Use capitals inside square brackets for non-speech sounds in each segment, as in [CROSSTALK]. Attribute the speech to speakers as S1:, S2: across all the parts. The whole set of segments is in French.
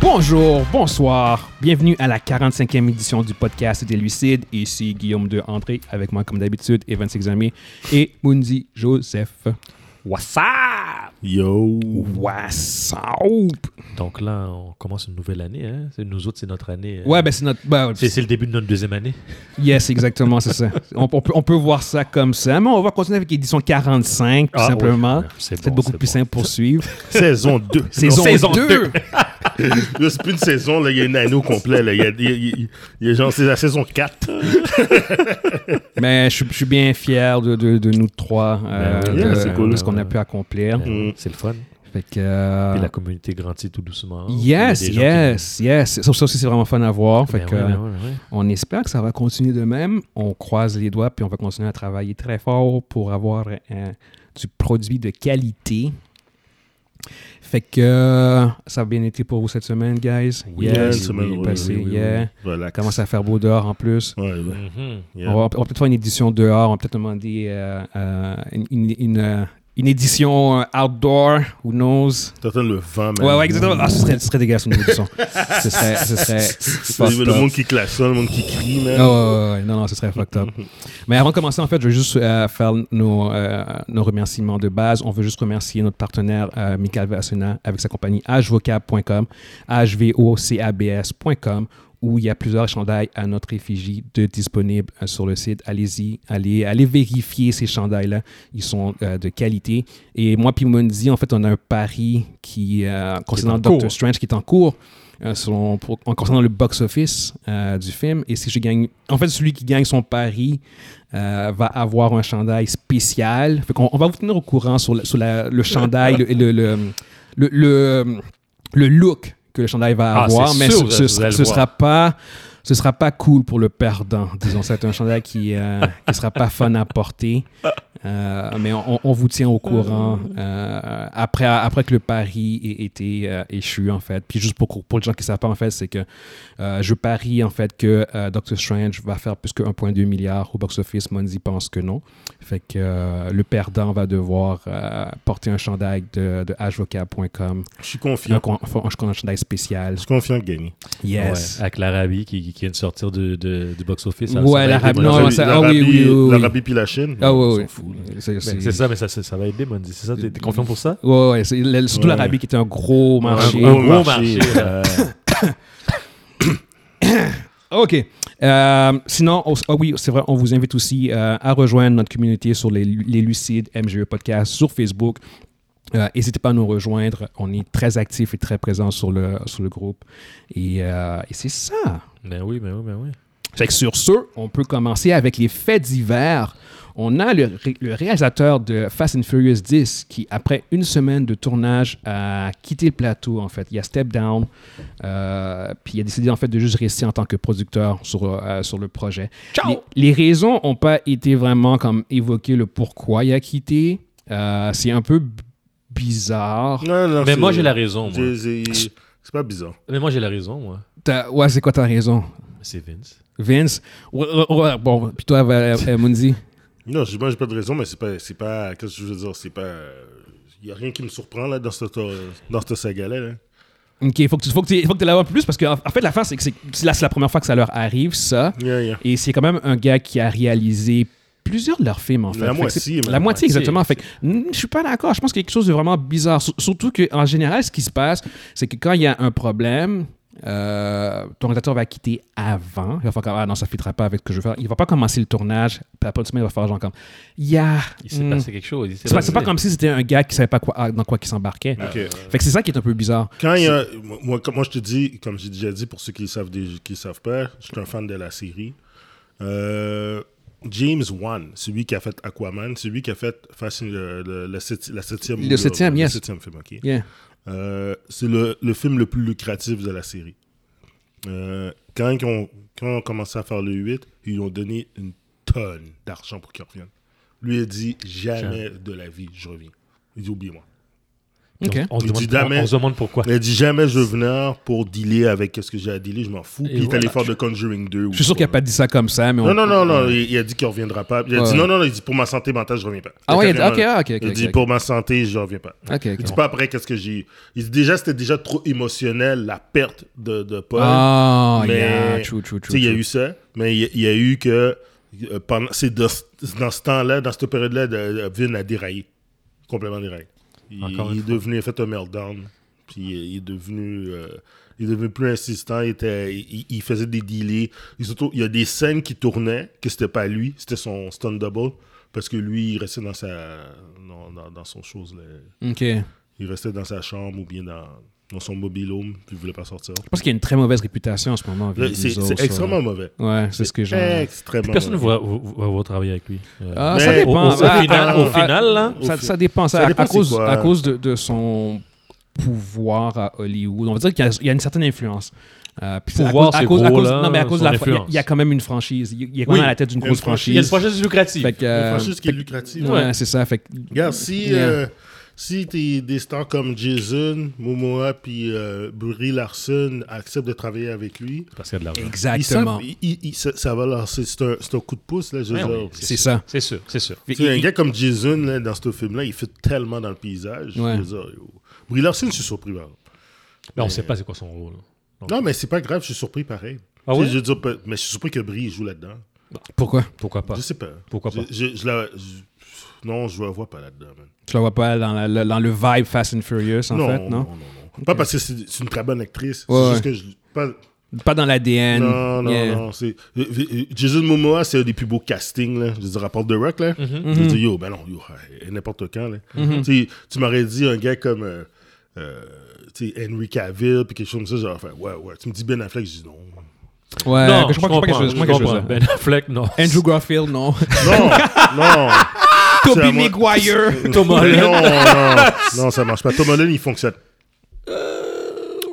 S1: Bonjour, bonsoir, bienvenue à la 45e édition du podcast des Lucides. Ici Guillaume de André, avec moi comme d'habitude, et 26 amis, et Mundi Joseph. What's up?
S2: Yo!
S1: What's up?
S3: Donc là, on commence une nouvelle année. Hein? C'est- Nous autres, c'est notre année. euh,
S1: Ouais, ben c'est notre. ben,
S3: c'est, c'est le début de notre deuxième année.
S1: yes, exactement, c'est
S3: [LAUGHS]
S1: ça. On, on peut, on peut voir ça comme ça, mais on va continuer avec l'édition 45, tout
S3: Ah,
S1: simplement.
S3: ouais, ouais, c'est
S1: peut-être
S3: bon,
S1: beaucoup
S3: c'est
S1: plus
S3: bon.
S1: simple pour
S3: [LAUGHS]
S1: suivre.
S2: [LAUGHS] Saison 2.
S1: [LAUGHS] Saison,
S3: saison
S1: 2!
S3: deux.
S2: Là, c'est plus une saison, là, il y a une année au complet. Là. Il, y a, il y a- il y a- il y a genre, c'est la saison 4.
S1: [LAUGHS] Mais je, suis- je suis bien fier de, de, de nous trois, euh,
S3: Ben
S2: oui,
S1: de,
S2: yeah, c'est cool.
S1: de ce qu'on a pu accomplir.
S2: Mm.
S3: C'est le fun.
S1: Fait que, euh,
S3: Puis la communauté grandit tout
S2: Oh,
S3: doucement.
S1: Yes,
S3: Il y a des gens
S1: yes,
S3: qui-
S1: yes. Ça, ça aussi, c'est vraiment fun à voir. Fait
S3: Ben
S1: que,
S3: ouais,
S1: euh,
S3: ben ouais, ben ouais.
S1: On espère que ça va continuer de même. On croise les doigts, puis on va continuer à travailler très fort pour avoir euh, du produit de qualité. Fait que euh, ça a bien été pour vous cette semaine, guys.
S3: Oui,
S1: Yes,
S2: Yeah, une
S3: oui,
S2: semaine,
S1: bien
S2: oui,
S1: passé,
S2: oui, oui, oui.
S1: yeah.
S2: Relax.
S1: Commence à faire beau dehors en plus.
S2: Ouais, ouais.
S1: mm-hmm.
S3: Mhm.
S2: Yeah.
S1: On va, on va peut-être faire une édition dehors. On va peut-être demander euh, euh, une, une- une, euh, une édition euh, outdoor. Who knows?
S2: T'entends le vent, man.
S1: Ouais, ouais, exactement. Ah, ce serait, ce serait dégueulasse au niveau du son. [LAUGHS] ce serait. Ce serait
S2: Le,
S1: fucked
S2: le
S1: up.
S2: monde qui klaxonne, le monde qui crie, man.
S1: Ah [LAUGHS] ouais, ouais, ouais. Non, non, ce serait fucked up. Mais avant de commencer, en fait, je veux juste euh, faire nos, euh, nos remerciements de base. On veut juste remercier notre partenaire, euh, Michael Vassena, avec sa compagnie hvocab.com, hvocabs.com, où il y a plusieurs chandails à notre effigie de disponibles euh, sur le site. Allez-y, allez, allez vérifier ces chandails-là. Ils sont euh, de qualité. Et moi, puis Mundi, en fait, on a un pari qui, euh, concernant
S3: en
S1: Doctor
S3: cours.
S1: Strange qui est en cours euh, selon- pour- en concernant le box-office euh, du film. Et si je gagne, en fait, celui qui gagne son pari euh, va avoir un chandail spécial. Fait qu'on- on, va vous tenir au courant sur, la- sur la- le chandail le, le, le, le- le- le look que le chandail va
S3: Ah,
S1: avoir,
S3: c'est
S1: mais
S3: sûr,
S1: ce,
S3: vous
S1: ce-
S3: allez le
S1: ce
S3: voir.
S1: sera pas. Ce sera pas cool pour le perdant, disons. C'est un chandail qui
S3: [LAUGHS]
S1: ne sera pas fun à porter. Euh, mais on, on vous tient au courant euh, après, après que le pari ait été euh, échu, en fait. Puis juste pour, pour les gens qui ne savent pas, en fait, c'est que euh, je parie, en fait, que euh, Doctor Strange va faire plus que 1,2 milliard au box-office. Monzi pense que non. Fait que euh, le perdant va devoir euh, porter un chandail de, de hvocab.com.
S2: Je suis
S1: Un,
S2: confiant.
S1: con- un, chandail spécial.
S2: Je suis confiant de gagner.
S1: Yes.
S3: Ouais, avec l'Arabie qui, qui vient de sortir de- de- du box-office.
S1: Ouais,
S3: va aider,
S1: l'Arabie,
S3: moi,
S1: non,
S3: j'avoue.
S1: ça- ah oui, oui, oui, oui.
S2: L'Arabie puis la Chine.
S1: Ah ouais,
S2: on
S1: ouais.
S2: s'en fout, là.
S1: C'est-
S3: Ben,
S1: c'est-
S3: c'est ça, mais ça, ça- ça va aider, Mondi. C'est ça, t'es, t'es confiant pour ça?
S1: Ouais, ouais, c'est- le- surtout
S2: Ouais.
S1: l'Arabie qui était un gros marché.
S2: gros marché.
S3: euh,
S1: OK. Euh, sinon, on- ah oui, c'est vrai, on vous invite aussi euh, à rejoindre notre communauté sur les, les Lucides MGE Podcast sur Facebook. Euh, N'hésitez pas à nous rejoindre. On est très actifs et très présents sur le, sur le groupe. Et, euh, et c'est ça.
S3: ben oui, ben oui, ben oui.
S1: Fait que sur ce, on peut commencer avec les faits divers. On a le, ré- le réalisateur de Fast and Furious 10 qui, après une semaine de tournage, a quitté le plateau, en fait. Il a step down, euh, puis il a décidé, en fait, de juste rester en tant que producteur sur, euh, sur le projet. Les, les raisons n'ont pas été vraiment comme évoquées, le pourquoi il a quitté. Euh, C'est un peu b- bizarre.
S2: Non, non,
S3: Mais
S2: c'est-
S3: moi, j'ai la raison, moi.
S2: c'est- C'est c'est pas bizarre.
S3: Mais moi, j'ai la raison, moi.
S1: T'as- Ouais, c'est quoi ta raison,
S3: C'est Vince.
S1: Vince? Ouais, ouais, ouais, bon, puis toi, euh, euh, Mundi?
S2: Non, j'ai- moi, j'ai pas de raison, mais c'est pas. c'est pas Qu'est-ce que je veux dire? C'est pas. Il y a rien qui me surprend là, dans cette, euh, dans cette saga-là. là.
S1: Ok, faut que tu faut que tu faut que tu l'aies un peu plus parce que en en fait l'affaire c'est que c'est c'est la, c'est la première fois que ça leur arrive ça
S2: Yeah, yeah.
S1: et c'est quand même un gars qui a réalisé plusieurs de leurs films en fait.
S2: La
S1: Fait que
S2: moitié,
S1: c'est-
S2: même.
S1: la moitié
S3: moitié,
S1: exactement. Fait que mm, je suis pas d'accord. Je pense qu'il y a quelque chose de vraiment bizarre. Sur- Surtout que en général ce qui se passe c'est que quand il y a un problème euh, ton réalisateur va quitter avant. Il va faire comme ah non ça filtrera pas avec ce que je veux faire. Il va pas commencer le tournage. Puis après une semaine il va faire genre comme il y a.
S3: Il s'est
S1: hmm.
S3: passé quelque chose. il s'est
S1: C'est pas, c'est pas
S3: passé-
S1: comme si c'était un gars qui savait pas quoi, ah, dans quoi qui s'embarquait.
S2: Ok.
S1: Fait que c'est ça qui est un peu bizarre.
S2: Quand il y a, moi, moi, comme- moi, je te dis, comme j'ai déjà dit, pour ceux qui le savent, des- qui le savent pas, je suis un fan de la série. Euh, James Wan, celui qui a fait Aquaman, celui qui a fait Fast and- le, le- le septi- la septième.
S1: Le
S2: ou
S1: septième,
S2: le
S1: yes.
S2: septième film, ok.
S1: Yeah.
S2: Euh, c'est le, le film le plus lucratif de la série. Euh, quand, ils ont, quand on commencé à faire le 8, ils lui ont donné une tonne d'argent pour qu'il revienne. Lui a dit jamais de la vie, je reviens. Il dit oublie-moi.
S1: OK.
S3: On, on se
S2: Il
S3: demande,
S2: dit jamais-
S3: on- on se demande pourquoi.
S2: Elle dit jamais je veux venir pour dealer avec ce que j'ai à dealer, je m'en fous.
S3: Et
S2: Puis il est allé
S3: voilà.
S2: faire de Conjuring 2.
S1: Je suis sûr qu'il n'a pas dit ça comme ça, mais on-
S2: Non, non, non, non, il, il a dit qu'il reviendra pas. Il a
S1: Ouais.
S2: dit non, non, non, il dit pour ma santé mentale, je reviens pas.
S1: Ah ouais, il a dit,
S2: Carrément,
S1: ok, ah, ok, ok,
S2: Il dit
S1: ok. Ah,
S2: pour ma santé, je reviens pas.
S1: Ok, ok.
S2: Il dit pas après qu'est-ce que j'ai eu. Il dit déjà, c'était déjà trop émotionnel, la perte de, de Paul.
S1: Ah,
S2: Mais,
S1: yeah, true, true,
S2: Tu
S1: true.
S2: sais, il y a
S1: true.
S2: eu ça, mais il y a- il y, a eu que euh, pendant, c'est de- dans ce temps-là, dans cette période-là, de, de- Vin a déraillé. Complètement déraillé. Il,
S3: Encore
S2: il
S3: une
S2: est
S3: fois.
S2: devenu, il a fait un meltdown. Puis il il est devenu, euh, il est devenu plus insistant. Il, était, il, il faisait des délais. Il, se trou- il y a des scènes qui tournaient que c'était pas lui, c'était son stunt double. Parce que lui, il restait dans sa, dans, dans, dans son chose. là.
S1: Ok. Je
S2: Il restait dans sa chambre ou bien dans, dans son mobile home. Puis il voulait pas sortir.
S1: pense qu'il y a une très mauvaise réputation en ce moment.
S2: Là,
S1: avec
S2: C'est
S1: Lizzo,
S2: c'est
S1: ça.
S2: extrêmement Eh, mauvais.
S1: euh, Ouais, c'est ce que j'ai.
S2: Extrêmement
S3: Personne ne
S2: mauvais.
S3: va, va- va travailler avec lui. Euh,
S1: Ah,
S2: Mais
S1: ça
S2: au-
S1: dépend.
S3: au- au
S1: Ah,
S3: final-
S1: ah,
S3: au
S1: ah,
S3: final, hein, là,
S1: ça,
S2: au fi-
S1: ça dépend. Ça,
S2: ça
S1: à-
S2: dépend
S1: à,
S2: c'est
S1: cause,
S2: quoi.
S1: à cause de, de son pouvoir à Hollywood, on va dire qu'il y a, il y a une certaine influence. Euh, puis c'est à
S3: Pouvoir,
S1: cause- à
S3: c'est
S1: cause- à
S3: gros,
S1: cause-
S3: là,
S1: non, mais à cause de
S3: son
S1: la- il y a-
S3: influence.
S1: il y, a quand même une franchise. Il il y a quand
S2: Oui,
S1: même à la tête d'une
S2: il y a
S1: grosse
S2: une franchise. Il y
S1: franchise.
S2: a
S3: processus lucratif.
S1: Fait que,
S2: Une
S1: euh,
S2: franchise qui est lucrative.
S1: ouais, c'est ça. Fait que-
S2: Regarde, si,
S1: Yeah.
S2: euh, si t'es- des stars comme Jason, Momoa, puis euh, Brie Larson acceptent de travailler avec lui,
S3: Parce qu'il y a de l'argent.
S2: ils
S1: exactement.
S2: savent- ils- ils- ils- ça, ça va leur. C'est c'est un, c'est un coup de pouce, là, je veux
S3: Ouais,
S2: dire.
S3: ouais,
S1: C'est
S3: sûr.
S1: ça.
S3: C'est sûr, c'est sûr.
S2: Tu sais, un gars comme Jason, là, dans ce film-là, il fait tellement dans le paysage.
S1: Ouais.
S2: Je veux dire, yo. Brie Larson, je suis surpris. par exemple.
S3: Mais on ne sait pas c'est quoi son rôle. Donc,
S2: Non, mais c'est pas grave, je suis surpris pareil.
S3: Ah
S2: Tu sais,
S3: ouais?
S2: je veux dire, pe- mais je suis surpris que Brie joue là-dedans.
S1: Pourquoi
S3: Pourquoi pas
S2: Je sais pas.
S3: Pourquoi pas?
S2: Je, je- je la- je- Non, je la vois pas là-dedans, man.
S1: Tu la vois pas dans, la- dans le vibe Fast and Furious, en fait, non?
S2: Pas parce que c'est c'est une très bonne actrice.
S1: Ouais,
S2: c'est juste que je. pas-
S1: Pas dans l'ADN.
S2: Non, non,
S1: Yeah.
S2: non. c'est- euh, euh, Jason Momoa, c'est un des plus beaux castings, là. Je veux dire, rapport de Rock, là. Je
S1: Mm-hmm.
S2: veux dire, yo, ben non, yo, euh, n'importe quand, là. Tu sais, Tu m'aurais dit un gars comme. euh, euh, tu sais, Henry Cavill, puis quelque chose comme ça, j'aurais fait, ouais, ouais. Tu me dis Ben Affleck, je dis non.
S1: Ouais,
S3: Non,
S1: que je crois que je crois
S3: comprends,
S1: que je- je crois que je-
S3: comprends. Ben Affleck, non.
S1: Andrew Garfield, non. [LAUGHS]
S2: Non, non.
S1: Toby
S2: moi.
S1: Maguire.
S2: [LAUGHS]
S3: Tom Holland.
S2: Non, non, non, ça marche pas. Tom Holland, il fonctionne.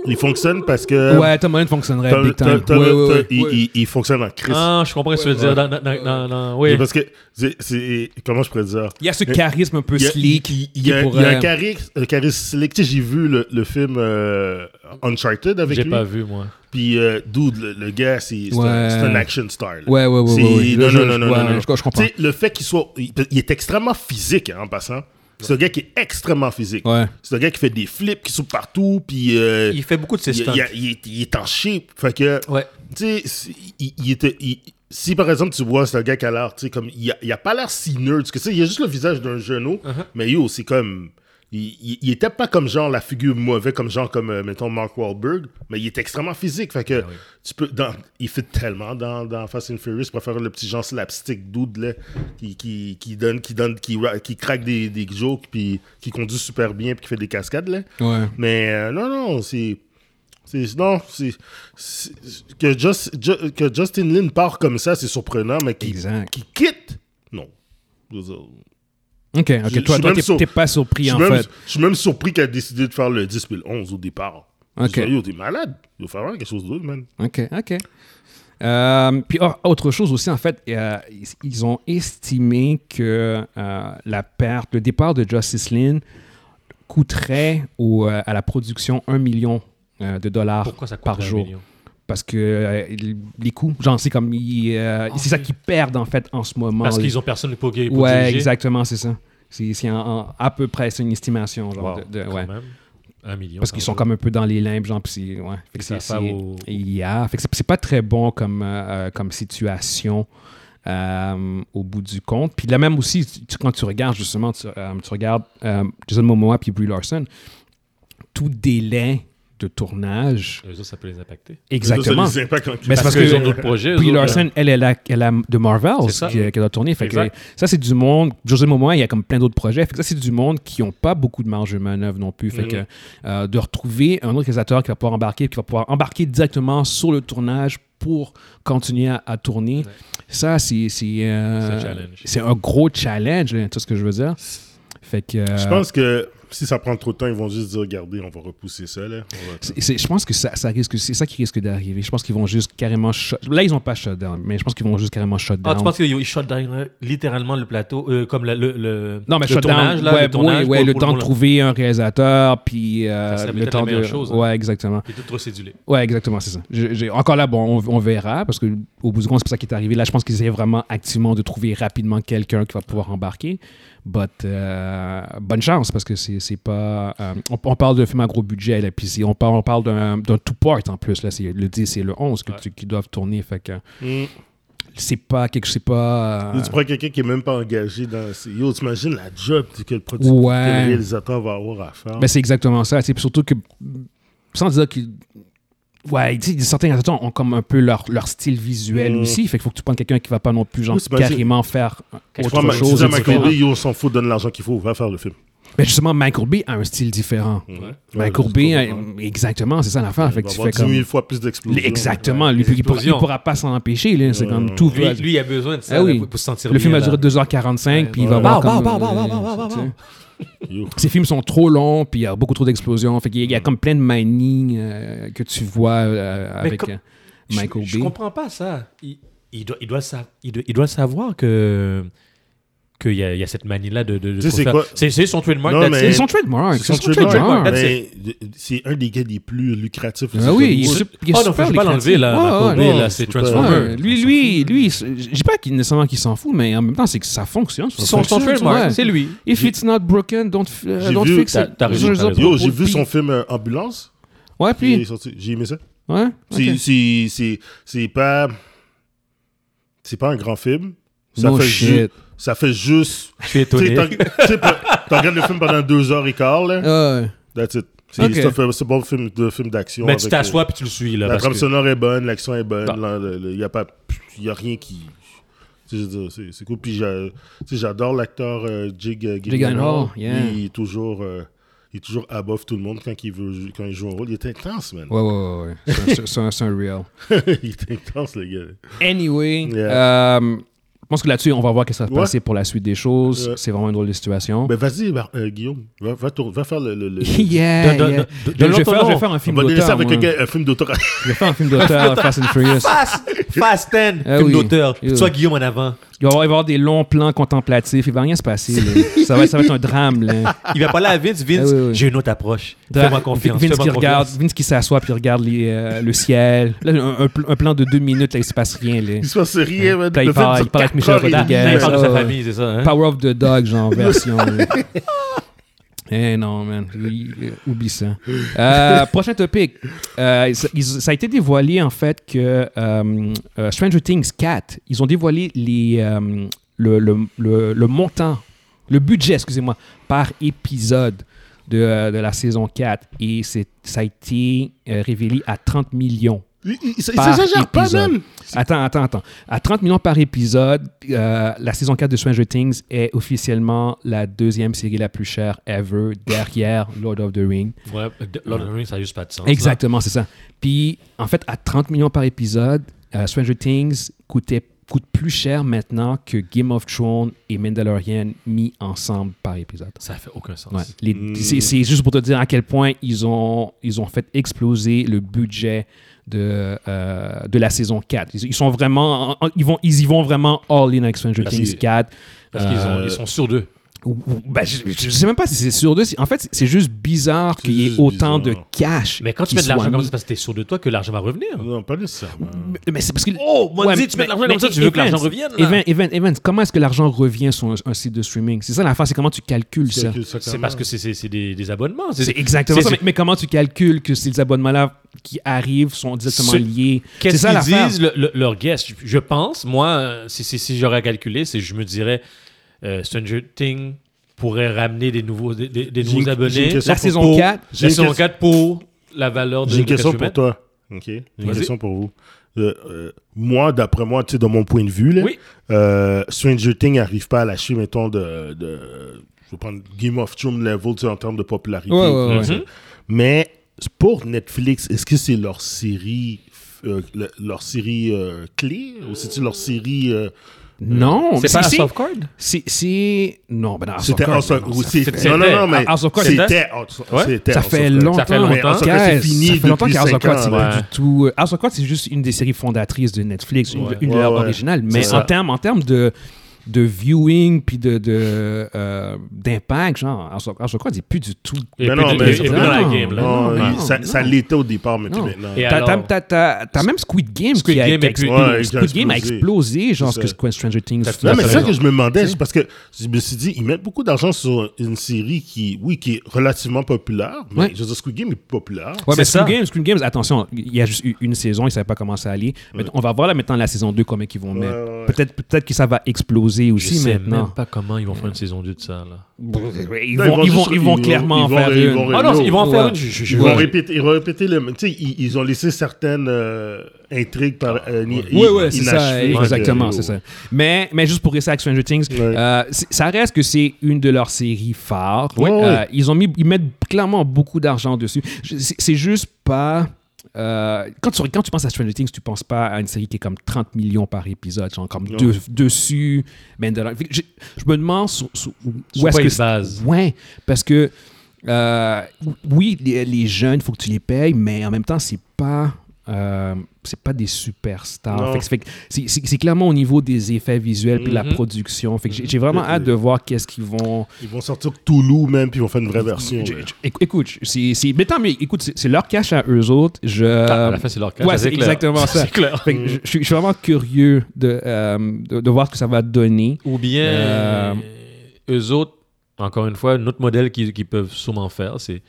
S2: Il fonctionne parce que.
S1: Ouais, Tom Holland fonctionnerait
S2: Tom-
S1: big time.
S2: Tom- Tom-
S1: Ouais, ouais,
S2: Tom-
S1: ouais,
S2: il-
S1: ouais.
S2: il- Il fonctionne en crise.
S3: Ah, je comprends ce que tu veux dire. Dans- dans- dans- dans- dans- Oui.
S2: C'est Parce que, c'est- c'est- comment je pourrais dire
S1: Il y a ce charisme un peu
S2: Il y a-
S1: sleek.
S2: Il y a,
S1: qui
S2: il y a un
S1: pourrait-
S2: charisme, un charisme slick. Tu sais, j'ai vu le, le film euh, Uncharted avec
S3: J'ai
S2: lui.
S3: pas vu, moi.
S2: Puis, euh, dude, le, le gars, c'est c'est
S1: Ouais.
S2: un, c'est un action star. là.
S1: Ouais, ouais, ouais,
S2: C'est-
S1: ouais, ouais.
S2: Non,
S1: Je-
S2: non,
S1: je-
S2: non, non,
S1: ouais,
S2: non, non.
S1: je- je comprends.
S2: Tu sais, le fait qu'il soit. Il, il est extrêmement physique hein, en passant. C'est un gars qui est extrêmement physique.
S1: Ouais.
S2: C'est un gars qui fait des flips, qui saute partout, puis. euh,
S3: Il fait beaucoup de ses
S2: il,
S3: stunts.
S2: il- il est- il est en shape. Fait que,
S3: Ouais.
S2: tu sais, si- il, il était. il- si par exemple tu vois c'est un gars qui a l'air, tu sais, comme il a, il a pas l'air si nerd, que tu sais, il a juste le visage d'un genou, mais yo, c'est comme. Il, il- il était pas comme genre la figure mauvaise, comme genre comme, euh, mettons, Mark Wahlberg, mais il est extrêmement physique. Fait que, tu peux. Dans, il fait tellement dans, dans Fast and Furious, pour faire le petit genre slapstick dude, là, qui, qui, qui donne, qui donne, qui, ra- qui craque des, des jokes, puis qui conduit super bien, puis qui fait des cascades, là.
S1: Ouais.
S2: Mais euh, non, non, c'est. c'est- Non, c'est. c'est- Que, Just- Ju- que Justin Lin part comme ça, c'est surprenant, mais qu'il
S1: Exact.
S2: qu'il quitte, non. Je veux dire,
S1: Ok,
S2: je-
S1: ok. Toi,
S2: je
S1: toi,
S2: suis
S1: t'es
S2: même sur-
S1: t'es pas surpris,
S2: je
S1: en
S2: suis même-
S1: fait.
S2: je suis même surpris qu'elle a décidé de faire le 10 puis le 11 au départ. Je
S1: Ok.
S2: veux dire, Yo, t'es malade. Il faut faire quelque chose d'autre, man.
S1: OK, OK. Euh, puis or- autre chose aussi, en fait, euh, ils- ils ont estimé que euh, la perte, le départ de Justice Lin coûterait au, euh, à la production 1 million euh, de dollars
S3: Pourquoi ça coûte
S1: par jour. Parce que euh, il- les coûts, genre, c'est comme, ils, euh,
S3: Ok.
S1: c'est ça qu'ils perdent en fait en ce moment.
S3: Parce
S1: là.
S3: qu'ils ont personne pour pour
S1: Ouais,
S3: diriger.
S1: exactement, c'est ça. C'est c'est en- en- à peu près, c'est une estimation. Genre,
S3: Wow,
S1: de- de-
S3: quand
S1: ouais.
S3: même. Un million.
S1: Parce
S3: par
S1: qu'ils sont
S3: jour.
S1: comme un peu dans les limbes, genre, puis c'est- ouais. Fait que
S3: Ça
S1: c'est,
S3: va
S1: c'est-
S3: au-
S1: Yeah. Fait que c'est, c'est pas très bon comme, euh, euh, comme situation euh, au bout du compte. Puis là même aussi, tu- quand tu regardes justement, tu, euh, tu regardes euh, Jason Momoa puis Brie Larson, tout délai de tournage,
S3: Eux autres, ça peut les impacter.
S1: exactement.
S2: Ça les impacte en
S1: Mais c'est parce
S3: Parce qu'ils
S1: que-
S3: ont d'autres projets. eux
S1: Puis
S3: autres, euh,
S1: Larson, elle, elle, a, elle a de Marvel
S3: C'est ça.
S1: qui- euh, qu'elle a tourné. Fait que
S3: Exact.
S1: ça, c'est du monde. José Momoa, il y a comme plein d'autres projets. Fait que ça, c'est du monde qui n'ont pas beaucoup de marge de manœuvre non plus.
S3: Mhm.
S1: Fait que euh, de retrouver un autre réalisateur qui va pouvoir embarquer, qui va pouvoir embarquer directement sur le tournage pour continuer à, à tourner, ça, c'est. C'est euh,
S3: C'est un challenge.
S1: c'est un gros challenge, là, tu vois ce que je veux dire. Fait que. euh,
S2: Je pense que Si ça prend trop de temps, ils vont juste dire regardez, on va repousser ça. Là. On va-
S1: C'est- c'est- je pense que ça, ça risque, c'est ça qui risque d'arriver. Je pense qu'ils vont juste carrément. shut- Là, ils n'ont pas shut down, mais je pense qu'ils vont juste carrément shut
S3: Ah,
S1: down.
S3: tu penses qu'ils shot down littéralement le plateau, euh, comme la- le, le,
S1: non, mais
S3: le
S1: shut
S3: tournage,
S1: down,
S3: là,
S1: ouais,
S3: le tournage
S1: ouais, ouais,
S3: pour-
S1: le
S3: pour-
S1: temps
S3: pour
S1: de trouver un réalisateur, puis euh,
S3: Ça
S1: le
S3: serait peut-être
S1: temps
S3: la
S1: de.
S3: meilleure chose, hein.
S1: Ouais, exactement.
S3: Et tout recédulé.
S1: Ouais, exactement, c'est ça. Je- j'ai- Encore là, bon, on, on verra, parce que au bout du compte, c'est pour ça qui est arrivé. Là, je pense qu'ils essaient vraiment activement de trouver rapidement quelqu'un qui va pouvoir embarquer. But, euh, bonne chance, parce que c'est c'est pas. euh, on, on parle d'un film à gros budget, là, puis c'est- on parle, on parle d'un d'un two-part en plus. Là, c'est le 10 et le 11 que
S3: Ouais.
S1: tu- qui doivent tourner. Fait que
S2: Hmm.
S1: c'est pas quelque chose, c'est pas. euh,
S2: Là, tu prends quelqu'un qui n'est même pas engagé dans. c'est- Yo, t'imagines la job que le, produ-
S1: Ouais.
S2: que le réalisateur va avoir à faire.
S1: Ben, c'est exactement ça. tu sais, puis Surtout que, sans dire que. Ouais, tu sais, certains réalisateurs ont comme un peu leur, leur style visuel
S2: Mm.
S1: aussi. Fait qu'il faut que tu prennes quelqu'un qui va pas non plus, genre,
S2: Oui, c'est pas-
S1: carrément faire
S2: tu
S1: autre
S2: prends ma,
S1: chose.
S2: chose, Michael
S1: différent.
S2: Bay, yo, on s'en fout, donne l'argent qu'il faut, va faire le film.
S1: Mais justement, Michael Bay a un style différent.
S2: Mm.
S1: Michael Bay,
S2: courbé
S1: euh, exactement, c'est ça l'affaire. Ben, Fait que tu fais
S2: 10 000
S1: comme.
S2: fois plus d'explosions.
S1: Exactement, lui,
S3: les
S1: il, pourra, il
S3: explosions.
S1: pourra pas s'en empêcher. là. C'est
S2: Ouais,
S1: comme
S2: ouais,
S1: tout
S3: Lui,
S1: va-
S3: lui, il a besoin de ça
S1: Ah oui.
S3: là, pour, pour se sentir
S1: Le film
S3: bien,
S1: a duré
S3: là.
S1: 2h45, puis il va
S3: Ouais.
S1: avoir.
S3: Wow,
S2: Bah,
S1: comme,
S3: wow, wow,
S1: euh,
S3: wow, wow, wow,
S1: tu sais.
S3: wow.
S2: Yo.
S1: Ces films sont trop longs, puis il y a beaucoup trop d'explosions. Fait qu'il y a- il y a comme plein de mining euh, que tu vois euh, avec
S3: comme-
S1: euh,
S3: Je-
S1: Michael
S3: Je
S1: Bay.
S3: comprends pas ça. Il, il doit, il, doit, sa- il, doit, il doit savoir que qu'il y, a- il y a cette manie-là de... de, de
S2: Tu sais,
S3: pour
S2: c'est
S3: faire-
S2: quoi?
S3: C'est c'est son trademark,
S2: Non,
S3: that's
S2: mais-
S1: C'est
S3: it.
S1: son trademark.
S2: C'est son
S3: trademark.
S1: trademark.
S3: That's
S2: Mais c'est un des gars les plus lucratifs. aux
S1: Ah oui,
S2: États-Unis.
S1: il est
S3: Oh,
S1: su- il est
S3: non,
S1: super
S3: faut pas l'enlever, là,
S1: lucratif.
S3: Michael
S1: Ouais,
S3: Bay,
S1: ouais.
S3: là, c'est
S2: Faut pas-
S3: Transformer.
S1: Ouais, lui, lui, lui, c'est- je dis pas qu'il nécessairement qu'il s'en fout, mais en même temps, c'est que ça fonctionne. ça
S3: C'est son, son
S1: fonctionne,
S3: trademark,
S1: ouais.
S3: c'est lui.
S1: If it's not broken, don't, f- euh,
S2: J'ai
S1: don't
S2: vu-
S1: fix
S3: t'as-
S1: it.
S3: t'as raison,
S1: Je veux
S3: t'as
S1: dire,
S3: raison.
S2: Yo, j'ai vu
S1: puis-
S2: son film euh, Ambulance.
S1: Ouais,
S2: Il est
S1: puis.
S2: sorti. J'ai aimé ça.
S1: Ouais.
S2: C'est-
S1: ok.
S2: c'est- C'est c'est pas. C'est pas un grand film. Ça
S1: No
S2: fait ju-
S1: shit.
S2: Ça
S1: [LAUGHS]
S2: fait juste.
S3: Je suis
S2: Tu sais,
S3: étonné.
S2: t'en- tu sais, pe- t'en regardes le film pendant deux heures et quart, là.
S1: Euh,
S2: That's it. C'est
S1: Ok.
S2: c'est un film- c'est un bon film de film d'action.
S3: Mais tu
S2: avec,
S3: t'assois puis tu le suis,
S2: euh,
S3: là.
S2: La
S3: parce
S2: trame
S3: que-
S2: sonore est bonne, l'action est bonne.
S3: Non.
S2: là, le- le- Il n'y a pas. Il y a rien qui. tu sais, je veux dire, C'est c'est cool. Puis j'a- tu sais, j'adore l'acteur euh, Jig euh, Gyllenhaal.
S1: Gyllenhaal, yeah.
S2: Il est toujours. euh, il est toujours above tout le monde quand il, veut, quand il joue un rôle. Il est intense, man.
S1: Ouais, ouais, ouais. ouais. C'est un- c'est- C'est un- c'est un real.
S2: [LAUGHS] il est intense, le gars.
S1: Anyway,
S2: Yeah.
S1: euh, je pense que là-dessus, on va voir qu'est-ce qui va se
S2: Ouais.
S1: passer pour la suite des choses.
S2: Ouais.
S1: C'est vraiment une drôle de situation.
S2: Ben vas-y, Bar- euh, Guillaume, va, va tour- va faire le. le,
S1: [LAUGHS]
S2: le-
S1: Yeah,
S3: Donne- donne-
S1: yeah.
S3: donne-
S1: Je vais
S3: donne-leur ton
S1: faire- je vais
S3: nom.
S1: faire un
S2: on
S1: film
S2: va délaisser
S1: d'auteur.
S2: avec
S1: moi.
S2: un, gars- un film d'auteur. [LAUGHS]
S1: Je vais faire un film d'auteur, Fast and Furious.
S3: Fast, Fast 10,
S1: Ah
S3: film
S1: oui.
S3: d'auteur.
S1: Yeah.
S3: Toi, Guillaume, en avant.
S1: Il va y avoir- il va y avoir des longs plans contemplatifs. Il va rien se passer.
S2: [LAUGHS]
S1: là. Ça, va, ça va être un drame. Là.
S3: Il va parler à
S1: [LAUGHS]
S3: Vince. Vince,
S1: Ah oui, oui.
S3: j'ai une autre approche. Fais-moi confiance.
S1: Vince
S3: fais-moi
S1: qui regarde,
S3: confiance.
S1: Vince qui s'assoit puis regarde les, euh, le ciel. Là, un, un pl- un plan de deux minutes, là, il se passe rien. Là.
S2: Il se passe rien, man.
S1: Là, il
S2: Le film
S1: parle-
S2: dure
S1: il parle avec
S2: quatre
S1: Michel
S2: heures et demie.
S1: Rodriguez.
S3: Il parle de
S1: Ah,
S3: sa
S1: ouais.
S3: famille, c'est ça. hein?
S1: Power of the Dog, genre [LAUGHS] version. là. Eh non, man. Oui, euh, oublie ça. Euh, prochain topic. Euh, ça, ils- ça a été dévoilé, en fait, que euh, euh, Stranger Things 4, ils ont dévoilé les, euh, le, le, le- le montant, le budget, excusez-moi, par épisode de, euh, de la saison 4. Et c'est- ça a été euh, révélé à 30 millions.
S2: Il, il, il
S1: Par
S2: s'exagère pas,
S1: épisode.
S2: man.
S1: Attends, attends, attends. À 30 millions par épisode, euh, la saison 4 de Stranger Things est officiellement la deuxième série la plus chère ever derrière Lord of the Rings.
S3: Ouais, de- Lord of the Rings, ça n'a juste pas de sens.
S1: Exactement, c'est ça. Puis, en fait, à 30 millions par épisode, euh, Stranger Things coûtait, coûte plus cher maintenant que Game of Thrones et Mandalorian mis ensemble par épisode.
S3: Ça fait aucun sens.
S1: Ouais. Les- c'est, c'est juste pour te dire à quel point ils ont, ils ont fait exploser le budget de, euh, de la saison 4. Ils, ils sont vraiment, en- en- ils, vont, ils y vont vraiment all-in avec Stranger
S3: Parce
S1: Things
S3: que-
S1: 4.
S3: Parce qu'ils ont-
S1: Euh,
S3: ils sont sûrs d'eux.
S1: ou- ou- ben, je, je sais même pas si c'est sûr d'eux. C'est- En fait, c'est- c'est juste bizarre qu'il y ait
S2: juste
S1: autant de
S2: bizarre.
S1: cash.
S3: Mais quand tu
S1: qui
S3: mets de
S1: soit
S3: l'argent comme
S1: mis.
S3: ça, c'est parce que t'es sûr de toi que l'argent va revenir.
S2: Non, pas nécessairement.
S1: Mais- Mais c'est parce que.
S3: Oh, moi,
S1: Ouais,
S3: dis, tu mets de l'argent
S1: mais-
S3: comme ça, tu
S1: mais
S3: veux que
S1: Evans,
S3: l'argent revienne. là.
S1: Evans, Evans, Evans, comment est-ce que l'argent revient sur un, un site de streaming C'est ça l'affaire, c'est comment tu calcules ça.
S3: C'est parce que c'est- c'est c'est des, des abonnements. C'est
S1: C'est exactement
S3: c'est-
S1: ça. Mais, mais comment tu calcules que ces abonnements-là qui arrivent sont directement
S3: C'est-
S1: liés C'est
S3: Qu'est-ce
S1: ça
S3: qu'ils
S1: l'affaire.
S3: disent, le, le- leurs guests? Je, je pense, moi, euh, si, si, si j'aurais calculé, c'est je me dirais euh, Stranger Things pourrait ramener des nouveaux, des, des- des
S2: J'ai
S3: nouveaux
S2: une- j'ai
S3: abonnés.
S2: une question
S1: La
S2: pour-
S1: saison
S2: pour-
S1: 4,
S2: j'ai
S3: La
S2: une
S3: saison
S2: question-
S3: 4 pour la valeur de
S2: J'ai une
S3: l'éducation
S2: question pour
S3: humaine.
S2: toi. OK. J'ai une
S3: Vas-y.
S2: question pour vous. Euh, euh, moi, d'après moi, tu sais, de mon point de vue, là,
S3: Oui.
S2: euh, Stranger Things n'arrive pas à lâcher, mettons, de, de- je vais prendre Game of Thrones level, tu sais, en termes de popularité.
S1: Ouais, ouais,
S3: Mhm.
S1: ouais.
S2: Mais pour Netflix, est-ce que c'est leur série, euh, le- leur série euh, clé ou c'est-tu leur série euh,
S1: Non, mais
S3: C'est pas
S1: si,
S3: House
S1: si.
S3: of Cards?
S1: Si, si- Non, ben non, House of
S2: C'était
S1: Cards,
S2: House of
S1: non, ça-
S2: oui, c'est- Non, non, non, mais.
S1: House of Cards,
S2: C'était House of
S3: Ouais.
S2: c'était
S1: Ça
S2: House
S1: fait
S2: of Cards.
S1: longtemps.
S3: Ça fait longtemps.
S2: Mais House of Cards, c'est
S1: Guys,
S2: fini
S1: ça fait longtemps
S2: depuis
S1: qu'House of
S2: cinq
S1: Cards, c'est
S2: ans,
S1: pas
S3: ouais.
S1: du tout. euh, House of Cards, c'est juste une des séries fondatrices de Netflix, une,
S3: Ouais.
S1: une de
S2: Ouais,
S1: leurs
S2: ouais.
S1: originales.
S3: C'est
S1: Mais
S3: ça.
S1: en termes en termes de, de viewing puis de, de, euh, d'impact, genre, House of, House of Cards, c'est plus du tout.
S3: Et
S2: Mais
S3: puis
S2: non,
S3: de-
S2: mais-
S3: et puis dans la game, là.
S2: Non,
S1: Non,
S2: il-
S1: non,
S2: ça-
S1: non.
S2: ça l'était au départ, mais plus
S1: Non.
S2: maintenant.
S3: Et
S1: T'as,
S3: alors-
S1: t'as- t'as- t'as même Squid Game
S3: Squid
S1: qui a,
S3: Game
S1: qui a-
S3: a pu-
S1: qui-
S2: Ouais,
S1: Squid Game a explosé, genre, ce
S2: C'est ça.
S1: que Stranger Things.
S3: T'as-
S2: Non, mais c'est ça
S3: raison.
S2: que je me demandais, c'est parce que je me suis dit, ils mettent beaucoup d'argent sur une série qui, oui, qui est relativement populaire, mais
S1: Ouais.
S2: je veux dire, Squid Game est populaire.
S1: Ouais,
S3: C'est
S1: mais
S3: ça.
S1: Screen Games, Screen Games, attention, il y a juste eu une saison, ils ne savaient pas comment ça allait. Mais On va voir là maintenant la saison 2 combien ils vont mettre.
S2: ouais.
S1: Peut-être peut que ça va exploser
S3: Je
S1: aussi
S3: sais
S1: maintenant.
S3: même pas comment ils vont faire une saison 2 de ça. Là.
S1: Ils
S2: Non,
S1: vont,
S2: ils
S1: ils
S2: vont
S1: vont,
S2: juste-
S1: ils vont
S2: ils vont-
S1: clairement
S2: ils vont
S1: faire
S2: ré- ils
S1: une.
S2: vont ré-
S3: Ah non,
S2: non,
S3: ils vont en faire
S1: ouais.
S3: une. Je, je- je-
S2: Ils vont
S1: Ouais.
S2: répéter, ils vont répéter le même. Tu sais, ils, ils ont laissé certaines euh, intrigues par. euh, ni-
S1: Oui,
S2: i-
S1: oui, c'est ça,
S2: inachevées.
S1: exactement,
S2: Euh,
S1: c'est ça. Mais, mais juste pour rester avec Stranger Things,
S2: Ouais.
S1: euh, c'est- ça reste que c'est une de leurs séries phares.
S2: Ouais,
S1: Euh,
S2: ouais.
S1: Ils ont mis, ils mettent clairement beaucoup d'argent dessus. Je- C'est c'est juste pas. euh, quand, tu, quand tu penses à Stranger Things, tu penses pas à une série qui est comme 30 millions par épisode, genre comme
S2: Non.
S1: deux- dessus. Ben, de la- je, je me demande sur- sur-
S3: Sur
S1: où est-ce
S3: quoi
S1: que
S3: ils se basent?
S1: Ouais, parce que euh, oui, les, les jeunes, il faut que tu les payes, mais en même temps, c'est pas. euh, c'est pas des superstars.
S2: Non.
S1: Fait que- fait que c'est- C'est c'est clairement au niveau des effets visuels puis de la
S3: Mhm.
S1: production. Fait que j'ai- j'ai vraiment
S3: Mm-hmm.
S2: Mhm.
S1: hâte de voir qu'est-ce qu'ils vont.
S2: Ils vont sortir Toulouse même, puis ils vont faire une vraie version.
S1: Je-
S2: là.
S1: je- éc- Écoute, c'est c'est- mais tant mieux. Écoute, c'est c'est leur cash à eux autres. Je
S3: Ah, à
S2: Euh,
S3: la fin, c'est leur cas.
S1: ouais,
S3: ça,
S1: c'est
S3: clair.
S1: exactement ça.
S3: [LAUGHS] C'est clair.
S1: fait que je- je suis je suis vraiment curieux de, euh, de, de voir ce que ça va donner.
S3: Ou bien,
S1: Euh,
S3: eux autres, encore une fois, un autre modèle qu'ils qu'ils peuvent sûrement faire, c'est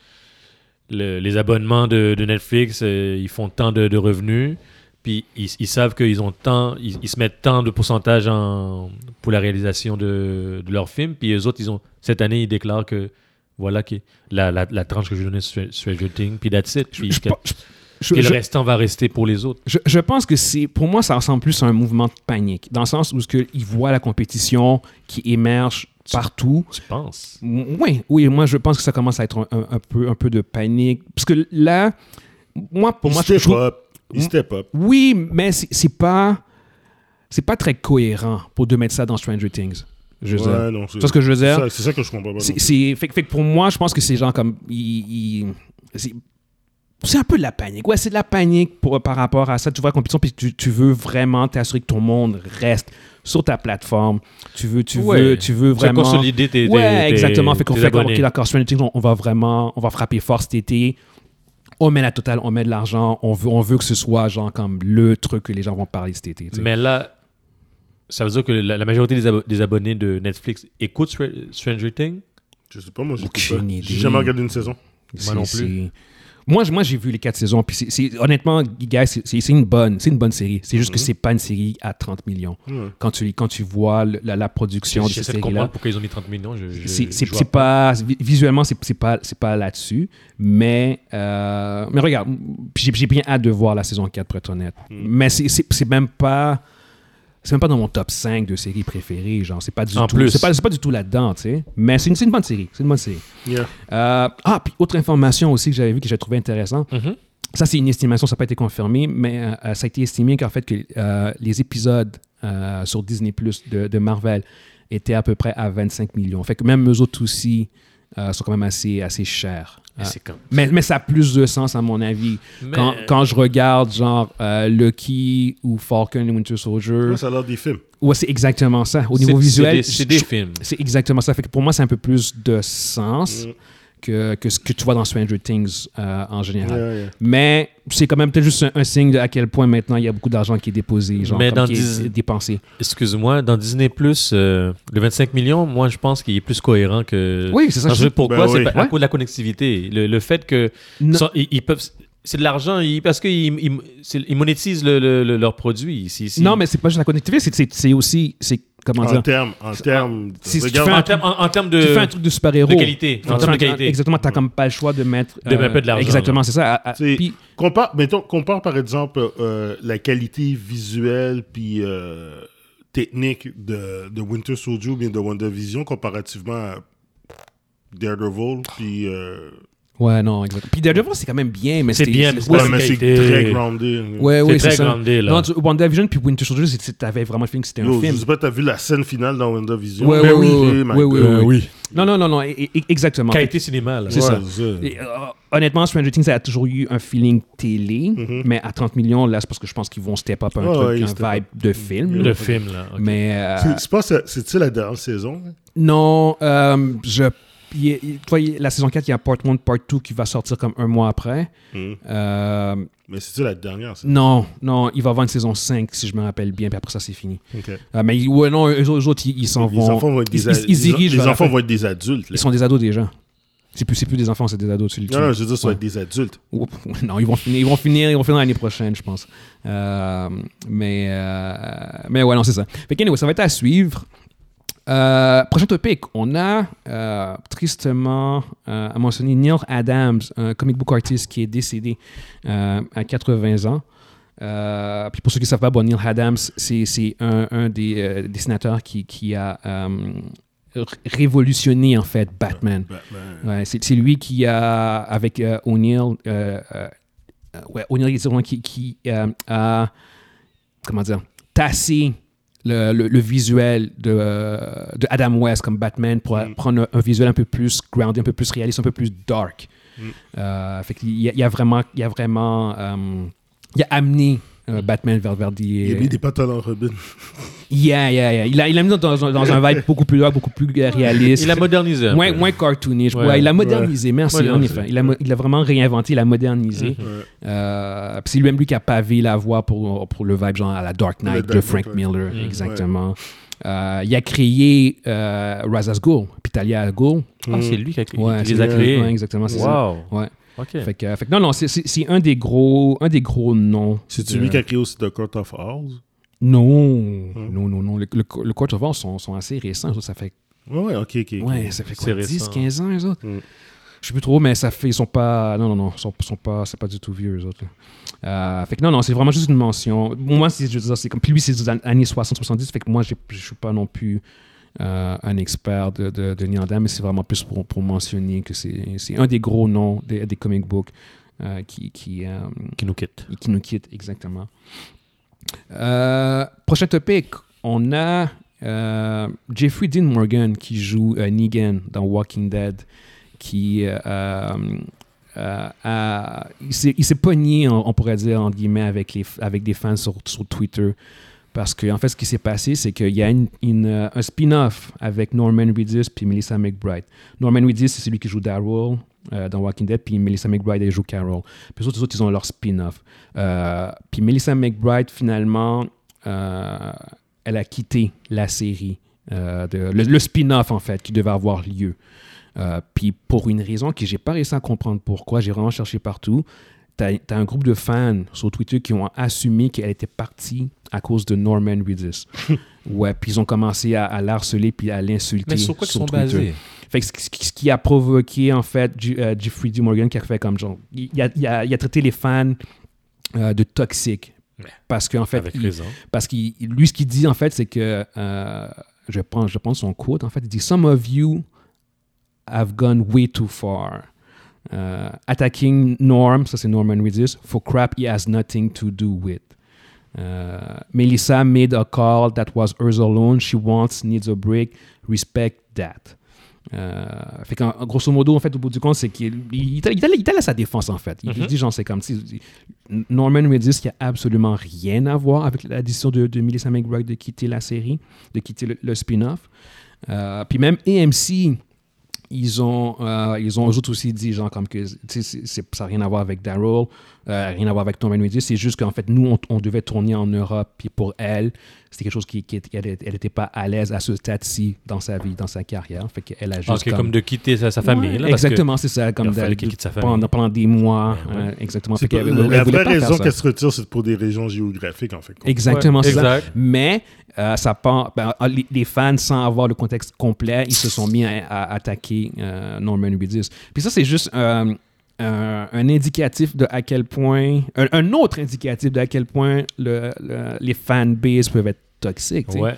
S3: le- les abonnements de, de Netflix, euh, ils font tant de, de revenus, puis ils, ils savent qu'ils ont tant, ils, ils se mettent tant de pourcentage en, pour la réalisation de, de leurs films, puis eux autres, ils ont, cette année, ils déclarent que voilà que la, la, la tranche que je donnais sur Stranger Things, puis that's it. Puis,
S1: Je-
S3: que-
S1: je- je-
S3: puis
S1: je-
S3: le restant va rester pour les autres.
S1: Je, je pense que c'est, pour moi, ça ressemble plus à un mouvement de panique, dans le sens où ce que ils voient la compétition qui émerge partout.
S3: Tu penses?
S1: M- Oui, oui, moi je pense que ça commence à être un, un- un peu, un peu de panique, parce que là, moi pour
S2: Ils
S1: moi, je
S2: step
S1: trouve, Hmm?
S2: up. Ils step up.
S1: oui, mais c'est c'est pas, c'est pas très cohérent pour de mettre ça dans Stranger Things. Je veux dire.
S2: Ouais, non,
S1: Tu vois ce que je veux dire?
S2: ça- C'est ça que je comprends pas. non.
S1: C'est- c'est- fait, que- fait que pour moi, je pense que ces gens comme. ils- ils- c'est- c'est un peu de la panique. Ouais, c'est de la panique pour- par rapport à ça. Tu vois la compétition, puis tu, tu veux vraiment t'assurer que ton monde reste sur ta plateforme. Tu veux, tu
S3: Ouais.
S1: veux, tu veux
S3: Tu vas
S1: vraiment.
S3: consolider tes, tes-
S1: ouais,
S3: tes-
S1: exactement. Fait qu'on
S3: tes
S1: fait comme,
S3: abonnés.
S1: OK, d'accord, Stranger Things, on, on va vraiment, on va frapper fort cet été. On met la totale, on met de l'argent, on veut, on veut que ce soit genre comme le truc que les gens vont parler cet été. tu sais.
S3: Mais là, ça veut dire que la, la majorité des, abo- des abonnés de Netflix écoutent Stra- Stranger Things.
S2: Je sais pas, moi, j'ai
S1: Aucune
S2: pas- j'ai
S1: idée.
S2: jamais regardé une saison.
S1: C'est-
S3: non plus.
S1: c'est- Moi, je- moi, j'ai vu les quatre saisons. Puis c'est- c'est- honnêtement, guys, c'est- c'est c'est une bonne, c'est une bonne série. C'est juste que
S3: Mhm.
S1: c'est pas une série à 30 millions.
S2: Ouais.
S1: Quand tu quand tu vois le- la, la production de cette
S3: J'essaie de comprendre
S1: série-là,
S3: pourquoi ils ont mis 30 millions. Je, je-
S1: c'est c'est-
S3: je vois
S1: c'est pas vi- visuellement c'est c'est pas c'est pas là-dessus. Mais euh, mais regarde, puis j'ai j'ai bien hâte de voir la saison 4 pour être honnête.
S3: Mhm.
S1: Mais c'est- c'est c'est même pas c'est même pas dans mon top 5 de séries préférées, genre c'est pas du
S3: En
S1: tout
S3: plus.
S1: c'est pas, c'est pas du tout là-dedans, tu sais. Mais c'est une, c'est une bonne série, c'est une bonne série.
S2: Yeah.
S1: Euh, ah, puis autre information aussi que j'avais vu que j'ai trouvé intéressant.
S3: Mhm.
S1: Ça, c'est une estimation, ça n'a pas été confirmé, mais euh, euh, ça a été estimé qu'en fait, que euh, les épisodes euh, sur Disney Plus de, de Marvel étaient à peu près à 25 millions. Fait que même eux autres aussi euh, sont quand même assez, assez chers.
S3: Mais
S1: Euh,
S3: c'est comme-
S1: mais, mais ça a plus de sens, à mon avis.
S3: Ah. Mais- euh,
S1: Quand, quand je regarde, genre, euh, Lucky ou Falcon et Winter Soldier,
S2: Ça a l'air des films.
S1: ouais, c'est exactement ça. Au
S3: C'est-
S1: niveau
S3: c'est
S1: visuel,
S3: des- c'est des
S1: je-
S3: films.
S1: c'est exactement ça. Fait que pour moi, c'est un peu plus de
S2: Mm.
S1: sens que, que ce que tu vois dans Stranger Things euh, en général.
S2: Yeah, yeah.
S1: Mais c'est quand même peut-être juste un, un signe de à quel point maintenant il y a beaucoup d'argent qui est déposé, genre,
S3: Mais
S1: comme
S3: dans
S1: qui est
S3: dix-
S1: dépensé.
S3: Excuse-moi, dans Disney Plus, euh, le 25 millions, moi je pense qu'il est plus cohérent que.
S1: Oui, c'est ça,
S3: Euh, Dans
S1: je-
S3: le- pourquoi
S2: Ben
S3: C'est
S2: oui.
S3: pas- à
S1: Ouais.
S3: cause de la connectivité. Le, le fait que
S1: Non.
S3: sans- ils, ils peuvent. C'est de l'argent ils- parce qu'ils ils, c'est- ils monétisent le, le- le- leurs produits. ici. ici.
S1: Non, mais c'est pas juste la connectivité, c'est- c'est c'est aussi, c'est comment
S2: En
S1: dire,
S2: termes, en termes.
S1: si tu
S2: regarde-
S1: fais
S3: en
S1: un-
S3: termes en- en termes de.
S1: tu fais un truc de super-héros.
S3: de qualité, en
S1: Tu
S3: termes de
S1: fais un-
S3: qualité.
S1: Exactement, t'as comme pas le choix de mettre... euh,
S3: De mettre de l'argent,
S1: Exactement, c'est ça. à- à-
S2: C'est-
S1: puis-
S2: Compare, mettons, compare par exemple euh, euh, la qualité visuelle puis euh, technique de, de Winter Soldier ou bien de WandaVision comparativement à Daredevil puis euh,
S1: Ouais, non, exactement. Puis Daredevil, c'est quand même bien, mais
S3: C'est
S1: c'était-
S3: bien, mais c'est
S1: ouais,
S3: pas
S2: Ouais, mais c'est
S3: qualité.
S2: très groundé.
S1: Ouais,
S3: C'est
S1: ouais,
S3: très
S1: c'est ça.
S3: grandé, là.
S1: Non, tu- WandaVision puis Winter Soldier, c'est- c'est- t'avais vraiment le feeling que c'était un
S2: Yo, je
S1: film.
S2: sais pas, t'as vu la scène finale dans WandaVision?
S1: Ouais,
S2: Ben
S1: ouais, ouais,
S2: eh,
S1: ouais,
S2: my
S1: ouais,
S2: God.
S1: ouais, ouais. Non, non, non, non, e- e- exactement.
S3: Qualité cinéma, là.
S1: C'est
S2: Ouais,
S1: ça.
S2: c'est
S1: Et, euh, honnêtement, Stranger Things ça a toujours eu un feeling télé, mais à 30 millions, là, c'est parce que je pense qu'ils vont step up un
S2: Mm-hmm. Ouais,
S1: truc,
S2: ouais, ils
S1: un
S2: step Mm-hmm.
S1: vibe de film.
S3: Le
S1: là.
S3: film, là. ok.
S1: Mais euh,
S2: C'est- c'est pas ça- C'est-tu la dernière saison? hein?
S1: non, euh, je. il y a- il- tu vois, il y a la saison 4, il y a Part 1, Part 2 qui va sortir comme un mois après.
S2: Mhm.
S1: Euh,
S2: Mais c'est-tu la dernière saison?
S1: non, non, il va avoir une saison 5, si je me rappelle bien, puis après ça, c'est fini.
S2: Ok.
S1: Euh, mais ils- ouais, non, eux, eux autres, ils ils s'en
S2: Les
S1: vont.
S2: enfants vont être
S1: ils,
S2: des a-
S1: ils- ils se
S2: les-
S1: dirigent
S2: les
S1: vers la
S2: enfants
S1: fin.
S2: vont être des adultes. là.
S1: Ils sont des ados déjà. C'est plus, c'est plus des enfants, c'est des ados. tu- tu-
S2: Non, non, je veux dire, ça va être des adultes.
S1: Oups, [LAUGHS] Non, ils vont finir, ils vont finir, ils vont finir l'année prochaine, je pense. Euh, mais, euh, mais ouais, non, c'est ça. Fait que anyway, ça va être à suivre. Euh, prochain topic, on a euh, tristement euh, à mentionner Neil Adams, un comic book artist qui est décédé euh, à 80 ans. Euh, puis pour ceux qui ne savent pas, bon, Neil Adams, c'est c'est un, un des euh, dessinateurs qui, qui a euh, r- révolutionné en fait Batman.
S2: Ben, ben,
S1: Ouais, c'est c'est lui qui a, avec euh, O'Neill, euh, euh, ouais, O'Neill, il est sûrement qui, qui euh, a, comment dire, tassé le, le- le visuel de, euh, de Adam West comme Batman pour
S3: Mm.
S1: euh, prendre un, un visuel un peu plus grounded, un peu plus réaliste, un peu plus dark.
S3: Mm.
S1: Euh, fait qu'il y a- il y, a vraiment, il y a vraiment, euh, il a amené euh,
S3: Mm.
S1: Batman vers, vers des...
S2: Il a mis des pantalons Robin.
S1: Yeah, yeah, yeah. Il a, il a mis dans, dans, dans un vibe beaucoup plus dark, beaucoup plus euh, réaliste.
S3: Il a modernisé. un
S1: Moins,
S3: peu.
S1: moins cartoonish.
S3: Ouais.
S1: Ouais, il a modernisé, merci, en
S3: Modernisé.
S1: effet. Il a, mo- il a vraiment réinventé, il a modernisé.
S3: Mhm.
S2: Ouais.
S1: Euh, puis c'est lui-même lui qui a pavé la voie pour, pour le vibe genre à la Dark
S2: Le
S1: Knight de
S2: Dark
S1: Frank
S2: Knight,
S1: Miller,
S3: Mhm.
S1: exactement. Euh, il a créé euh, Razas Ghoul, puis Talia al Ghul.
S3: Ah, c'est lui qui, a- qui
S1: Ouais,
S3: les
S1: c'est
S3: a
S1: lui.
S3: créés.
S1: Ouais, exactement, c'est ça.
S3: Wow.
S1: Ouais.
S3: OK.
S1: Fait que, fait que non, non, c'est- c'est c'est un des gros, un des gros noms.
S2: C'est-tu
S1: de-
S2: lui qui a Hein? créé aussi The Court of Owls?
S1: Non, non, non, non. Le, le, le Court of Owls sont, sont assez récents. Ça fait
S2: Ouais, ouais, ok, ok. ok.
S1: Ouais, ça fait
S3: C'est
S1: quoi,
S3: récent.
S1: 10, 15 ans, les autres?
S2: Mm.
S1: Je sais plus trop, mais ça fait, ils sont pas... Non, non, non, ils sont, sont pas... C'est pas du tout vieux, les autres. là. Euh, fait que non, non, c'est vraiment juste une mention. Moi, c'est, je veux dire, c'est comme... Puis lui, c'est des an- années 60-70, fait que moi, j'ai- je suis pas non plus euh, un expert de, de, de Nyanda, mais c'est vraiment plus pour, pour mentionner que c'est, c'est un des gros noms des, des comic books euh, qui... qui euh,
S3: Qui nous quitte.
S1: et qui nous quitte, exactement. Euh, prochain topic, on a euh, Jeffrey Dean Morgan qui joue euh, Negan dans Walking Dead, qui euh, euh, a- il s'est il s'est pogné, on, on pourrait dire, entre guillemets, avec, les, f- avec des fans sur, sur Twitter. Parce que, en fait, ce qui s'est passé, c'est qu'il y a une- une, euh, un spin-off avec Norman Reedus puis Melissa McBride. Norman Reedus, c'est celui qui joue Daryl euh, dans Walking Dead, puis Melissa McBride, elle joue Carol. Puis les autres, les autres, ils ont leur spin-off. Euh, puis Melissa McBride, finalement, euh, elle a quitté la série, euh, de- le, le spin-off, en fait, qui devait avoir lieu. Euh, puis pour une raison que j'ai pas réussi à comprendre pourquoi, j'ai vraiment cherché partout. T'as as un groupe de fans sur Twitter qui ont assumé qu'elle était partie à cause de Norman Reedus. ouais, puis ils ont commencé à, à l'harceler puis à l'insulter. Twitter. Fait que ce, ce- ce qui a provoqué, en fait, Ju- euh, Jeffrey D. Morgan qui a fait comme genre. Il, il a, il a- il a traité les fans euh, de toxiques.
S3: Ouais.
S1: Parce que, en fait,
S3: Avec
S1: il-
S3: raison.
S1: parce qu'il lui, ce qu'il dit, en fait, c'est que. euh, je, pense, je pense son quote, en fait. Il dit Some of you have gone way too far. Euh, attacking Norm, ça c'est Norman Reedus, for crap he has nothing to do with. Euh, Melissa made a call that was hers alone. She wants, needs a break. Respect that. Euh, fait qu'en grosso modo, en fait, au bout du compte, c'est qu'il il, est allé- il est allé- il est allé à sa défense, en fait. Il
S3: Mhm.
S1: dit, genre, c'est comme si Norman Reedus, qui a absolument rien à voir avec la décision de, de Melissa McBride de quitter la série, de quitter le, le spin-off. Euh, puis même AMC, ils ont, euh, ils ont eux autres aussi dit, genre, comme que tu sais, c'est- c'est- ça n'a rien à voir avec Daryl, euh, rien à voir avec Norman Reedus. C'est juste qu'en fait, nous, on, on devait tourner en Europe, puis pour elle, c'était quelque chose qui, qui était- elle n'était pas à l'aise à ce stade-ci dans sa vie, dans sa carrière. Fait qu'elle a juste.
S3: Parce que comme de quitter sa, sa famille.
S1: Ouais,
S3: là, parce que
S1: exactement, c'est ça. Comme
S3: il a fallu
S1: de-
S3: qu'il quitte sa famille.
S1: pendant, pendant des mois.
S3: Ouais, ouais.
S1: euh, exactement.
S2: C'est
S1: Fait
S2: pas-
S1: qu'elle- elle voulait
S2: la vraie
S1: pas faire
S2: raison
S1: ça.
S2: qu'elle se retire, c'est pour des raisons géographiques, en fait.
S1: Exactement,
S3: Ouais,
S1: c'est ça.
S3: exact.
S1: Mais euh, ça part, ben, ah, les, les fans, sans avoir le contexte complet, ils se sont mis à, à attaquer euh, Norman Reedus. Puis ça, c'est juste euh, euh, un indicatif de à quel point, un, un autre indicatif de à quel point le, le- les fanbases peuvent être toxiques. tu sais.
S3: Ouais.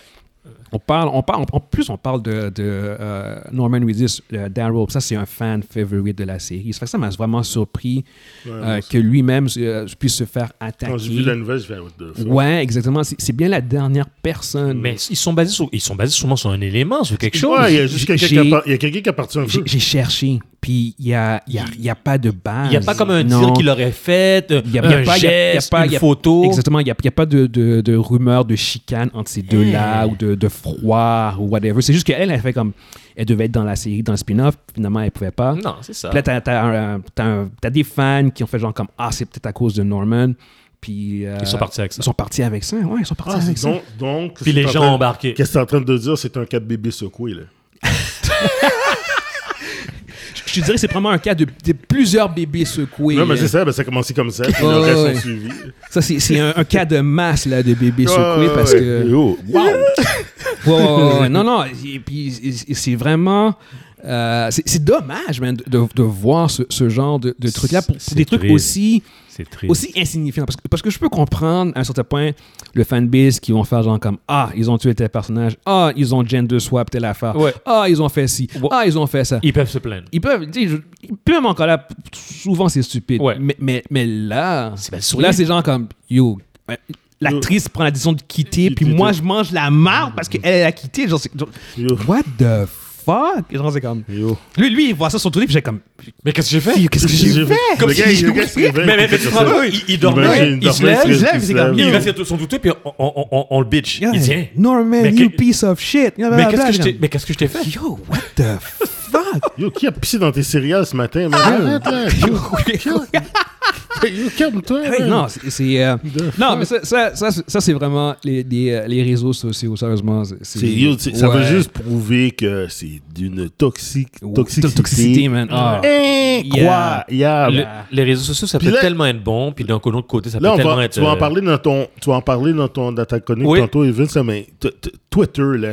S1: On parle, on parle, en plus, on parle de, de euh, Norman Reedus, euh, Darrow. Ça, c'est un fan favorite de la série. Ça fait que ça m'a vraiment surpris
S2: Ouais,
S1: euh,
S2: moi,
S1: que lui-même euh, puisse se faire attaquer.
S2: Quand j'ai vu la nouvelle, je vais what the fuck.
S1: Ouais, exactement. C'est c'est bien la dernière personne.
S3: Mais ils sont basés sur, ils sont basés sûrement sur un élément, sur quelque chose.
S2: Ouais, il y a juste quelqu'un qui,
S1: J'ai-
S2: appart- il y a quelqu'un qui appartient à un
S1: J'ai
S2: feu.
S1: j'ai cherché, puis il n'y a, il y a, il y a pas de base.
S3: Il n'y a pas comme un
S1: Non.
S3: deal qu'il aurait fait, euh,
S1: Il y a- il y a
S3: un
S1: pas- il y a- il y a
S3: geste,
S1: pas- il y
S3: une
S1: a-
S3: photo.
S1: Exactement, il n'y a, il y a pas de, de, de rumeur de chicane entre ces deux-là ou de, de froid ou whatever. C'est juste qu'elle, elle fait comme. Elle devait être dans la série, dans le spin-off, puis finalement, elle pouvait pas.
S3: Non, c'est ça.
S1: Puis là, t'as, t'as un- t'as un- t'as des fans qui ont fait genre comme Ah, c'est peut-être à cause de Norman. Puis. euh,
S3: Ils sont partis avec ça.
S1: Ils sont partis avec ça, ouais, ils sont partis
S2: Ah,
S1: avec
S2: c'est
S1: ça.
S2: donc, donc,
S3: Puis
S2: c'est
S3: les
S2: en
S3: gens
S2: train-
S3: ont embarqué.
S2: Qu'est-ce que t'es en train de dire? C'est un 4 bébés secoué, là.
S1: Je, je te dirais que c'est vraiment un cas de, de plusieurs bébés secoués.
S2: non, mais c'est ça, ben, ça a commencé comme ça, puis
S1: euh, Ouais,
S2: le reste
S1: ouais.
S2: ont suivi.
S1: Ça, c'est, c'est un, un cas de masse là, de bébés secoués
S2: Ouais,
S1: parce
S2: ouais.
S1: que.
S2: Yo, wow!
S1: Ouais, ouais, ouais,
S3: [LAUGHS]
S1: ouais. non, non. Et puis, c'est- c'est vraiment. euh, c'est, c'est dommage, man, de, de- de voir ce, ce genre de, de trucs-là pour, pour
S3: C'est
S1: des trucs
S3: triste.
S1: aussi,
S3: C'est triste.
S1: aussi insignifiants. Parce que, parce que je peux comprendre à un certain point le fanbase qui vont faire genre comme Ah, ils ont tué tel personnage. Ah, ils ont gender swap telle affaire.
S3: Ouais.
S1: Ah, ils ont fait ci.
S3: Ouais.
S1: Ah, ils ont fait ça.
S3: Ils peuvent se plaindre.
S1: Ils peuvent, tu sais, je- ils peuvent encore là, souvent c'est stupide.
S3: Ouais.
S1: Mais, mais, mais là,
S3: C'est pas sourire.
S1: là c'est genre comme, yo, euh, l'actrice prend la décision de quitter, puis
S2: Quitter,
S1: moi
S2: tout.
S1: je mange la marde parce qu'elle elle a quitté. Genre, c'est- genre,
S2: Yo,
S1: what the fuck? Genre, c'est comme.
S2: yo.
S1: Lui, lui, il voit ça sur Twitter, puis j'ai comme,
S3: Mais qu'est-ce que j'ai fait
S1: Yo, qu'est-ce que j'ai fait?
S2: Le gars,
S1: si
S2: le
S1: j'ai
S2: gars se réveille.
S3: Mais, mais, mais
S2: puis
S3: tu
S2: comme
S3: prends
S2: ça.
S3: pas, il, il
S2: Imagine,
S3: dormait,
S2: il
S3: il se lève,
S2: dormait,
S1: il se lève,
S2: se
S1: c'est comme-
S2: lève.
S3: il reste sur son douté, puis on, on, on, on, on le bitch.
S1: Yeah,
S3: Il tient.
S1: Norman,
S3: Mais
S1: you
S3: que-
S1: piece of shit.
S3: Mais qu'est-ce que je
S1: Blablabla.
S3: t'ai- mais qu'est-ce que je t'ai fait
S1: Yo, what the fuck?
S2: Yo, qui a pissé dans tes céréales ce matin?
S1: Ah!
S2: man? Arrête, là! Yo, yo, calme-toi!
S1: Hey,
S2: man.
S1: non, c'est- c'est. euh, Non, mais ça, ça, ça, c'est- ça, c'est vraiment les, les, euh, les réseaux sociaux, sérieusement. c'est- c'est-
S2: C'est- yo, c'est- Ça veut
S1: Ouais.
S2: juste prouver que c'est d'une toxique,
S1: Ouais,
S2: toxicité.
S1: toxicité, man. Ah.
S2: Incroyable!
S3: Le- Les réseaux sociaux, ça
S2: Ah Puis
S3: peut
S2: là-
S3: tellement être bon, puis d'un autre côté, ça
S2: Là,
S3: peut
S2: on
S3: tellement
S2: va,
S3: être.
S2: tu, vas en
S3: euh,
S2: parler dans ton, tu vas en parler dans ton dans ta chronique
S3: Oui.
S2: tantôt, Evans, mais t- t- Twitter, là.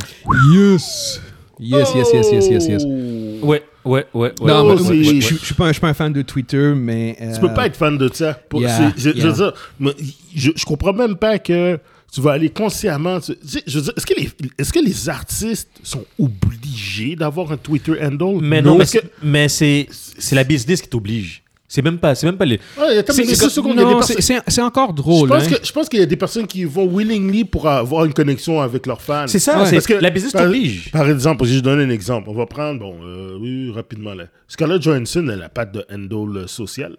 S1: Yes! Yes, yes, yes, yes, yes, yes.
S2: Tu
S3: Ouais, ouais, ouais. ouais,
S1: Non, mais
S3: ouais,
S2: Oh. c'est-
S1: moi,
S3: ouais,
S1: je-
S3: ouais,
S1: je je suis pas un- je suis pas un fan de Twitter, mais. euh,
S2: peux pas être fan de ça. Pour-
S1: Yeah,
S2: c'est- je, je
S1: yeah.
S2: veux dire, mais je, je comprends même pas que tu vas aller consciemment. tu- tu sais, je veux dire, est-ce que, les, est-ce que les artistes sont obligés d'avoir un Twitter handle?
S3: Mais non, mais
S2: parce que.
S3: c'est- mais c'est c'est la business qui t'oblige. C'est même pas, c'est même pas les.
S2: Ouais, il y a comme
S1: c'est-
S2: des
S1: c'est-
S2: secondes, il y a des
S1: non,
S2: personnes-
S1: c'est- C'est c'est encore
S2: Je
S1: drôle.
S2: pense,
S1: hein.
S2: que, je pense qu'il y a des personnes qui vont willingly pour avoir une connexion avec leurs fans.
S3: C'est ça,
S1: Ouais.
S3: c'est
S2: Parce que-
S3: la business
S2: par,
S3: t'oblige.
S2: Par exemple, je donne un exemple. On va prendre, bon, euh, oui, rapidement là. Scarlett Johansson, elle a pas de handle euh, social.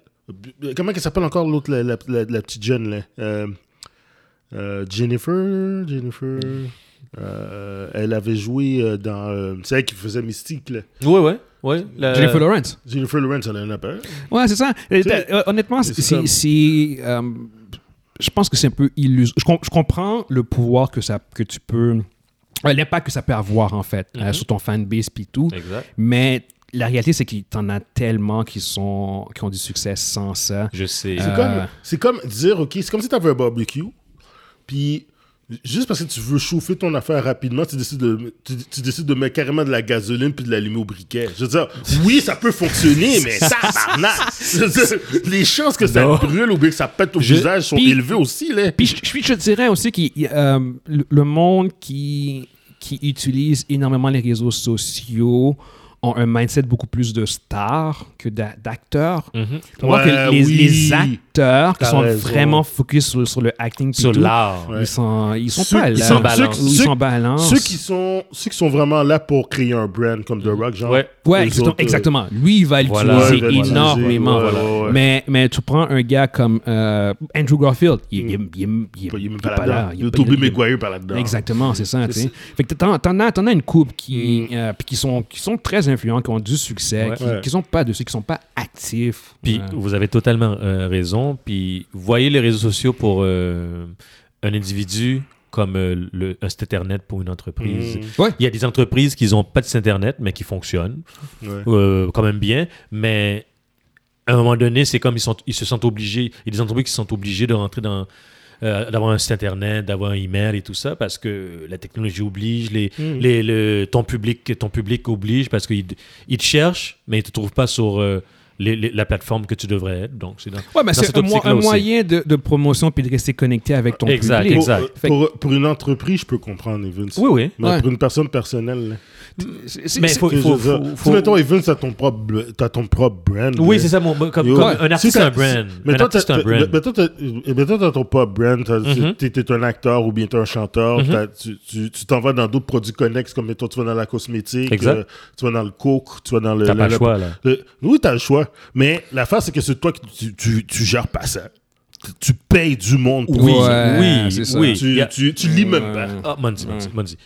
S2: Euh, Comment elle s'appelle encore l'autre, la, la- la- la petite jeune là Euh, euh, Jennifer, Jennifer. euh, elle avait joué euh, dans. euh, c'est elle qui faisait Mystique là.
S3: Ouais, ouais, ouais. la-
S1: Jennifer Lawrence.
S2: Jennifer Lawrence, elle en a pas.
S1: Ouais, c'est ça. Euh,
S2: sais,
S1: euh, Honnêtement, c'est-
S2: c'est ça.
S1: c'est. c'est, euh, Je pense que c'est un peu illusoire. Je, com- je comprends le pouvoir que, ça, que tu peux. euh, L'impact que ça peut avoir, en fait, euh,
S3: Mhm.
S1: sur ton fanbase et tout.
S3: Exact.
S1: Mais la réalité, c'est qu'il t'en a tellement qui, sont, qui ont du succès sans ça.
S3: Je sais.
S2: C'est
S1: Euh,
S2: comme, c'est comme dire, OK, c'est comme si tu avais un barbecue, puis juste parce que tu veux chauffer ton affaire rapidement, tu décides de, tu, tu décides de mettre carrément de la gasoline puis de l'allumer au briquet. Je veux dire, oui, ça peut fonctionner,
S1: [LAUGHS]
S2: mais ça, Je veux dire, les chances que ça
S3: Non.
S2: brûle ou bien que ça pète au
S3: Je-
S2: visage sont
S1: puis-
S2: élevées aussi, là.
S1: Puis je, je- je dirais aussi que le le monde qui, qui utilise énormément les réseaux sociaux ont un mindset beaucoup plus de stars que d'a- d'acteurs.
S3: Mhm.
S1: Faut voir
S2: Mm-hmm. Ouais,
S1: que les,
S2: oui.
S1: les acteurs qui
S2: T'as
S1: sont
S2: raison.
S1: vraiment focus sur, sur le acting, pis
S3: Sur
S1: tout,
S3: l'art.
S2: Ouais.
S1: ils sont, ils sont
S2: Ceux-
S1: pas
S2: ils
S1: là.
S3: s'en
S1: Ils
S3: balancent.
S1: s'en
S2: Ceux-
S1: balancent.
S2: Ceux qui, sont, ceux qui sont vraiment là pour créer un brand comme The Rock, genre.
S3: Ouais.
S1: Ouais,
S2: les
S1: exactement,
S2: autres, euh,
S1: exactement. Lui, il va
S3: Voilà.
S1: l'utiliser
S2: Ouais, il va l'utiliser,
S1: énormément.
S2: ouais, ouais, ouais.
S1: Mais, mais tu prends un gars comme euh, Andrew Garfield, il, il, il, il,
S2: Il est même
S1: il
S2: pas
S1: est pas
S2: là-dedans.
S1: là. Il est
S2: Le
S1: pas-
S2: Tobey
S1: il-
S2: Maguire par là-dedans.
S1: Exactement, c'est ça. tu
S2: C'est
S1: sais. Fait que t'en, t'en as, t'en as une couple qui, euh, puis qui, sont, qui sont très influents, qui ont du succès,
S3: Mm. Ouais.
S1: qui,
S2: Ouais.
S1: qui sont pas de ceux qui sont pas actifs.
S3: Puis
S1: Euh,
S3: vous avez totalement euh, raison. Puis voyez les réseaux sociaux pour euh, un individu comme euh, le, un site internet pour une entreprise.
S2: Mm.
S1: Ouais.
S3: Il y a des entreprises qui n'ont pas de site internet, mais qui fonctionnent
S2: Ouais.
S3: euh, quand même bien. Mais à un moment donné, c'est comme ils, sont, ils se sentent obligés. Il y a des entreprises qui sont obligées de rentrer dans. euh, d'avoir un site internet, d'avoir un email et tout ça parce que la technologie oblige, les,
S2: Mm.
S3: les- le, ton, public, ton public oblige parce qu'il il te cherche, mais il ne te trouve pas sur euh, les- les- la plateforme que tu devrais être. Donc, c'est dans-
S1: Ouais, mais
S3: Dans
S1: c'est
S3: cette
S1: un, mo-
S3: optique-là
S1: un
S3: aussi.
S1: moyen de, de promotion puis de rester connecté avec ton
S3: Exact,
S1: public.
S3: exact.
S2: Pour, euh,
S1: Fait-
S2: pour- pour une entreprise, je peux comprendre Evans.
S3: Oui, oui.
S2: Mais
S1: Ouais.
S2: pour une personne personnelle, là,
S1: C'est- c'est-
S3: Mais
S1: c'est-
S3: faut-
S2: tu sais, je veux
S3: faut-
S2: dire,
S3: faut-
S2: Si mettons Evans, t'as ton propre, bl- t'as ton propre brand.
S3: Oui,
S2: là.
S3: c'est ça. mon- comme,
S2: Yo.
S3: comme un
S2: Si
S3: artiste, c'est
S2: t'as-
S3: un brand.
S2: Mais
S3: un
S2: toi,
S3: artiste, c'est
S2: t'as-
S3: un brand.
S2: mais toi, t'as- mais toi, t'as ton propre brand. t'as-
S3: Mhm.
S2: T'es t'es un acteur ou bien t'es un chanteur.
S3: Mm-hmm.
S2: t'as- tu- Tu tu t'en vas dans d'autres produits connexes, comme mettons, tu vas dans la cosmétique,
S3: Exact.
S2: euh, tu vas dans le coke, tu vas dans le.
S3: T'as
S2: le-
S3: pas le
S2: le-
S3: choix, là.
S2: le- oui, t'as le choix. Mais l'affaire, c'est que c'est toi qui tu, tu, tu gères pas ça. Tu- Tu payes du monde pour
S1: Oui,
S2: ça.
S1: Ouais, c'est
S3: oui,
S1: ça.
S3: oui.
S2: Tu,
S3: Il y a-
S2: tu, tu lis même pas.
S1: Ouais.
S3: Ah, Monzi,
S2: Mm.
S3: Monzi, Monzi.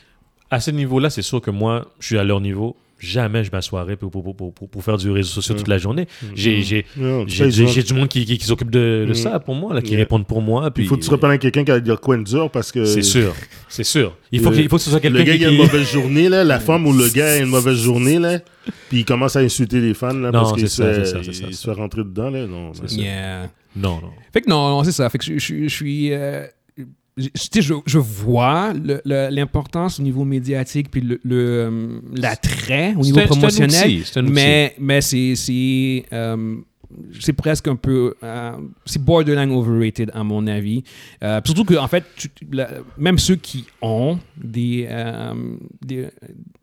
S3: À ce niveau-là, c'est sûr que moi, je suis à leur niveau. Jamais je m'assoirais pour, pour, pour, pour, pour faire du réseau social
S2: Mm.
S3: toute la journée. J'ai j'ai-
S2: Non, tu
S3: j'ai-
S2: payes du
S3: j'ai-
S2: monde.
S3: j'ai du monde qui, qui, qui s'occupe de, de
S2: Mm.
S3: ça pour moi, là, qui
S2: Yeah.
S3: répondent pour moi. Puis,
S2: Il faut que tu reprennes quelqu'un qui a dire quoi de dur parce que.
S3: C'est sûr, c'est sûr. Il faut,
S2: Euh,
S3: que, il faut que ce soit
S2: Le
S3: quelqu'un
S2: gars
S3: qui...
S2: il a une mauvaise journée, là, la femme ou le gars
S3: [LAUGHS]
S2: a une mauvaise journée, là, puis il commence à insulter les fans là,
S3: Non,
S2: parce
S3: c'est
S2: qu'il
S3: ça,
S2: se,
S3: c'est ça, c'est ça,
S2: il
S3: c'est
S2: se fait rentrer dedans. Là. Non, mais-
S1: Yeah.
S3: Non, non.
S1: Fait que non, non, c'est ça. Fait que je, je- je suis. euh, je, tu sais, je, je vois le- le- l'importance au niveau médiatique puis l'attrait le, euh, l'attrait au niveau
S3: C'est un- c'est un
S1: promotionnel.
S3: outil, c'est un outil.
S1: mais mais c'est c'est, euh, c'est presque un peu euh, c'est borderline overrated à mon avis Euh, surtout que en fait tu- la- même ceux qui ont des, euh, des-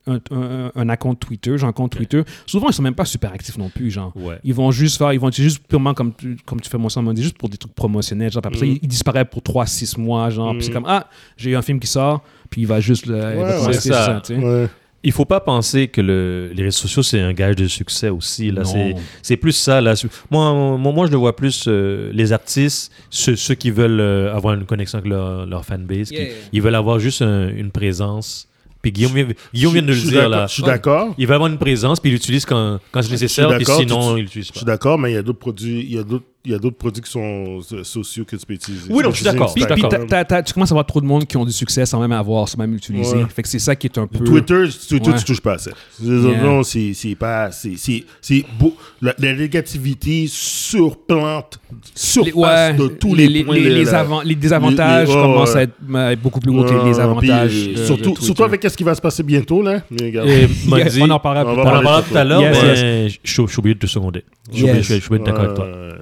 S1: un, un, un account Twitter genre un compte Twitter souvent ils sont même pas super actifs non plus genre
S3: Ouais.
S1: ils vont juste faire, ils vont utiliser juste purement comme tu, comme tu fais mon dit juste pour des trucs promotionnels. Genre, puis après ça,
S2: Mm.
S1: il, il disparaît pour 3-6 mois. Genre, puis c'est
S2: Mm.
S1: comme, ah, j'ai eu un film qui sort, puis il va juste le. il va
S2: Ouais,
S1: commencer
S3: c'est ça.
S1: ça, tu sais.
S2: Ouais.
S3: Il faut pas penser que le- les réseaux sociaux, c'est un gage de succès aussi. Là.
S1: Non.
S3: C'est, c'est plus ça. Là. Moi, moi, moi, je le vois plus euh, les artistes, ceux, ceux qui veulent euh, avoir une connexion avec leur, leur fanbase. qui-
S1: Yeah.
S3: ils veulent avoir juste un- une présence. Puis Guillaume, vient- Guillaume vient de
S2: Je
S3: le
S2: suis
S3: dire
S2: d'accord-
S3: là.
S2: Je suis d'accord.
S3: Il veut avoir une présence, puis il l'utilise quand, quand c'est nécessaire, puis
S2: d'accord,
S3: sinon,
S2: tu-
S3: il l'utilise
S2: Je
S3: pas.
S2: suis d'accord, mais il y a d'autres produits, il y a d'autres, il y a d'autres produits qui sont euh, sociaux que tu peux utiliser.
S3: Oui, non, je suis d'accord.
S1: Puis,
S2: Utiliser
S1: puis
S2: Instagram.
S1: t'as- t'as- t'as- tu commences à avoir trop de monde qui ont du succès sans même avoir, sans même utiliser.
S2: Ouais.
S1: Fait que c'est ça qui est un peu.
S2: Twitter, tu- Twitter,
S1: Ouais.
S2: tu touches pas à ça. Les
S1: Yeah.
S2: autres, non, c'est, c'est pas, c'est, c'est, c'est beau. La, la négativité surplante,
S1: Les-
S2: surpasse
S1: ouais,
S2: de tous les,
S1: les,
S2: points,
S1: les-
S2: les-
S1: les
S2: la-
S1: avant- les désavantages
S2: les- ouais,
S1: commencent
S2: ouais.
S1: à être euh, beaucoup plus gros que les
S2: Ouais,
S1: avantages.
S2: Ah,
S1: euh,
S2: puis, euh,
S1: de- de
S2: surtout,
S1: Twitter. Eh,
S2: surtout avec ce qui va se passer bientôt, là. Mais regarde.
S3: Et
S1: [LAUGHS] Yeah,
S3: Mondi,
S1: on en parlera plus
S2: on va
S3: on
S1: tard.
S3: en parlera tout à l'heure,
S1: Yes,
S3: mais je je suis obligé de te seconder. Je suis obligé-
S1: Yes.
S3: je suis- je suis obligé de d'accord avec toi.
S2: Euh,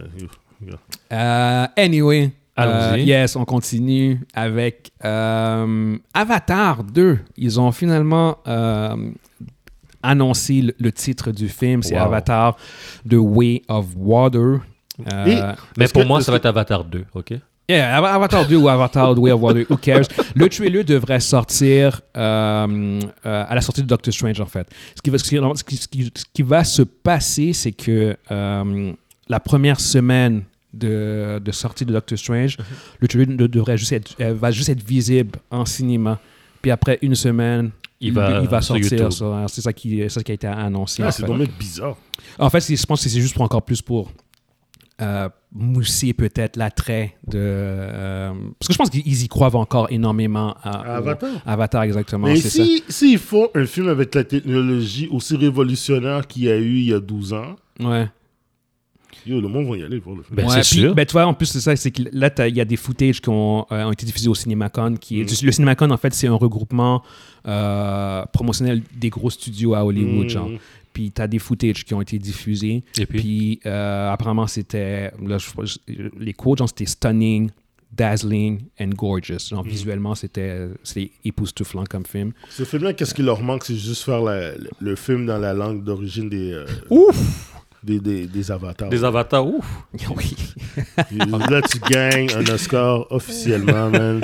S1: Euh, anyway.
S3: Allons-y.
S1: euh, yes, on continue avec euh, Avatar 2. Ils ont finalement euh, annoncé le, le titre du film. C'est
S3: Wow.
S1: Avatar The Way of Water. Euh,
S2: Et-
S3: Mais
S2: Est-ce
S3: pour
S2: que-
S3: moi,
S2: est-ce
S3: ça va être Avatar 2, OK?
S1: yeah, Ava- Avatar 2 ou Avatar The Way of Water, who cares? Le trailer devrait sortir euh, euh, à la sortie de Doctor Strange, en fait. Ce qui va, ce qui- ce qui- ce qui- ce qui va se passer, c'est que euh, la première semaine de, de sortie de Doctor Strange,
S3: Mm-hmm.
S1: le trailer ne devrait juste être, euh, va juste être visible en cinéma. Puis après une semaine,
S3: Il va sur
S1: sortir.
S3: YouTube.
S1: sur- C'est ça, qui- c'est ça qui a été annoncé.
S2: Ah,
S1: en
S2: c'est
S1: fait.
S2: dommage bizarre.
S1: En fait, c'est- je pense que c'est juste pour encore plus pour euh, mousser peut-être l'attrait de. euh, parce que je pense qu'ils y croient encore énormément à,
S2: À Avatar.
S1: au- Avatar, exactement.
S2: Mais
S1: c'est ça.
S2: si, s'ils font un film avec la technologie aussi révolutionnaire qu'il y a eu il y a 12 ans,
S1: Ouais.
S2: yo, le monde va y aller voir le film.
S3: Ben,
S1: Ouais,
S3: c'est
S1: puis-
S3: sûr.
S1: Ben, tu vois, en plus, c'est ça, c'est que là, t'as- il y a des footages qui ont, euh, ont été diffusés au CinemaCon. Qui
S2: Mm.
S1: est- Le CinemaCon, en fait, c'est un regroupement euh, promotionnel des gros studios à Hollywood,
S2: Mm.
S1: genre. Puis t'as des footages qui ont été diffusés.
S3: Et
S1: ben, Puis,
S3: puis,
S1: euh, apparemment, c'était. là, je crois- je- les quotes, genre, c'était stunning, dazzling and gorgeous. Genre, visuellement, c'était c'était époustouflant comme film.
S2: Ce film-là, qu'est-ce qui leur manque, c'est juste faire la- le, le film dans la langue d'origine des, euh,
S1: Ouf!
S2: des, des, des avatars.
S3: des avatars, ouf!
S1: [LAUGHS] Oui.
S2: Là, tu gagnes un Oscar officiellement, man.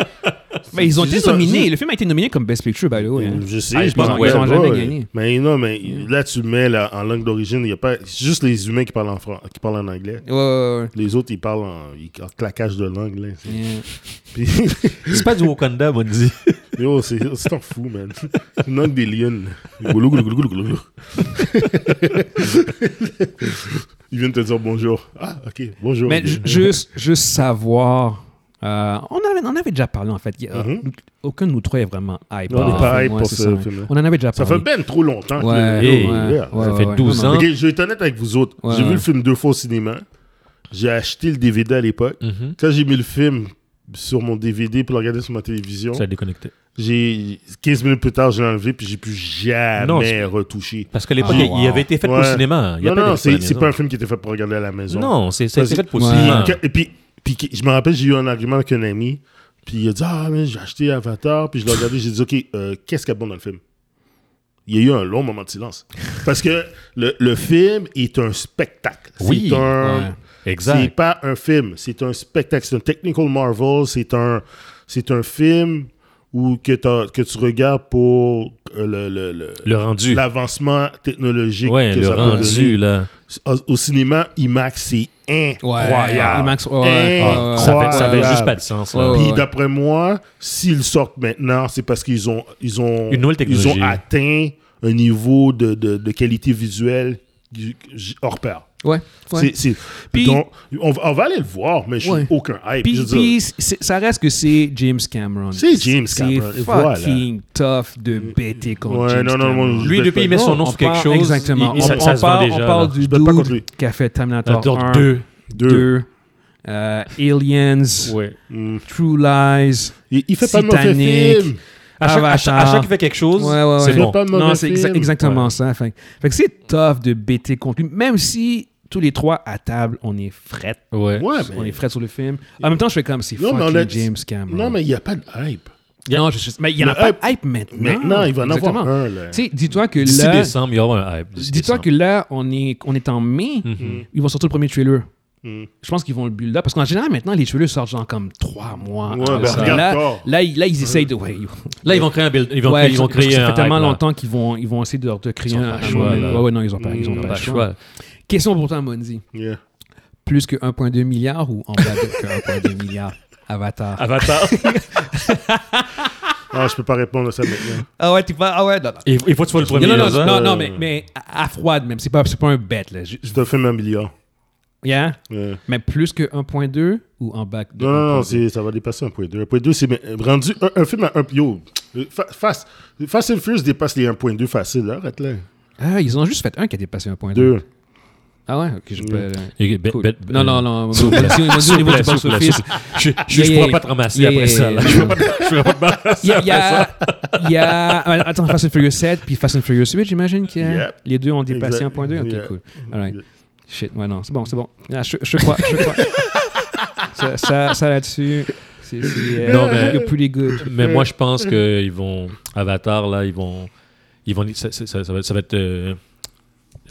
S1: Mais ils ont été
S2: Juste un- Mm.
S1: nominés.
S2: juste-
S1: Le film a été nominé comme Best Picture, by the way. hein.
S2: Je sais,
S3: Ah,
S2: je
S3: ils ont-
S2: pense
S3: ils
S2: que-
S3: ont
S1: jamais
S2: ouais.
S1: gagné.
S2: Mais non, mais là, tu mets là, en langue d'origine, il y a pas. c'est juste les humains qui parlent en, fran- qui parlent en anglais.
S1: Ouais, ouais,
S2: Les autres, ils parlent en, ils- en claquage de langue. Là. [LAUGHS]
S1: ouais. Yeah.
S2: Puis,
S3: C'est pas du Wakanda, Mondi.
S2: yo, c'est oh, c'est t'en fous, man. Une langue des lions. Goulou, goulou, goulou, goulou, goulou.
S1: [LAUGHS]
S2: Ils viennent te dire bonjour. Ah, ok, bonjour.
S1: Mais ju- juste, juste savoir. euh, on, avait, on avait déjà parlé, en fait. Il y a-
S2: Mhm.
S1: Aucun de nous trois est vraiment hype.
S2: On est
S1: par
S2: pas
S1: le film,
S2: hype
S1: ouais,
S2: pour
S1: c'est
S2: ce
S1: ça.
S2: film-là.
S1: On en avait déjà
S2: Ça
S1: parlé.
S2: fait ben trop longtemps. que
S1: Ouais,
S2: le-
S3: Hey,
S1: ouais,
S2: yeah.
S1: ouais,
S3: ça fait
S1: ouais,
S3: 12
S1: ouais.
S3: ans.
S2: Ok, je vais être honnête avec vous autres.
S1: Ouais,
S2: J'ai
S1: ouais.
S2: vu le film deux fois au cinéma. J'ai acheté le DVD à l'époque.
S3: Mhm.
S2: Quand j'ai mis le film sur mon DVD pour le regarder sur ma télévision,
S3: Ça a déconnecté.
S2: J'ai 15 minutes plus tard, je l'ai enlevé, puis j'ai plus
S3: Non,
S2: jamais
S3: c'est-
S2: retouché.
S3: Parce qu'à l'époque,
S1: Ah,
S3: il, il
S1: wow.
S3: avait été fait pour
S2: Ouais.
S3: le cinéma. Il y a
S2: Non,
S3: pas
S2: non,
S3: de-
S2: c'est c'est pas un film qui était fait pour regarder à la maison.
S3: Non, c'est ça a été fait pour le
S1: Ouais.
S2: Puis,
S3: cinéma.
S2: que- et puis, puis que- je me rappelle, j'ai eu un argument avec un ami. Puis il a dit Ah, mais j'ai acheté Avatar. Puis je l'ai regardé. J'ai dit Ok, euh, qu'est-ce qu'il y a de bon dans le film Il y a eu un long moment de silence. Parce que le, le film est un spectacle.
S3: Oui,
S2: C'est un.
S1: ouais.
S2: C'est
S3: Exact.
S2: pas un film, c'est un spectacle, c'est un technical marvel, c'est un, c'est un film où que, t'as- que tu regardes pour euh, le- le- le-
S3: Le rendu.
S2: l'avancement technologique
S3: Ouais,
S2: que
S3: le
S2: ça peut
S3: rendu,
S2: donner.
S3: là.
S2: Au- Au cinéma, IMAX, c'est incroyable.
S1: IMAX, ouais, ouais,
S2: Incroyable.
S1: ouais,
S3: Ça avait, ça avait
S2: Incroyable.
S3: juste pas de sens. là.
S1: Ouais, ouais.
S2: Puis d'après moi, s'ils sortent maintenant, c'est parce qu'ils ont, ils ont,
S3: Une nouvelle
S2: ils
S3: technologie.
S2: ont atteint un niveau de, de- de qualité visuelle du- hors pair.
S1: ouais, ouais.
S2: C'est- c'est-
S1: Puis-
S2: donc, on, va- on va aller le voir, mais je
S1: Ouais.
S2: suis aucun hype.
S1: Puis,
S2: Je veux dire,
S1: puis c'est- ça reste que c'est James Cameron.
S2: C'est James Cameron,
S1: C'est
S2: et voilà.
S1: fucking tough de bêter contre
S2: Ouais,
S1: James
S2: non, non,
S1: Cameron.
S2: moi, je-
S3: Lui, depuis, il met son nom
S1: On
S3: sur quelque
S1: parle-
S3: chose.
S1: Exactement.
S3: il- il-
S1: on,
S3: ça,
S1: on
S3: ça se vend
S1: parle,
S3: déjà.
S1: on
S3: là.
S1: parle du
S2: Je bête pas contre
S1: dude
S2: lui.
S1: qui a fait Terminator
S3: Terminator
S1: 1,
S3: 2.
S1: 2,
S2: deux.
S1: euh, Aliens,
S3: Ouais.
S2: Mm.
S1: True Lies.
S2: Il, il fait pas de mauvais
S1: Titanic.
S2: film.
S3: À chaque, à chaque- à chaque
S1: Avatar.
S3: fois qu'il fait quelque chose,
S1: Ouais, ouais,
S3: c'est
S1: ouais.
S3: bon.
S2: pas de mauvais
S1: Non, c'est exa-
S2: film.
S1: exactement ça. Fait, fait que c'est tough de bêter contre lui, même si tous les trois à table, on est fret.
S3: Ouais.
S2: Ouais,
S1: On est
S2: mais,
S1: fret sur le film. En même temps, je fais comme si
S2: Non, mais
S1: fucking
S2: on a-
S1: James Cameron.
S2: non, mais il n'y a pas de hype.
S1: Non, je suis- mais il n'y en a
S2: Le
S1: pas
S2: hype-
S1: de hype maintenant.
S2: Maintenant, il va en avoir
S1: Exactement.
S2: un. Là.
S1: Tu sais, dis-toi que
S3: D'ici
S1: là,
S3: décembre, il y aura un hype. d'ici
S1: dis-toi
S3: décembre.
S1: que là, on est, on est en mai,
S3: Mhm.
S1: ils vont sortir le premier trailer.
S2: Mm.
S1: Je pense qu'ils vont le build up parce qu'en général maintenant les trailers sortent genre comme trois mois.
S2: Ouais,
S1: avant
S2: ben,
S1: ça.
S2: regarde
S1: là,
S2: Thor.
S1: là, ils- là, ils essayent de. Ouais, ils-
S3: Là, ils vont créer un build. Ils vont,
S1: ouais,
S3: créer- ils vont
S1: parce que
S3: créer
S1: ça
S3: un
S1: fait tellement
S3: hype, là.
S1: longtemps qu'ils vont, ils vont essayer de, de créer
S3: Ils ont
S1: un,
S3: pas le
S1: un
S3: choix,
S1: moment.
S3: là.
S1: ouais, ouais, non, ils ont pas, ils ont
S2: Ils
S1: pas
S3: Pas
S1: le
S3: le
S1: choix.
S3: choix.
S1: Question pour toi, Monzi.
S2: Yeah.
S1: Plus que 1,2 milliard ou en euh, bas de 1,2 milliard Avatar.
S3: Avatar.
S2: Ah, je peux pas répondre à ça maintenant.
S1: Ah ouais, tu vas. Ah ouais, non, non.
S3: Il il faut que tu sois le premier.
S1: Non, non,
S3: dans ça.
S1: non, non, non, mais, mais à, à froide même. C'est pas, c'est pas un bet, là. Je- je-
S2: C'est un film à un milliard.
S1: yeah?
S2: Yeah.
S1: Mais plus que 1.2 ou en bas de
S2: Non,
S1: 1.2?
S2: non, non, c'est- ça va dépasser 1.2. 1.2, c'est mais, euh, rendu un, un film à 1. Yo, euh, fa- Fast, Fast and Furious dépasse les 1.2 facile, là, arrête là.
S1: Ah, ils ont juste fait un qui a dépassé 1.2.
S2: 2.
S1: Ah ouais, ok,
S2: Mm.
S1: je peux.
S3: Et- bet-
S1: Cool.
S3: bet-
S1: Non, non, non. Si on est au niveau du
S3: S'il vous plaît,
S1: box-office,
S3: s'il vous plaît. Je, je,
S1: Yeah,
S3: je
S1: yeah,
S3: pourrais
S1: yeah.
S3: pas te ramasser
S1: Yeah,
S3: après
S1: yeah, yeah.
S3: ça. là. [LAUGHS] Je pourrais pas te- je pourrais pas te
S1: il y
S3: ramasser
S1: a, il y
S3: après ça.
S1: a, il y a- ah, Attends, Fast and Furious 7 puis Fast and Furious 8, j'imagine que
S2: Yep.
S1: les deux ont dépassé
S2: Exact.
S1: 1.2. Ok,
S2: Yeah.
S1: cool. All right.
S2: Yeah.
S1: Shit, ouais, non, c'est bon, c'est bon. Ah, je, je crois, je crois. ça, ça, ça là-dessus, c'est. c'est, euh,
S3: Non, mais-
S1: You're pretty good.
S3: Mais moi, je pense qu'ils vont. Avatar, là, ils vont. Ils vont ça, ça, ça- ça va être. ça va être, euh,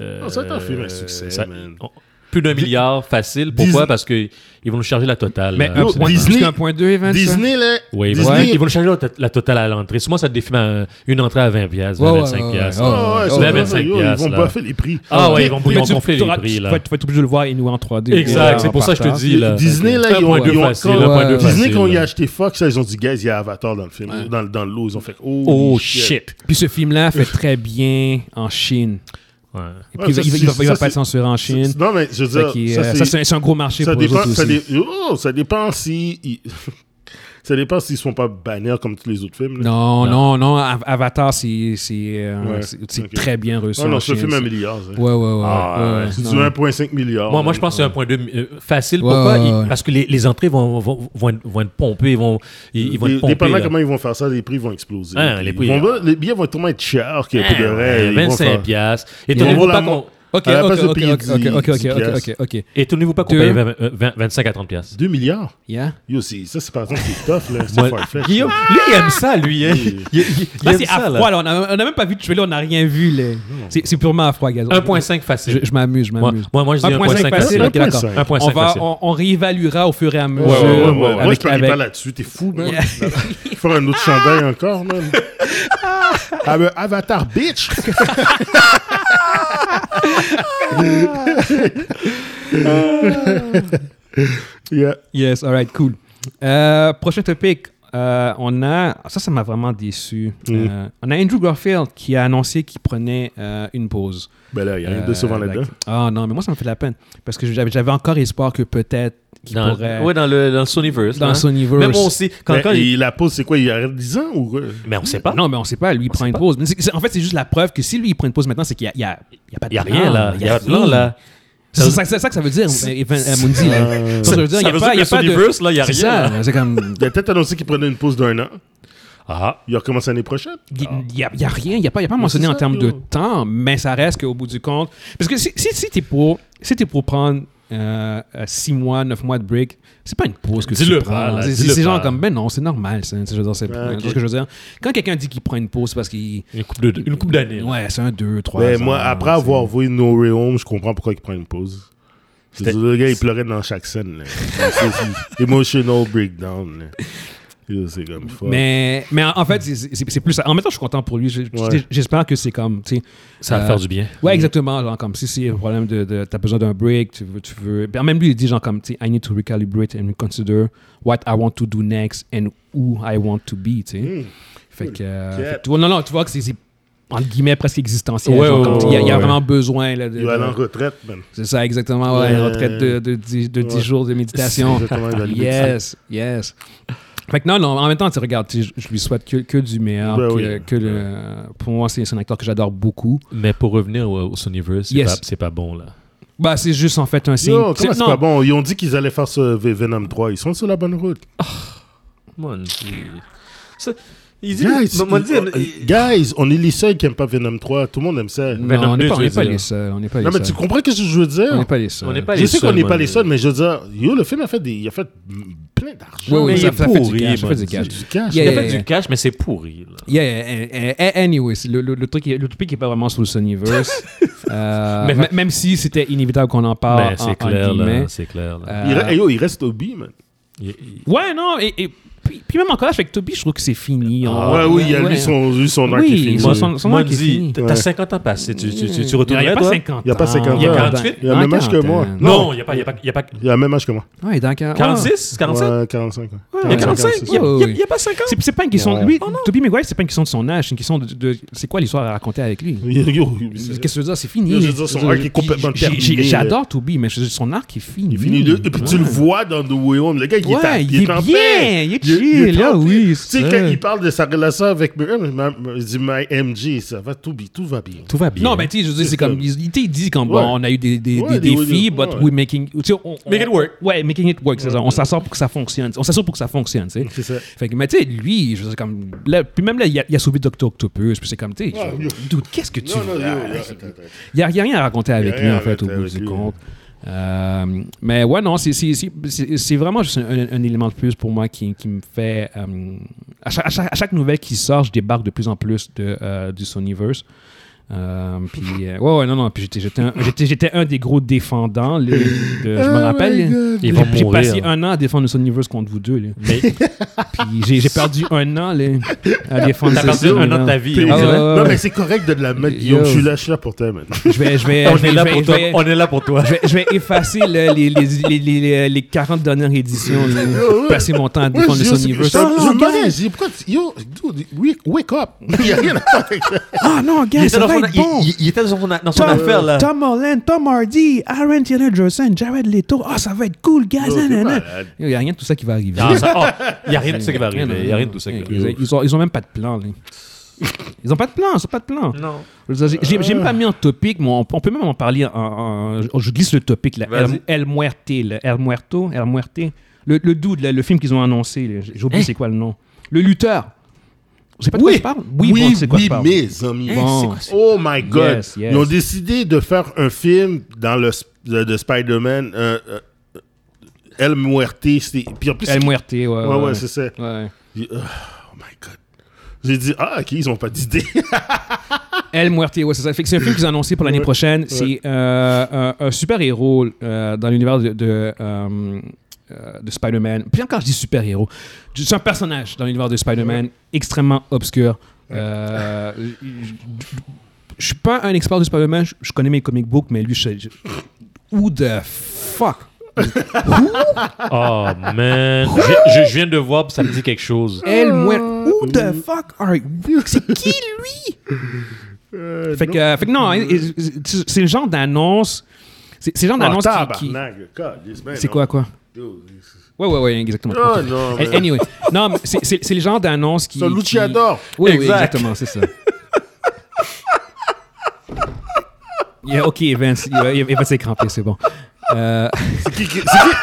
S3: euh,
S2: Non, ça va être un film à succès, man.
S3: on- Plus d'un milliard facile. Pourquoi Parce qu'ils vont nous charger la totale.
S1: Mais
S3: là.
S1: un point-
S2: Disney-
S1: plus qu'un point deux, Evan, ça?
S2: Disney, là.
S3: Oui, ils vont,
S2: Disney,
S3: ils vont nous charger la, tot- la totale à l'entrée. Souvent, ça te défile à une entrée à 20$, piastres,
S1: Ouais, ouais,
S3: 25$.
S1: ouais,
S3: piastres.
S1: ouais, ouais.
S2: Ah, ouais,
S1: Oh,
S2: c'est
S1: ouais,
S2: vrai,
S3: 25
S2: yo, Ils
S3: piastres,
S2: vont
S3: là.
S2: baffer les prix.
S3: Ah ouais,
S2: Dis-
S3: ils vont- ils
S1: Mais
S3: vont
S1: tu-
S3: gonfler les
S1: t'auras-
S3: prix, là.
S1: Tu vas, tu vas être obligé de le voir et nous en 3D.
S3: Exact,
S1: Ouais,
S3: c'est
S1: en
S3: pour ça que je te
S1: partant.
S3: dis, là.
S2: Disney, là, ils ont-
S3: 1.2
S2: ils ont
S3: facile,
S2: encore-
S3: 1.2
S1: Disney
S2: Disney,
S3: facile,
S2: quand
S3: là.
S2: ils ont acheté Fox, là, ils ont dit, guys, il y a Avatar dans le film, dans, dans l'eau. Ils ont fait, oh,
S3: Oh
S2: shit.
S3: shit!
S1: Puis ce film-là fait très bien en Chine.
S3: Ouais.
S1: Et
S2: Ouais,
S1: puis,
S2: ça,
S1: il va,
S2: c'est-
S1: il va- il va
S2: ça,
S1: pas
S2: c'est-
S1: être censuré en Chine.
S2: C'est- Non, mais je veux
S1: Ça,
S2: dire,
S1: qui,
S2: ça,
S1: euh, ça, c'est c'est un gros marché
S2: ça
S1: pour les
S2: dépend,
S1: autres
S2: ça,
S1: aussi.
S2: dé- oh, ça dépend si. ils- [LAUGHS] ça dépend s'ils ne sont pas bannir comme tous les autres films. là.
S1: Non, non, non. Av- Avatar, c'est c'est, euh,
S2: Ouais,
S1: c'est- c'est
S2: ok.
S1: très bien reçu.
S2: Non, Ah non,
S1: en
S2: ce
S1: Chine,
S2: film
S1: ça.
S2: un milliard. ça.
S1: Ouais, ouais, ouais. ouais,
S2: Ah,
S1: ouais,
S2: c'est
S1: non.
S2: du 1,5 milliard.
S3: Moi, moi, je pense que c'est 1.2 euh, facile.
S1: Ouais,
S3: Pourquoi?
S1: ouais,
S3: Ils-
S1: ouais.
S3: Parce que les, les entrées vont, vont, vont, être, vont être pompées. Ils vont, ils, ils vont être
S2: Dé-
S3: pompées.
S2: Dépendamment
S3: là.
S2: comment ils vont faire ça, les prix vont exploser.
S3: Ah, les
S2: Ils
S3: prix,
S2: vont-
S3: là.
S2: les billets vont tellement être chers qu'il n'y a plus de
S3: Ouais,
S2: rêve.
S3: 25 Ah, piastres. Et
S2: Ils vont
S3: tenez-vous
S2: voir
S3: pas
S2: la
S3: qu'on-
S2: mort.
S1: Ok,
S2: À la
S1: ok,
S2: place de
S1: ok,
S2: payer
S1: ok,
S2: 10
S1: ok, ok, ok, ok,
S2: piastres.
S1: ok.
S3: et tenez-vous pas qu'on
S1: Deux.
S3: paye 20 20 25 à 30 piastres.
S2: 2 milliards
S1: Yeah.
S2: Yo, c'est- ça, c'est par exemple, c'est tough, là. C'est
S3: Moi-
S2: farfetch,
S3: Guillaume,
S2: là.
S3: lui, il aime ça, lui. hein. Il,
S1: Là,
S3: il- il aime
S1: Ah, c'est
S3: ça,
S1: à
S3: là.
S1: froid. là. On a- on n'a même pas vu de trailer, on n'a rien vu. là. C'est c'est purement à froid, gazon.
S3: 1.5
S1: Je
S3: facile.
S1: je m'amuse, je
S3: Moi,
S1: m'amuse.
S3: moi, moi, je dis
S1: 1.5
S3: 1.5
S1: facile,
S3: facile.
S1: ok, d'accord.
S2: 1.5.
S3: 1.5
S1: On, va,
S3: facile.
S1: on, on réévaluera au fur et à mesure.
S2: Ouais, ouais, ouais, ouais,
S1: euh,
S2: ouais. Moi, je
S1: avec-
S2: parie
S1: avec-
S2: pas là-dessus. T'es fou, man. Faire un autre chandail
S3: [LAUGHS]
S2: encore, man. Ah, ben, Avatar, bitch. [LAUGHS] yeah.
S1: Yes, all right, cool. Euh, prochain topic, euh, on a... Ça, ça m'a vraiment déçu.
S2: Mm.
S1: Euh, on a Andrew Garfield qui a annoncé qu'il prenait euh, une pause.
S2: Ben là, il y a rien de
S1: Euh,
S2: souvent
S1: like-
S2: là-dedans.
S1: Ah non, mais moi, ça me fait de la peine. Parce que j'avais j'avais encore espoir que peut-être qu'il
S3: Dans,
S1: pourrait...
S3: ouais, dans le, dans le Sonyverse.
S1: dans
S3: là.
S1: Sonyverse.
S3: Mais moi aussi, quand,
S2: Mais
S3: quand il...
S2: il- la pause, c'est quoi? Il arrête 10 ans ou euh, quoi?
S3: Mais on sait pas.
S1: Non, mais on sait pas, lui, il prend une pause. Mais c'est- c'est- en fait, c'est juste la preuve que si lui, il prend une pause maintenant, c'est qu'il n'y a, il y a pas de
S3: Il y a
S1: plan,
S3: rien, là. Il y a pas de plan, là.
S1: C'est ça, c'est ça que ça veut dire, Evan- euh, Mundi. là. C'est ça que ça veut dire, il n'y a pas, il y a pas de...
S3: Sonyverse, là, il y a
S1: C'est
S3: rien. là.
S1: ça, c'est comme...
S2: Il a peut-être annoncé qu'il prenait une pause d'un an.
S3: Ah,
S2: Il recommence l'année prochaine.
S1: Il n'y a, y a rien, il n'y a pas, y a pas mentionné
S2: c'est
S1: en
S2: ça,
S1: termes de
S2: yo.
S1: temps, mais ça reste qu'au bout du compte. Parce que si, si, si tu es, pour prendre 6 mois, 9 mois de break, c'est pas une pause que
S3: Dis-le
S1: tu prends.
S3: pas, là,
S1: c'est
S3: dis-le
S1: c'est genre
S3: pas.
S1: comme, ben non, c'est normal. ça. Je veux dire, c'est-
S2: Ah, ok.
S1: c'est ce que je veux dire. Quand quelqu'un dit qu'il prend une pause, c'est parce qu'il.
S3: une coupe de- une coupe d'années. là.
S1: Ouais, c'est un, deux, trois.
S2: Ben,
S1: ans,
S2: moi, après
S1: c'est-
S2: avoir vu No Way Home, je comprends pourquoi il prend une pause. Je veux
S3: C'était-
S2: dire, Le gars, il pleurait dans chaque scène. là. C'est- c'est- Emotional breakdown. là. Yo, C'est comme fuck.
S1: Mais, mais en en fait, c'est- c'est c'est plus ça. En même temps, je suis content pour lui. Je-
S2: Ouais.
S1: J'espère que c'est comme. tu sais,
S3: Ça va
S1: euh,
S3: faire du bien.
S1: Ouais, exactement. Genre, comme si c'est un problème de. de t'as besoin d'un break, tu veux. Tu veux. Ben, même lui, il dit, genre, comme, tu sais, I need to recalibrate and reconsider what I want to do next and who I want to be, tu sais.
S2: Hmm.
S1: Fait que. euh,
S2: Cool.
S1: fait que tu vois, non, non, tu vois que c'est. c'est, entre guillemets, presque existentiel.
S3: Ouais,
S1: genre,
S3: ouais,
S1: comme, tu sais, il y a- il y a
S3: ouais,
S1: vraiment besoin. là, de-
S2: Il va aller en
S1: de-
S2: retraite, man.
S1: c'est ça, exactement. Ouais, une
S2: Ouais.
S1: retraite de, de, dix- de 10
S2: Ouais.
S1: jours de méditation.
S2: C'est exactement la liberté.
S1: yes, yes. Fait que non, non, en même temps, tu regardes, tu sais, je, je lui souhaite que, que du meilleur.
S2: Ben
S1: que-
S2: oui.
S1: que le- pour moi, c'est c'est un acteur que j'adore beaucoup.
S3: Mais pour revenir au, au Sonyverse, c'est
S1: Yes.
S3: pas, c'est pas bon, là.
S1: Bah, c'est juste en fait un signe.
S2: Yo, comment c'est
S1: non,
S2: pas bon? Ils ont dit qu'ils allaient faire ce V- Venom 3. Ils sont sur la bonne route.
S3: Man, il- ça- il dit-
S2: Guys,
S3: Mon- mon
S2: ils-
S3: dit-
S2: euh, guys, on est les seuls qui n'aiment pas Venom 3. Tout le monde aime ça.
S1: Ben non,
S3: Venom
S1: on n'est
S3: deux,
S1: pas,
S3: tu
S1: on n'est
S3: veux
S1: pas
S3: dire.
S1: les seuls. On n'est pas
S2: Non,
S1: les
S2: mais tu
S1: seuls.
S2: comprends ce que je veux
S1: On n'est
S2: dire?
S1: pas hein. les seuls.
S3: On n'est pas
S2: Je
S3: les
S2: sais qu'on
S3: seuls,
S2: n'est pas
S3: man.
S2: les seuls, mais je veux dire, yo, le film a fait, des, il a fait mm, plein d'argent.
S1: Oui, oui, ça,
S3: Mais il est
S1: ça fait du
S3: pourri,
S1: cash. Ça fait du
S3: maudit.
S1: cash.
S2: Du cash.
S1: Yeah,
S3: Il a
S1: yeah,
S3: fait
S1: yeah.
S3: du cash, mais c'est pourri, là.
S1: Yeah, yeah, yeah, anyway, c'est le, le, le truc, est- le topic n'est pas vraiment sur le
S2: [LAUGHS]
S1: Sonyverse. Euh,
S3: Mais-
S1: m- même si c'était inévitable qu'on en parle,
S3: Mais
S1: en- en
S3: c'est clair,
S1: guillemets.
S3: là. C'est clair, là.
S2: Il,
S1: Euh,
S2: re- hey, yo, il reste au B, man.
S3: Il- il-
S1: Ouais, non, et, et- puis, puis même encore là, avec Toby, je trouve que c'est fini.
S3: Ah,
S1: On-
S2: Ah, ouais, oui, il y a
S1: ouais.
S2: lui son, lui, son arc
S1: Oui,
S2: qui est fini.
S1: moi, son- son
S3: Moi,
S1: mec est
S3: dis,
S1: fini.
S3: t'as
S2: Ouais.
S3: 50 ans passés, tu, tu, tu, tu
S1: Il n'y
S3: retournerais,
S1: a pas
S3: toi?
S1: 50
S2: Il y a pas 50
S1: Il y a
S3: ans.
S1: 48.
S2: Il y a le même âge que moi.
S3: Non, il n'y a pas... il y a pas- il y a pas
S2: Il a le même âge que moi.
S1: Ouais, il est dans 40.
S3: 46? 47?
S2: Ouais, 45. ouais.
S1: Ouais,
S3: Il y a 45?
S1: 45,
S3: Il y a-
S1: ouais,
S3: il y a-
S1: ouais.
S3: il y a pas 50?
S1: C'est c'est pas une question.
S2: Ouais.
S1: Lui, Toby Maguire, c'est pas une question de son âge, c'est une question de. de- c'est quoi l'histoire à raconter avec lui
S2: Yo, yo,
S1: Qu'est-ce
S2: c'est-
S1: que je veux dire C'est fini.
S2: Je veux dire, son arc est complètement
S1: J'ai- j'ai-
S2: terminé.
S1: J'adore Toby, mais je- son arc est fini.
S2: Il finit de. Et puis tu le vois dans The Way Home. Le gars, il est à-
S1: Ouais, il est
S2: en
S1: bien,
S2: paix.
S1: il est chill, là,
S2: tranquille.
S1: oui,
S2: Tu
S1: c'est
S2: sais,
S1: ça.
S2: quand il parle de sa relation avec Miriam, ma- ma- il dit My MG, ça va tout bien. Tout va bien.
S3: Tout va bien.
S1: Non, ben, tu sais, je veux dire, c'est comme. Il, il- il dit comme, bon,
S2: Ouais.
S1: on a eu des, des,
S2: Ouais,
S1: des
S2: des-
S1: défis,
S2: des-
S1: but
S2: ouais.
S1: we're making. tu sais, on- on-
S3: Make it work.
S1: Ouais, making it work, c'est ça. On s'assure pour que ça fonctionne. On s'assure pour que ça fonctionne, tu sais.
S2: C'est ça.
S1: Fait que, mais tu sais, lui, je veux dire, comme. là, puis même là, il a, il a sauvé Dr. Octopus, puis c'est comme, tu sais,
S2: Ouais,
S1: je-
S2: yo.
S1: dude, qu'est-ce que tu.
S2: Non, non, yo,
S1: Ah,
S2: yo, attends, attends.
S1: Il n'y a, il y a rien à raconter
S2: Il y a
S1: avec lui,
S2: rien
S1: en
S2: à
S1: fait, au
S2: raconter
S1: bout
S2: avec
S1: du
S2: lui.
S1: compte. Euh, mais ouais, non, c'est- c'est- c'est c'est- c'est vraiment juste un, un- un élément de plus pour moi qui, qui me fait. euh, à, chaque, à chaque- à chaque nouvelle qui sort, je débarque de plus en plus de, euh, du Sonyverse. Euh, puis, euh, ouais, ouais, non, non, puis j'étais- j'étais un, j'étais- j'étais un des gros défendants. les- de- je
S2: Oh
S1: me
S2: my
S1: rappelle.
S2: God.
S3: Ils
S1: J'ai
S3: vont
S1: j'ai
S3: mourir.
S1: passé un an à défendre le Sonyverse contre vous deux. là. Puis
S3: [LAUGHS] Mais
S1: j'ai j'ai perdu un an là, à défendre
S3: t'as
S1: ce-
S3: perdu
S1: ce
S3: un an de
S1: Sonyverse.
S3: ta vie.
S2: Puis-
S3: on
S1: Ah, ouais,
S3: dirait.
S1: ouais,
S2: Non,
S1: ouais.
S2: mais c'est correct de la mettre,
S1: Yo.
S2: Guillaume. Je suis là, je suis là pour toi, man.
S1: Je vais, je vais,
S3: On
S1: je vais-
S3: est là
S1: je vais-
S3: pour
S1: je
S3: toi.
S1: vais-
S3: On est là pour toi.
S1: Je vais, je vais effacer là, les, les, les, les- euh, les- les 40 dernières éditions. là. Passer mon temps à
S2: Ouais,
S1: défendre le
S2: yo, c'est-
S1: Sonyverse.
S2: Je je
S1: Ah,
S2: me demandais, j'ai dit, pourquoi tu- Yo, dude, wake- wake up. [LAUGHS] Il y a rien à faire avec ça.
S1: Ah, non, gars, ça va être bon.
S3: il- il était dans son, dans son
S1: Tom,
S3: affaire, là.
S1: Tom Holland, Tom Hardy, Aaron Taylor Johnson, Jared Leto. Ah, ça va être cool, gars.
S2: Yo, t'es
S1: Il
S2: malade.
S1: n'y a rien de tout ça qui va arriver.
S3: Ah, ça- ah, Il n'y a rien de tout ça qui va arriver. Il n'y a rien de tout ça qui va
S1: Ils-
S3: arriver.
S1: Ils ont, ils ont même pas de plan. là. Ils ont pas de plan, ils ont pas de plan.
S3: Non.
S1: Je veux dire, J'ai j'ai- j'ai même pas mis en topic, mais on, on peut même en parler. En, en- en- je glisse le topic, là. El,
S3: Vas-y.
S1: El Muerte, là. El Muerto, El Muerte. Le, le dude, là, le film qu'ils ont annoncé, là. J'ai- j'oublie
S3: Hein?
S1: c'est quoi le nom. Le lutteur. Vous savez pas de quoi je parle? Eh. Oui, bon, c'est quoi je
S2: oui,
S1: parle.
S2: mes amis.
S1: Bon.
S2: Oh my God.
S1: Yes, yes.
S2: Ils ont décidé de faire un film dans le sp- de, de Spider-Man, euh, euh, El Muerte. c'est- Puis en plus,
S1: El Muerte, ouais. Ouais,
S2: ouais, ouais, c'est ça.
S1: Ouais.
S2: J'ai- Oh my God. J'ai dit, ah, ok, ils ont pas d'idée.
S1: El Muerte, ouais, c'est ça. Fait que c'est un film qu'ils ont annoncé pour l'année
S2: Ouais.
S1: prochaine. C'est euh, un, un super-héros euh, dans l'univers de, de, euh, euh, de Spider-Man. Puis encore, je dis super-héros. Je- C'est un personnage dans l'univers de Spider-Man extrêmement obscur. Euh, je- je- je suis pas un expert de Spider-Man. Je, je connais mes comic books, mais lui, je, je- Who the fuck?
S3: Oh,
S2: [LAUGHS]
S3: man. Je, je- je viens de voir, puis ça me dit quelque chose.
S1: El Muerte. Who the
S2: Mm-hmm.
S1: fuck are you?
S2: [LAUGHS]
S1: C'est qui lui?
S2: Euh,
S1: Fait
S2: non.
S1: que, euh, fait que non, hein, c'est c'est le genre d'annonce. C'est c'est le genre
S2: Ah,
S1: d'annonce qui-
S2: [LAUGHS]
S1: qui.
S2: tabarnak, God, ben
S1: C'est
S2: non.
S1: quoi, quoi?
S2: Yo,
S1: Ouais, ouais, ouais, exactement. Eh,
S2: Oh, non, mais-
S1: anyway, non, mais c'est- c'est c'est le genre d'annonce qui.
S2: C'est un
S1: qui-
S2: luchador.
S1: Oui, oui,
S3: Exact.
S1: exactement, c'est ça. [LAUGHS] Yeah, ok, Vince, il va, il va s'écramper, c'est bon. Euh,
S2: Ah, C'est qui qui- c'est qui-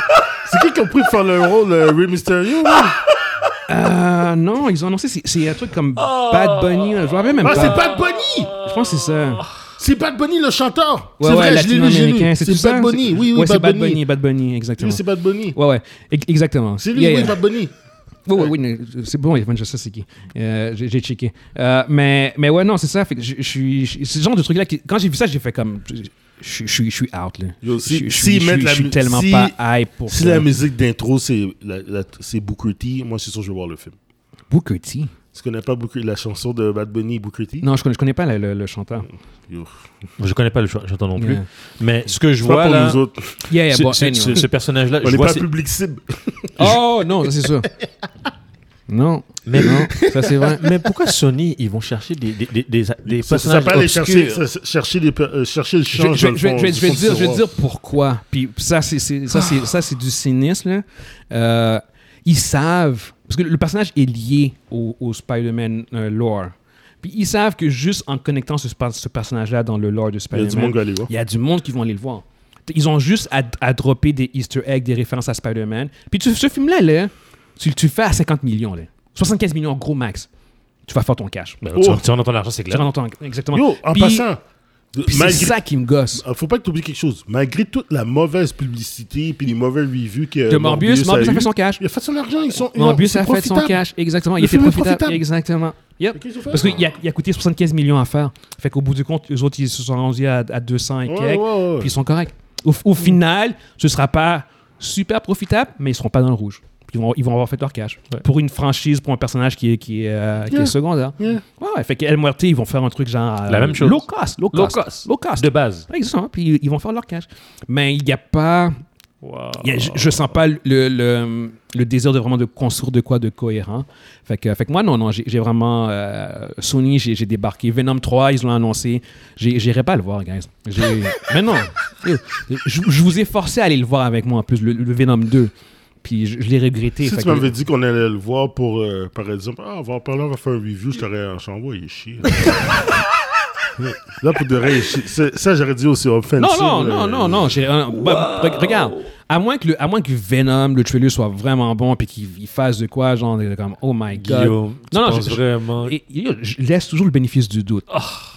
S2: c'est qui qui a pris de faire le rôle de Ray Mysterio? là?
S1: Euh, non, ils ont annoncé, c'est- c'est un truc comme
S3: Oh.
S1: Bad Bunny. Je me rappelle même
S2: Ah, c'est
S1: pas.
S2: Bad Bunny!
S1: Je pense que c'est ça.
S2: C'est Bad Bunny le chanteur!
S1: Ouais,
S2: c'est
S1: ouais,
S2: vrai, je l'ai lu, j'ai
S1: latino-américain,
S2: lu.
S1: c'est tout
S2: C'est
S1: ça.
S2: Bad Bunny, oui, oui,
S1: Ouais, c'est
S2: Bad Bunny.
S1: Bad Bunny, exactement.
S2: Oui, c'est Bad Bunny.
S1: Ouais, ouais, e- exactement.
S2: C'est lui,
S1: Yeah,
S2: oui,
S1: yeah.
S2: Bad Bunny.
S1: Oui, oui, oui, mais c'est bon, je sais c'est qui. Euh, j'ai j'ai checké. Euh, mais, mais ouais, non, c'est ça. Fait que je je suis. je- C'est ce genre de truc-là. qui- Quand j'ai vu ça, j'ai fait comme. Je je- je suis je suis out, là.
S2: Yo, si-
S1: Je- je
S2: si
S1: suis-
S2: ils
S1: je
S2: mettent
S1: suis-
S2: la
S1: je suis
S2: mu-
S1: tellement
S2: si-
S1: pas hype pour
S2: Si
S1: ça.
S2: la musique d'intro, c'est la- la- c'est Booker T, moi, c'est sûr que je vais voir le film.
S1: Booker T.
S2: Tu connais pas Booker- la chanson de Bad Bunny, Booker T?
S1: Non, je connais, je connais pas le, le- le chanteur.
S2: Yo.
S3: Je connais pas le choix, j'entends non plus.
S1: Yeah.
S3: Mais ce que je
S2: Pas
S3: vois
S2: pour
S3: là,
S2: nous autres.
S1: Yeah, yeah,
S3: ce-
S1: bon,
S3: ce-
S1: anyway.
S3: ce ce personnage-là,
S2: On
S3: je
S2: n'est
S3: vois,
S2: pas
S3: c'est-
S2: public cible.
S1: [LAUGHS] Oh non, ça, c'est sûr. non,
S3: mais
S1: non, ça c'est vrai.
S3: Mais pourquoi Sony, ils vont chercher des, des, des, des, des
S2: Ça
S3: personnages
S2: s'appelle aller chercher,
S3: obscurs
S2: ça- ça- chercher, les, per- euh, chercher le
S1: Je, je-
S2: change.
S1: je-
S2: dans le
S1: je-
S2: fond-
S1: je- je- je vais
S2: fond du
S1: dire, je vais
S2: tiroir.
S1: dire pourquoi. Puis ça, c'est c'est- ça, c'est ça, c'est du cynisme. là. Euh, ils savent parce que le personnage est lié au, au Spider-Man euh, lore. Puis ils savent que juste en connectant ce, spa- ce personnage-là dans le lore de
S2: Il y a du
S1: Spider-Man,
S2: monde qui va aller voir.
S1: il y a du monde qui vont aller le voir. Ils ont juste à, à dropper des Easter eggs, des références à Spider-Man. Puis tu- ce film-là, là, tu, tu le fais à 50 millions, là. 75 millions, gros max. Tu vas faire ton cash.
S3: Ben,
S2: Oh.
S3: tu, tu en entends l'argent, c'est
S1: Tu
S3: clair.
S1: rentres en- exactement.
S2: Yo, en
S1: Puis-
S2: passant, de-
S1: puis c'est
S2: malgré,
S1: ça qui me gosse.
S2: Ah, faut pas que tu oublies quelque chose. Malgré toute la mauvaise publicité puis les mauvais reviews que
S3: Euh,
S1: De Morbius, Morbius a fait
S2: eu,
S1: son cash.
S2: il a fait son argent. Ils sont, ils ont-
S1: Morbius
S2: c'est
S1: a fait son
S2: profitable.
S1: cash, exactement. Il
S2: Le
S1: était
S2: film est
S1: profitable.
S2: profitable.
S1: Exactement. Yep.
S2: Qu'est-ce qu'ils ont fait?
S1: Parce qu'il a, il a coûté 75 millions à faire. Fait qu'au bout du compte, eux autres, ils se sont rendus à, à 200 et
S2: Ouais,
S1: quelques.
S2: ouais, Mm. ouais.
S1: Puis ils sont corrects. Au, au final, ce sera pas super profitable, mais ils seront pas dans le rouge. Ils vont, ils vont avoir fait leur cash.
S3: Ouais.
S1: Pour une franchise, pour un personnage qui est, qui est, euh, qui est
S2: Yeah.
S1: secondaire.
S2: Yeah.
S1: Ouais, fait qu'El Muerte, ils vont faire un truc genre. euh,
S3: La même chose.
S1: Low cost. Low cost.
S3: Low cost.
S1: Low cost.
S3: De base.
S1: Exactement. Puis ils vont faire leur cash. Mais il n'y a pas. Il y a- je, je sens pas le, le, le désir de vraiment de construire de quoi de cohérent. Fait que, fait que moi, non, non, j'ai j'ai vraiment. euh, Sony, j'ai j'ai débarqué. Venom 3, ils l'ont annoncé. J'ai- J'irai pas le voir, guys. J'ai- [LAUGHS] Mais non. Je, je vous ai forcé à aller le voir avec moi, en plus, le, le Venom 2. Puis je, je l'ai regretté.
S2: Si
S1: Fait
S2: tu
S1: que-
S2: m'avais dit qu'on allait le voir pour, euh, par exemple, ah, on va en parler, on va faire un review, je t'aurais en chambre, il est chier.
S1: [LAUGHS]
S2: Là, pour de vrai, il est chier. C'est- ça, j'aurais dit aussi offensive.
S1: non, non,
S2: euh,
S1: non, non, non, j'ai- euh, bah, re- Regarde, à moins, que le, à moins que Venom, le trailer, soit vraiment bon, puis qu'il il fasse de quoi, genre, comme, oh my god.
S3: Guillaume, tu
S1: Non, non,
S3: penses
S1: je- je-
S3: vraiment.
S1: Et, et, je laisse toujours le bénéfice du doute.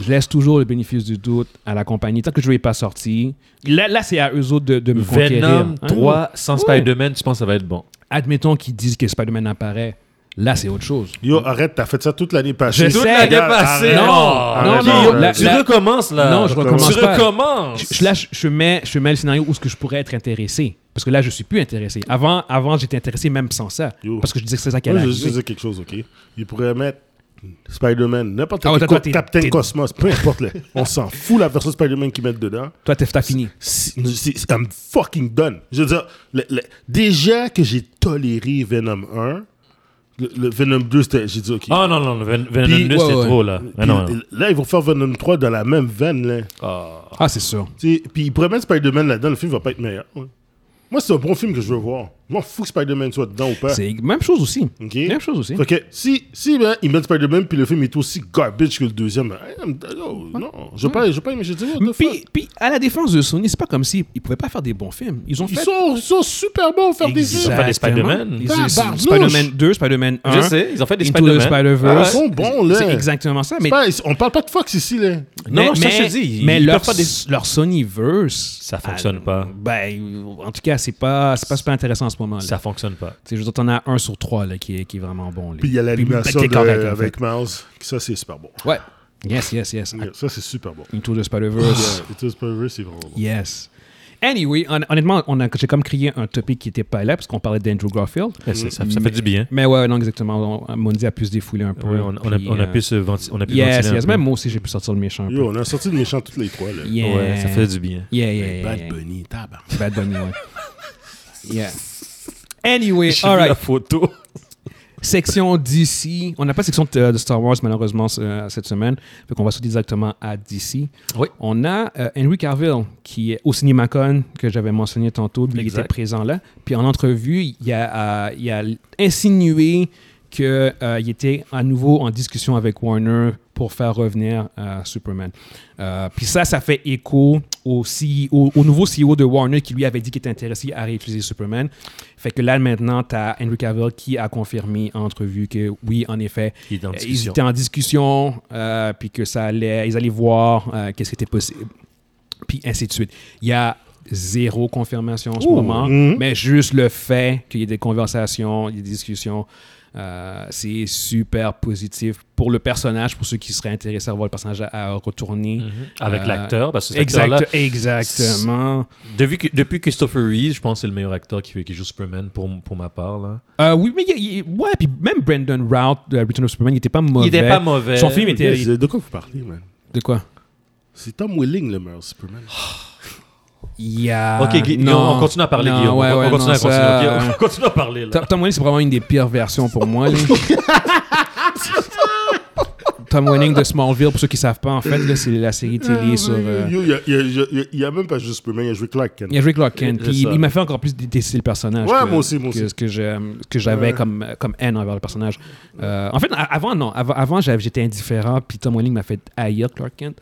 S1: Je laisse toujours le bénéfice du doute à la compagnie. Tant que le jeu n'est pas sorti, là, là c'est à eux autres de, de me conquérir.
S3: Venom
S1: Hein?
S3: 3 sans
S1: Ouais.
S3: Spider-Man, tu penses que ça va être bon
S1: Admettons qu'ils disent que Spider-Man apparaît. Là, c'est autre chose.
S2: Yo, arrête, t'as fait ça toute l'année passée. hein.
S1: Je sais,
S2: Regarde,
S1: l'année
S2: arrête.
S1: Non,
S2: non, non,
S3: Guillaume,
S2: la-
S3: tu
S1: la-
S3: recommences là.
S1: non, je recommence
S3: Euh, Tu
S1: pas.
S3: recommences.
S1: Je- là, je, je mets, je mets le scénario où ce que je pourrais être intéressé. Parce que là, je suis plus intéressé. Avant, avant j'étais intéressé même sans ça.
S2: Yo.
S1: Parce que je disais que c'est ça qui
S2: Moi,
S1: allait
S2: je veux juste
S1: arriver.
S2: dire quelque chose, OK? Il pourrait mettre Spider-Man, n'importe
S1: Ah ouais,
S2: quel,
S1: toi, toi,
S2: co-
S1: t'es-
S2: Captain
S1: t'es-
S2: Cosmos, peu importe. le- on s'en fout la version Spider-Man qu'ils mettent dedans.
S1: Toi, t'es- t'as fini.
S2: Si- si- si- I'm fucking done. Je veux dire, le- le- déjà que j'ai toléré Venom 1, le, le Venom 2, c'était- j'ai dit, OK.
S1: Ah,
S3: Oh non, non, Ven- Venom
S2: Puis-
S3: 2,
S1: ouais,
S3: c'est
S1: ouais.
S3: trop là.
S2: Puis,
S3: Ah, non, non.
S2: Là, ils vont faire Venom 3 dans la même veine. Là.
S3: Ah.
S1: Ah, c'est sûr.
S2: Tu sais, Puis ils pourraient mettre Spider-Man là-dedans, le film va pas être meilleur. ouais. Moi, c'est un bon film que je veux voir. Je m'en fous que Spider-Man soit dedans ou pas.
S1: C'est même chose aussi.
S2: Ok.
S1: Même chose aussi.
S2: Fait que si, si ben, ils mettent Spider-Man puis le film est aussi garbage que le deuxième, ben, hey, I'm- oh, non, je vais pas, je vais pas aimer. Je dis, what the fuck.
S1: Puis, puis, à la défense de Sony, c'est pas comme s'ils ils pouvaient pas faire des bons films. Ils ont
S2: Ils
S1: fait
S2: sont, ils sont super bons à faire des films.
S3: Exact. Ils ont fait des Spider-Man.
S1: Ils ont-
S2: Tabarnouche.
S1: Spider-Man 2, Spider-man 1.
S3: Je sais, ils ont fait des
S1: Into the
S3: Spider-Man.
S2: Ils
S3: Ah
S1: Spider-Verse.
S2: sont bons, là.
S1: C'est exactement ça. Mais,
S2: C'est pas- on parle pas de Fox ici, là.
S3: Non,
S1: mais,
S3: non, ça,
S1: mais-
S3: je te dis, ils
S1: mais
S3: peuvent
S1: leur,
S3: pas des-
S1: leur Sonyverse.
S3: Ça fonctionne
S1: ah,
S3: pas.
S1: Ben, en tout cas, c'est pas, c'est pas super intéressant en ce moment.
S3: Ça
S1: Là.
S3: fonctionne pas.
S1: C'est juste qu'on a un sur trois là, qui, est, qui est vraiment bon. là.
S2: Puis il y a l'animation
S1: qui est
S2: de-
S1: correct, en
S2: avec Miles. Ça, c'est super bon.
S1: fait. Ouais. Yes, yes, yes.
S2: Ça, c'est super bon.
S1: Into the Spider-Verse.
S2: Yeah, It is Spider-Verse, c'est vraiment bon.
S1: Yes. Anyway, hon- honnêtement, on a, j'ai comme crié un topic qui n'était pas là parce qu'on parlait d'Andrew Garfield.
S3: Ça, ça fait du bien.
S1: Mais ouais, non, exactement. On- Mondi a pu se défouler un peu.
S3: Ouais, on, on a,
S1: puis,
S3: on a
S1: euh,
S3: pu se venti- on a pu
S1: Yes,
S3: ventiler un
S1: yes.
S3: peu.
S1: Même moi aussi, j'ai pu sortir le méchant un peu.
S2: Yo, on a sorti de méchants toutes les trois, là.
S1: Yeah.
S3: Ouais, ça fait du bien.
S1: Yeah, yeah, yeah.
S2: Bad
S1: yeah.
S2: Bunny, tabac.
S1: Bad Bunny,
S2: [LAUGHS]
S1: ouais. yeah. Anyway,
S3: J'ai vu la
S1: alright.
S3: photo.
S1: Section DC. On n'a pas section de, de Star Wars, malheureusement, ce- euh, cette semaine. Fait qu'on va sauter directement à DC.
S3: Oui.
S1: On a euh, Henry Carville, qui est au CinemaCon, que j'avais mentionné tantôt. Lui, il
S3: Exact.
S1: était présent là. Puis en entrevue, il a, euh, il a insinué qu'il était à nouveau en discussion avec Warner pour faire revenir euh, Superman. Euh, Puis ça, ça fait écho au, au, CEO au nouveau CEO de Warner qui lui avait dit qu'il était intéressé à réutiliser Superman. Fait que là, maintenant, tu as Henry Cavill qui a confirmé en entrevue que oui, en effet,
S3: Il est en
S1: euh, ils
S3: discussion.
S1: étaient en discussion, euh, puis que ça allait, ils allaient voir euh, qu'est-ce qui était possible, puis ainsi de suite. Il y a zéro confirmation en ce moment,
S3: Mm-hmm.
S2: mhm.
S1: mais juste le fait qu'il y ait des conversations, il y ait des discussions, euh, c'est super positif pour le personnage, pour ceux qui seraient intéressés à voir le personnage à, à retourner.
S3: Mhm. Avec
S1: Euh,
S3: l'acteur, parce que cet
S1: Exact-
S3: acteur-là,
S1: exactement.
S3: depuis, que- depuis Christopher Reeve, je pense que c'est le meilleur acteur qui, fait- qui joue Superman pour, pour ma part. Là.
S1: Euh, oui, mais il- il- ouais, puis même Brandon Routh de Return of Superman, il était pas mauvais.
S3: Il était pas mauvais.
S1: Son film était
S2: Yes, de quoi vous parlez, man?
S1: de quoi
S2: C'est Tom Willing, le meilleur Superman.
S1: Il y a-
S3: Ok, Guy-
S1: Ah, Non.
S3: on continue à parler,
S1: Non,
S3: Guillaume.
S1: ouais,
S3: on, on
S1: ouais,
S3: continue
S1: non,
S3: à continuer.
S1: ça- euh,
S3: Guillaume, on continue à parler. Là.
S1: Tom, Tom Welling, c'est probablement une des pires versions pour
S3: [LAUGHS]
S1: moi. là. Tom Welling de Smallville, pour ceux qui ne savent pas, en fait, là, c'est la série
S2: Ah,
S1: télé sur. euh,
S2: Yo, Il y a- il y a- il y a- il y a- il y a même pas juste Superman, il a joué Clark Kent.
S1: Il a joué Clark Kent.
S3: C'est
S1: Puis
S3: ça.
S1: il m'a fait encore plus détester le personnage.
S2: Ouais,
S1: que,
S2: moi aussi, moi
S1: que
S2: aussi.
S1: ce que je- que j'avais
S2: Ouais.
S1: comme, comme haine envers le personnage. Euh, en fait, a- avant, non. Avant, avant, j'avais- j'étais indifférent. Puis Tom Welling m'a fait haïr Clark Kent.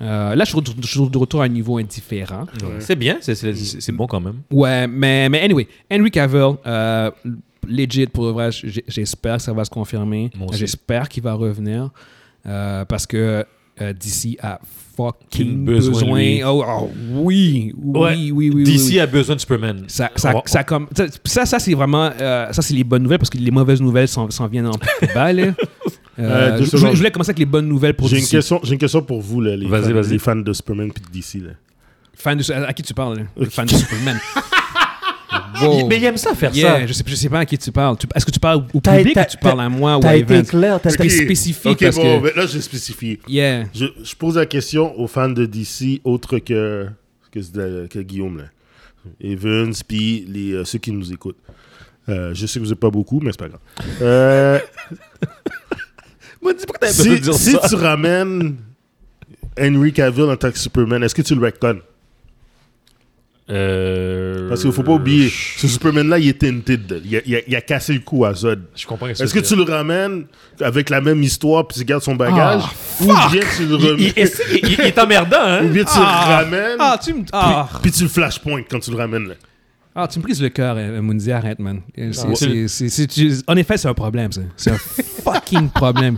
S1: Euh, là, je suis re- je suis de retour à un niveau indifférent.
S3: Ouais. C'est bien, c'est- c'est c'est bon quand même.
S1: Ouais, mais, mais anyway, Henry Cavill, euh, legit pour le vrai, j- j'espère que ça va se confirmer.
S3: Moi aussi.
S1: J'espère qu'il va revenir euh, parce que euh, DC a fucking
S3: Qu'il a besoin de
S1: besoin.
S3: lui.
S1: Oh, oh, oui, oui,
S3: Ouais,
S1: oui, oui, oui.
S3: DC
S1: oui.
S3: a besoin de Superman.
S1: Ça, ça,
S3: On va-
S1: ça, comme, ça, ça, ça, c'est vraiment. euh, ça, c'est les bonnes nouvelles parce que les mauvaises nouvelles s'en s'en viennent en plus bas.
S3: [LAUGHS]
S1: là. Euh,
S2: Euh, deux
S1: je, je
S2: secondes.
S1: voulais commencer avec les bonnes nouvelles pour
S2: J'ai une,
S1: DC.
S2: question, j'ai une question pour vous, là, les,
S3: Vas-y,
S2: fans,
S3: vas-y.
S2: les fans de Superman et de DC. Là.
S1: Fan de, à qui tu parles là? Le Fan de
S3: [LAUGHS]
S1: Superman. Wow.
S3: Mais il aime ça faire
S1: Yeah,
S3: ça.
S1: Je sais, je sais pas à qui tu parles. Tu- Est-ce que tu parles au
S3: T'as-
S1: public
S3: t'as-
S1: ou tu parles à moi ou
S3: t'as
S1: à
S3: été
S1: Evans?
S3: clair, t'as-
S1: Spé-
S2: Ok.
S1: spécifique
S2: Ok,
S1: parce
S2: bon,
S1: que...
S2: ben là, j'ai spécifié.
S1: Yeah.
S2: Je, je pose la question aux fans de DC, autre que, que, c'est de- que Guillaume, là. Evans, puis les, euh, ceux qui nous écoutent. Euh, je sais que vous n'êtes pas beaucoup, mais c'est pas grave.
S3: [LAUGHS]
S2: Euh,
S3: Moi, dis pas que t'avais besoin de
S2: si
S3: Ben, dire
S2: si
S3: ça.
S2: tu ramènes Henry Cavill en tant que Superman, est-ce que tu le reconnais?
S3: Euh,
S2: Parce qu'il ne faut pas oublier, ce Superman-là, il est tinted. là. Il a, il a- il a cassé le cou à Zod.
S3: Je comprends.
S2: Est-ce que tu le ramènes avec la même histoire puis tu gardes son bagage? ou bien tu le
S3: Il,
S2: remets-
S3: il- il- il- il est emmerdant, hein?
S2: ou bien tu
S1: Ah.
S2: le ramènes
S1: Ah, tu me... Ah.
S2: puis, puis tu le flashpoint quand tu le ramènes là.
S1: Ah, tu me prises le cœur, euh, Mundi, arrête, man. Euh, c'est-
S3: Ouais.
S1: c'est- c'est- c'est- tu- En effet, c'est un problème, ça. C'est
S2: [LAUGHS]
S1: un fucking problème.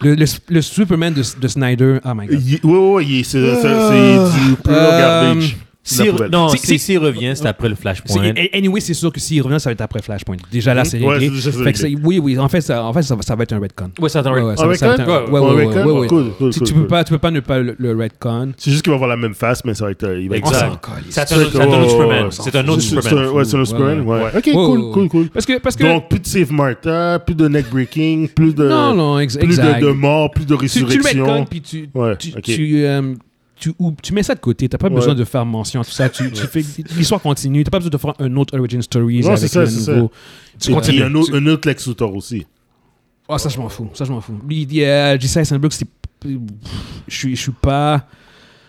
S1: Le, le, le Superman de, de Snyder, oh my god.
S2: Il- ouais, ouais, ouais, il- c'est c'est- c'est du pure
S1: Euh,
S2: garbage. C'est
S3: Si-
S2: la poubelle.
S3: non,
S1: Si-
S3: si-
S1: si-
S3: s'il revient, c'est après le flashpoint.
S1: C'est- Anyway, c'est sûr que s'il revient, ça va être après Flashpoint. Déjà là, c'est
S2: Hmm. Ouais,
S1: réglé.
S2: c'est- c'est- c'est
S1: Fait que c'est- oui, oui, en fait, ça, en fait, ça, va- ça va être un retcon.
S3: Ouais, ça, attends,
S1: Ouais, ouais, ça va-
S2: Un
S1: ça va être
S2: retcon?
S1: un- ouais, ouais,
S2: Ouais,
S1: ouais,
S2: un retcon?
S1: ouais, ouais.
S2: Cool, cool,
S1: Tu-
S2: cool,
S1: Tu peux
S2: cool.
S1: pas, tu peux pas ne pas le, le retcon.
S2: C'est juste qu'il va avoir la même face, mais ça va être. euh, Il va être
S1: On
S3: Exact.
S1: s'en colle,
S3: C'est un
S1: ici.
S3: c'est un autre
S2: Ouais, ouais,
S3: Superman.
S2: ouais,
S3: C'est un autre
S2: C'est- c'est
S3: Superman.
S2: un- Ouais, c'est un autre
S1: Ouais,
S2: Superman.
S1: ouais.
S2: ouais. Ok,
S1: Ouais,
S2: cool,
S1: ouais,
S2: cool,
S1: ouais.
S2: cool.
S1: Parce que, parce que
S2: Donc, plus de Save Martha, plus de neck breaking, plus de.
S1: non, non, ex-
S2: Plus de,
S1: exact.
S2: de morts, plus de
S1: tu, tu le mets de
S2: résurrection.
S1: côté, puis tu,
S2: Ouais,
S1: tu,
S2: ok.
S1: tu, euh, tu, ou- tu mets ça de côté. T'as pas
S2: Ouais.
S1: besoin de faire mention à tout ça. Tu, tu fais l'histoire continue. T'as pas besoin de faire un autre origin story
S2: Non, c'est
S1: avec
S2: ça,
S1: le
S2: c'est
S1: nouveau.
S2: Et puis,
S3: continues.
S2: un autre, un autre Lex Luthor aussi.
S1: Ah, ça je m'en fous. Ça je m'en fous. Lui, il dit, euh, J.C. Eisenberg, c'est, je suis, je suis pas.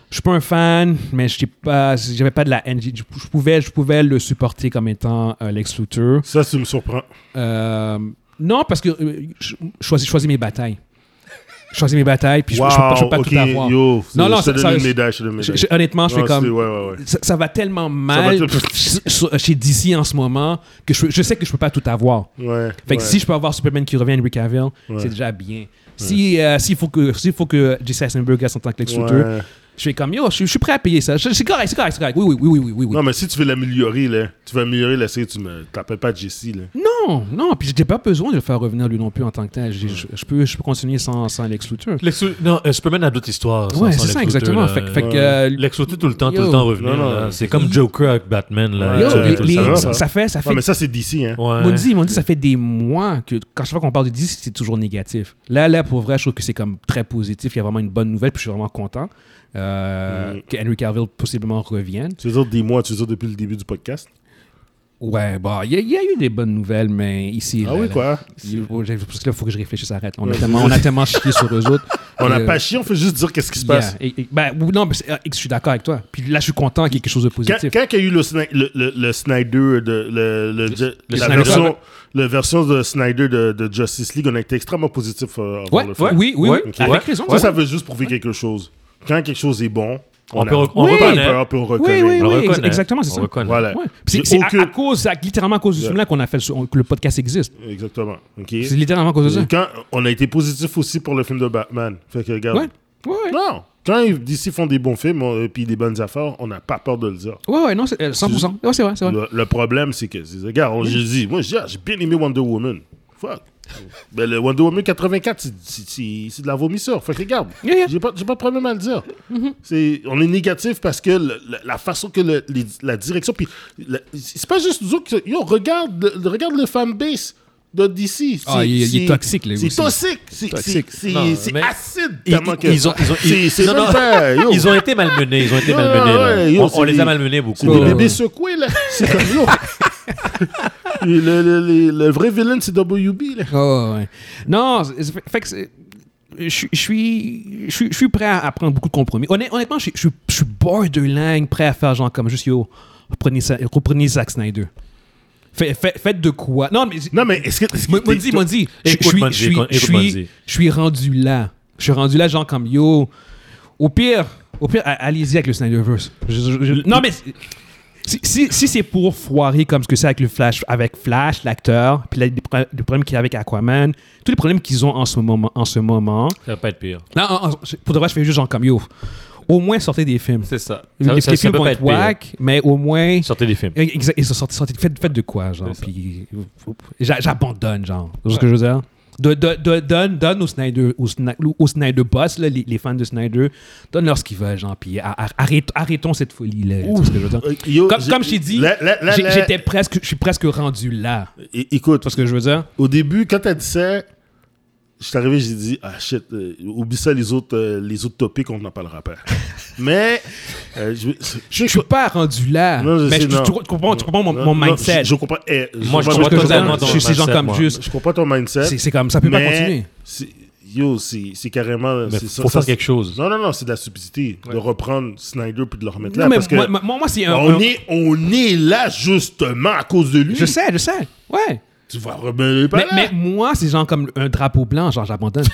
S1: Je suis pas un fan, mais je pas, j'avais pas de la haine. Je je pouvais, je pouvais le supporter comme étant euh, Lex Luthor.
S2: Ça, ça me surprend.
S1: Euh, non, parce que euh, je je choisis, je choisis mes batailles. Je choisis mes batailles, puis je- je ne peux pas
S2: ok,
S1: tout avoir.
S2: Yo,
S1: Non, non,
S2: je te
S1: ça-
S2: donne
S1: ça-
S2: une médaille, je te donne une
S1: Je-
S2: médaille.
S1: je- honnêtement, je fais
S2: Non,
S1: comme.
S2: c'est- Ouais, ouais, ouais.
S1: Ça, ça va tellement mal
S2: Ça va te-
S1: sur- sur- chez DC en ce moment que je, je sais que je peux pas tout avoir.
S2: Ouais,
S1: Fait que
S2: ouais.
S1: si je peux avoir Superman qui revient, Henry Cavill, c'est déjà bien. Si euh, s'il faut que s'il faut que Jesse Eisenberg reste en tant que Lex Luthor,
S2: Ouais.
S1: je fais comme yo, je, je suis prêt à payer ça. Je- C'est correct, c'est correct, c'est correct. Oui, oui, oui, oui, oui, oui. oui.
S2: Non, mais si tu veux l'améliorer, là, tu veux améliorer la série, tu ne t'appelles pas Jessie. Là.
S1: Non, non, puis j'ai pas besoin de le faire revenir lui non plus en tant que tel. J'ai- Je, je peux je peux continuer sans, sans Lex Luthor.
S3: Lex Luthor- Non, euh, Superman a d'autres histoires. sans-
S1: Ouais,
S3: sans
S1: c'est ça
S3: Lex Luthor,
S1: exactement.
S3: là.
S1: Fait, que- fait que
S2: Ouais.
S1: euh,
S3: Lex Luthor tout le temps, tout le
S1: Yo.
S3: temps revenir.
S2: Non, non.
S3: là. C'est comme Joker avec Batman. là.
S1: yo,
S3: Tu-
S2: Ouais,
S1: les-
S3: tu-
S1: les-
S3: ça va,
S2: ça.
S1: ça fait ça fait
S2: Ouais, mais ça, c'est DC. Hein.
S3: Ouais.
S1: Mondi, Mondi, ça fait des mois que quand chaque fois qu'on parle de 10, c'est toujours négatif. Là, là, pour vrai, je trouve que c'est comme très positif. Il y a vraiment une bonne nouvelle, puis je suis vraiment content euh,
S2: Mm.
S1: que Henry Cavill possiblement revienne.
S2: Tu veux dire des mois, tu veux dire depuis le début du podcast.
S1: Ouais, bon, il y, a- il y a eu des bonnes nouvelles, mais ici.
S2: Ah
S1: là,
S2: oui,
S1: là,
S2: quoi.
S1: il- oh, j'ai- Parce que là, il faut que je réfléchisse, arrête. On, a,
S2: Ouais.
S1: tellement, on a tellement chié sur eux autres.
S2: [LAUGHS] On n'a
S1: que-
S2: pas chié, on fait juste dire qu'est-ce qui se passe.
S1: Euh, Yeah. Et- et- ben, ou- non, mais c'est- euh, je suis d'accord avec toi. Puis là, je suis content qu'il y ait quelque chose de
S2: Quand,
S1: positif.
S2: quand il y a eu le, Sni- le, le, le Snyder, de, le, le- de- la,
S1: Snyder
S2: version, la version de Snyder de, de Justice League, on a été extrêmement positif euh, envers
S1: Ouais,
S2: le film.
S1: ouais, oui, oui,
S3: Ouais,
S1: oui.
S3: ok.
S1: Avec
S3: Ouais.
S1: raison.
S2: Ça, ça veut juste prouver quelque chose. Quand quelque chose est bon,
S3: On,
S2: On
S3: peut,
S2: a-
S3: on
S1: Oui,
S2: On
S3: reconnaît.
S2: peut, on peut
S1: Oui,
S2: reconnaître.
S1: oui,
S3: On le
S1: oui, ex-
S3: reconnaît.
S1: exactement, c'est
S3: On
S1: ça.
S3: reconnaît.
S2: Voilà.
S1: Ouais. Puis C'est
S2: J'ai
S1: c'est à-
S2: aucune-
S1: à, cause, à- littéralement à cause de ce
S2: Yeah.
S1: film-là qu'on a fait ce- que le podcast existe.
S2: Exactement. OK.
S1: C'est littéralement à cause de ça.
S2: Et Quand on a été positif aussi pour le film de Batman. Fait que regarde.
S1: Ouais, ouais, ouais.
S2: Non. Quand ils- d'ici font des bons films on- et puis des bonnes affaires, on n'a pas peur de le dire.
S1: Ouais, ouais, non, c'est- euh, 100%. Ouais, c'est vrai, c'est vrai.
S2: Le, le problème, c'est que, c'est- regarde, on- je dis, moi, j'ai j'ai bien aimé Wonder Woman. Fuck. Ben, le Wonder Woman 84, c'est- c'est- c'est c'est de la vomisseur. Fait que regarde,
S1: Yeah, yeah.
S2: j'ai pas, j'ai pas de problème à le dire.
S1: Mhm.
S2: C'est- On est négatif parce que le- la, la façon que le- les- la direction. Puis la- c'est pas juste nous autres. Yo, regarde, le- le- regarde le fanbase de DC.
S1: Ah,
S2: C'est-
S1: il- il est
S2: c'est-
S1: toxique, là,
S2: C'est
S1: aussi.
S2: toxique. C'est-
S1: Toxique.
S2: c'est- C'est
S3: Non,
S2: c'est
S3: mais-
S2: acide.
S3: Ils,
S2: tellement que-
S3: ils- ils ont, ils ont-
S2: C'est-
S3: ils-
S2: c'est
S3: non, non, [LAUGHS]
S2: même pas- yo.
S3: ils ont été malmenés. Ils ont été
S2: Ouais,
S3: malmenés. là.
S2: ouais, yo,
S3: on on
S2: c'est
S3: les a
S2: des-
S3: malmenés beaucoup.
S2: C'est des
S3: là.
S2: bébés secoués, là. C'est comme yo. Et [LAUGHS] le, le- le- le vrai villain, c'est WB, là.
S1: Ah, ouais, ouais. Non, c'est- c'est- fait que c'est- je suis- je suis je suis- je suis prêt à, à prendre beaucoup de compromis. Honnêt- honnêtement, je suis- je suis je suis borderline prêt à faire genre comme juste yo, reprenez, ça, reprenez Zack Snyder. Fait- fait- faites de quoi Non, mais
S2: Non, mais est-ce que. est-ce que-
S1: Mo- Mondi, Mondi, je
S3: Écoute,
S1: je suis-
S3: Mondi,
S1: je suis-
S3: écoute,
S1: je
S3: écoute,
S1: suis
S3: Mondi.
S1: je suis rendu là. Je suis rendu là, genre comme yo. Au pire, au pire, a- allez-y avec le Snyderverse. Je- je- je- non mais si, si, si c'est pour foirer comme ce que c'est avec le Flash, avec Flash, l'acteur, puis là, les, pro- les problèmes qu'il y a avec Aquaman, tous les problèmes qu'ils ont en ce moment, en ce moment.
S3: Ça va pas être pire.
S1: Non, en- en- pour de vrai, je fais juste genre comme yo. Au moins sortez des films.
S3: C'est ça.
S1: Les,
S3: Ça,
S1: les
S3: ça, ça
S1: films
S3: peut
S1: vont
S3: pas
S1: être
S3: être pire.
S1: whack, mais au moins
S3: Sortez des films.
S1: Exact. Ils sont sortis, sortis- faites, faites de quoi, genre.
S3: C'est ça.
S1: Puis j'a- j'abandonne, genre. C'est ce que je veux dire. De- de- de- donne, donne aux Snyder, aux, Sna- aux Snyder Boss, là, les, les fans de Snyder, donne-leur ce qu'ils veulent, genre. Puis a- a- arrête- arrêtons cette folie-là. Tu vois ce que je veux dire?
S2: Euh, yo,
S1: Comme,
S2: j'ai-
S1: comme je t'ai dit,
S2: là, là, là,
S1: j'ai-
S2: là,
S1: j'étais presque, je suis presque rendu là. Tu
S2: é- Écoute,
S1: vois ce que je veux dire?
S2: au début, quand t'as dit ça, je suis arrivé, j'ai dit, ah shit, euh, oublie ça, les autres, euh, les autres topics, on n'en parlera
S1: [LAUGHS]
S2: pas. mais, euh, je,
S1: Je suis pas rendu là.
S2: Non, je
S1: mais
S2: sais,
S1: je- tu,
S2: non.
S1: tu comprends, tu comprends mon,
S2: Non,
S1: mon
S2: non,
S1: mindset.
S2: Je, je comprends. eh,
S3: Moi, je
S1: Tu vois ce que
S3: comprends
S1: je veux dire?
S3: totalement ton
S1: Je suis genre
S3: mindset,
S1: comme
S3: moi.
S1: juste.
S2: Je comprends ton mindset.
S1: c'est- C'est comme ça, peut pas continuer.
S2: mais c'est- Yo, c'est c'est carrément.
S3: Mais
S2: c'est ça-
S3: faut
S2: ça,
S3: faire quelque chose.
S2: Non, non, non, c'est de la stupidité de reprendre Snyder puis de le remettre là.
S1: Non, mais
S2: parce que
S1: moi, moi, moi, c'est un-
S2: on,
S1: un-
S2: est, on est là justement à cause de lui.
S1: Je sais, je sais. Ouais.
S2: Tu vas remettre pas
S1: Mais,
S2: là.
S1: mais moi, c'est genre comme un drapeau blanc, genre
S3: [LAUGHS]
S1: j'abandonne.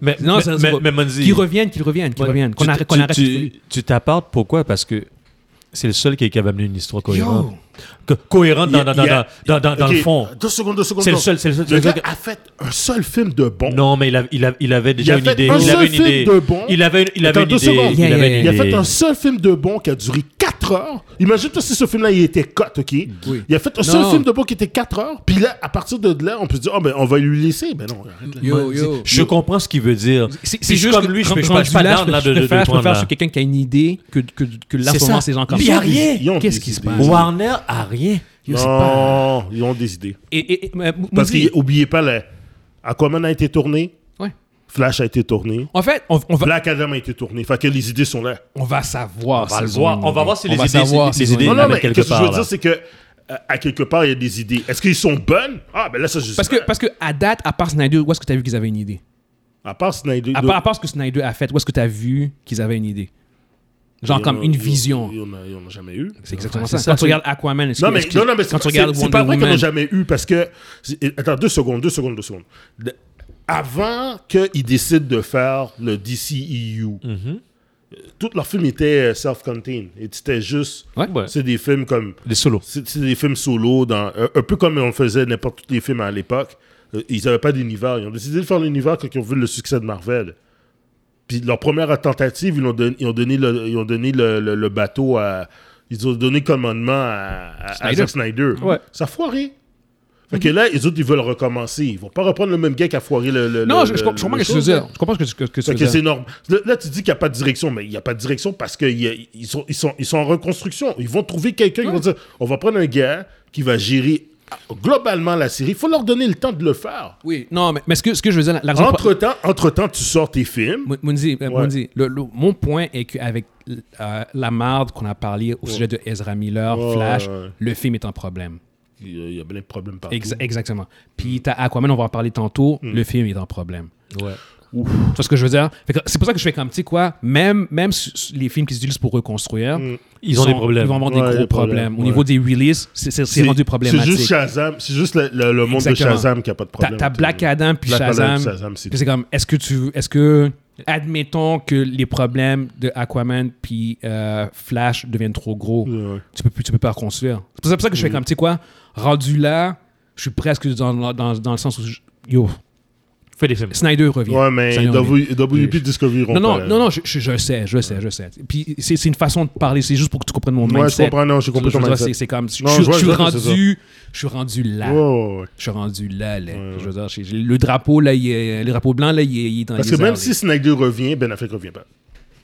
S3: Mais,
S1: Non,
S3: mais,
S1: ça-
S3: mais,
S1: ça-
S3: mais Monzi,
S1: Qu'ils reviennent, qu'ils reviennent, qu'ils
S3: Ouais.
S1: reviennent. Qu'on
S3: Tu-
S1: arrête,
S3: tu-
S1: qu'on arrête.
S3: tu- Tu t'apportes pourquoi Parce que c'est le seul qui est capable d'une histoire cohérente.
S1: Yo.
S3: Co- cohérente dans,
S2: Il y a-
S3: dans,
S2: il y a-
S3: dans, dans, dans, dans
S2: Ok,
S3: le fond.
S2: Deux secondes, deux secondes.
S3: C'est le
S2: deux
S3: seul- c'est le seul-
S2: Le
S3: c'est le
S2: gars
S3: seul-
S2: a fait un seul film de bon.
S3: Non, mais il, a- il, a- il avait déjà
S2: a
S3: une
S2: fait
S3: idée.
S2: un
S3: il
S2: seul
S3: avait une
S2: film
S3: idée.
S2: de bon.
S3: Il avait une, il avait une
S2: Attends, deux
S3: idée.
S2: secondes.
S3: Il,
S1: Yeah,
S3: avait
S1: yeah,
S3: une
S2: Il a
S3: idée.
S2: fait un seul film de bon qui a duré 4 heures. Imagine-toi si ce film-là, il était cut, OK?
S1: Oui.
S2: Il a fait un seul
S1: Non.
S2: film de bon qui était 4 heures. Puis là, à partir de là, on peut dire, oh, ben, on va lui laisser. Ben non, arrête là.
S1: Yo, yo.
S3: Je comprends ce qu'il veut dire. Puis je suis comme lui, je ne
S1: suis
S3: suis pas down là de
S1: Je
S3: de- de
S1: préfère, je
S3: prendre
S1: préfère
S3: là.
S1: sur quelqu'un qui a une idée que, que, que là, en
S3: C'est
S1: ce moment,
S3: ça.
S1: c'est genre comme
S3: Il y a rien.
S2: Ils ont
S1: Qu'est-ce
S2: des
S1: qui se
S2: idées.
S1: passe?
S3: Warner a rien.
S1: Yo, c'est pas-
S2: Non, ils ont des idées.
S1: Et- et- et- mais-
S2: Parce
S1: Moody,
S2: qu'oubliez pas, la... Aquaman a été tourné,
S1: ouais.
S2: Flash a été tourné,
S1: En fait, on, on va,
S2: Black Adam a été tourné. Fait que les idées sont là.
S1: on va savoir.
S3: On va le
S1: s'ils
S3: voir.
S1: ont une
S3: On va voir si les
S1: va
S3: idées-
S1: savoir
S3: les
S1: s'ils ont
S3: idées-
S1: une
S2: Non, non,
S3: avait
S2: mais
S3: quelque
S2: qu'est-ce que je
S3: part,
S2: veux
S3: là.
S2: dire, c'est que euh, à quelque part, il y a des idées. Est-ce qu'ils sont bonnes? Ah, ben là, ça, je sais
S1: Parce que,
S2: pas.
S1: parce que à date, à part Snyder, où est-ce que tu as vu qu'ils avaient une idée?
S2: À part Snyder...
S1: À part, à part ce que Snyder a fait, où est-ce que tu as vu qu'ils avaient une idée? Genre
S2: il y en
S1: comme
S2: a-
S1: une
S2: il y en a-
S1: vision.
S2: Il y en a- il y en a jamais eu.
S1: C'est exactement
S3: Ouais,
S1: ça.
S3: c'est ça,
S1: Quand tu
S3: c'est-
S1: regardes Aquaman, est-ce
S2: Non,
S1: que-
S2: mais,
S1: est-ce que-
S2: non, non, mais
S1: quand
S2: c'est
S1: tu regardes
S2: c'est- c'est pas
S1: Wonder
S2: vrai qu'on n'a
S1: Woman,
S2: jamais eu parce que. c'est- Attends, deux secondes, deux secondes, deux secondes. Le- Avant qu'ils décident de faire le E DCEU,
S1: Mhm.
S2: euh, tous leurs films étaient euh, self-contained. Et C'était juste.
S1: Ouais.
S3: Ouais.
S2: C'est des films comme.
S3: Des solos.
S2: C'est c'est des films solo, dans, un, un peu comme on faisait n'importe tous les films à l'époque. Euh, Ils n'avaient pas d'univers. Ils ont décidé de faire l'univers quand ils ont vu le succès de Marvel. Puis leur première tentative, ils ont donné, ils ont donné, le, ils ont donné le, le- le bateau à. Ils ont donné commandement à, à- à
S1: Snyder.
S2: Zack Snyder.
S1: Ouais.
S2: Ça a foiré. Fait que là, les autres, ils veulent recommencer. Ils vont pas reprendre le même gars qui a foiré le. le-
S1: Non,
S2: le-
S1: je, je
S2: le-
S1: comprends- je comprends
S2: le
S1: ce que tu veux
S2: chose,
S1: dire.
S2: là.
S1: Je comprends ce que tu- que- que tu
S2: euh, Fait
S1: veux
S2: que c'est
S1: dire.
S2: énorme. Là, là, tu dis qu'il n'y a pas de direction, mais il n'y a pas de direction parce qu'ils ils sont, ils sont, ils sont en reconstruction. Ils vont trouver quelqu'un, ils vont dire on va prendre un gars qui va gérer globalement la série. Il faut leur donner le temps de le faire.
S1: Oui, non, mais, mais ce, que, ce que je veux dire, la raison pour-
S2: Entre-temps, entre-temps tu sors tes films.
S1: Mo- Mounzi, euh,
S2: Ouais.
S1: Mounzi, le- le- mon point est qu'avec euh, la marde qu'on a parlé au sujet de Ezra Miller,
S2: Ouais,
S1: Flash,
S2: ouais. Ah,
S1: le film est un problème.
S2: Il y a- il y a plein de problèmes partout.
S1: Ex- exactement. Puis t'as Aquaman, on va en parler tantôt,
S2: Hmm.
S1: le film est un problème.
S3: Ouais.
S1: Tu vois ce que je veux dire? Fait que C'est pour ça que je fais comme, tu sais quoi, même, même su- su- les films qui s'utilisent pour reconstruire,
S2: Hmm.
S3: Ils ont
S1: sont-
S3: des problèmes.
S1: Ils vont avoir des
S2: Ouais,
S1: gros
S2: des problèmes,
S1: problèmes. Au
S2: ouais.
S1: niveau des releases, c'est- c'est c'est rendu problématique.
S2: C'est juste Shazam, c'est juste le, le- le monde
S1: Exactement.
S2: de Shazam qui n'a pas de
S1: T'as
S2: problème.
S1: t'as Black Adam puis
S2: Black Adam,
S1: Shazam.
S2: Shazam, c'est
S1: puis c'est comme, est-ce que tu, est-ce que admettons que les problèmes de Aquaman puis euh, Flash deviennent trop gros.
S2: Ouais, ouais.
S1: Tu peux plus, tu peux pas reconstruire. C'est pour ça- pour ça que je fais
S2: Mhm.
S1: comme, tu sais quoi, rendu là, je suis presque dans, dans, dans le sens où, je- yo,
S3: Fais des films.
S1: Snyder revient.
S2: Ouais, mais
S1: Snyder revient.
S2: W- WP Discovery
S1: Non, non, non, non, je, je- je sais, je sais, je sais. Puis c'est c'est une façon de parler, c'est juste pour que tu comprennes mon
S2: Ouais, je
S1: mindset.
S2: comprends, non, je comprends
S1: Je
S2: ton
S1: veux dire, c'est-
S2: mindset.
S1: C'est comme, je,
S2: Non,
S1: je-
S2: je vois
S1: je suis
S2: exactement, c'est
S1: rendu, je suis rendu là.
S2: Ouais, ouais, ouais.
S1: Je suis rendu là, là.
S2: Ouais,
S1: Je veux dire, j'ai- j'ai- le drapeau, là, il est- le drapeau blanc, là, il est, il est dans
S2: Parce
S1: les
S2: que même
S1: airs,
S2: si Snyder revient, Ben Affleck revient pas.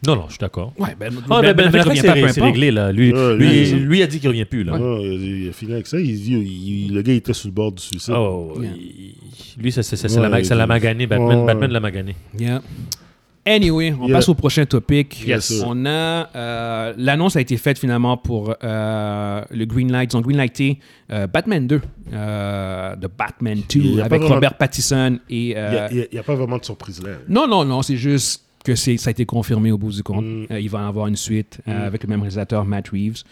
S3: Non, non, je suis d'accord.
S1: là. Ouais, ben, ben,
S3: Ah,
S1: ben,
S3: ben, ben,
S1: Affleck
S3: Affleck,
S1: revient
S3: c'est
S1: pas, peu
S3: ré- c'est
S1: importe.
S3: réglé, là. Lui,
S2: Ouais,
S3: lui,
S2: lui,
S3: lui a dit qu'il revient plus, là.
S2: Non, Ah, il, il a fini avec ça. Il, dit- il- il- le gars, il était sur le bord du suicide.
S1: Ah
S3: Oh,
S1: Yeah.
S3: il- lui, ça, ça, ça,
S2: Ouais,
S3: ça l'a ma- ça l'a magané. Batman,
S2: ouais.
S3: Batman l'a magané.
S1: Yeah. Anyway, on
S2: Yeah.
S1: passe au prochain topic.
S2: Yes.
S1: On a euh, l'annonce a été faite finalement pour euh, le Green Light. Ils ont greenlighté euh, Batman 2, euh, The Batman 2,
S2: Il y a pas
S1: avec
S2: vraiment-
S1: Robert Pattinson et euh,
S2: Il n'y a, pas vraiment de surprise là.
S1: Non, non, non, c'est juste que c'est, ça a été confirmé au bout du compte.
S2: Mm.
S1: Euh, il va en avoir une suite
S3: Mm.
S1: euh, avec le même réalisateur, Matt Reeves,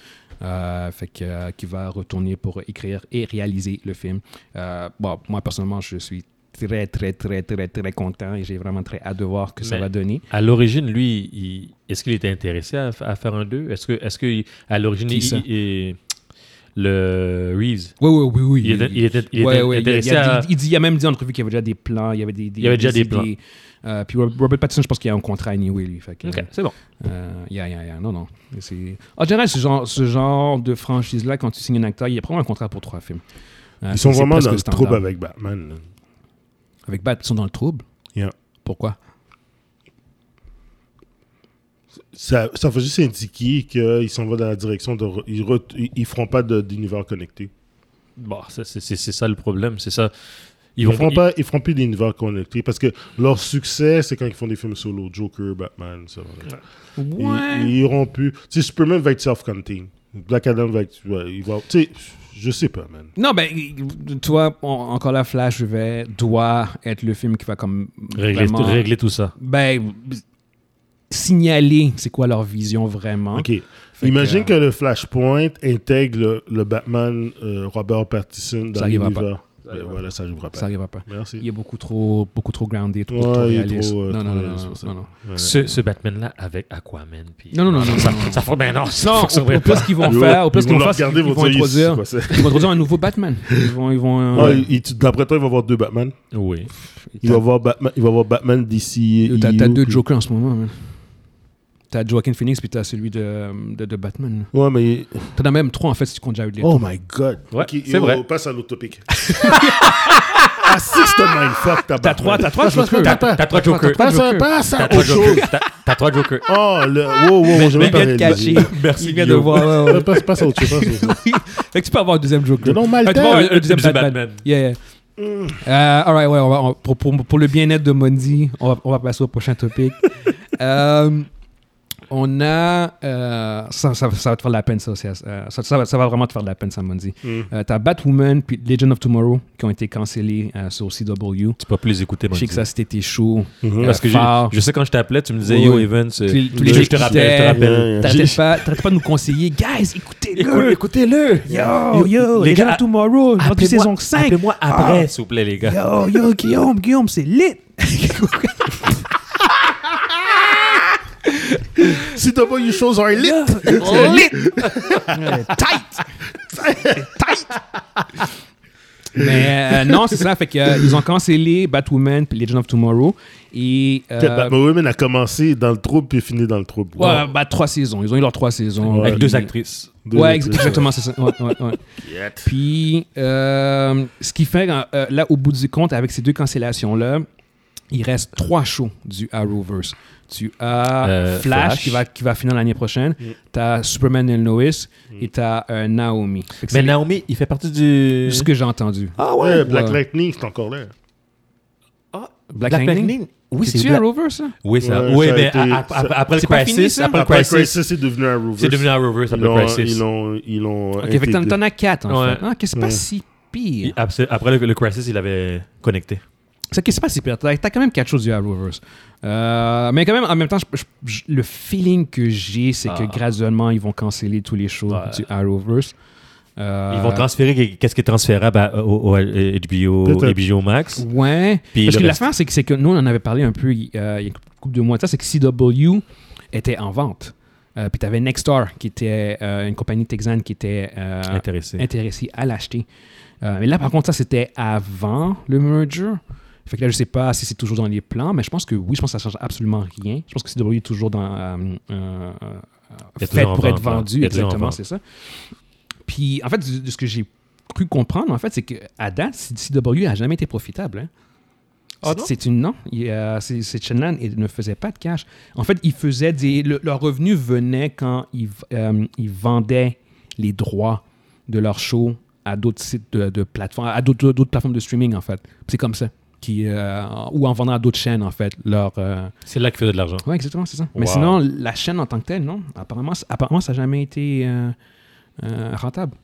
S1: euh, fait que, euh, qui va retourner pour écrire et réaliser le film. Euh, bon, moi, personnellement, je suis très, très, très, très, très content et j'ai vraiment très hâte de voir que ça
S3: Mais-
S1: va donner.
S3: À l'origine, lui, il- est-ce qu'il était intéressé à, à faire un 2 Est-ce que, est-ce que, il- à l'origine,
S1: Qui
S3: il-
S1: ça?
S3: il- il- le Reeves,
S1: Oui, oui, oui, oui.
S3: il était, il était, il
S1: Ouais,
S3: était
S1: ouais, il, y a- il
S3: intéressé
S1: y a
S3: à.
S1: des- il dit- il a même dit en entrevue qu'il y avait déjà des plans, il y avait des,
S3: Il y avait déjà des plans.
S1: idées. Euh, puis Robert Robert Pattinson, je pense qu'il y a un contrat anyway, lui. Fait que,
S3: Ok, c'est bon.
S1: Euh, yeah, yeah, yeah. Non, non. C'est- En général, ce genre, ce genre de franchise-là, quand tu signes un acteur, il y a probablement un contrat pour trois films. Euh,
S2: Ils sont
S1: c'est
S2: vraiment
S1: presque
S2: dans le
S1: standard.
S2: trouble avec Batman. là.
S1: Avec Bat, ils sont dans le trouble.
S2: Yeah.
S1: Pourquoi
S2: Ça, ça va juste indiquer qu'ils s'en vont dans la direction de. re- Ils, re- ils- ils feront pas de- d'univers connecté.
S3: Bon, ça, c'est, c'est, c'est ça le problème, c'est ça.
S2: Ils,
S3: Ils vont
S2: feront
S3: ils-
S2: pas, ils feront plus d'univers connecté parce que leur succès, c'est quand ils font des films solo, Joker, Batman, ça. va. Ils- Ils, iront plus. Tu sais, Superman va être self-contained. Black Adam va être. ouais, il va- tu sais, je sais pas, man.
S1: Non, ben, toi, on- encore la Flash vais, doit être le film qui va comme.
S3: régler,
S1: vraiment-
S3: régler tout ça.
S1: Ben, signaler c'est quoi leur vision vraiment.
S2: Ok.
S1: Fait
S2: Imagine
S1: que, euh,
S2: que, le Flashpoint intègre le, le Batman euh, Robert Pattinson dans
S1: Ça arrivera pas.
S2: l'univers. Ben voilà, ça arrivera pas.
S1: Ça n'arrivera pas.
S2: Merci.
S1: Il est beaucoup trop, beaucoup trop groundé, trop,
S2: Ouais,
S1: trop
S2: il est
S1: réaliste.
S2: trop, euh,
S1: non,
S2: trop
S1: non, non,
S2: réaliste
S1: non,
S2: pour ça.
S1: non, non.
S2: Ouais.
S3: Ce, ce Batman-là avec Aquaman. Puis...
S1: Non, non, non, non,
S3: ça,
S1: non, non.
S3: ça fera- ben non, ça
S1: Non,
S3: fera- ça
S1: au,
S3: fera
S1: au plus qu'ils vont
S2: Ils
S1: faire,
S2: vont-
S1: au plus
S2: ils
S1: qu'ils
S2: vont
S1: vont
S2: le
S1: faire, c'est
S2: regarder,
S1: qu'ils
S2: ils vont
S1: vont
S2: dire, c'est
S1: introduire,
S2: quoi ça?
S1: ils vont introduire un nouveau Batman. Ils vont, ils vont.
S2: Ah,
S1: euh,
S2: il- il- tu- D'après toi, il va avoir deux Batman.
S3: Oui.
S2: Il va avoir Batman, il va avoir Batman E d'ici.
S1: t'as, t'as
S2: EU,
S1: deux
S2: puis-
S1: Jokers en ce moment. man. T'as Joaquin Phoenix puis t'as celui de, de, de Batman.
S2: Ouais, mais.
S1: T'en as même trois en fait si tu comptes Jared Leto.
S2: Oh my god.
S3: Ouais,
S2: Ok,
S3: c'est
S2: on
S3: vrai.
S2: passe à l'autre topic. [LAUGHS] ah, si, c'est un mindfuck,
S1: t'as trois, t'as trois, je pense que
S3: T'as t'as trois Jokers.
S1: T'as trois
S2: Passe à,
S1: Jokers.
S2: passe à
S3: T'as
S2: autre
S3: trois
S2: chose.
S3: Jokers. T'as- T'as trois Jokers.
S2: Oh, le. Wow, wow, j'ai même pas
S1: vient de
S2: réalisé.
S1: catcher. Il vient de
S3: Guillaume.
S1: voir. ouais, ouais.
S2: [LAUGHS] Ouais, Passe passe à autre chose. passe à autre chose.
S1: [LAUGHS] Fait que tu peux avoir un deuxième Joker.
S2: Mais non, mal
S1: Ah, tu
S2: temps.
S1: vois, un, un
S3: Un
S1: deuxième
S3: deuxième
S1: Batman.
S3: Batman.
S1: Yeah, yeah.
S3: Mm.
S1: Euh, all right, ouais, on va- on- pour, pour- pour le bien-être de Mondi, on va, on va passer au prochain
S3: [LAUGHS]
S1: topic. Euh, on a. euh, ça, ça- ça va te faire de la peine, ça aussi. euh, ça, ça va, ça va vraiment te faire de la peine, ça, Mondi.
S2: Mm.
S1: Euh, T'as Batwoman puis Legend of Tomorrow qui ont été cancellés euh, sur CW.
S3: Tu peux plus les écouter,
S1: Je
S3: moi.
S1: sais que ça, c'était tes shows.
S2: Mhm.
S3: Mm-hmm. Parce que j'ai-
S1: Fort.
S3: je sais quand je t'appelais, tu me disais
S1: Oui,
S3: Yo
S1: oui.
S3: Evans. euh,
S1: Tous les- tous les
S3: je-
S1: jeux
S3: je te
S1: qui
S3: rappelle, je te
S1: étaient-
S3: rappelle.
S1: T'arrêtais pas, t'arrêtais pas de nous conseiller. Guys, écoutez-le!
S3: Écoutez-le.
S1: Yo, yo,
S3: les
S1: Legend
S3: gars,
S1: of Tomorrow, rendu
S3: appelez-moi-
S1: saison Ah. 5.
S3: Appelez-moi après, s'il vous plaît, les gars.
S1: Yo, yo, Guillaume, Guillaume, c'est lit!
S2: Si t'as pas eu choses are lit.
S1: C'est
S2: [LAUGHS]
S1: lit! Euh, Tight! Tight! Mais euh, non, c'est ça. Fait que, euh, ils ont cancellé Batwoman puis Legend of Tomorrow. Et. euh,
S2: Batman Women a commencé dans le trouble puis fini dans le trouble.
S1: ouais, bah, trois saisons. Ils ont eu leurs trois saisons.
S3: Avec
S1: Puis-
S3: deux actrices.
S2: Deux
S1: Ouais, ex-
S2: actrices,
S1: exactement, c'est ça. Ouais, ouais, ouais. Puis, euh, ce qui fait, euh, là, au bout du compte, avec ces deux cancellations-là, il reste trois shows du Arrowverse. Tu as
S3: Euh,
S1: Flash,
S3: Flash.
S1: Qui, va, qui va finir l'année prochaine,
S2: Mm.
S1: tu as Superman et Lois, et tu as euh, Naomi. Fait que
S3: Mais
S1: c'est
S3: Naomi, il fait partie du.
S1: ce que j'ai entendu.
S3: Ah
S2: Ouais,
S3: ouais. Ah,
S2: Black
S1: Ouais.
S2: Lightning, c'est encore là.
S1: Black,
S3: Black
S1: Lightning?
S3: Lightning. Oui,
S1: C'est-tu
S3: c'est Black-
S1: Arrowverse, ça?
S3: Oui, ça.
S2: Ouais,
S3: oui,
S2: ça a
S3: mais
S2: été-
S3: à- à-
S2: ça-
S3: après le
S1: C'est pas fini,
S3: Crisis,
S1: ça?
S3: après le
S2: Après
S3: Crisis,
S2: Crisis, c'est devenu un Rovers.
S3: c'est devenu un reverse
S2: Ils
S3: après
S2: l'ont,
S3: le
S2: ils
S3: Crisis.
S2: l'ont, ils l'ont
S1: Ok, fait que t'en-
S2: intégré.
S1: t'en as quatre, en
S3: Ouais.
S1: fait. Ah, ok, c'est pas
S2: Ouais. Mm.
S1: si
S3: Il-
S1: pire.
S3: abs- Après le, le Crisis, il avait connecté.
S1: C'est que c'est pas si pire. T'as t'as quand même quatre choses du Arrowverse. Euh, mais quand même, en même temps, je- je- je- le feeling que j'ai, c'est
S3: Ah.
S1: que graduellement, ils vont canceller tous les shows
S3: Ouais.
S1: du Arrowverse. Euh,
S3: Ils vont transférer qu'est-ce qui est transférable à- euh, au, au- à HBO,
S2: Peut-être.
S3: HBO Max.
S1: Ouais.
S3: Puis
S1: Parce
S3: le
S1: que
S3: reste-
S1: l'affaire, c'est que, c'est que nous, on en avait parlé un peu euh, il y a une couple de mois de ça, c'est que CW était en vente. Euh, puis tu avais Nextstar, qui était euh, une compagnie texane qui était euh,
S3: Intéressé.
S1: intéressée à l'acheter. Euh, mais là, par contre, ça, c'était avant le merger. Fait que là, je sais pas si c'est toujours dans les plans, mais je pense que oui, je pense que ça change absolument rien. Je pense que CW est toujours dans. euh, euh, euh,
S3: Il y
S1: fait
S3: a toujours en
S1: pour être
S3: vente, là. Il
S1: vendu,
S3: y a toujours en
S1: exactement,
S3: vente.
S1: c'est ça. Puis, en fait, du- de ce que j'ai cru comprendre, en fait, c'est qu'à date, CW n'a jamais été profitable. hein.
S3: Ah
S1: C'est-
S3: non?
S1: c'est une non. Il, euh, c'est- cette chaîne-là elle ne faisait pas de cash. En fait, ils faisaient des. le- leur revenu venait quand ils, v- euh, ils vendaient les droits de leur show à d'autres sites de, de plateformes, à d'autres d'autres plateformes de streaming, en fait. C'est comme ça. Qui, euh, ou en vendant à d'autres chaînes, en fait, leur. euh,
S3: C'est là qu'ils faisaient de l'argent.
S1: oui, exactement, c'est ça. Mais
S3: Wow.
S1: sinon, la chaîne en tant que telle, non. Apparemment, c- apparemment ça n'a jamais été euh, euh, rentable.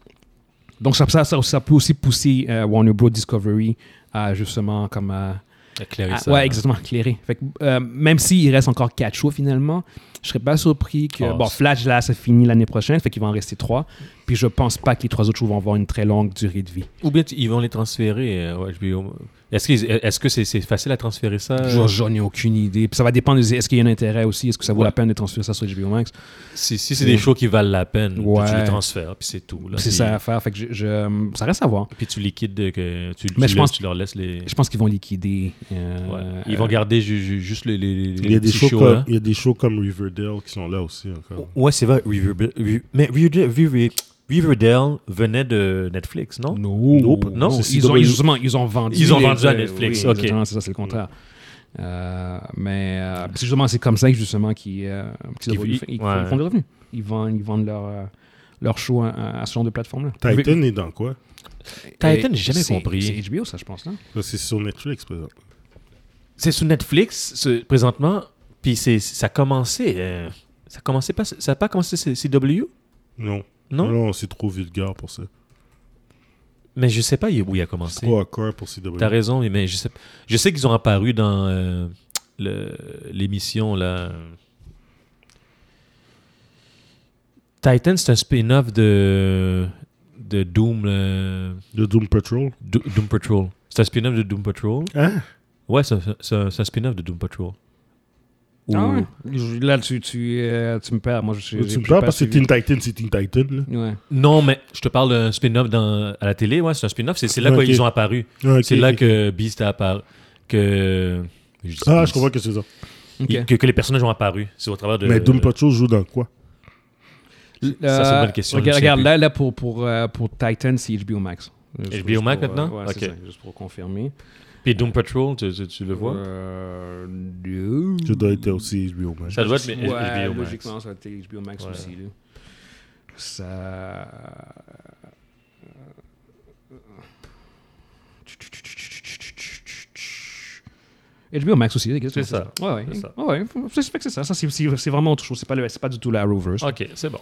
S1: Donc, ça, ça, ça, ça peut aussi pousser euh, Warner Bros. Discovery à justement comme à-
S3: Éclairer
S1: à-
S3: ça.
S1: ouais, exactement, éclairer. Fait que, euh, même s'il reste encore 4 shows finalement, je serais pas surpris que.
S3: Oh,
S1: bon,
S3: c'est-
S1: Flash, là, ça finit l'année prochaine, fait qu'il va en rester 3. Puis je pense pas que les 3 autres shows vont avoir une très longue durée de vie.
S3: Ou bien tu- ils vont les transférer euh, au HBO. Est-ce qu'ils- est-ce que c'est c'est facile à transférer ça euh,
S1: Genre, J'en ai aucune idée. Puis ça va dépendre de- est-ce qu'il y a un intérêt aussi, est-ce que ça vaut
S3: Ouais.
S1: la peine de transférer ça sur HBO Max.
S3: Si, si c'est des shows qui valent la peine, puis tu
S1: Ouais.
S3: les transfères, puis c'est tout. là.
S1: C'est
S3: Puis-
S1: ça à faire. Fait que je, je- ça reste à voir.
S3: Puis tu liquides, euh, que tu, tu
S1: Mais je
S3: leur-
S1: pense-
S3: tu leur laisses les.
S1: Je pense qu'ils vont liquider. euh,
S3: Ouais.
S1: euh,
S3: Ils vont garder ju- ju- juste les, les, les- les
S2: Il y, a des
S3: petits
S2: shows
S3: shows, hein.
S2: comme,
S3: là.
S2: il y a des shows comme Riverdale qui sont là aussi encore.
S3: Ouais, c'est vrai. River- Ri- mais River- River- Riverdale venait de Netflix, non?
S1: Non,
S2: Nope.
S1: non,
S3: Non,
S1: ils,
S3: c'est
S1: ont,
S3: CW.
S1: ils, justement, ils ont vendu.
S3: Ils ont
S1: les-
S3: vendu à
S1: euh,
S3: Netflix,
S1: oui,
S3: ok.
S1: exactement, c'est ça, c'est le contraire. Euh, mais euh, c'est justement, c'est comme ça que justement qu'ils euh, qu'ils
S3: Qu'ils-
S1: font- ils, ils font-
S3: ouais.
S1: font des revenus. Ils vendent, ils vendent leur, euh, leur show à, à ce genre de plateforme-là.
S2: Titan est dans quoi
S1: Et-
S3: Titan, j'ai jamais
S1: c'est-
S3: compris.
S1: C'est HBO, ça, je pense. non?
S2: Ça, C'est sur Netflix, par exemple.
S3: C'est sur Netflix ce- présentement, puis c'est- ça a commencé. euh, ça a commencé pas, ça a pas commencé C- CW,
S2: Non.
S3: non?
S2: Non, c'est trop vulgaire pour ça.
S3: Mais je sais pas y- où il a
S2: C'est
S3: commencé.
S2: trop hardcore pour CW.
S3: T'as raison, mais- mais je sais, je sais qu'ils ont apparu dans euh, le- l'émission là. Titan, c'est un spin-off de, de Doom, euh,
S2: Le Doom Patrol
S3: Do- Doom Patrol. C'est un spin-off de Doom Patrol.
S2: Hein
S3: Ouais, c'est un- c'est un, c'est un spin-off de Doom Patrol. Ou-
S1: Ah ouais. Je- Là, tu, tu, euh, tu me perds. Moi, je suis.
S2: Tu me parles parce que Teen Titan, c'est Teen Titan. là.
S1: Ouais.
S3: Non, mais je te parle d'un spin-off dans- à la télé. Ouais, c'est un spin-off. C'est c'est là
S2: Ok.
S3: qu'ils ont apparu.
S2: Ah, ok,
S3: C'est là
S2: ok.
S3: que Beast a apparu. Que, je dis
S2: Ah,
S3: Beast.
S2: je comprends que c'est ça.
S1: Ok.
S3: Il- que, que les personnages ont apparu. C'est au travers de.
S2: Mais Doom Patrol joue dans quoi
S3: Ça, c'est une bonne question, je
S1: euh, Regarde,
S3: me
S1: regarde,
S3: souviens
S1: là, là pour, pour, euh, pour Titan, c'est HBO Max. Euh,
S3: HBO
S1: juste
S3: Max
S1: pour,
S3: maintenant?
S1: euh, ouais, c'est
S3: Ok.
S1: ça, juste pour confirmer.
S3: Puis Doom Patrol, tu, tu- tu le vois
S1: Euh, deux.
S2: Je dois être aussi HBO, man.
S3: Ça doit être mais-
S1: Ouais,
S3: HBO Max.
S1: logiquement, ça va être HBO Max
S3: Ouais.
S1: aussi. là. euh, Ça. HBO Max aussi, exactement,
S3: C'est ça.
S1: Ouais, ouais.
S3: C'est ça.
S1: Ouais, ouais. Je suspecte que c'est ça. Ça, c'est- c'est c'est vraiment autre chose. C'est pas, le- c'est pas du tout la Rovers.
S3: Ok, c'est bon.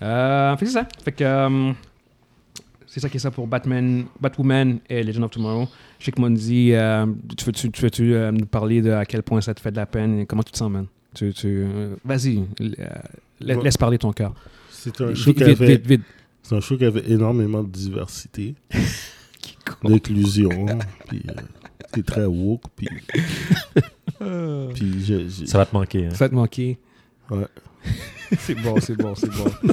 S1: Euh, fait que c'est ça. Fait que euh, c'est ça qui est ça pour Batman, Batwoman et Legend of Tomorrow. Sheikh Mondi, euh, tu veux-tu tu veux-tu, euh, nous parler de à quel point ça te fait de la peine et comment tu te sens, man? Tu, tu, euh, Vas-y, l- euh, la-
S2: Ouais.
S1: laisse parler ton cœur.
S2: C'est un, show
S1: Vite,
S2: qui
S1: vite,
S2: avait-
S1: vite, vite.
S2: c'est un show qui avait énormément de diversité,
S1: Oh. [LAUGHS]
S2: d'inclusion, puis euh, c'est très woke, puis, puis j'ai- j'ai-
S3: Ça va te manquer. hein.
S1: Ça va te manquer.
S2: Ouais.
S1: [LAUGHS] c'est bon, c'est bon, c'est bon.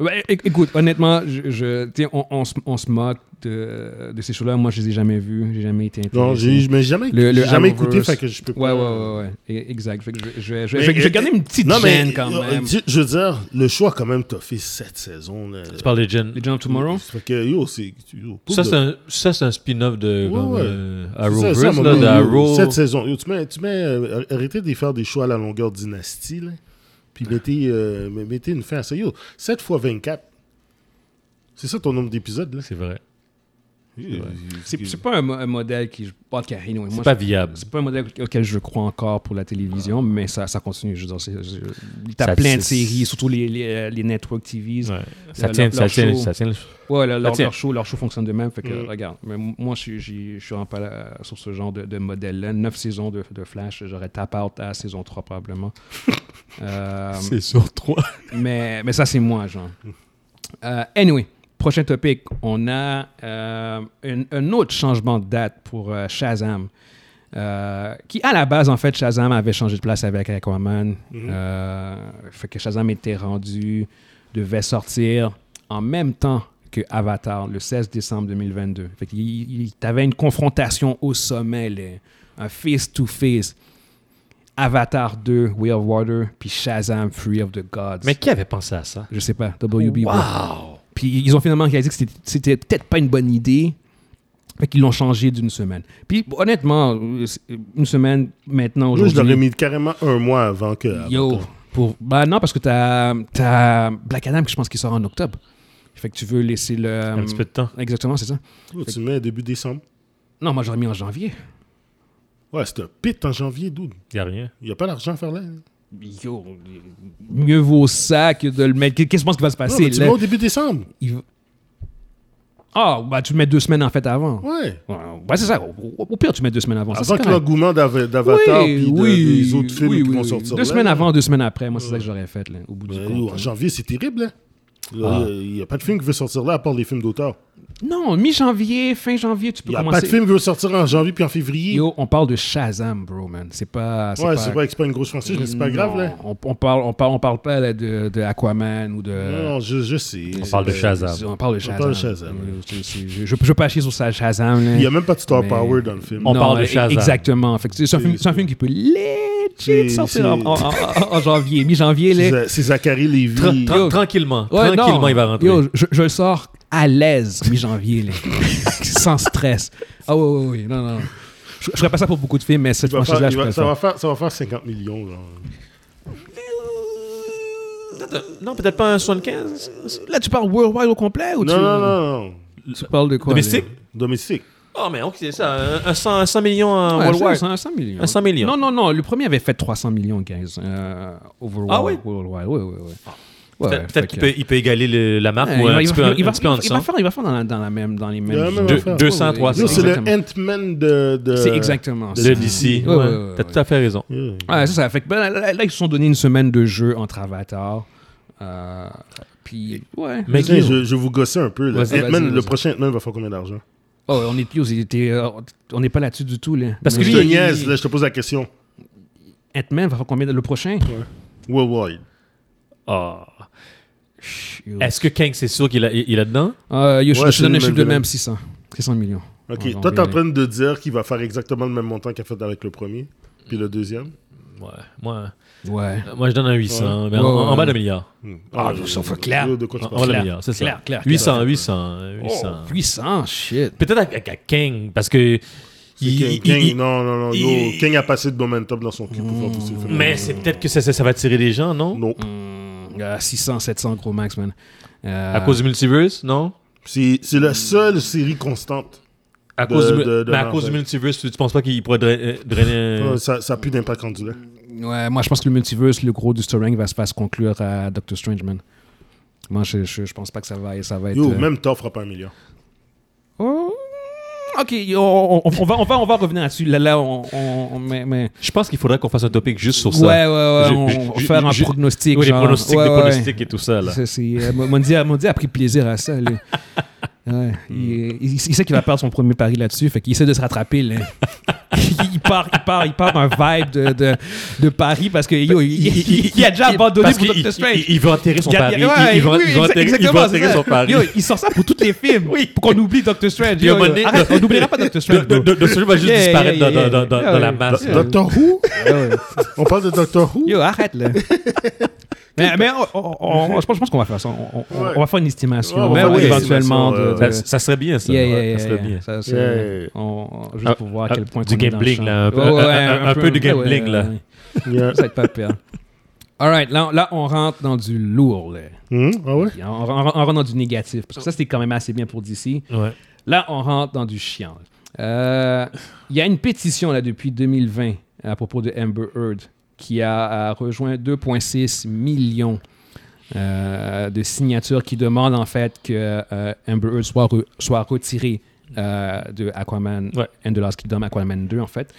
S1: Ouais, é- écoute, honnêtement, je, je- tu sais, on, on se- on se moque de, de ces choses-là. Moi, je les ai jamais vues. J'ai jamais été intéressé.
S2: Non, j'ai- je m'ai jamais,
S1: Le- le
S2: j'ai jamais
S1: Arrowverse.
S2: écouté, fait que je peux pas...
S1: Ouais, ouais, ouais, ouais. Et- Exact. Fait que je, je, je,
S2: Mais-
S1: je- je vais garder une petite
S2: Non, mais
S1: gêne quand
S2: euh,
S1: même.
S2: tu- je veux dire, le show a quand même toffé cette saison. Là.
S3: Tu parles de Jen.
S1: Legend of Tomorrow?
S2: Fait que, yo, c'est... yo,
S3: Ça,
S2: de-
S3: c'est un, ça, c'est un spin-off de
S2: Ouais,
S3: comme,
S2: ouais.
S3: euh,
S2: C'est ça,
S3: Arrowverse,
S2: mon
S3: là,
S2: gars,
S3: de
S2: yo,
S3: Arrow.
S2: Cette saison, yo, tu mets, tu mets, euh, arrêtez de faire des choix à la longueur dynastie, là, puis mettez, euh, mais- mettez une fin à ça. Yo, 7 fois 24, c'est ça ton nombre d'épisodes, là?
S3: C'est vrai. vrai.
S1: C'est c'est pas un, mo- un modèle qui. je- Pas Ah. de carré, non.
S3: C'est
S1: Moi,
S3: pas
S1: je-
S3: viable.
S1: C'est pas un modèle auquel je crois encore pour la télévision, mais ça, ça continue. Je veux dire, c'est- je- t'as
S3: Ça-
S1: plein de
S3: c'est-
S1: séries, surtout les, les, euh, les network TVs. Ouais, Bah,
S3: Ouais. Ça,
S1: leur-
S3: tient, ça,
S1: leur
S3: tient,
S1: show.
S3: ça tient le-
S1: leur,
S3: Ça tient.
S1: leur show, leur show fonctionne de même. Fait que,
S2: Mm.
S1: regarde, mais m- moi, je, suis- j'y- je suis vraiment pas là, euh, sur ce genre de, de modèle-là. Neuf saisons de, de Flash, j'aurais tap out à saison 3 [LAUGHS] probablement. Euh,
S3: sur 3.
S1: mais, mais ça, c'est moi, genre. Euh, anyway, prochain topic. On a euh, un, un autre changement de date pour euh, Shazam. Euh, qui à la base, en fait, Shazam avait changé de place avec Aquaman. Euh, fait que Shazam était rendu, devait sortir en même temps que Avatar, le 16 décembre 2022. Fait qu'il il- t'avais une confrontation au sommet, là, un face-to-face. Avatar 2, Way of Water, puis Shazam, Free of the Gods.
S3: Mais qui avait pensé à ça?
S1: Je sais pas, WB. ouais.
S3: Wow!
S1: Puis ils ont finalement réalisé que c'était- c'était peut-être pas une bonne idée. Fait qu'ils l'ont changé d'une semaine. Puis honnêtement, euh, c'est- une semaine maintenant,
S2: Nous, je l'aurais
S1: aujourd'hui.
S2: mis carrément un mois avant que.
S1: Yo, pour, bah non, parce que t'as as Black Adam que je pense qu'il sort en octobre. Fait que tu veux laisser le.
S3: Un petit peu de temps.
S1: Exactement, c'est ça.
S2: Oh, tu mets début décembre.
S1: Non, moi j'aurais mis en janvier.
S2: Ouais, c'est un pit en janvier, dude.
S3: Il n'y a rien.
S2: Il n'y a pas d'argent à faire
S1: Ah,
S2: là. Non,
S1: Yo, mieux vaut ça que de le mettre. Qu'est-ce que tu penses qui va se passer
S2: mais tu
S1: là?
S2: mets au début décembre.
S1: Il va- Ah, bah tu le mets deux semaines en fait avant.
S2: Ouais.
S1: Ouais, ouais, c'est ça. Au, au- au pire, tu le mets deux semaines avant. Ah, Ça, c'est
S2: Avant que
S1: correct.
S2: l'engouement d'Ava- d'Avatar
S1: Oui,
S2: puis de-
S1: oui,
S2: des autres films
S1: oui,
S2: qui
S1: oui,
S2: vont
S1: oui.
S2: sortir.
S1: Deux
S2: là,
S1: semaines
S2: là. Ben
S1: avant, deux semaines après. Moi, c'est ça que j'aurais fait, là, au bout du
S2: Ouais,
S1: compte.
S2: yo, en janvier, c'est terrible. hein. Là, Il n'y a pas de film qui veut sortir là, à part les films d'auteur.
S1: Non, mi-janvier, fin janvier, tu peux
S2: Il n'y a
S1: commencer.
S2: pas de film qui veut sortir en janvier puis en février.
S1: Yo, on parle de Shazam, bro, man. C'est pas.
S2: ouais, c'est vrai que c'est pas une grosse franchise, mais c'est pas grave. là.
S1: Non, On, on parle, on, parle, on parle pas là, de, de Aquaman ou de.
S2: Non, je, je sais.
S3: On parle de
S2: C'est-
S3: Shazam.
S1: On parle de
S2: On
S1: Shazam.
S2: parle de Shazam, ouais.
S1: Euh, c'est- c'est- je, je veux pas chier sur ça, Shazam. là.
S2: Il n'y a même pas de star
S1: Mais-
S2: power dans le film.
S3: On
S1: Non,
S3: parle de
S1: e-
S3: Shazam.
S1: Exactement. Fait que c'est c'est un, film- c'est un film qui peut legit
S2: C'est-
S1: sortir en,
S2: c'est-
S1: en- en- en janvier, mi-janvier. là.
S2: C'est Za- C'est Zachary Lévy.
S3: Tra- tra-
S1: Yo.
S3: tranquillement.
S1: Ouais,
S3: tranquillement,
S1: non.
S3: il va rentrer.
S1: Yo, je, je le sors à l'aise mi-janvier, là. [LAUGHS] sans stress. Ah oui, oui, oui, non, non. Je, je ferais pas ça pour beaucoup de films, mais cette
S2: Il va faire-
S1: franchise-là,
S2: il
S1: je
S2: va-
S1: pourrais le faire.
S2: ça, va faire, ça va faire 50 millions. genre.
S3: Non, peut-être pas un 75.
S1: Là, tu parles worldwide au complet ou
S2: Non,
S1: tu,
S2: non, non, non.
S1: tu parles de quoi?
S3: Domestique?
S1: là?
S2: Domestique.
S3: Oh, mais ok, c'est ça. Un, un 100, un 100 millions en
S1: Ouais,
S3: World
S1: c'est
S3: War.
S1: 100, 100 millions.
S3: Un 100 millions.
S1: Non, non, non. Le premier avait fait 300 millions, guys. Euh, overall.
S3: Ah oui?
S1: Worldwide, oui, oui, oui. Ouais,
S3: Peut-être
S1: fait
S3: peut-être qu'il
S1: que-
S3: peut, il peut égaler le- la marque
S1: Ouais,
S3: ou
S1: il
S3: un
S1: va-
S3: petit
S1: il
S3: peu
S1: va-
S3: un
S1: il va
S3: petit peu en
S1: faire- il va
S3: dessous.
S1: faire- il va faire dans la- dans la même- dans les
S2: Il y a la
S1: mêmes.
S2: même
S1: Deux-
S2: affaire.
S3: 200,
S1: Ouais, ouais,
S3: 300.
S2: Yo, C'est le
S1: exactement.
S2: Ant-Man de, de-
S1: C'est exactement ça.
S3: Le DC.
S1: Ouais, ouais, ouais,
S3: ouais, T'as
S1: ouais.
S3: tout à fait raison.
S2: Yeah.
S1: Ouais, c'est ça. Fait que, ben, là, là, ils se sont donné une semaine de jeu entre Avatar. Euh, puis, ouais.
S3: Mais
S2: Tiens,
S3: qui-
S2: je, je vous gossais un peu. là.
S1: Vas-y, vas-y,
S2: Ant-Man, le
S1: vas-y.
S2: prochain Ant-Man va faire combien d'argent
S1: Oh, on est, yo, c'était, euh, on n'est pas là-dessus du tout. Là.
S3: Parce que
S1: Mais-
S2: Je
S3: lui,
S2: te
S3: il-
S2: niaise, là, je te pose la question.
S1: Ant-Man va faire combien de- le prochain
S2: Worldwide.
S3: Ah.
S1: Yo.
S3: Est-ce que Kang, c'est sûr qu'il a- il est dedans?
S1: Euh, yo, je-
S2: Ouais,
S1: je te donne un
S2: c'est
S1: chiffre
S2: le
S1: de
S2: même
S1: même 600. 600 millions.
S2: Ok,
S1: Ouais,
S2: toi,
S1: donc,
S2: t'es en
S1: euh,
S2: train de dire qu'il va faire exactement le même montant qu'il a fait avec le premier, puis le deuxième.
S3: Ouais. Moi,
S1: Ouais.
S3: moi je donne un 800. mais en,
S1: Ouais, ouais,
S3: en bas
S1: ouais.
S3: d'un milliard.
S2: Hmm.
S1: Ah,
S2: euh,
S1: ça fait clair.
S2: De quoi tu
S3: En
S2: parles?
S3: bas d'un
S1: Clair,
S3: milliard, c'est ça.
S1: clair, clair,
S3: 800,
S1: clair.
S3: 800, 800.
S1: 800, Oh, shit.
S3: Peut-être à, à- à Kang, parce que. il-
S2: King,
S3: il-
S2: King,
S3: il-
S2: non, non, non. yo,
S3: il-
S2: King a passé de momentum dans son cul pour faire pousser le film.
S3: mais c'est peut-être que ça, ça- ça va tirer des gens, non?
S2: Non.
S1: Mm, euh, 600, 700 gros max, man. Euh,
S3: À cause du multiverse, non?
S2: C'est c'est la seule série constante.
S3: À
S2: De-
S3: cause du, mu-
S2: de- de
S3: mais à
S2: Marvel.
S3: cause du multiverse, tu, tu penses pas qu'il pourrait dra- euh, drainer. euh,
S1: Mm.
S2: Euh, Ça n'a plus d'impact candidat.
S1: Ouais, moi, je pense que le multiverse, le gros du storyline va se faire se conclure à Doctor Strange, man. Moi, je, je, je pense pas que ça va, ça va être.
S2: Yo,
S1: euh,
S2: même Thor fera pas un million.
S1: Oh, Ok, on, on- on va, on, va, on va revenir là-dessus. Là, là, on. on- on- mais, mais-
S3: Je pense qu'il faudrait qu'on fasse un topic juste sur ça.
S1: Ouais, ouais, ouais.
S3: Je-
S1: on-
S3: je-
S1: on va
S3: je-
S1: faire un
S3: je-
S1: pronostic.
S3: Oui, les
S1: genre.
S3: pronostics,
S1: Ouais,
S3: les
S1: ouais,
S3: pronostics et tout ça, là.
S1: ouais. Ça, c'est, euh, Mo- Mondi, a, Mondi a pris plaisir à ça. [LAUGHS] là. Ouais, il, il- il sait qu'il va perdre son premier pari là-dessus, fait qu'il essaie de se rattraper. [LAUGHS] là. il part, il part, il part d'un vibe de, de, de pari parce que yo, il, il a déjà abandonné
S3: Parce
S1: pour
S3: qu'il-
S1: Doctor Strange.
S3: il- Il veut enterrer son
S1: Il y a-
S3: pari.
S1: il y a- ouais,
S3: Il- Il veut
S1: oui,
S3: il veut
S1: exa-
S3: enterrer il veut
S1: exactement,
S3: enterrer
S1: c'est
S3: son
S1: ça.
S3: pari.
S1: Yo, il sort ça pour tous les films. pour qu'on oublie Doctor Strange.
S3: Puis à
S1: Yo, yo,
S3: un moment donné,
S1: arrête,
S3: le- [LAUGHS]
S1: on n'oubliera pas Doctor
S3: De-
S1: Strange.
S3: de-
S1: bro. [LAUGHS]
S3: de- Doctor Strange va juste
S1: Yeah,
S3: disparaître
S1: yeah,
S3: dans-
S1: yeah,
S3: dans- dans
S1: yeah.
S3: dans la
S1: Do-
S3: masse.
S1: Yeah.
S2: Doctor Who
S1: Ah ouais.
S2: On parle de Doctor Who
S1: Yo, arrête là.
S3: [LAUGHS]
S1: mais mais on- on- on- je pense, je pense qu'on va faire ça. On, on-
S2: Ouais.
S1: on va faire une estimation
S2: Ouais, on
S3: va faire une euh,
S1: éventuellement.
S2: estimation,
S1: de,
S3: Ça-
S1: de-
S3: Ça serait bien, ça.
S1: Yeah,
S3: Ouais,
S1: yeah,
S3: ça
S1: yeah,
S3: serait
S1: yeah.
S3: bien.
S1: Ça, c'est-
S2: Yeah.
S1: on- juste
S3: Ah,
S1: pour voir
S3: ah,
S1: à quel point
S3: du
S1: qu'on est dans le
S3: gambling,
S1: champ.
S3: là, un peu- un- un- un peu de
S1: ouais,
S3: gambling, là.
S1: ouais.
S2: Yeah.
S1: Ça va être pas pire. All right, là, on- là, on rentre dans du lourd. Là.
S2: Hmm? Ah ouais?
S1: On, on- on rentre dans du négatif. Parce que ça, c'était quand même assez bien pour DC.
S3: Ouais.
S1: Là, on rentre dans du chiant. Euh, Il y a une pétition là depuis 2020 à propos de Amber Heard qui a, a rejoint 2,6 millions euh, de signatures qui demandent en fait que euh, Amber Heard soit, re- soit retirée euh, de Aquaman
S3: Ouais.
S1: and the Lost Kingdom, Aquaman 2 en fait.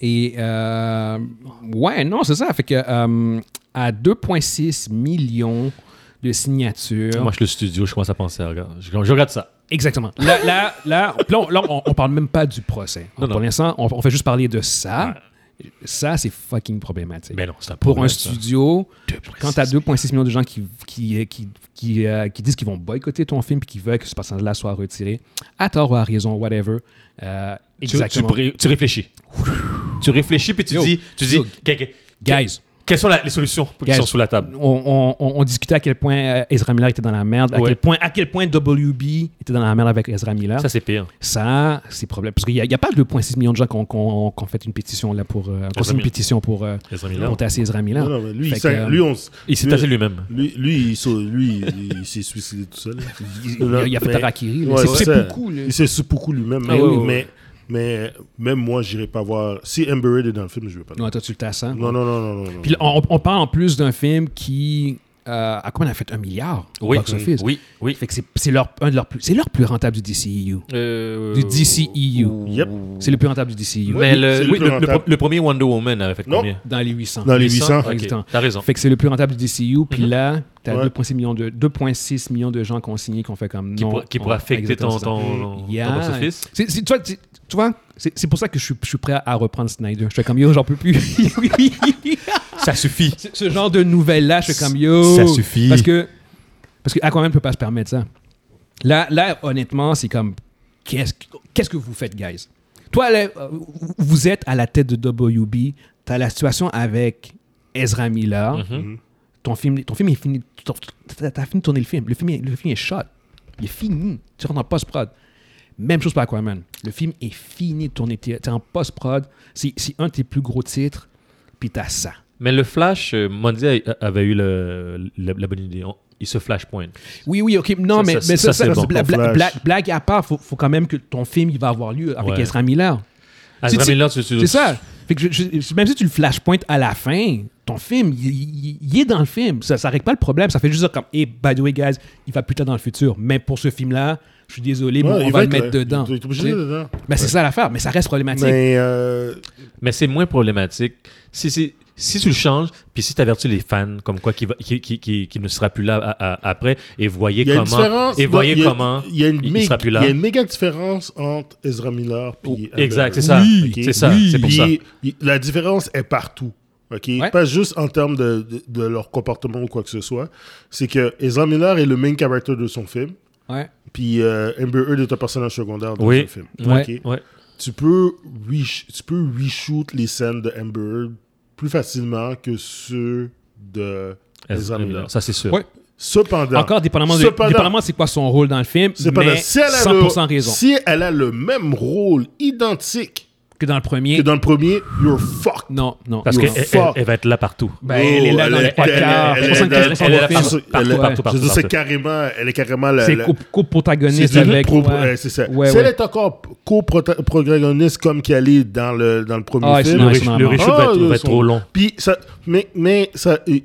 S1: Et euh, ouais, non, c'est ça. Fait que euh, à 2,6 millions de signature.
S3: Moi, je suis le studio, je commence à penser à regarder. Je, je regarde ça.
S1: Exactement. Là, là, là, là, on, là, on- on parle même pas du procès.
S3: Non,
S1: Pour
S3: non.
S1: l'instant, on, on fait juste parler de ça. Ça, c'est fucking problématique.
S3: Mais non, c'est un
S1: Pour un
S3: problème, ça.
S1: studio,
S3: Deux
S1: quand tu as 2,6 millions de gens qui, qui, qui, qui, euh, qui disent qu'ils vont boycotter ton film et qu'ils veulent que ce personnage-là soit retiré, à tort ou à raison, whatever. euh,
S3: Tu- tu
S1: exactement.
S3: pré- Tu, réfléchis. tu réfléchis, puis tu
S1: Yo.
S3: dis, tu dis
S1: Yo.
S3: que- que-
S1: Guys.
S3: quelles sont la- les solutions qui
S1: Guys.
S3: sont sous la table.
S1: on, on- on discutait à quel point euh, Ezra Miller était dans la merde, à,
S3: Ouais.
S1: quel point, à quel point WB était dans la merde avec Ezra Miller. Ça,
S3: Ça, c'est pire.
S1: c'est problème. Parce qu'il n'y a, il y a pas 2,6 millions de gens qui ont fait une pétition là pour. euh, qu'on
S3: Ezra
S1: signe une
S3: Miller.
S1: pétition pour. euh,
S3: Ezra Miller.
S1: pour tasser Ezra Miller.
S2: Non, non, mais lui,
S1: Fait
S2: il s'est-
S1: que, euh,
S2: lui, on s-
S3: Il s'est
S2: lui-
S3: tassé lui-même.
S2: Lui, lui, il, s'est- lui, il- il s'est suicidé tout seul.
S1: il, il- il a fait
S2: Mais-
S1: Tarakiri.
S2: Ouais,
S1: c'est
S2: c'est
S1: c'est
S2: ça.
S1: beaucoup. là.
S2: Il s'est sous beaucoup lui-même.
S1: Ah
S2: mais,
S1: ouais, ouais,
S2: mais, mais même moi, j'irai pas voir. Si Amber Heard est dans le film, je vais pas le voir.
S1: Non, toi, tu le tasses. hein?
S2: Non, non, non, non, non. non.
S1: Puis là, on, on parle en plus d'un film qui. euh, à quoi on a fait un milliard au
S3: Oui,
S1: box-office.
S3: oui, oui.
S1: Fait que c'est, c'est leur, un de leurs plus, c'est leur plus rentable du DCEU.
S3: Euh,
S1: Du DCEU.
S2: Yep.
S1: C'est le plus rentable du DCEU.
S2: Ouais.
S3: Mais le,
S2: C'est le
S3: oui,
S2: plus
S3: le- le
S2: rentable.
S3: pro- le premier Wonder Woman avait fait
S2: Non.
S3: combien
S1: Dans les 800.
S2: Dans les 800.
S1: par exemple.
S3: Ok, T'as raison.
S1: Fait que c'est le plus rentable du DCU. Puis
S3: Mhm.
S1: là, tu as
S2: Ouais.
S1: 2,6 millions, de- 2,6 millions de gens qui ont signé, qui ont fait comme
S3: Qui
S1: non.
S3: pourra- qui
S1: on-
S3: pourra affecter ton,
S1: exactement ça.
S3: ton, ton
S1: Yeah.
S3: box-office.
S1: C'est- c'est- tu vois, tu- tu vois, c'est c'est pour ça que je suis, je suis prêt à reprendre Snyder. Je suis comme yo, j'en peux plus. [LAUGHS]
S3: Ça suffit.
S1: Ce- Ce genre de nouvelles-là, je suis comme yo.
S3: Ça suffit.
S1: Parce que, parce que Aquaman ne peut pas se permettre ça. Là, là honnêtement, c'est comme qu'est-ce que- qu'est-ce que vous faites, guys? Toi, là, euh, vous êtes à la tête de WB. Tu as la situation avec Ezra Miller.
S3: Mhm.
S1: ton film, ton film est fini. ton- T'as t'as fini de tourner le film. Le film, est, le film est shot. Il est fini. Tu rentres en post-prod. Même chose pour Aquaman. Le film est fini de tourner. Tu es en post-prod. C'est c'est un de tes plus gros titres. Puis t'as ça.
S3: Mais le Flash, euh, Mondi a- avait eu le- la, la bonne idée. On- il se flashpoint.
S1: Oui, oui, ok. Non,
S3: Ça,
S1: mais,
S3: ça,
S1: mais ça,
S3: ça,
S1: ça,
S3: c'est bon.
S1: bla-
S2: Pour
S1: bla-
S2: Flash.
S1: bla- blague à part, faut, faut quand même que ton film il va avoir lieu avec
S3: Ouais.
S1: Ezra Miller.
S3: Ezra
S1: tu-
S3: Miller, tu- tu-
S1: C'est ça. Fait que je- je- même si tu le flashpoint à la fin, ton film, il- il il est dans le film. Ça ne règle pas le problème. Ça fait juste dire comme, hey, by the way, guys, il va plus tard dans le futur. Mais pour ce film-là, je suis désolé, mais
S2: Ouais,
S1: on
S2: il
S1: va le
S2: être
S1: mettre
S2: là.
S1: dedans.
S2: Il est obligé
S1: Tu sais?
S2: d'être dedans.
S1: Ben, c'est ça l'affaire, mais ça reste problématique.
S2: Mais euh,
S3: Mais c'est moins problématique. Si, si, si tu le changes, puis si tu avertis les fans, comme quoi, qui, va, qui, qui, qui, qui ne sera plus là à- à- après, et voyez
S2: il y a une
S3: comment.
S2: différence.
S3: Et voyez
S2: il y a-
S3: comment.
S2: Il y a une
S3: il- il
S2: mé-
S3: sera plus
S2: il y
S3: là.
S2: a une méga différence entre Ezra Miller et
S3: Oh,
S2: Amber
S3: exact, c'est ça.
S2: Heard.
S1: Oui,
S3: c'est ça.
S1: oui.
S3: C'est pour
S2: Puis,
S3: ça.
S2: il- La différence est partout. OK?
S1: Ouais.
S2: Pas juste en termes de, de- de leur comportement ou quoi que ce soit. C'est que Ezra Miller est le main character de son film.
S1: Ouais.
S2: Puis euh, Amber Heard est un personnage secondaire dans
S3: Oui.
S2: le film.
S1: Ouais.
S2: OK?
S3: Ouais.
S2: Tu peux resh- tu peux reshoot les scènes de Amber Heard plus facilement que ceux de Ezra Miller.
S3: Ça, c'est sûr.
S1: Ouais.
S2: Cependant,
S1: Encore, dépendamment de,
S2: Cependant-
S1: dépendamment c'est quoi son rôle dans le film,
S2: cependant,
S1: mais
S2: si, elle a
S1: 100%
S2: le,
S1: raison.
S2: si elle a le même rôle identique
S1: Que dans le premier,
S2: que dans le premier, you're fucked.
S1: non, non.
S3: Parce
S1: non.
S3: qu'elle
S2: You're fucked.
S3: elle va être là partout.
S1: Ben, elle est là
S2: Oh,
S1: dans
S2: elle
S1: les
S2: est-
S1: trois
S2: elle-
S1: quarts,
S2: elle- elle-
S1: 75%
S2: elle-
S1: de
S3: elle- elle-
S1: film.
S3: partout,
S2: elle-
S3: partout,
S2: Je veux dire,
S3: partout,
S2: c'est
S3: partout.
S2: carrément, elle est carrément la.
S1: C'est
S2: la-
S1: co-
S2: c'est
S1: coprotagoniste
S2: devenu
S1: avec.
S2: pro-
S1: ouais.
S2: ouais, c'est ça.
S1: Ouais,
S2: si
S1: ouais.
S2: elle est encore coprotagoniste comme qu'elle est dans le, dans le premier
S1: Ah,
S2: film,
S1: sinon,
S3: Le,
S1: Ouais,
S3: re-
S1: c'est normal.
S3: le reshoot va
S2: Ah,
S3: être,
S2: ils
S3: va être
S2: sont-
S3: trop long.
S2: Puis ça, mais, mais ça, euh,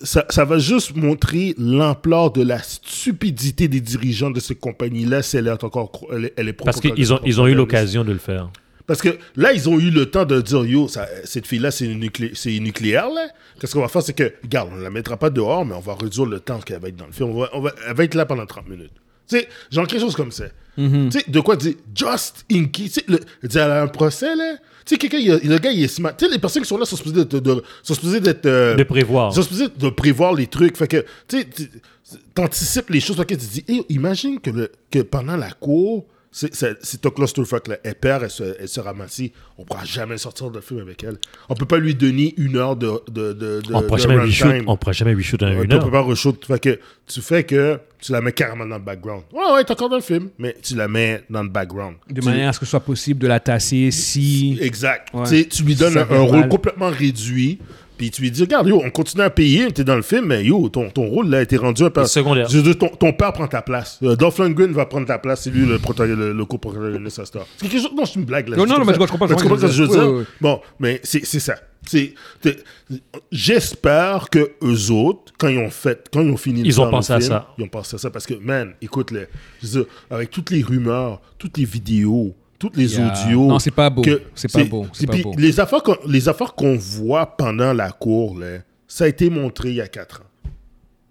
S2: ça, ça va juste montrer l'ampleur de la stupidité des dirigeants de ces compagnies-là si elle est encore, cro- elle, est- elle est
S3: Parce qu'ils ont, ils ont eu l'occasion de le faire.
S2: Parce que là, ils ont eu le temps de dire, yo, ça- cette fille-là, c'est une nuclé- c'est nucléaire, là. Qu'est-ce qu'on va faire, c'est que, regarde, on ne la mettra pas dehors, mais on va réduire le temps qu'elle va être dans le film. On va, on va- elle va être là pendant 30 minutes. Tu sais, genre quelque chose comme ça.
S3: Mm-hmm.
S2: Tu sais, de quoi dire, just in case. Tu sais, le- dire, elle a un procès, là. Tu sais, quelqu'un, il a- le gars, il est smart. Tu sais, les personnes qui sont là sont supposées d'être. de- sont supposées d'être, euh,
S3: De prévoir.
S2: ils sont supposés de prévoir les trucs. Fait que, tu sais, tu- t'anticipes les choses. Fait que tu dis, Hey, imagine que, le- que pendant la cour, c'est c'est- c'est un clusterfuck. Là. Elle perd, elle se, elle se ramassie. On ne pourra jamais sortir de film avec elle. On peut pas lui donner une heure de, de, de, de,
S3: on ne pourra
S2: de
S3: jamais
S2: runtime.
S3: reshoot. On ne pourra jamais reshoot dans
S2: Ouais,
S3: une
S2: toi, on
S3: heure.
S2: peut pas reshoot. Fait que tu fais que tu la mets carrément dans le background. Ouais, ouais, t'es encore dans le film, mais tu la mets dans le background.
S1: De
S2: Tu-
S1: manière à ce que ce soit possible de la tasser si.
S2: Exact.
S1: Ouais.
S2: Tu sais, Tu lui donnes
S1: Ça
S2: un,
S1: fait
S2: un
S1: mal.
S2: rôle complètement réduit. Puis tu lui dis, regarde, yo, on continue à payer, t'es dans le film, mais yo, ton, ton rôle, là, t'es rendu un peu...
S3: Et secondaire.
S2: Je veux dire, ton, ton père prend ta place. Euh, Dolph Lundgren va prendre ta place, c'est lui le, prota- le, le coprotagoniste à Star. C'est quelque chose... Non, c'est une blague, là.
S1: Non,
S2: C'est
S1: non,
S2: comme
S1: mais
S2: ça.
S1: je comprends- je
S2: Mais tu
S1: comprends
S2: comprends ce que je veux
S1: Oui,
S2: dire?
S1: oui, oui.
S2: Bon, mais c'est c'est ça. C'est- t'es- J'espère que eux autres, quand ils ont fait, quand ils ont fini de
S3: Ils ont
S2: faire le
S3: pensé à
S2: film,
S3: ça.
S2: Ils ont pensé à ça parce que, man, écoute, le- je veux dire, avec toutes les rumeurs, toutes les vidéos, toutes les
S1: Yeah.
S2: audios...
S1: Non, c'est pas beau.
S2: que-
S1: C'est pas beau. C'est pas
S2: puis
S1: beau.
S2: Les affaires qu'on les affaires qu'on voit pendant la cour, là, ça a été montré il y a quatre ans.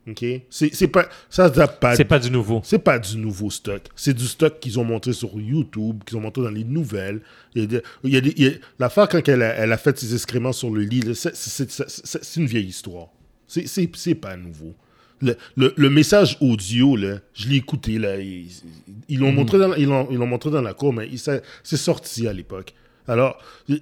S2: OK? C'est c'est pas, ça se date pas
S3: C'est pas du nouveau.
S2: c'est pas du nouveau stock. C'est du stock qu'ils ont montré sur YouTube, qu'ils ont montré dans les nouvelles. Il y a des- il y a des- il y a- L'affaire, quand elle a, elle a fait ses excréments sur le lit, là, c'est- c'est c'est- c'est- c'est une vieille histoire. C'est- C'est c'est pas nouveau. Le, le- le message audio, là, je l'ai écouté. Là, ils ils
S1: Mm-hmm.
S2: l'ont montré, dans la- ils l'ont- ils l'ont montré dans la cour, mais il s'est- c'est sorti à l'époque. Alors, le,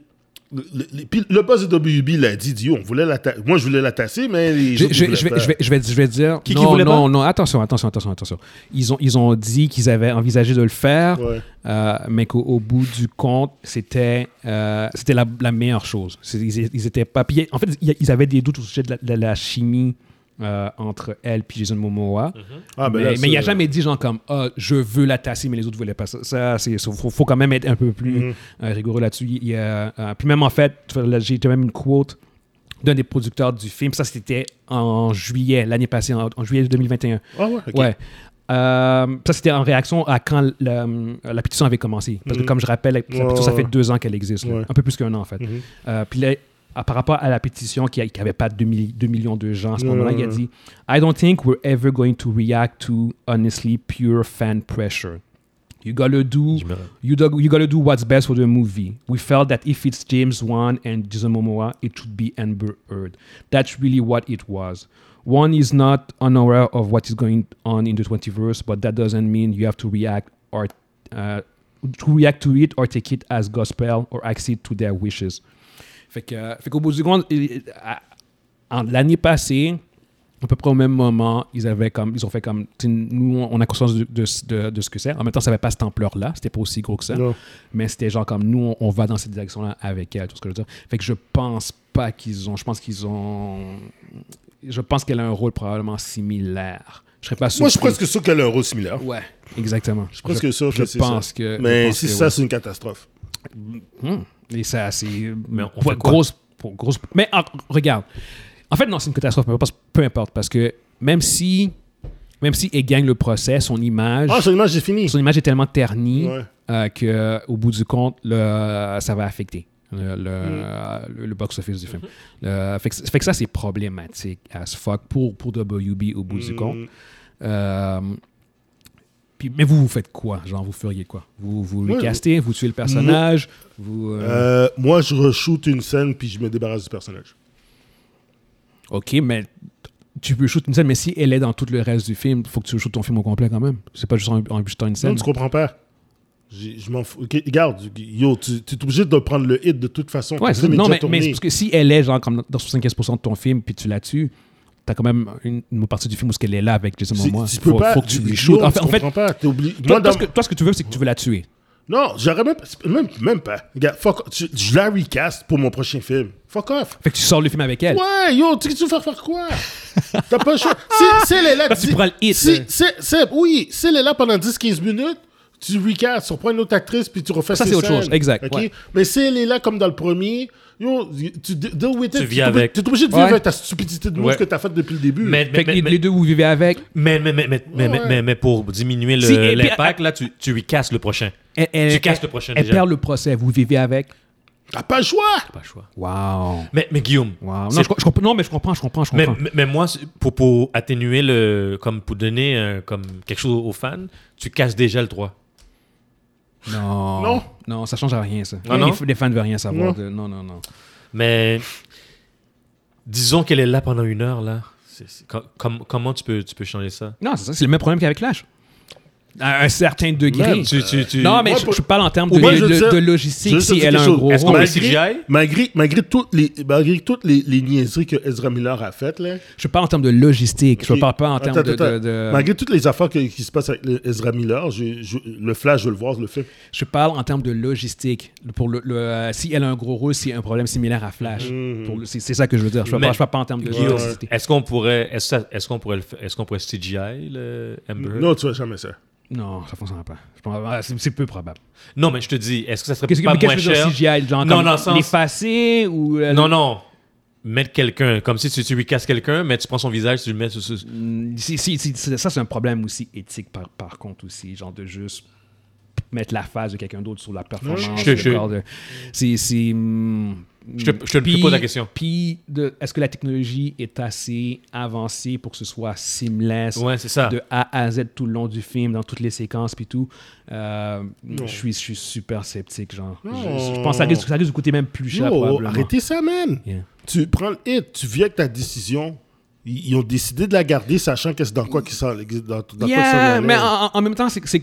S2: le- le- puis le boss de WB l'a dit, dit, on voulait la ta- moi je voulais la tasser, mais les
S1: Je,
S2: autres,
S1: je-
S2: ils voulaient
S1: je vais,
S2: pas.
S1: je, vais, je, vais, je vais dire.
S3: Qui- qui
S1: non,
S3: voulait
S1: non, non, attention, attention, attention, attention. Ils ont, ils ont dit qu'ils avaient envisagé de le faire,
S2: Ouais.
S1: euh, mais qu'au au bout du compte, c'était euh, c'était la, la meilleure chose. C'est- Ils, ils étaient pas. puis, en fait, ils ils avaient des doutes au sujet de la, de la chimie euh, entre elle et Jason Momoa.
S3: Mm-hmm.
S2: Ah, ben
S1: mais,
S2: là,
S1: mais il n'a
S2: ça-
S1: jamais dit genre comme ah je veux la tasser mais les autres voulaient pas ça. Ça c'est ça, faut, faut quand même être un peu plus
S2: Mhm.
S1: euh, rigoureux là-dessus. Il y a, euh, puis même en fait là, j'ai j'ai même une quote d'un des producteurs du film. Ça c'était en juillet l'année passée en, en juillet 2021.
S2: Ah ouais, ok.
S1: Ouais. Euh, ça, c'était en réaction à quand le- euh, la, pétition avait commencé. Parce que,
S2: Mhm.
S1: comme je rappelle, la, la
S2: Ouais,
S1: pétition, ça
S2: ouais,
S1: fait
S2: ouais.
S1: deux ans qu'elle existe. là.
S2: Ouais.
S1: Un peu plus qu'un an, en fait.
S2: Mhm.
S1: Euh, Puis là, à- par rapport à la pétition qui n'avait pas 2, millions de gens à ce
S2: Ouais,
S1: moment-là, il a
S2: ouais.
S1: dit I don't think we're ever going to react to honestly pure fan pressure. You gotta do,
S3: Je me-
S1: you, do, you gotta do what's best for the movie. We felt that if it's James Wan and Jason Momoa, it should be Amber Heard. That's really what it was. One is not unaware of what is going on in the 21st, but that doesn't mean you have to react or uh, to react to it or take it as gospel or accede to their wishes. Fait que, euh, fait qu'au bout du compte, il- il- à- en- l'année passée, à peu près au même moment, ils avaient comme, ils ont fait comme, tu sais, nous, on- on a conscience de, de, de- de ce que c'est. En même temps, ça n'avait pas cette ampleur-là, c'était pas aussi gros que ça.
S2: Non.
S1: Mais c'était genre comme, nous, on, on va dans cette direction-là avec elle, tout ce que je veux dire. Fait que je pense pas qu'ils ont, je pense qu'ils ont, je pense qu'elle a un rôle probablement similaire. Je serais pas sûr.
S2: Moi, je suis presque sûr qu'elle a un rôle similaire.
S1: Ouais, exactement. Je suis
S2: presque sûr que
S1: je
S2: c'est
S1: pense
S2: ça.
S1: que. je
S2: Mais
S1: pense
S2: si
S1: que
S2: ça,
S1: ouais.
S2: c'est une catastrophe.
S1: Hum. Et ça, c'est.
S3: Mais on
S1: pour-
S3: fait quoi?
S1: grosse, pour- grosse- Mais en- regarde. En fait, non, c'est une catastrophe. mais parce- peu importe. Parce que même si. Même si elle gagne le procès, son image.
S2: Ah, seulement, j'ai fini.
S1: son image est tellement ternie
S2: Ouais.
S1: euh, que au bout du compte, le- euh, ça va affecter le, le,
S2: Mm.
S1: le- le box-office du film. Le- fait, que, fait que ça, c'est problématique as fuck pour, pour WB au bout
S2: Mm.
S1: du compte. Euh, puis, mais vous, vous faites quoi? Genre, vous feriez quoi? Vous, vous le
S2: Moi,
S1: castez, vous tuez le personnage, vous... euh,
S2: Euh, moi, je reshoot une scène puis je me débarrasse du personnage.
S1: Ok, mais tu peux shoot une scène, mais si elle est dans tout le reste du film, faut que tu shootes ton film au complet quand même. C'est pas juste en, en shootant une
S2: Non,
S1: scène.
S2: tu comprends pas. J'ai- Je m'en fous. Ok, Regarde, yo, tu tu es obligé de prendre le hit de toute façon.
S1: ouais,
S2: Ton
S1: c'est-
S2: film est
S1: non,
S2: déjà
S1: mais, mais
S2: tourné.
S1: c'est parce que si elle est genre comme dans- dans 75% de ton film, puis tu la tues, t'as quand même une, une partie du film où ce qu'elle est là avec Jason
S2: Si-
S1: Momoa.
S2: tu peux
S1: faut,
S2: pas.
S1: faut que tu
S2: yo,
S1: lui shootes. En fait,
S2: tu
S1: en fait,
S2: comprends pas. T'es obligé.
S1: toi,
S2: Moi, dans-
S1: toi, ce que, toi, ce que tu veux, c'est que tu veux la tuer.
S2: Non, j'aurais même, même, même pas. Regarde, fuck off. Je, je la recast pour mon prochain film. Fuck off.
S1: Fait que tu sors le film avec elle.
S2: Ouais, yo, tu tu veux faire faire quoi? T'as pas
S1: [LAUGHS]
S2: le choix. Si, si elle est là...
S1: Parce que tu prends le hit,
S2: Si,
S1: là.
S2: si- si- oui, si elle est là pendant 10-15 minutes, tu recasts, tu reprends une autre actrice, puis tu refais
S1: Ça,
S2: ses
S1: c'est autre
S2: scènes.
S1: chose. Exact,
S2: OK?
S1: ouais.
S2: Mais si elle est là comme dans le premier, yo, tu de- deal with it.
S3: Tu vis
S2: t'es obli-
S3: avec.
S2: T'es obligé de vivre
S1: Ouais.
S2: avec ta stupidité de move
S3: Ouais.
S2: que t'as faite depuis le début.
S3: Mais, mais,
S1: Fait que
S3: mais,
S1: les,
S3: mais-
S1: les deux, vous vivez avec.
S3: mais- mais- mais- mais- mais-
S2: ouais.
S3: mais- mais pour diminuer le-
S1: Si, et puis-
S3: l'impact, là, tu, tu lui casses le prochain.
S1: Elle,
S3: Tu
S1: elle-
S3: casses
S1: elle-
S3: le prochain
S1: Elle
S3: déjà.
S1: perd le procès, vous vivez avec.
S2: T'as pas le choix!
S3: Pas le choix.
S1: Wow.
S3: Mais, mais Guillaume,
S1: Wow. Non,
S3: c'est-
S1: je, co- je comprends- non, mais je comprends, je comprends, je
S3: mais,
S1: comprends.
S3: mais- mais moi, c'est- pour, pour atténuer le. Comme pour donner euh, comme quelque chose aux fans, tu casses déjà le 3.
S1: Non.
S2: Non.
S1: Non, ça change à rien, ça.
S3: Ah non?
S1: Les, les fans ne veulent rien savoir.
S2: Non.
S1: de- Non, non, non.
S3: Mais disons qu'elle est là pendant une heure, là. C'est- c'est- com- com- comment tu peux, tu peux changer ça?
S1: Non, c'est ça. C'est le même problème qu'avec Clash. À un certain degré.
S2: Même,
S3: Tu- tu- tu-
S1: Non, mais
S2: Moi,
S1: je,
S2: pour-
S1: je parle en termes de,
S2: Au moins, je
S1: de-
S2: veux dire-
S1: de
S2: je
S1: logistique.
S2: veux
S1: Si
S2: dire
S1: elle a un
S2: quelque chose.
S1: gros
S3: Est-ce qu'on
S1: rôle.
S3: va-
S1: Mais
S3: CGI?
S2: malgré, malgré toutes, les, malgré toutes les, les niaiseries que Ezra Miller a faites, là,
S1: Je parle en termes de logistique. Je
S2: Puis-
S1: parle pas en termes
S2: Attends,
S1: de, de-
S2: attends.
S1: de-
S2: Malgré toutes les affaires que- qui se passent avec le- Ezra Miller, je- je- le Flash, je veux le voir, le film.
S1: Je parle en termes de logistique. Pour le, le- euh, si elle a un gros rôle, si un problème similaire à Flash. Pour le- C'est c'est ça que je veux dire. Je parle,
S3: Mm-hmm. Mais-
S1: pas- je parle pas en termes de
S3: Guillaume,
S1: logistique.
S3: est-ce qu'on pourrait, est-ce, que ça- est-ce qu'on pourrait, le fa- est-ce qu'on pourrait CGI le Amber Heard?
S2: Non, tu vois jamais ça.
S1: Non, ça fonctionne pas. Je pense- ah, C'est c'est peu probable.
S3: Non, mais je te dis, est-ce que ça serait
S1: Qu'est-ce que
S3: pas
S1: mais
S3: moins
S1: qu'est-ce que je
S3: cher?
S1: veux dire, CGI genre,
S3: Non,
S1: comme
S3: dans le sens-
S1: L'effacer ou. euh,
S3: Non, non. Mettre quelqu'un, comme si tu, tu lui casses quelqu'un, mais tu prends son visage, tu le mets sous. sous-
S1: Mm, si- si- si- si- ça, c'est un problème aussi éthique, par, par contre, aussi. Genre de juste mettre la face de quelqu'un d'autre sur la performance.
S3: je-
S1: le
S3: je-
S1: corps de- C'est. c'est, mm,
S3: Je te- je te
S1: Puis-
S3: pose la question.
S1: Puis, de- est-ce que la technologie est assez avancée pour que ce soit seamless
S3: Ouais, c'est ça.
S1: de A à Z tout le long du film, dans toutes les séquences puis tout Euh, Je
S2: Non.
S1: suis je suis super sceptique, genre. Je,
S2: Non.
S1: je pense que ça risque, ça risque de coûter même plus cher,
S2: Yo,
S1: probablement.
S2: arrêtez ça, man.
S1: Yeah.
S2: Tu prends le hit, tu viens avec ta décision. Ils, ils ont décidé de la garder, sachant que c'est dans quoi qu'ils s'en- dans, dans quoi ils s'en
S1: Yeah,
S2: allaient.
S1: mais en, en même temps, c'est. c'est-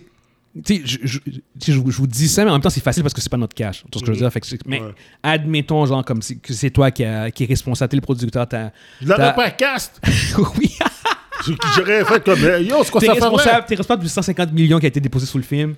S1: tu sais, je, je, tu sais, je vous- je vous dis ça, mais en même temps, c'est facile parce que c'est pas notre cash. Tu vois ce que je veux dire? Fait que c'est- mais
S2: Mhm. Ouais.
S1: admettons, genre, comme c'est- que c'est toi qui, a- qui est responsable, t'es le producteur, t'as.
S2: Je l'avais
S1: t'as-
S2: pas à cast.
S1: [LAUGHS] oui,
S2: J'aurais fait comme, eh, yo, c'est quoi
S1: t'es
S2: ça fait là?
S1: responsable, t'es responsable du 150 millions qui a été déposé sous le film.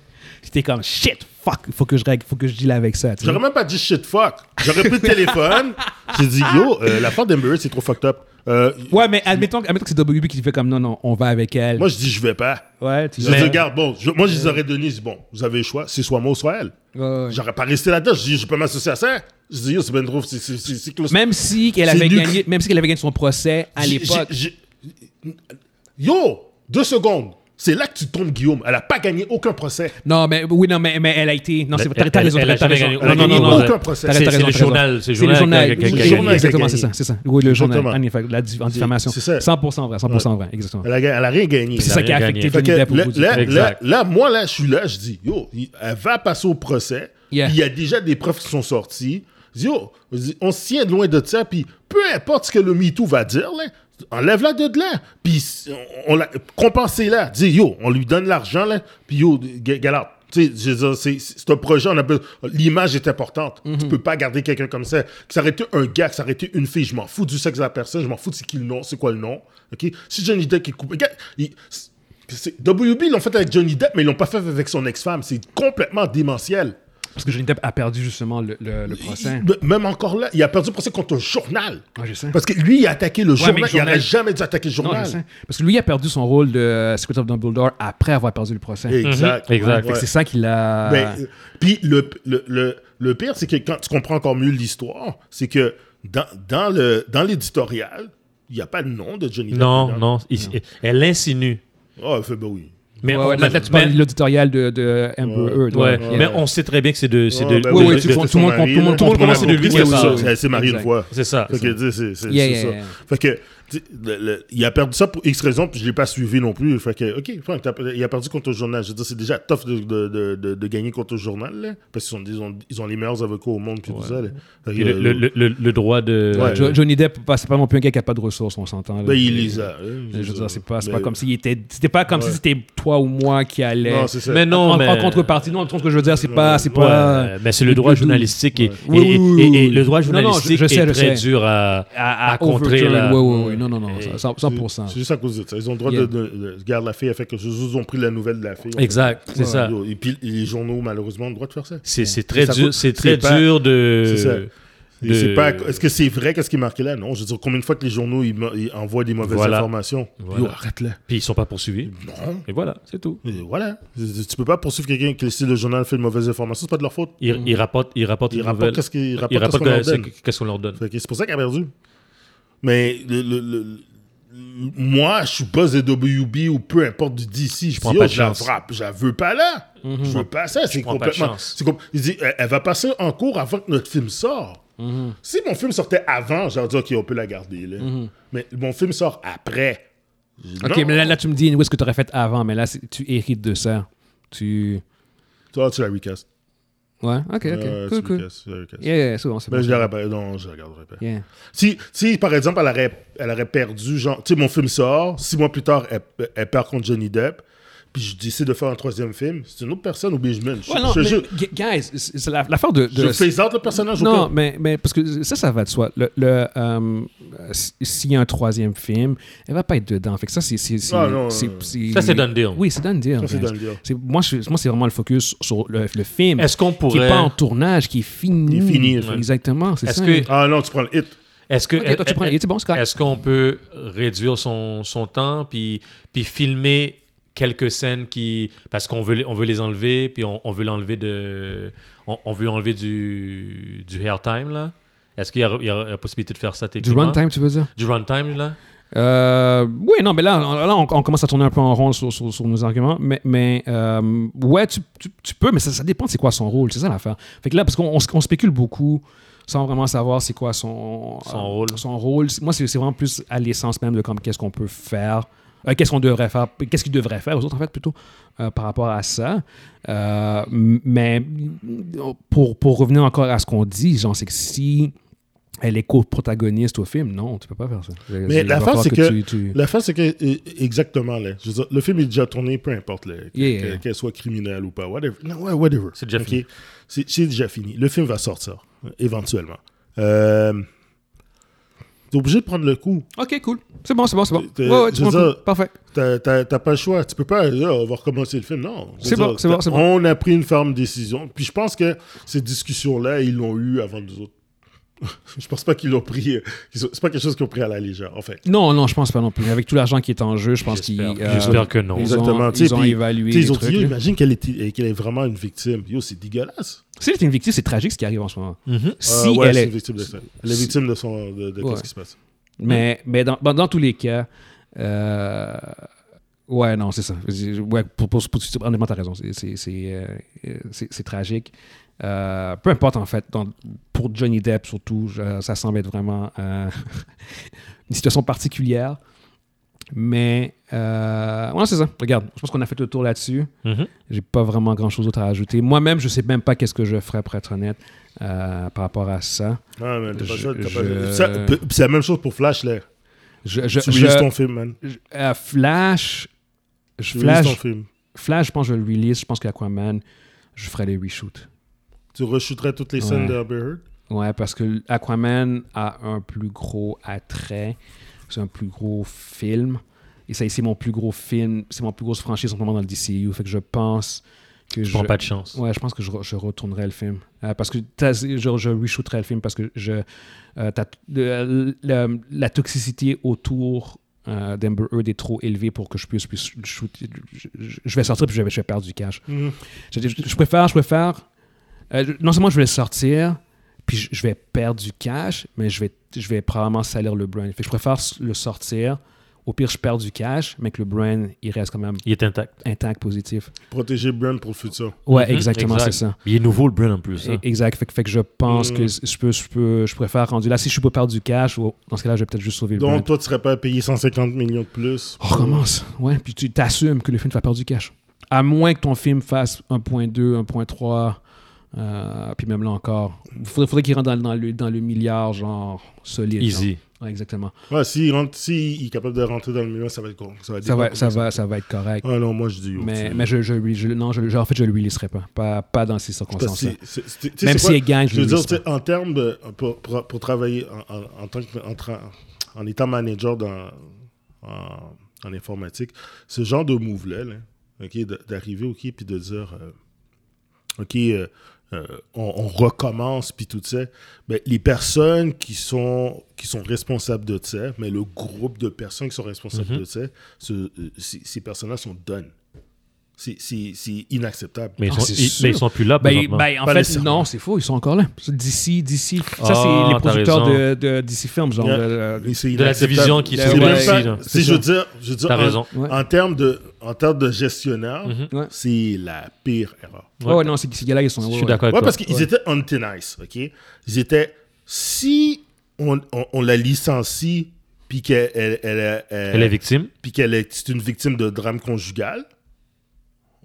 S1: T'es comme shit, fuck, faut que je règle, faut que je deal avec ça. tu sais.
S2: J'aurais même pas dit shit fuck. J'aurais pris le téléphone. J'ai dit, yo, euh, la part d'Amber, c'est trop fucked up. Euh,
S1: Ouais, mais admettons, admettons que c'est WB qui fait comme non, non, on va avec elle.
S2: Moi, je dis, je vais pas.
S1: ouais, tu
S2: Je dis, regarde, bon, je- moi, je les aurais donné, je dis, bon, vous avez le choix, c'est soit moi ou soit elle.
S1: Ouais, Euh. ouais.
S2: J'aurais pas resté là-dedans. Je dis, je peux m'associer à ça. Je dis, yo, c'est ben trop, c'est- c'est c'est- c'est close.
S1: Même si qu'elle
S2: C'est
S1: avait
S2: nul.
S1: gagné, même si qu'elle avait gagné son procès à
S2: J'ai-
S1: l'époque.
S2: j'ai- j'ai- Yo, deux secondes. C'est là que tu tombes, Guillaume. Elle a pas gagné aucun procès.
S1: Non, mais oui, non, mais, mais elle a été. Non, c'est
S3: Elle-
S1: t'as t'as
S3: elle-
S1: raison,
S3: elle
S1: t'as
S3: a
S1: t'as
S3: jamais
S1: raison.
S3: gagné
S1: Non,
S2: aucun
S1: non, non,
S2: procès.
S1: non.
S2: Aucun procès.
S1: T'as
S3: C'est-
S1: raison,
S3: c'est le
S1: t'as raison.
S3: journal, c'est le
S1: C'est le
S3: journal
S1: journal.
S3: qui a- qui
S2: a- qui a gagné.
S1: Exactement, c'est ça, c'est ça. Oui, le journal.
S2: Exactement.
S1: En effet, la di- en diffamation.
S2: C'est ça.
S1: 100% vrai, 100% vrai, exactement.
S2: Elle a, ga- elle a rien gagné.
S1: C'est ça qui a
S3: rien
S1: affecté
S3: gagné.
S2: Fait
S1: Johnny
S2: que
S1: Depp au
S2: là,
S1: bout du
S2: là-
S1: compte.
S2: là-
S3: Exact.
S2: là, moi, là, je suis là, je dis, yo, il- elle va passer au procès.
S1: Yeah.
S2: Il y a déjà des preuves qui sont sorties. Je dis, Yo, je dis, on se tient loin de ça, puis peu importe ce que le MeToo va dire, là, enlève-la de là, puis si- on, on la, compensez-la. Dis, yo, on lui donne l'argent, là, puis yo, ga- galère. Tu sais, je veux dire, c'est- c'est un projet, on a be- l'image est importante. Tu peux pas garder quelqu'un comme ça. Que ça aurait été un gars, que ça aurait été une fille, je m'en fous du sexe de la personne, je m'en fous de c'est qui le nom, c'est quoi le nom. ok Si Johnny Depp est coupé, regarde, il- c'est- WB, ils l'ont fait avec Johnny Depp, mais ils l'ont pas fait avec son ex-femme. C'est complètement démentiel.
S1: Parce que Johnny Depp a perdu justement le, le, le procès.
S2: Il- même encore là, il a perdu le procès contre un journal.
S1: Ah, je sais.
S2: Parce que lui, il a attaqué le
S1: mais
S2: journal.
S1: le
S2: Il
S1: journal-
S2: n'aurait jamais dû attaquer le
S1: Non,
S2: journal.
S1: je sais. Parce que lui a perdu son rôle de euh, Secret of Dumbledore après avoir perdu le procès.
S2: exact.
S3: Mhm. Exact.
S1: Fait que C'est ça qu'il a.
S2: Ben, euh, Puis le, le, le, le pire, c'est que quand tu comprends encore mieux l'histoire, c'est que dans, dans, le, dans l'éditorial, il n'y a pas le nom de Johnny Depp.
S3: Non,
S2: dedans.
S3: non. il- Elle insinue.
S2: Ah, il fait, ben oui.
S3: Mais
S1: Ouais,
S3: on-
S1: ouais, là, là, tu parles de l'auditorial de, de Amber Heard.
S3: Ouais,
S1: yeah.
S3: mais on sait très bien que c'est de. c'est
S2: Ah,
S3: de-
S2: ben
S3: de-
S1: oui,
S3: de-
S1: oui, tu
S3: de-
S1: comprends.
S2: c'est
S1: tout le monde-
S2: son
S1: tout le
S2: mari,
S1: monde-
S2: là.
S1: tout le monde
S2: On a
S1: commence de
S2: compris
S1: lui
S2: que
S1: qu'elle
S2: c'est
S1: parle.
S2: ça. Elle s'est mariée une
S1: Exact.
S2: fois.
S3: C'est ça.
S2: Fait que, tu sais, c'est- c'est-
S1: Yeah,
S2: c'est
S1: yeah,
S2: ça.
S1: yeah.
S2: Fait que, tu sais, le- le- il a perdu ça pour X raison, puis je l'ai pas suivi non plus. Fait que, OK, Frank, t'as- il a perdu contre le journal. Je veux dire, c'est déjà tough de, de, de, de, de gagner contre le journal, là, parce qu'ils ont, ils ont, ils ont les meilleurs avocats au monde, puis tout ça. là. Fait
S3: Puis
S2: que,
S3: le, le- le- le- le droit de.
S2: Ouais.
S1: Jo- Johnny Depp, bah, c'est pas non plus un gars qui a pas de ressources, on s'entend. là.
S2: ben, il les a. hein,
S1: Je veux dire, c'est pas, c'est
S2: Mais-
S1: pas comme s'il était. C'était pas comme si
S2: Ouais.
S1: c'était toi ou moi qui allait.
S2: Non, c'est ça.
S3: Mais non,
S1: en,
S3: mais.
S1: en contrepartie, non, en tout cas, ce que je veux dire, c'est
S2: Ouais,
S1: pas, c'est
S3: Ouais,
S1: pas
S3: mais c'est le droit
S1: le doute.
S3: journalistique et,
S1: Ouais.
S3: et-
S1: Oui,
S3: et-
S1: oui, oui,
S3: et- et
S1: oui.
S3: le droit
S1: Non, non, je-
S3: journalistique
S1: je sais,
S3: est
S1: je
S3: très
S1: sais.
S3: dur à, à, à contrer.
S1: overturn.
S3: là.
S1: Ouais, ouais, ouais. non, non, non, ça- ça- 100%.
S2: C'est juste à cause de ça. Ils ont le droit
S1: Yeah.
S2: de, de, de garder la fille. Fait que ils ont pris la nouvelle de la fille.
S3: Exact, c'est
S2: Ouais.
S3: ça.
S2: Et puis les journaux, malheureusement, ont le droit de faire ça.
S3: C'est c'est très
S2: Ça
S3: dur,
S2: coûte-
S3: c'est très
S2: c'est pas-
S3: dur de.
S2: c'est ça. Et
S3: de-
S2: c'est pas- Est-ce que c'est vrai qu'est-ce qui est marqué là Non, je veux dire, combien de fois que les journaux ils, me- ils envoient des mauvaises
S3: Voilà.
S2: informations
S3: Voilà.
S2: Yo, arrête-le.
S3: Puis ils sont pas poursuivis.
S2: Non.
S3: Et voilà, c'est tout.
S2: Et Voilà. Tu peux pas poursuivre quelqu'un qui si le journal fait de mauvaises informations, c'est pas de leur faute.
S3: Ils, ils rapportent, ils rapportent,
S2: Ils
S3: une
S2: rapportent
S3: nouvelle-
S2: Mm. qu'est-ce qu'ils
S3: ils
S2: rapportent.
S3: rapportent
S2: qu'est-ce qu'on leur
S3: que-
S2: donne.
S3: qu'est-ce qu'on leur donne.
S2: Fait que C'est pour ça qu'il a perdu. Mais le, le- le- le- moi, je suis boss de WB ou peu importe du DC. Je
S3: prends
S2: dis,
S3: pas
S2: oh,
S3: de
S2: je la
S3: chance.
S2: frappe, je la veux pas là. Je veux pas ça. C'est
S3: prends pas de
S2: complètement.
S3: chance.
S2: c'est com- Il dit, elle, elle va passer en cours avant que notre film sort. Si mon film sortait avant, j'aurais dit, OK, on peut la garder. Là. Mais mon film sort après. Je dis,
S1: Ok,
S2: non.
S1: mais là, là, tu me dis anyway, ce que tu aurais fait avant, mais là, c'est- tu hérites de ça. Tu.
S2: Toi, tu la recastes.
S1: Ouais, ok, ok.
S2: Euh,
S1: cool,
S2: tu
S1: cool.
S2: recastes, tu la recastes.
S1: Yeah, yeah, c'est bon, c'est
S2: Ben,
S1: bon.
S2: je la regarderai- non, je la regarderai pas.
S1: Yeah.
S2: Si, si, par exemple, elle aurait, elle aurait perdu, genre, tu sais, mon film sort, six mois plus tard, elle, elle perd contre Johnny Depp, puis je décide de faire un troisième film, c'est une autre personne, ou bien je mène. Je,
S1: Ouais, non,
S2: je,
S1: mais,
S2: je,
S1: gu- guys, c'est c'est la- l'affaire de.
S2: je
S1: de
S2: phase out le personnage
S1: non,
S2: au cas.
S1: mais, mais parce que ça, ça va de soi. Le, le, euh, si- S'il y a un troisième film, elle va pas être dedans. Fait que ça, c'est. c'est- c'est-
S2: Ah, non,
S1: c'est-
S2: non, non.
S1: c'est-
S3: Ça, c'est done deal.
S1: Oui, c'est done deal.
S2: Ça, c'est
S1: guys.
S2: done deal.
S1: C'est- Moi, je- moi, c'est vraiment le focus sur le, le film.
S3: Est-ce qu'on
S1: Qui
S3: pourrait.
S1: n'est pas en tournage, qui est fini.
S2: Il est fini, le film.
S1: Exactement, c'est
S3: Est-ce
S1: ça.
S3: que-
S2: Ah non, tu prends le hit.
S3: Est-ce que.
S1: Ok, toi, tu prends- il était bon, Scott.
S3: Est-ce qu'on peut réduire son, son temps puis, puis filmer quelques scènes qui parce qu'on veut les- on veut les enlever puis on, on veut l'enlever de on, on veut enlever du du airtime là est-ce qu'il y a, il y a la possibilité de faire ça
S1: Du
S3: techniquement
S1: runtime, tu veux dire?
S3: du runtime là
S1: Euh, oui, non, mais là, on, là, on- on commence à tourner un peu en rond sur, sur- sur nos arguments. Mais, mais euh, ouais, tu, tu- tu peux, mais ça, ça dépend c'est quoi son rôle. C'est ça l'affaire. Fait que là, parce qu'on on, s- on spécule beaucoup sans vraiment savoir c'est quoi son, euh,
S3: Son rôle.
S1: Son rôle. C'est- Moi, c'est c'est vraiment plus à l'essence même de comme qu'est-ce qu'on peut faire, euh, qu'est-ce qu'on devrait faire, qu'est-ce qu'ils devraient faire aux autres, en fait, plutôt, euh, par rapport à ça. Euh, m- mais pour, pour revenir encore à ce qu'on dit, genre, c'est que si elle est co-protagoniste au film, non, tu peux pas faire ça.
S2: Mais
S1: Il
S2: la
S1: va
S2: fin,
S1: falloir
S2: c'est que-
S1: tu- tu-
S2: La fin, c'est que, e- exactement, là. Je veux dire, le film est déjà tourné, peu importe, là, que-
S1: Yeah.
S2: que- qu'elle soit criminelle ou pas, whatever. Non, ouais, whatever.
S3: C'est déjà
S2: Ok?
S3: fini.
S2: C'est c'est déjà fini. Le film va sortir, euh, éventuellement. Euh, T'es obligé de prendre le coup.
S1: Ok, cool. C'est bon, c'est bon, c'est bon.
S2: Euh,
S1: Ouais, ouais, tu
S2: je veux
S1: prends le
S2: dire-
S1: coup. Parfait.
S2: T'as t'as- t'as pas le choix. Tu peux pas, euh, on va recommencer le film. Non. Je
S1: C'est
S2: veux
S1: bon,
S2: dire,
S1: c'est bon, c'est bon.
S2: On a pris une ferme décision. Puis je pense que ces discussions-là, ils l'ont eu avant nous autres. [LAUGHS] je pense pas qu'ils l'ont pris. euh, qu'ils ont- C'est pas quelque chose qu'ils ont pris à la légère, en fait.
S1: Non, non, je pense pas non plus. Avec tout l'argent qui est en jeu, je pense qu'il. euh,
S3: J'espère j'espère que non.
S1: ils ont-
S2: Exactement. tu sais,
S1: ils ont
S2: puis, ben-
S1: évalué
S2: tu sais,
S1: les
S2: Ils ont
S1: trucs,
S2: dit, yo,
S1: là.
S2: imagine qu'elle était- qu'elle est vraiment une victime. Yo, c'est dégueulasse.
S1: Si elle est une victime, c'est tragique ce qui arrive en ce moment.
S3: Mhm.
S1: Si
S2: Euh, ouais,
S1: elle
S2: c'est
S1: est.
S2: une victime de ça. Elle est
S1: si-
S2: victime de son. de, de
S1: Ouais.
S2: qu'est-ce qui se passe.
S1: Mais, mais dans, dans- dans tous les cas. euh, Ouais, non, c'est ça. Vas-y, Ouais, pour, pour, pour, honnêtement, t'as raison. C'est- C'est c'est, euh, euh, c'est- c'est tragique. Euh, peu importe, en fait. dans- pour Johnny Depp, surtout, je- ça semble être vraiment euh, [LAUGHS] une situation particulière. Mais. Euh... Ouais, c'est ça. Regarde, je pense qu'on a fait le tour là-dessus.
S3: Mhm.
S1: J'ai pas vraiment grand chose d'autre à ajouter. Moi-même, je sais même pas qu'est-ce que je ferais, pour être honnête, euh, par rapport à ça.
S2: Ah, mais t'as pas
S1: Je-
S2: ça, t'as
S1: je-
S2: pas ça. Puis- puis c'est la même chose pour Flash, là.
S1: Je, je,
S2: tu
S1: je-
S2: releases ton film, man.
S1: je- euh, Flash, je
S2: Tu releases ton
S1: Flash,
S2: film.
S1: Flash, je pense que je le release. Je pense qu'Aquaman, je ferai les reshoots.
S2: Tu reshooterais toutes les
S1: Ouais.
S2: scènes de Amber Heard.
S1: Ouais, parce que Aquaman a un plus gros attrait. C'est un plus gros film. Et ça, c'est mon plus gros film. C'est mon plus grosse franchise en ce moment dans le DCU. Fait que je pense que
S3: Je
S1: je.
S3: prends pas de chance.
S1: Ouais, je pense que je, re- je retournerai le film. Euh, parce que t'as- je, je reshooterai le film parce que je, euh, t'as- le- le- la toxicité autour euh, d'Amber Heard est trop élevée pour que je puisse, puisse shooter. Je, je- je vais sortir puis je vais, je vais perdre du cash. Je, je- je préfère, je préfère. euh, je- non seulement je vais sortir, puis je, je vais perdre du cash, mais je vais, je vais probablement salir le brand. Fait que je préfère s- le sortir. Au pire, je perds du cash, mais que le brand, il reste quand même
S3: Il est intact.
S1: intact, positif.
S2: Protéger Brand pour le futur.
S1: Ouais,
S3: Mhm,
S1: exactement,
S3: exact.
S1: c'est ça.
S3: Il est nouveau, le brun, en plus. hein.
S1: E- Exact. Fait, que- fait que je pense
S2: Mm.
S1: que je peux, je peux, je préfère rendu là. Si je suis pas perdre du cash, oh, dans ce cas-là, je vais peut-être juste sauver le
S2: Donc,
S1: brand.
S2: toi, tu serais pas payé 150 millions de plus.
S1: On recommence. Ouais. Puis tu t'assumes que le film va perdre du cash. À moins que ton film fasse 1.2, 1.3, euh, puis même là encore. Faudrait, faudrait qu'il rentre dans, dans le, dans le milliard, genre solide.
S3: Easy.
S1: genre. Ouais, exactement.
S2: Ouais, s'il rentre- s'il est capable de rentrer dans le million, ça va être con. Ça va, être
S1: Ça va,
S2: con.
S1: ça, va, ça va être correct.
S2: Ah non, moi, je dis. oh,
S1: mais
S2: tu-
S1: mais je, je, je- non, je- je- en fait, je le releaserai pas. pas. Pas dans ces
S2: Parce que
S1: circonstances-là.
S2: c'est- c'est- c'est- tu sais,
S1: Même
S2: c'est quoi?
S1: si elle gagne, je
S2: Je veux
S1: le
S2: dire,
S1: release
S2: tu
S1: pas.
S2: sais, en termes de. Pour, pour, pour travailler en, en- en tant que. En, tra- en étant manager dans, en, en informatique, ce genre de move-là, là, OK, de- d'arriver, OK, puis de dire. euh, OK, euh, euh, on, on recommence, puis tout ça. Ben, les personnes qui sont, qui sont responsables de ça, mais le groupe de personnes qui sont responsables
S3: Mhm.
S1: Mm-hmm.
S2: de ça, ce- euh, ces, ces personnes-là sont done. C'est- C'est c'est inacceptable.
S3: Mais ils,
S1: Ah,
S3: sont,
S1: c'est
S3: ils-
S1: sûr.
S3: mais ils sont plus là.
S1: Ben,
S3: présentement.
S1: ben, en
S2: Pas
S1: fait,
S2: nécessairement.
S1: non, c'est faux, ils sont encore là. D'ici, d'ici. Ça,
S3: Ah,
S1: c'est les
S3: t'as
S1: producteurs
S3: raison.
S1: de, de DC Films, genre.
S2: Yeah.
S1: euh,
S2: Mais c'est
S3: de la
S2: inacceptable.
S3: division qui
S1: Le-
S3: se
S2: C'est
S1: Ouais,
S3: trouve
S2: même
S3: ici.
S2: pas-
S3: là.
S2: si je veux dire, je veux dire,
S3: T'as
S2: en,
S3: raison.
S1: Ouais.
S2: en termes de, en termes de gestionnaire,
S3: Mhm.
S1: Euh, Ouais.
S2: c'est la pire erreur.
S1: ouais, ouais, non, c'est- ces gars-là, ils sont.
S3: Je
S1: ouais,
S3: suis
S1: ouais.
S3: d'accord
S2: Ouais,
S3: avec toi.
S2: parce qu'ils
S1: Ouais.
S2: étaient on thin ice, ok. Ils étaient si on, on- on la licencie puis qu'elle elle, elle- elle-
S3: Elle est victime.
S2: puis qu'elle est c'est une victime de drame conjugal,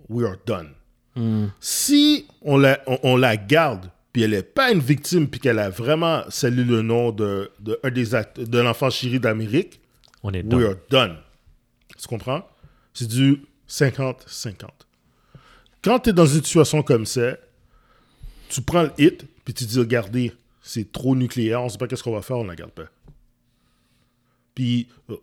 S2: we are done.
S1: Hmm.
S2: Si on la, on, on la garde, puis elle n'est pas une victime, puis qu'elle a vraiment salué le nom de, de, un des act- de l'enfant chéri d'Amérique,
S3: On est
S2: We
S3: dedans.
S2: are done. Tu comprends? C'est du 50-50. Quand tu es dans une situation comme ça, tu prends le hit, puis tu dis, regardez, c'est trop nucléaire, on ne sait pas qu'est-ce qu'on va faire, on ne la garde pas. Puis euh,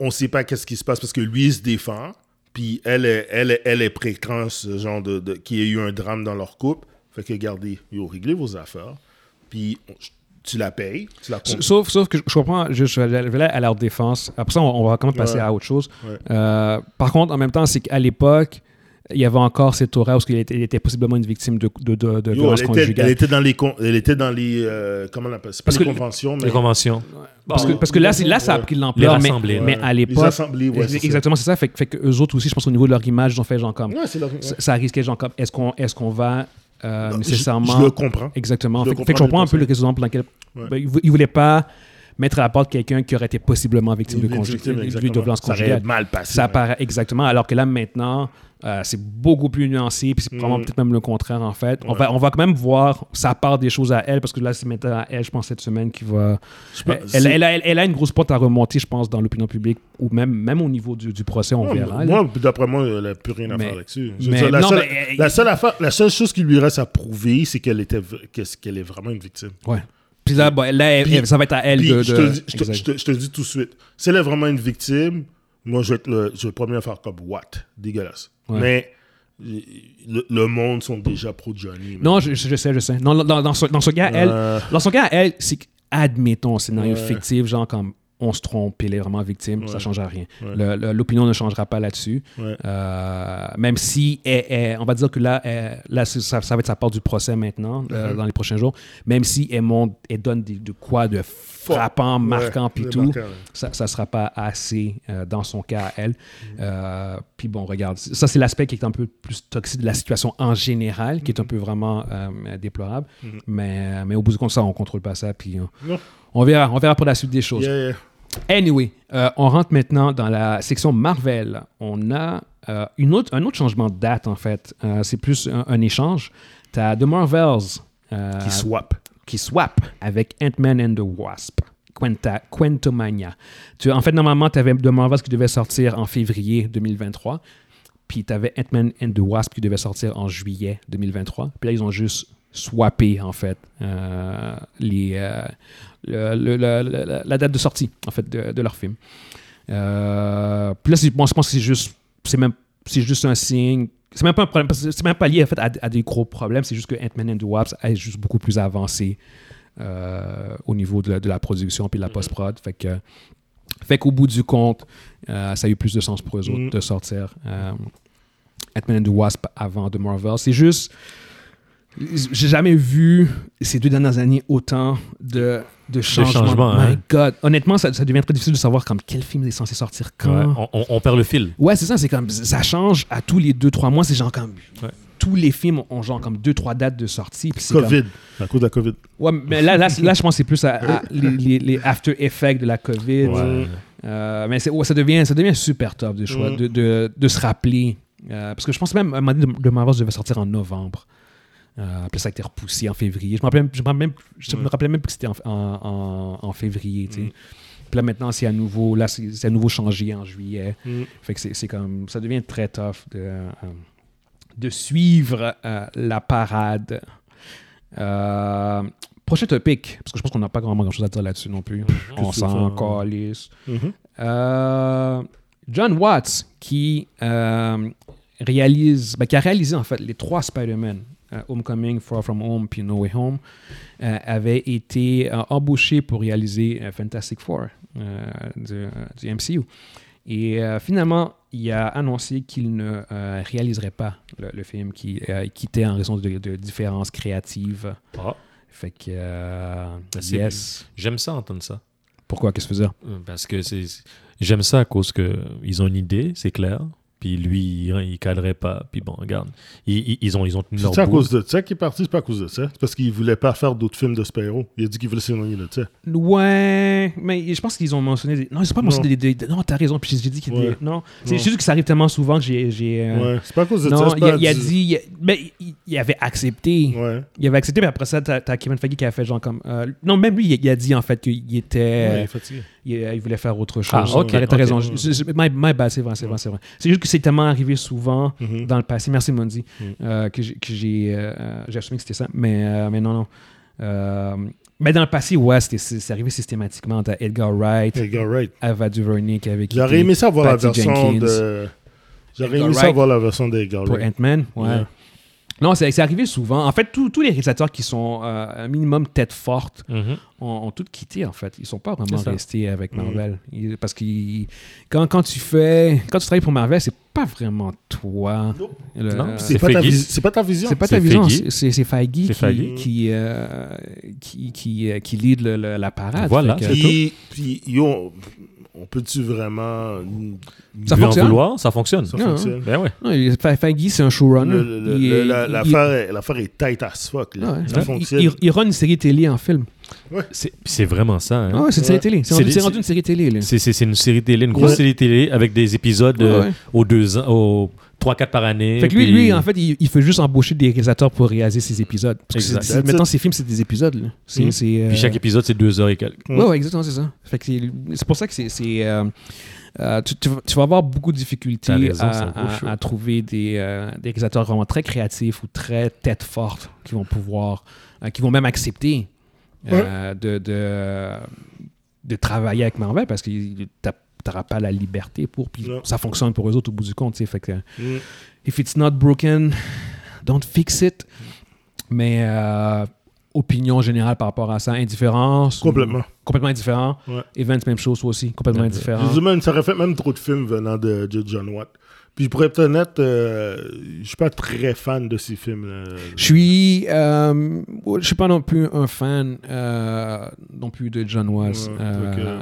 S2: on ne sait pas qu'est-ce qui se passe parce que lui, il se défend, puis elle est, elle est, elle est précoce, ce genre de, de- qui a eu un drame dans leur couple. Fait que, regardez, yo, réglez vos affaires, puis on- tu la payes, tu la
S1: S-
S2: comptes.
S1: Sauf, sauf que je, je comprends, je, je vais là à leur défense. Après ça, on, on va quand même passer
S2: Ouais.
S1: à autre chose.
S2: Ouais.
S1: Euh, par contre, en même temps, c'est qu'à l'époque, il y avait encore cette aura où il était, il était possiblement une victime de, de, de, de
S2: Yo,
S1: violence
S2: elle, était,
S1: conjugale.
S2: elle était dans les con- elle était dans les euh, comment on appelle c'est pas
S1: Parce
S2: les
S1: que-
S2: conventions mais
S3: Les conventions.
S1: Parce que, parce que là, c'est- là, ça a
S2: Ouais.
S1: pris de l'ampleur.
S3: Les
S1: Mais,
S3: rassemblés,
S1: mais
S2: ouais.
S1: à
S2: les
S1: l'époque.
S2: assemblées ouais, c'est ça.
S1: exactement, c'est ça. Fait, que- fait que eux autres aussi, je pense, au niveau de leur image, ils ont fait genre comme.
S2: ouais c'est leur- ouais.
S1: ça, ça risquait genre comme est-ce qu'on est-ce qu'on va euh,
S2: Non,
S1: nécessairement.
S2: Je, je le comprends.
S1: Exactement.
S2: je
S1: Fait,
S2: le
S1: fait que je
S2: comprends,
S1: comprends un
S2: le
S1: peu le
S2: conseil.
S1: raisonnement pour lequel
S2: Ouais.
S1: ben, il vou- il voulait pas mettre à la porte quelqu'un qui aurait été possiblement victime de,
S2: Victime,
S1: conju- de- de
S2: exactement.
S1: violence
S2: Ça aurait
S1: conjugale.
S2: mal passé, hein.
S1: Ça
S2: ouais.
S1: apparaît exactement. Alors que là, maintenant, euh, c'est beaucoup plus nuancé, puis c'est probablement
S2: Mm.
S1: peut-être même le contraire, en fait. On, va, on va quand même voir sa part des choses à elle, parce que là, c'est maintenant à elle, je pense, cette semaine, qui va.
S2: Je pense-
S1: Elle,
S2: c'est-
S1: elle a, elle- elle a une grosse porte à remonter, je pense, dans l'opinion publique, ou même, même au niveau du, du procès, on
S2: Non,
S1: verra. là.
S2: Moi, d'après moi, elle n'a plus rien à
S1: Mais-
S2: faire là-dessus. Je veux
S1: mais-
S2: dire, la,
S1: non,
S2: seule,
S1: mais-
S2: la, seule affaire- la seule chose qui lui reste à prouver, c'est qu'elle était, v- qu'est-ce- qu'elle est vraiment une victime.
S1: Ouais. Puis là, bon, là, elle-
S2: Puis-
S1: elle- ça va être à elle
S2: Puis,
S1: de.
S2: je,
S1: de-
S2: te, le dis- je te-
S1: Exact.
S2: je te- je te le dis tout de suite, si elle est vraiment une victime, moi, je vais être le, je vais le premier à faire comme What? Dégueulasse.
S1: Ouais.
S2: Mais le, le monde sont déjà pro Johnny. man.
S1: Non, je, je- je sais, je sais. Non, dans, dans, ce, dans ce cas, elle,
S2: Euh.
S1: dans ce cas, elle, c'est que, admettons, scénario
S2: Ouais.
S1: fictif, genre comme on se trompe, elle est vraiment victime, ça change à rien.
S2: Ouais.
S1: Le- le- L'opinion ne changera pas là-dessus.
S2: Ouais.
S1: Euh, même si, elle- elle- on va dire que là, elle- là c'est- ça, ça va être sa part du procès maintenant,
S2: Mm-hmm.
S1: euh, dans les prochains jours, même si elle, monte, elle donne des- de quoi de frappant,
S2: Ouais,
S1: marquant, puis
S2: c'est
S1: tout,
S2: marquant, ouais.
S1: ça ne sera pas assez euh, dans son cas à elle. Euh, puis bon, regarde, ça c'est l'aspect qui est un peu plus toxique de la situation en général, qui est
S2: Mhm.
S1: un peu vraiment euh, déplorable. mais, mais au bout du compte, ça, on contrôle pas ça. Puis on,
S2: Non.
S1: on verra, on verra pour la suite des choses.
S2: Yeah, yeah.
S1: Anyway, euh, on rentre maintenant dans la section Marvel. On a euh, une autre, un autre changement de date, en fait. Euh, c'est plus un, un échange. Tu as The Marvels euh,
S2: Qui swap.
S1: qui swap avec Ant-Man and the Wasp. Quenta, Quantumania. Tu, en fait, normalement, tu avais The Marvels qui devait sortir en février 2023. Puis tu avais Ant-Man and the Wasp qui devait sortir en juillet 2023. Puis là, ils ont juste swappé, en fait, euh, les, euh, le- le- le- le- la- la date de sortie, en fait, de, de leur film. Euh, puis là, c'est- bon, je pense que c'est juste, c'est même, c'est juste un signe. C'est même pas un problème, parce que c'est même pas lié en fait à, à des gros problèmes. C'est juste que Ant-Man and the Wasp est juste beaucoup plus avancé euh, au niveau de la, de la production puis de la post-prod. Fait que, fait qu'au bout du compte, euh, ça a eu plus de sens pour eux autres
S2: Mhm.
S1: de sortir euh, Ant-Man and the Wasp avant de Marvel. C'est juste, j'ai jamais vu ces deux dernières années autant de, de changements.
S3: changements,
S1: My
S3: hein.
S1: God, honnêtement, ça, ça devient très difficile de savoir comme quel film est censé sortir quand.
S3: Ouais, on, on- on perd le fil.
S1: Ouais, c'est ça, c'est comme ça change à tous les 2-3 mois, c'est genre comme
S3: Ouais.
S1: tous les films ont genre comme 2-3 dates de sortie. puis c'est
S2: COVID. À cause de la COVID.
S1: comme- ouais, mais là, là, c'est- là, je pense que c'est plus à- à les, les- les after effects de la COVID.
S3: Ouais.
S1: Euh, mais c'est- ouais, ça, devient, ça devient super top de, choix,
S2: Mm.
S1: de, de- de se rappeler. Euh, parce que je pense même, à un moment donné, le Marvel devait sortir en novembre. Euh, puis ça a été repoussé en février. Je me rappelais, je me rappelais même, je me
S2: Ouais.
S1: rappelais même plus que c'était en, en- en- en février. tu sais.
S2: Mm.
S1: Puis là, maintenant, c'est à nouveau, là, c'est c'est à nouveau changé en juillet.
S2: Mm.
S1: Fait que c'est c'est comme, ça devient très tough de, euh, de suivre euh, la parade. Euh, prochain topic, parce que je pense qu'on n'a pas vraiment grand-chose à dire là-dessus non plus. On
S2: Qu'est-ce que tu veux
S1: s'en
S2: faire?
S1: calisse.
S2: Mhm.
S1: Euh, John Watts, qui euh, réalise, ben, qui a réalisé en fait les trois Spider-Man, euh, Homecoming, Far From Home, puis No Way Home, euh, avait été euh, embauché pour réaliser euh, Fantastic Four euh, du, du MCU. Et euh, finalement, il a annoncé qu'il ne euh, réaliserait pas le, le film, qu'il euh, quittait en raison de, de différences créatives.
S3: Ah,
S1: Fait que, euh,
S3: Ben, c'est-
S1: yes.
S3: J'aime ça entendre ça.
S1: Pourquoi? Qu'est-ce que ça veut dire?
S3: Euh, Parce que c'est. c'est- J'aime ça à cause que ils ont une idée, c'est clair. Puis lui, il, il calerait pas. Puis bon, regarde. Ils, ils- ils ont, ils ont tenu leur
S2: C'est à
S3: bout.
S2: cause de ça qu'il est parti, c'est pas à cause de ça. C'est parce qu'il voulait pas faire d'autres films de Spyro. Il a dit qu'il voulait s'éloigner de ça.
S1: Ouais, mais je pense qu'ils ont mentionné. Des... Non, ils ont pas
S2: Non.
S1: mentionné des. des- des- Non, t'as raison. Puis j'ai dit qu'il. y a des-
S2: Ouais.
S1: Non, c'est
S2: Non.
S1: juste que ça arrive tellement souvent que j'ai. j'ai, euh,
S2: Ouais, c'est pas à cause de ça.
S1: Non,
S2: c'est
S1: il a,
S2: pas
S1: il a
S2: du-
S1: dit. Euh, il a- Mais il, il avait accepté.
S2: Ouais.
S1: Il avait accepté, mais après ça, t'as t'as Kevin Feige qui a fait genre comme. euh, Non, même lui, il, il a dit en fait qu'il était. euh,
S2: Ouais, il est fatigué.
S1: il, il voulait faire autre chose.
S3: Ah, ok,
S1: T'as- t'as
S3: ok.
S1: raison. Je- je- je- my, my bad, c'est vrai, c'est vrai, c'est vrai. C'est juste que c'est tellement arrivé souvent
S2: Mhm.
S1: dans le passé. Merci, Mondi,
S2: Mhm.
S1: euh, que j'ai- que j'ai euh, j'ai assumé que c'était ça. Mais, euh, mais non, non. Euh, mais dans le passé, ouais, c'était- c'est c'est arrivé systématiquement. T'as Edgar Wright,
S2: Edgar Wright.
S1: Ava DuVernay qui avait quitté
S2: J'aurais aimé ça voir la
S1: Patty
S2: version
S1: Jenkins.
S2: de. J'aurais
S1: Edgar
S2: aimé ça
S1: Wright.
S2: voir la version d'Edgar
S1: pour
S2: Wright.
S1: Ant-Man. Ouais.
S2: Ouais.
S1: Non, c'est c'est arrivé souvent. En fait, tous tous les réalisateurs qui sont euh, un minimum tête forte
S3: Mhm.
S1: ont, ont toutes quitté, en fait. Ils sont pas vraiment
S3: C'est ça. Mm.
S1: restés avec Marvel. Ils- parce que quand, quand tu fais... Quand tu travailles pour Marvel, c'est pas vraiment toi.
S2: Nope.
S1: Le- euh,
S3: Non,
S2: C'est
S3: C'est
S2: pas, ta
S3: Feige.
S2: vis- c'est pas ta vision.
S1: c'est pas
S3: C'est
S1: ta vision.
S3: Feige.
S1: C'est c'est Feige qui,
S3: Feige.
S1: qui, euh, qui, qui, euh, qui lead le- le- la parade.
S3: Voilà.
S1: Fait que-
S2: Puis, puis, yo, on peut-tu vraiment
S1: Ça
S3: Lui en
S1: fonctionne.
S3: vouloir, ça fonctionne.
S2: ça
S1: Non,
S2: fonctionne?
S3: Ben ouais.
S1: Non, il- Fa- Faggy, c'est un showrunner.
S2: Le- le-
S1: Il
S2: le-
S1: est-
S2: la-
S1: il-
S2: L'affaire est, l'affaire est tight as fuck.
S1: il-
S2: là.
S1: Ouais.
S2: ça
S1: Il-
S2: fonctionne.
S1: il, il run une série télé en film.
S3: C'est c'est vraiment ça. hein.
S1: Ah ouais, c'est une
S2: Ouais.
S1: série télé. C'est rendu,
S3: C'est-
S1: c'est rendu une série télé. Là.
S3: C'est- C'est c'est une série télé, une grosse
S2: Ouais.
S3: série télé avec des épisodes
S1: Ouais,
S3: euh,
S1: ouais.
S3: aux deux ans, aux 3-4 par année.
S1: Fait que lui,
S3: puis-
S1: lui, en fait, il, il fait juste embaucher des réalisateurs pour réaliser ses épisodes. Parce que
S3: Exact.
S1: c'est- c'est- maintenant, ses films, c'est des épisodes. là. C'est,
S2: Mm.
S1: c'est, euh,
S3: Puis chaque épisode, c'est deux heures et quelques.
S1: Ouais, ouais, exactement, c'est ça. Fait que c'est, c'est pour ça que c'est. c'est, euh, euh, tu, tu vas- tu vas avoir beaucoup de difficultés
S3: T'as raison, c'est un gros
S1: à,
S3: show.
S1: à- à trouver des, euh, des réalisateurs vraiment très créatifs ou très tête forte qui vont pouvoir, euh, qui vont même accepter euh, de, de, de travailler avec Marvel parce que t'as- t'auras pas la liberté pour. Puis
S2: Non.
S1: ça fonctionne pour eux autres au bout du compte. tu sais. Fait que,
S2: Mm.
S1: if it's not broken, don't fix it. Mais euh, opinion générale par rapport à ça, indifférence. ou-
S2: Complètement.
S1: complètement indifférent.
S2: Ouais.
S1: Events, même chose, toi aussi, complètement indifférent.
S2: Je dis même, ça aurait fait même trop de films venant de, de John Watt. Puis pour être honnête, euh, je suis pas très fan de ces films.
S1: Je suis, euh, je suis pas non plus un fan euh, non plus de John Wells.
S2: Ouais,
S1: Euh,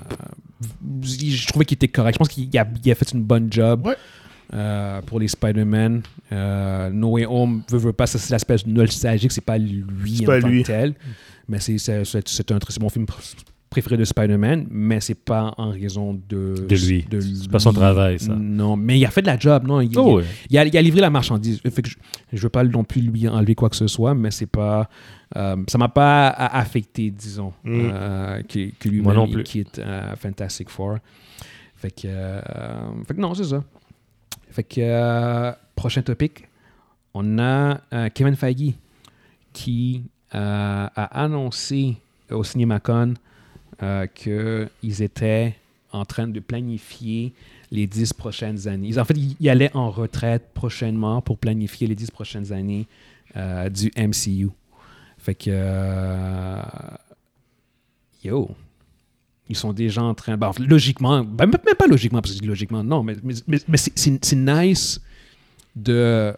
S1: v- Je trouvais qu'il était correct. Je pense qu'il a, il a fait une bonne job
S2: Ouais.
S1: euh, pour les Spider-Man. Euh, no Way Home, veut, veut pas, ça, c'est l'aspect nostalgique, c'est pas lui
S2: C'est
S1: en
S2: pas
S1: tant
S2: lui.
S1: que tel. Mais c'est, c'est, c'est- c'est un très c'est mon film pr- préféré de Spider-Man, mais c'est pas en raison de,
S3: De lui. C'est pas son
S1: lui.
S3: travail, ça.
S1: Non, mais il a fait de la job, non? Il,
S3: Oh, ouais.
S1: il a, il a livré la marchandise. Fait que je ne veux pas non plus lui enlever quoi que ce soit, mais c'est pas, euh, ça m'a pas a- affecté, disons,
S2: Mm.
S1: euh, que, que
S3: Moi non
S1: lui-même
S3: plus.
S1: il quitte euh, Fantastic Four. Fait que, euh, fait que non, c'est ça. Fait que, euh, prochain topic, on a euh, Kevin Feige qui euh, a annoncé au CinemaCon euh, qu'ils étaient en train de planifier les dix prochaines années. Ils- en fait, ils, ils allaient en retraite prochainement pour planifier les dix prochaines années euh, du MCU. Fait que... euh, yo! Ils sont déjà en train... ben, en fait, logiquement, ben, même même pas logiquement, parce que je dis logiquement, non, mais, mais, mais- mais c'est- c'est c'est nice de,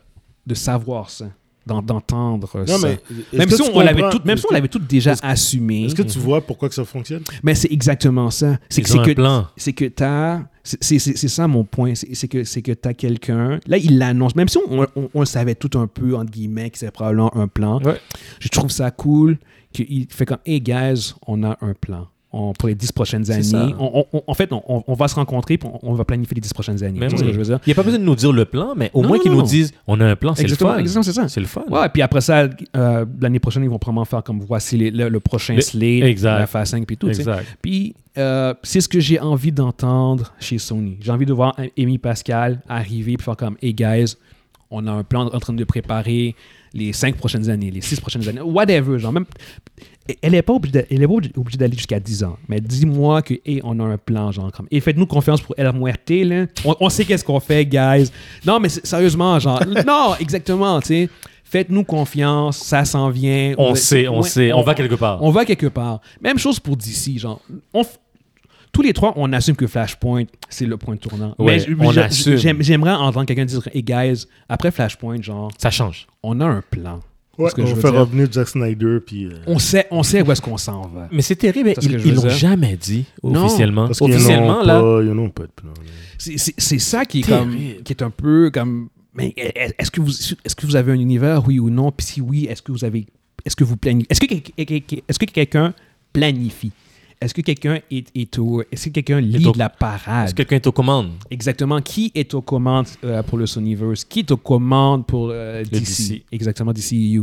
S1: de savoir ça, d'en- d'entendre ça. Même si, on l'avait tout, même si on l'avait tout déjà assumé,
S2: Est-ce que tu vois pourquoi que ça fonctionne?
S1: mais c'est exactement ça. C'est que
S3: Ils ont
S1: c'est
S3: un
S1: que
S3: plan.
S1: c'est que t'as, c'est- c'est c'est- c'est ça mon point, c'est c'est que c'est que t'as quelqu'un. Là, il l'annonce. Même si on, on- on le savait tout un peu entre guillemets que c'est probablement un plan.
S3: Ouais.
S1: Je trouve ça cool qu'il fait comme, hey guys, on a un plan. On- pour les dix prochaines
S3: ça.
S1: années. On- on- on- en fait, on- on, on va se rencontrer puis on, on va planifier les dix prochaines années.
S3: Mais
S1: Tu sais ce
S3: oui.
S1: que je veux dire?
S3: Il n'y a pas besoin de nous dire le plan, mais au
S1: Non,
S3: moins
S1: non,
S3: qu'ils nous
S1: non.
S3: disent on a un plan, c'est le
S1: Exactement,
S3: fun.
S1: exactement, c'est ça.
S3: C'est le fun.
S1: Ouais, puis après ça, euh, l'année prochaine, ils vont probablement faire comme voici les- le, le prochain
S3: Le-
S1: slate,
S3: exact.
S1: la phase 5 puis tout. tu sais.
S3: Exact.
S1: Puis euh, c'est ce que j'ai envie d'entendre chez Sony. J'ai envie de voir Amy Pascal arriver puis faire comme Hey guys, on a un plan en train de préparer les 5 prochaines années, les 6 prochaines années, whatever. Genre même, elle n'est pas obligée d'a- elle est pas obli- obligée d'aller jusqu'à 10 ans, mais dis-moi que hey, on a un plan, genre comme. Et faites-nous confiance pour El Muerte, là. On, on sait qu'est-ce qu'on fait, guys. Non, mais c'est- sérieusement, genre, [LAUGHS] non, exactement, tu sais. Faites-nous confiance, ça s'en vient.
S3: On
S1: Ouais,
S3: sait, on
S1: ouais,
S3: sait, on, va quelque part.
S1: Ah. on va quelque part. Même chose pour DC, genre. on f- tous les trois, on assume que Flashpoint, c'est le point tournant.
S3: Ouais,
S1: j-
S3: on
S1: j-
S3: assume.
S1: j'aime- J'aimerais entendre quelqu'un dire Hey guys, après Flashpoint, genre,
S3: Ça change.
S1: on a un plan.
S2: Ouais,
S1: Ce que je
S2: on
S1: veux
S2: fait
S1: dire.
S2: revenir Jack Snyder. Puis, euh,
S1: On sait, on sait où est-ce qu'on s'en va.
S3: Mais c'est terrible,
S1: C'est ce
S3: ils
S1: que je
S3: ils
S1: veux
S3: l'ont
S1: dire.
S3: jamais dit
S1: Non,
S3: officiellement.
S2: parce qu'ils
S3: Officiellement,
S2: n'ont
S3: là.
S2: pas- Ils n'ont pas de plan.
S1: C'est- C'est c'est ça qui est, comme,
S3: Terrible.
S1: qui est un peu comme. Mais e-, est-ce que, vous, est-ce que vous avez un univers, oui ou non Puis si oui, est-ce que vous avez. Est-ce que vous planifiez Est-ce que, quel- quel- quel- est-ce que quelqu'un planifie Est-ce que quelqu'un est, est au. Est-ce que quelqu'un lit
S3: au-
S1: de la parade
S3: Est-ce que quelqu'un est aux commandes
S1: Exactement. Qui est aux commandes euh, pour le Sonyverse? Qui est aux commandes pour euh,
S3: Le
S1: DC?
S3: DC.
S1: Exactement, DCU.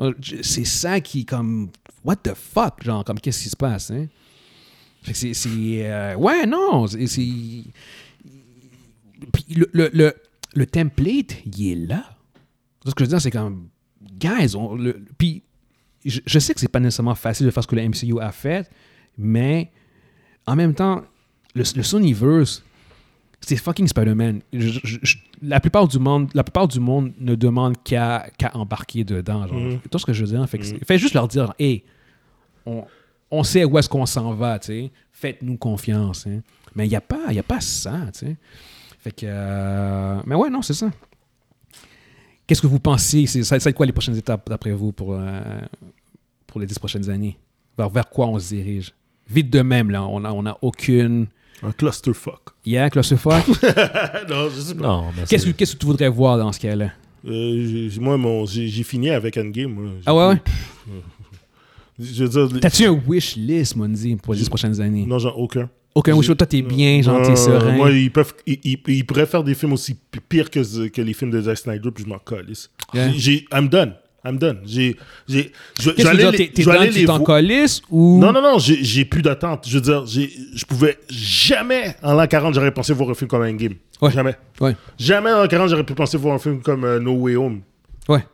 S1: Euh, je- C'est ça qui, comme, what the fuck, genre, comme, qu'est-ce qui se passe, hein? Fait que c'est. c'est, euh, ouais, non, c'est. c'est- Puis le, le, le, le template, il est là. Tu vois Ce que je veux dire, c'est comme, guys, on, le, puis je, je sais que c'est pas nécessairement facile de faire ce que le MCU a fait, mais en même temps, le, le Sonyverse, c'est fucking Spider-Man. Je- je- je- La plupart du monde, la plupart du monde ne demande qu'à qu'à embarquer dedans. Genre.
S2: Mhm.
S1: Tout ce que je veux dire, fait, que c'est- fait juste leur dire, genre, hey, on, on sait où est-ce qu'on s'en va, tu sais. Faites-nous confiance. hein. Mais il n'y a pas, il a pas ça, tu sais. Fait que, euh, mais ouais, non, c'est ça. Qu'est-ce que vous pensez C'est ça, ça va être quoi les prochaines étapes d'après vous pour euh, pour les dix prochaines années Vers, vers quoi on se dirige Vite de même là, on a on a aucune
S2: Un clusterfuck.
S1: Yeah, Clusterfuck.
S2: Ah, non, je sais pas.
S3: Non, mais
S1: Qu'est-ce que,
S3: c'est-
S1: qu'est-ce que tu voudrais voir dans ce cas-là?
S2: Euh, j'ai- j'ai- moi, mon- j'ai j'ai fini avec Endgame. moi. J'ai-
S1: Ah ouais, ouais?
S2: Je veux dire,
S1: T'as-tu un wish list, Mondi, pour les dix prochaines années?
S2: non, genre aucun.
S1: Aucun wish
S2: j'ai-
S1: list. Toi, t'es bien, gentil,
S2: Euh,
S1: serein.
S2: Moi, ils, peuvent, ils, ils- ils pourraient faire des films aussi p- pires que, ce- que les films de Zack Snyder, puis je m'en calisse.
S1: Yeah.
S2: J'ai- j'ai- I'm done. I'm done. J'ai. j'ai- je-
S1: Qu'est-ce que
S2: j'allais
S1: tu veux
S2: les-
S1: dire? T'es- T'es
S2: je vais
S1: dans
S2: aller
S1: tu
S2: les
S1: t'en
S2: vo-
S1: colisses ou...
S2: Non, non, non, j'ai j'ai plus d'attente. Je veux dire, j'ai- je pouvais jamais, en l'an 40, j'aurais pensé voir un film comme Endgame.
S1: Ouais.
S2: Jamais.
S1: Ouais.
S2: Jamais en l'an 40, j'aurais pu penser voir un film comme euh, No Way Home.
S1: Ouais.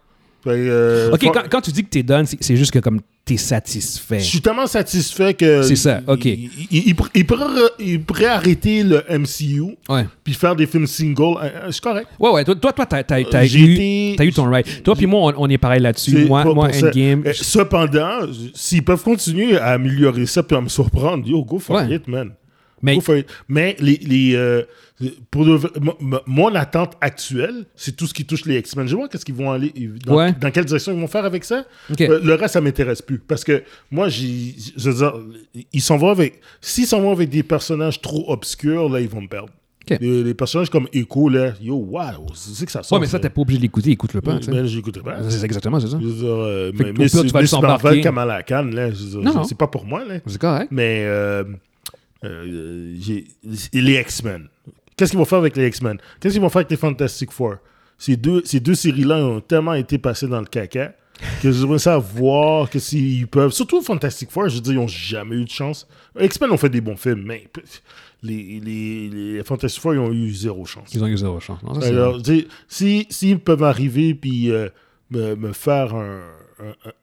S2: Fait, euh,
S1: OK,
S2: faut-
S1: quand, quand tu dis que t'es done, c'est c'est juste que comme t'es satisfait.
S2: Je suis tellement satisfait que.
S1: C'est ça, ok.
S2: Il, il- il pr- il pourrait, il pourrait arrêter le MCU
S1: Ouais.
S2: puis faire des films single. Euh, euh, C'est correct.
S1: Ouais, ouais. Toi, toi, toi, t'as t'as- t'as
S2: J'ai
S1: eu,
S2: été-
S1: t'as eu ton right. Toi puis moi, on, on est pareil là-dessus.
S2: C'est
S1: Moi,
S2: pas
S1: moi
S2: pour ça.
S1: Endgame...
S2: Euh,
S1: je-
S2: Cependant, s'ils peuvent continuer à améliorer ça puis à me surprendre, yo, go for
S1: Ouais.
S2: it, man.
S1: Mais-
S2: Go for it. Mais les, les, euh, pour le vrai- mon- mon- mon attente actuelle, c'est tout ce qui touche les X-Men. Je vois qu'est-ce qu'ils vont aller, dans,
S1: Ouais.
S2: dans quelle direction ils vont faire avec ça.
S1: Ok.
S2: Euh, le reste, ça m'intéresse plus. Parce que moi, j'ai- je veux dire, ils s'en vont avec. S'ils s'en vont avec des personnages trop obscurs, là, ils vont me perdre. Euh,
S1: Ok.
S2: Les, les personnages comme Echo, là, yo, wow, c'est que ça sort.
S1: Ouais, mais ça, t'es pas obligé de l'écouter. Écoute-le pas, tu sais. Ah,
S2: Ben, j'écouterai pas.
S1: C'est exactement, c'est ça.
S2: Je veux dire, euh,
S1: Fait que
S2: mais
S1: au pire,
S2: mais si-
S1: tu vas
S2: mais
S1: le
S2: si t'en
S1: s'embarquer.
S2: vales comme à la canne, là, je veux dire,
S1: Non,
S2: je-
S1: non.
S2: c'est pas pour moi, là.
S1: C'est correct.
S2: Mais euh, euh, j'ai- les X-Men. Qu'est-ce qu'ils vont faire avec les X-Men Qu'est-ce qu'ils vont faire avec les Fantastic Four Ces deux, ces deux séries-là ont tellement été passées dans le caca que j'aimerais ça voir que s'ils peuvent. Surtout Fantastic Four, je veux dire, ils n'ont jamais eu de chance. X-Men ont fait des bons films, mais pff, les, les, les Fantastic Four, ils ont eu zéro chance.
S1: Ils ont eu zéro chance. Non, ça, c'est-
S2: Alors, tu sais, si s'ils peuvent arriver puis euh, me, me faire un,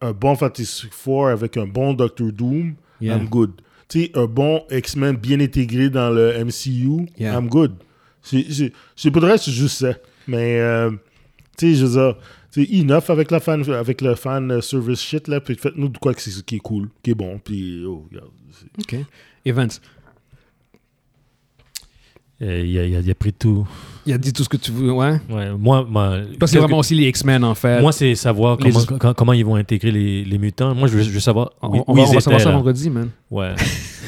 S2: un, un bon Fantastic Four avec un bon Doctor Doom,
S1: Yeah.
S2: I'm good. Tu sais, un bon X-Men bien intégré dans le MCU,
S1: Yeah.
S2: I'm good. C'est- c'est- c'est- Pour le reste, c'est juste ça. Mais, euh, tu sais, je veux dire, tu sais, enough avec, la fan, avec le fan service shit, là, puis faites-nous de quoi que c'est- qui est cool, qui est bon, puis oh, regarde. c'est-
S1: OK. Evans,
S3: Euh, Il y, a- il y a- il y a pris tout.
S1: il a dit tout ce que tu veux, ouais?
S3: Ouais, moi, moi,
S1: Toi, c'est
S3: quelque-
S1: vraiment aussi les X-Men, en fait.
S3: moi, c'est savoir
S1: les-
S3: comment, quand- comment ils vont intégrer les, les mutants. Moi, je veux, je veux savoir où,
S1: on,
S3: où
S1: on va,
S3: ils
S1: on va savoir
S3: étaient,
S1: ça
S3: là.
S1: vendredi, man.
S3: Ouais.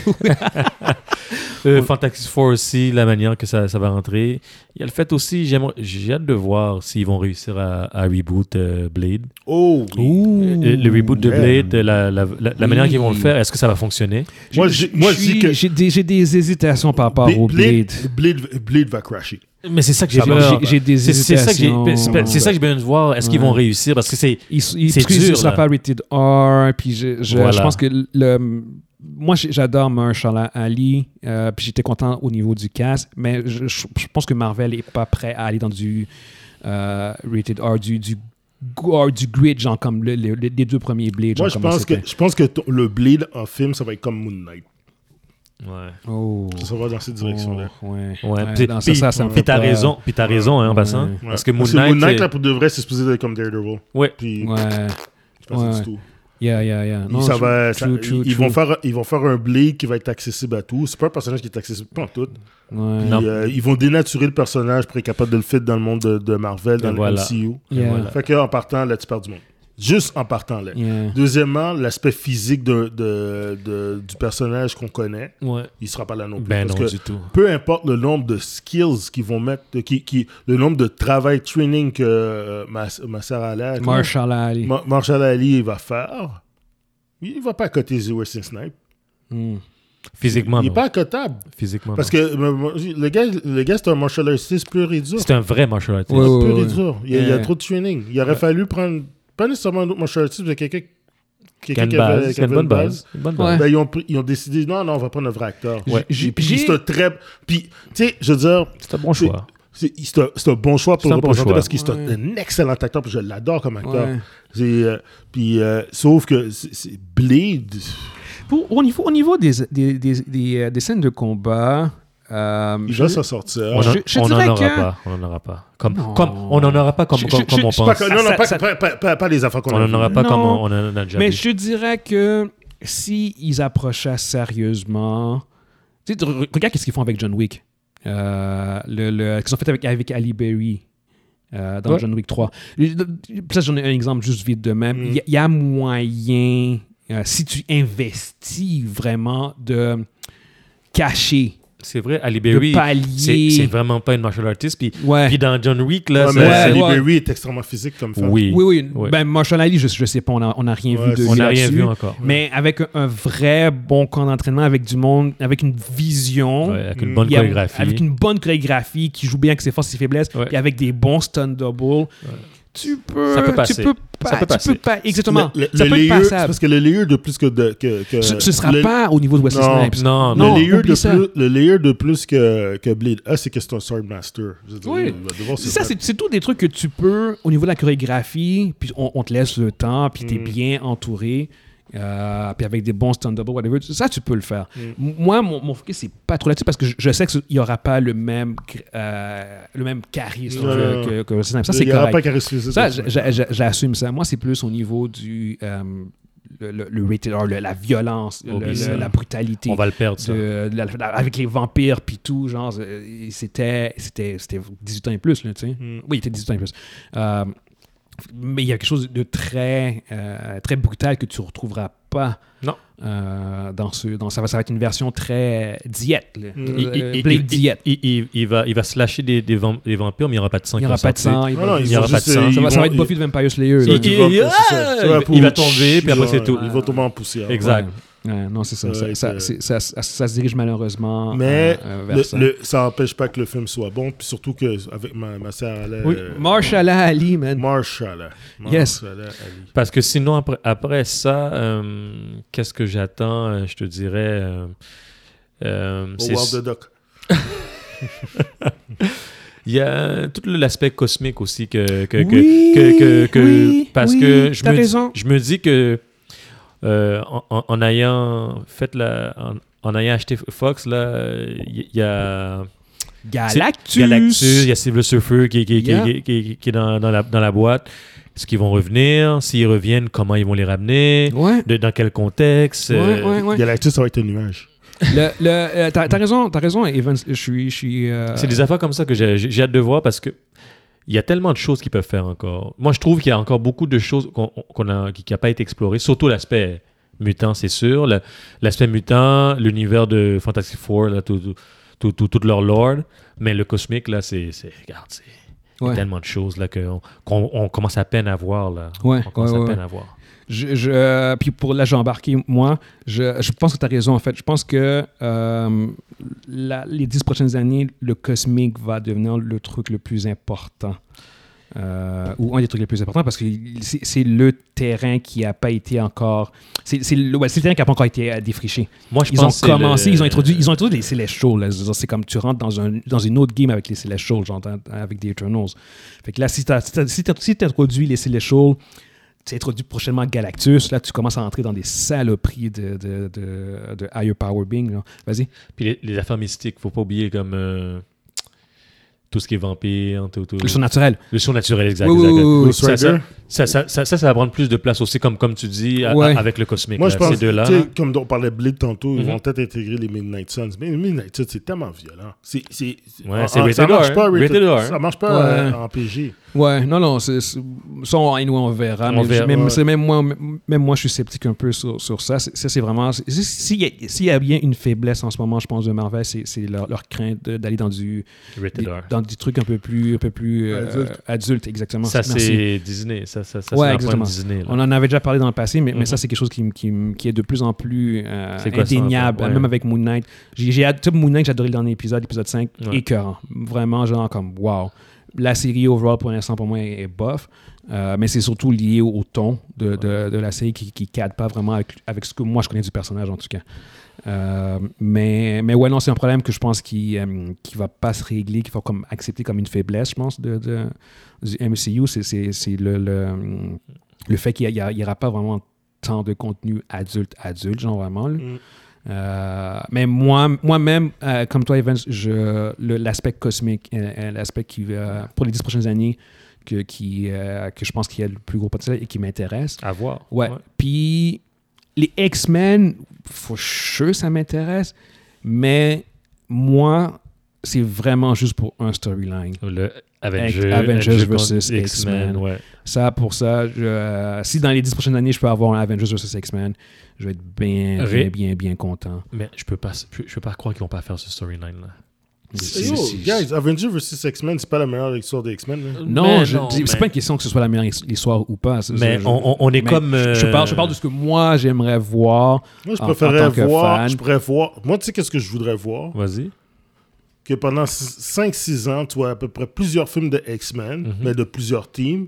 S1: [LAUGHS]
S3: euh, Fantastic Four aussi, la manière que ça, ça va rentrer. Il y a le fait aussi, j'aimerais- j'ai hâte de voir s'ils vont réussir à, à reboot euh, Blade.
S2: Oh, oui.
S3: Euh, le reboot de
S2: yeah.
S3: Blade, euh, la, la- la- la manière qu'ils vont le
S1: Oui.
S3: faire, est-ce que ça va fonctionner
S2: Moi, je- moi, je
S1: suis-
S2: dis que-
S1: J'ai des, j'ai des hésitations par rapport au Blade.
S2: Blade, Blade va crasher.
S3: Mais c'est ça que j'ai
S1: Ça marche.
S3: peur.
S1: J'ai- j'ai des
S3: C'est- c'est ça que j'ai-
S1: hésitations.
S3: c'est- C'est ça que j'ai besoin de voir. Est-ce qu'ils vont
S1: Ouais.
S3: réussir Parce que c'est.
S1: Il, il,
S3: C'est
S1: parce que ce
S3: dur,
S1: sera
S3: là.
S1: pas rated R, puis je, je,
S3: Voilà.
S1: je pense que le... Moi, j'ai- j'adore Mahershala Ali, euh, puis j'étais content au niveau du cast, mais je, je- je pense que Marvel est pas prêt à aller dans du euh, rated R, du, du gore, du grid, genre comme le- le- les deux premiers Blade.
S2: Moi,
S1: genre
S2: je
S1: comment
S2: pense, que,
S1: c'était.
S2: je pense que ton- le Blade en film, ça va être comme Moon Knight.
S3: Ouais.
S1: Oh.
S2: Ça va dans cette direction-là.
S1: Oh, ouais.
S3: Ouais,
S1: Ouais,
S3: puis-
S1: non, ça,
S3: puis-
S1: ça, ça me
S3: Puis
S1: fait
S3: t'as
S1: peur.
S3: raison, puis t'as raison hein, en
S1: Ouais.
S3: passant.
S1: Ouais.
S3: Parce que Moon
S2: Moon
S3: Knight.
S2: Knight,
S3: c'est-
S2: là, pour de vrai, c'est supposé être comme Daredevil.
S3: Ouais.
S2: Puis,
S1: Ouais.
S2: je pense que c'est
S1: ouais.
S2: tout.
S1: Yeah, yeah, yeah. Non,
S2: ça
S1: je-
S2: va, ça-
S1: true, true,
S2: ils, ils
S1: true.
S2: Vont faire, ils vont faire un Blade qui va être accessible à tout. C'est pas un personnage qui est accessible pas en tout.
S1: Ouais.
S2: Puis,
S3: Non.
S2: euh, ils vont dénaturer le personnage pour être capable de le fit dans le monde de, de Marvel, dans
S3: Et
S2: le
S3: voilà.
S2: MCU.
S1: Yeah.
S3: voilà.
S2: Fait que, en partant, là, tu perds du monde. Juste en partant, là.
S1: Yeah.
S2: Deuxièmement, l'aspect physique de, de- de- du personnage qu'on connaît,
S3: Ouais.
S2: il sera pas là non plus.
S3: Ben non,
S2: parce que
S3: du tout.
S2: peu importe le nombre de skills qu'ils vont mettre, de- qui, qui- le nombre de travail, training que euh, ma, ma Sarah là-
S1: Marshall Ali.
S2: Ma- Marshall Ali va faire, il va pas à côté de Wesley Snipe.
S1: Mm.
S3: Physiquement,
S2: il n'est
S3: non.
S2: pas accotable.
S3: Physiquement.
S2: Parce
S3: non.
S2: que euh, le gars, le gars c'est un martial artist pur et dur.
S3: c'est un vrai martial artist.
S1: Ouais, ouais.
S2: Pur et dur. Il y, a, il y a
S1: Ouais.
S2: trop de training. Il aurait fallu prendre, pas nécessairement un autre martial artist, mais quelqu'un
S3: Qui a
S2: quelqu'un
S3: une
S2: qui avait
S3: base.
S2: qui
S3: qui a une
S2: avait
S3: bonne base. Une bonne base.
S1: Ouais.
S2: Ben, ils, ont, pris- ils ont décidé, non, non, on va prendre un vrai acteur.
S1: Ouais.
S2: Puis,
S1: J'ai-
S2: puis c'est un très. Puis, tu sais, je veux dire,
S3: C'est un bon
S2: C'est-
S3: choix.
S2: C'est c'est un, c'est un bon choix pour
S3: C'est
S2: le
S3: un bon
S2: représenter
S3: choix.
S2: parce qu'il est
S1: Ouais.
S2: un, un excellent acteur, puis je l'adore comme acteur.
S1: Ouais.
S2: C'est, euh, puis, euh, sauf que c'est c'est Blade.
S1: Pour- au, niveau, au niveau des, des, des, des, euh, des scènes de combat, euh,
S2: Il
S1: je,
S2: va s'en sortir.
S3: On
S1: je-
S3: n'en
S1: je
S3: on en
S1: dirais
S3: aura
S1: que-
S3: pas. On n'en aura pas. Comme,
S1: Non.
S3: comme, on n'en aura pas comme,
S1: Je-
S3: comme,
S1: je-
S3: comme
S1: je-
S3: on
S1: je sais
S2: Pas
S3: pense.
S2: que- non, non,
S1: Ça-
S2: pas,
S1: ça-
S2: pas- pas- pas- pas les affaires qu'on
S3: On
S2: a
S3: n'en aura pas
S1: Non.
S3: comme on on en a déjà
S1: mais
S3: vu.
S1: je dirais que s'ils approchaient sérieusement. Tu sais, re- regarde ce qu'ils font avec John Wick. Euh, le, le, ce qu'ils ont fait avec, avec Ali Berry. euh, dans
S3: Ouais.
S1: John Wick 3. Ça, j'en ai un exemple juste vite de
S3: Mm.
S1: même. Il y a- il y, a moyen, euh, si tu investis vraiment, de cacher
S3: C'est vrai, Ali
S1: de
S3: Berry, c'est
S1: pallier.
S3: Eh c'est vraiment pas une martial artist. Puis,
S1: Ouais.
S3: puis dans John Wick, là,
S2: Ouais,
S3: c'est-
S2: mais
S1: Ouais,
S2: Ali
S1: ouais.
S2: Berry est extrêmement physique comme femme.
S3: oui,
S1: Oui, oui.
S3: Ouais.
S1: Ben, Marshall Ali, je, je sais pas, on n'a on a rien
S2: Ouais,
S1: vu de
S2: c'est-
S1: lui
S3: on n'a rien
S1: là-dessus.
S3: vu encore.
S1: Mais avec un, un vrai bon camp d'entraînement, avec du monde, avec une vision.
S3: Ouais, avec une bonne
S1: il y a-
S3: chorégraphie.
S1: Avec une bonne chorégraphie qui joue bien avec ses forces et ses faiblesses,
S3: Ouais.
S1: et avec des bons stun doubles. Tu peux.
S3: Ça peut passer.
S1: Tu peux pas,
S3: Ça peut
S1: tu
S3: passer.
S1: peux pas- exactement.
S2: Le, le-
S1: ça
S2: le
S1: peut être
S2: layer- c'est
S1: passable.
S2: parce que le layer de plus que. De, que, que-
S1: Ce, ce sera
S2: le-
S1: pas au niveau de Wesley
S2: Non,
S1: Snipes.
S3: Non,
S2: Le
S1: Non,
S3: mais-
S2: layer, de
S1: oublie ça.
S2: plus, le layer de plus que, que Blade A, c'est que c'est un Swordmaster. Je veux dire,
S1: Oui.
S2: on va devoir se
S1: C'est ça,
S2: battre.
S1: c'est c'est tout des trucs que tu peux, au niveau de la chorégraphie, puis on, on te laisse le temps, puis t'es
S2: Mm.
S1: bien entouré, euh, puis avec des bons stand-up, whatever, ça tu peux le faire.
S2: Mm.
S1: M- Moi, mon, mon focus, c'est pas trop là-dessus, parce que je, je sais qu'il n'y aura pas le même, cr- euh, le même charisme
S2: Non,
S1: que,
S2: non, non.
S1: que, que Wesley Snipes. Ça, c'est
S2: Il y aura
S1: correct.
S2: pas qu'à ressusciter.
S1: Ça, j- j- j- j'assume ça. Moi, c'est plus au niveau du... euh, le, le- le rated R, le- la violence, le-
S3: Oublie
S1: le-
S3: ça.
S1: la brutalité
S3: on va le perdre, ça.
S1: de- de la- de la- avec les vampires puis tout genre euh, c'était c'était c'était 18 ans et plus là tu sais
S2: Mm.
S1: oui c'était 18 ans et plus Euh, mais il y a quelque chose de très euh, très brutal que tu retrouveras pas
S3: Non.
S1: euh, dans ce dans ça va ça va être une version très diète là.
S2: Mm.
S1: Euh,
S3: Il- il-
S1: Blade
S3: il-
S1: diète
S3: Il, il- il va, il va se lâcher des, des vamp- des vampires, mais il n'y aura pas de sang.
S1: il
S3: qui
S1: n'y aura
S3: va
S1: pas de
S3: sortir.
S1: sang il
S2: Non, non,
S1: va- il
S2: ils
S1: y
S3: il y
S2: vont
S1: aura
S3: aura pas de
S2: juste-
S3: sang.
S2: ils
S1: ça va, ça
S2: vont-
S1: va être Buffy the Vampire Slayer.
S2: ils-
S1: là.
S3: Il-
S2: ils
S3: il-
S2: vont-
S3: il-
S2: c'est ça.
S3: ah!
S2: Ça va
S3: Il
S2: pour-
S3: va tomber, puis après,
S2: Ils
S3: c'est
S2: vont-
S3: tout.
S2: Ils vont tomber en poussière.
S3: Exact.
S1: Ouais. Ouais, non, c'est ça.
S2: Ouais,
S1: Ça, ça-
S2: que-
S1: c'est- ça- ça- ça se dirige malheureusement
S2: Mais
S1: euh, euh, vers
S2: Le-
S1: ça.
S2: le- ça n'empêche pas que le film soit bon, puis surtout que avec ma, ma sœur, elle est,
S1: Oui,
S2: euh,
S1: Marshallah Ali, man.
S2: Marshallah.
S1: Yes.
S2: Marshallah Ali.
S3: Parce que sinon, après, après ça, euh, qu'est-ce que j'attends euh, Je te dirais. euh, euh, c'est-
S2: Howard the Duck.
S3: il y a euh, tout le- l'aspect cosmique aussi que. que, que-
S1: Oui,
S3: que- que- que-
S1: oui,
S3: parce
S1: oui,
S3: que je
S1: t'as
S3: me, dis-
S1: raison.
S3: je me dis que euh, en, en- en ayant fait la. En, en ayant acheté Fox, là, euh, il y- il y a.
S1: Galactus.
S3: Galactus, il y a Silver Surfer qui, qui, qui-
S1: Yeah.
S3: qui- qui- qui est dans, dans la, dans la boîte. Est-ce qu'ils vont revenir? S'ils reviennent, comment ils vont les ramener?
S1: Ouais.
S3: De- dans quel contexte?
S1: Ouais,
S3: euh,
S1: ouais, ouais.
S2: Galactus, ça va être un nuage.
S1: Le- le- euh, t'as, t'as raison, t'as raison, Evans. Je suis. Je suis euh,
S3: C'est des affaires comme ça que j'ai- j'ai j'ai hâte de voir parce que il y a tellement de choses qu'ils peuvent faire encore. Moi, je trouve qu'il y a encore beaucoup de choses qu'on qu'on a, qui n'a pas été explorées, surtout l'aspect mutant, c'est sûr. Le- L'aspect mutant, l'univers de Fantastic Four, là, tout, tout, tout, tout- toute leur lore. Mais le cosmique, là, c'est. c'est- Regarde, c'est. il y a
S1: Ouais.
S3: tellement de choses là qu'on qu'on- on commence à peine à voir là.
S1: Ouais,
S3: on commence
S1: ouais,
S3: à
S1: ouais,
S3: peine
S1: ouais.
S3: à voir.
S1: Je, je- euh, puis pour là, j'ai embarqué, moi, je, je pense que t'as raison, en fait. Je pense que euh, la- les dix prochaines années, le cosmique va devenir le truc le plus important. Euh, ou un des trucs les plus importants parce que c'est, c'est le terrain qui n'a pas été encore. C'est, c'est le, ouais, c'est le terrain qui n'a pas encore été euh, défriché.
S3: Moi, je
S1: ils ont
S3: pense que c'est
S1: commencé,
S3: le-
S1: ils ont introduit, ils ont introduit les Celestials. là. Je veux dire, C'est comme tu rentres dans, un, dans une autre game avec les Celestials, j'entends, avec des Eternals. Fait que là, si tu si t'as- si introduis les Celestials, tu introduis prochainement Galactus, là, tu commences à entrer dans des saloperies de, de, de, de Higher Power Being. là. Vas-y.
S3: Puis les, les affaires mystiques, faut pas oublier comme euh, tout ce qui est vampire, tout, tout-
S1: Le surnaturel.
S3: le surnaturel, exact.
S1: Oui, oui,
S3: exact.
S1: oui, oui.
S2: Ghost
S3: Ça,
S2: Rider.
S3: ça, ça, ça, ça, ça va prendre plus de place aussi, comme, comme tu dis, à-
S1: Ouais.
S3: à- avec le cosmique.
S2: Moi,
S3: là, hein.
S2: je pense,
S3: ces deux-là.
S2: tu sais, comme on parlait de Blade tantôt, ils
S1: Mm-hmm.
S3: Mhm.
S2: vont peut-être intégrer les Midnight Suns. Mais les Midnight Suns, c'est tellement violent. C'est, c'est,
S3: Ouais,
S2: en-
S3: c'est
S2: en- ça
S3: rated
S2: marche
S3: R,
S2: pas
S3: hein.
S2: rated-
S3: Rated R, hein.
S2: Ça marche pas
S1: Ouais.
S2: euh, en PG.
S1: Ouais, non, non, c'est, c'est- ça, on, anyway, on verra. mais
S3: On verra,
S1: même,
S2: ouais.
S1: c'est même, moi, même moi, je suis sceptique un peu sur, sur ça. C'est- Ça, c'est vraiment. c'est- c'est- S'il y, a- s'il y a bien une faiblesse en ce moment, je pense, de Marvel, c'est, c'est leur, leur crainte de- d'aller dans du.
S3: Rated
S1: des-
S3: R.
S1: dans des trucs un peu plus, un peu plus euh,
S2: Adulte.
S1: adultes, exactement.
S3: Ça,
S1: Merci.
S3: c'est Disney. Ça, ça, ça
S1: Ouais,
S3: c'est
S1: exactement.
S3: l'empreinte Disney. là.
S1: On en avait déjà parlé dans le passé, mais, mais
S3: Mhm.
S1: ça, c'est quelque chose qui, m- qui, m- qui est de plus en plus euh,
S3: C'est quoi ça,
S1: indéniable,
S3: en fait? Ouais.
S1: même avec Moon Knight. J'ai, j'ai ad- tu sais, Moon Knight, j'ai adoré le dernier épisode, épisode 5,
S3: Ouais.
S1: écœurant. Vraiment, genre comme, wow. La série overall, pour l'instant, pour moi, est, est bof. Euh, mais c'est surtout lié au, au ton de, de- de la série qui ne cadre pas vraiment avec, avec ce que moi je connais du personnage, en tout cas. Euh, mais, mais ouais, non, c'est un problème que je pense qui euh, qui va pas se régler, qu'il faut comme accepter comme une faiblesse, je pense, de, de- du MCU. C'est- C'est c'est le, le, le fait qu'il n'y aura pas vraiment tant de contenu adulte-adulte, genre vraiment. là.
S2: Mm.
S1: Euh, mais moi- moi-même, euh, comme toi, Evans, je- le- l'aspect cosmique, euh, euh, l'aspect qui, euh, pour les 10 prochaines années, que, qui, euh, que je pense qu'il y a le plus gros potentiel et qui m'intéresse,
S3: À voir.
S1: Ouais. Puis les X-Men, for sure, ça m'intéresse. Mais moi, c'est vraiment juste pour un storyline.
S3: Le
S1: Avec
S3: Avengers,
S1: Avengers
S3: contre
S1: versus X-Men.
S3: ouais.
S1: Ça, pour ça, je- euh, si dans les 10 prochaines années, je peux avoir un Avengers vs. X-Men, je vais être bien, bien,
S3: Ré-
S1: bien, bien content.
S3: Mais je peux pas, je peux- je peux pas croire qu'ils vont pas faire ce storyline là.
S1: C'est-
S2: Yo,
S1: c'est-
S2: guys, Avengers vs. X-Men, c'est pas la meilleure histoire des X-Men. hein. là.
S1: Non,
S3: Mais
S1: je-
S3: non,
S1: c'est
S3: mais-
S1: pas une question que ce soit la meilleure his- histoire ou pas. c'est-
S3: Mais
S1: je-
S3: on, on- on est
S1: mais
S3: comme.
S1: je- Je
S3: euh,
S1: parle, je parle de ce que moi, j'aimerais voir.
S2: Moi, je
S1: En- en
S2: préférerais
S1: tant que
S2: voir,
S1: fan.
S2: je pourrais voir. Moi, tu sais, qu'est-ce que je voudrais voir?
S3: Vas-y.
S2: Que pendant 5-6 ans, tu as à peu près plusieurs films de X-Men,
S1: Mhm.
S2: mais de plusieurs teams.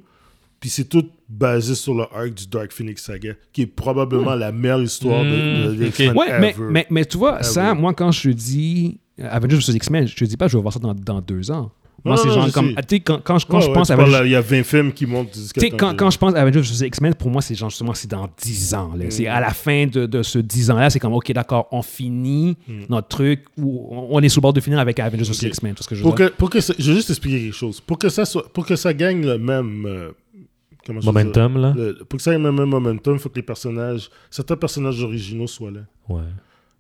S2: Puis c'est tout basé sur le arc du Dark Phoenix Saga, qui est probablement la meilleure histoire de, de-
S3: Mhm.
S2: des
S3: Ok.
S2: X-Men
S1: Ouais, mais,
S2: ever.
S1: mais, mais tu vois, ça,
S2: oui.
S1: moi, quand je dis euh, Avengers vs. X-Men, je te dis pas, je vais voir ça dans, dans deux ans. Moi,
S2: Non,
S1: c'est
S2: non,
S1: genre
S2: je
S1: comme.
S2: sais.
S1: ah, tu sais, quand, quand je- quand
S2: Ouais,
S1: je
S2: ouais,
S1: pense
S2: tu
S1: à
S2: parles
S1: Avengers-
S2: à- Il y a 20 films qui montent du
S1: Tu sais, quand, quand je pense à Avengers vs. X-Men, pour moi, c'est genre justement, c'est dans 10 ans. là. C'est
S2: Mm.
S1: à la fin de, de ce 10 ans-là, c'est comme, OK, d'accord, on finit notre truc, ou on on est sous le bord de finir avec Avengers vs.
S2: Mm. Ok.
S1: X-Men. tu vois ce que je veux
S2: Pour
S1: dire?
S2: que, pour que ça- je vais juste expliquer quelque chose. Pour que ça, soit, pour que ça gagne le même. euh, comment je veux dire?
S3: Momentum là.
S2: Le- pour que ça ait le même momentum, il faut que les personnages, certains personnages originaux soient là.
S3: Ouais.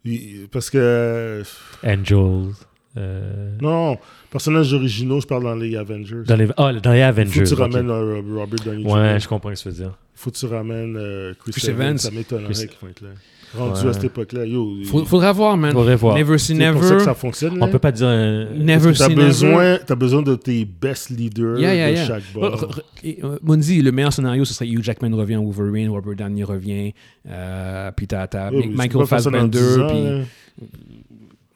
S2: Il- Parce que.
S3: Angels. euh,
S2: Non, personnages originaux, je parle dans les Avengers.
S3: Dans les, ah, dans les
S2: faut
S3: Avengers.
S2: que tu
S3: ok.
S2: ramènes euh, Robert Downey
S3: Ouais,
S2: Jr.
S3: je comprends ce que tu veux dire.
S2: Faut que tu ramènes euh, Chris,
S1: Chris
S2: Evans.
S1: Evans.
S2: Ça m'étonnerait
S3: Chris-
S2: qu'ils vont être là. Rendu
S3: Ouais.
S2: à cette époque-là, yo. il-
S1: Faut- faudra voir, man.
S3: Faudrait voir.
S1: Never see
S2: c'est pour ça que
S1: never.
S2: ça fonctionne.
S3: On
S2: là.
S3: peut pas dire. un-
S1: Never
S2: T'as
S1: see never.
S2: besoin, t'as besoin de tes best leaders
S1: Yeah, yeah,
S2: de
S1: yeah. Oh,
S2: chaque
S1: Re-
S2: bord.
S1: re- et, euh, Mundi, le meilleur scénario, ce serait Hugh Jackman revient à Wolverine, Robert Downey revient, euh, puis t'as t'as
S2: Yo, mais tu peux
S1: Michael
S2: pas faire ça dans
S1: Fassbender,
S2: 10 ans, hein.
S1: puis-
S2: là.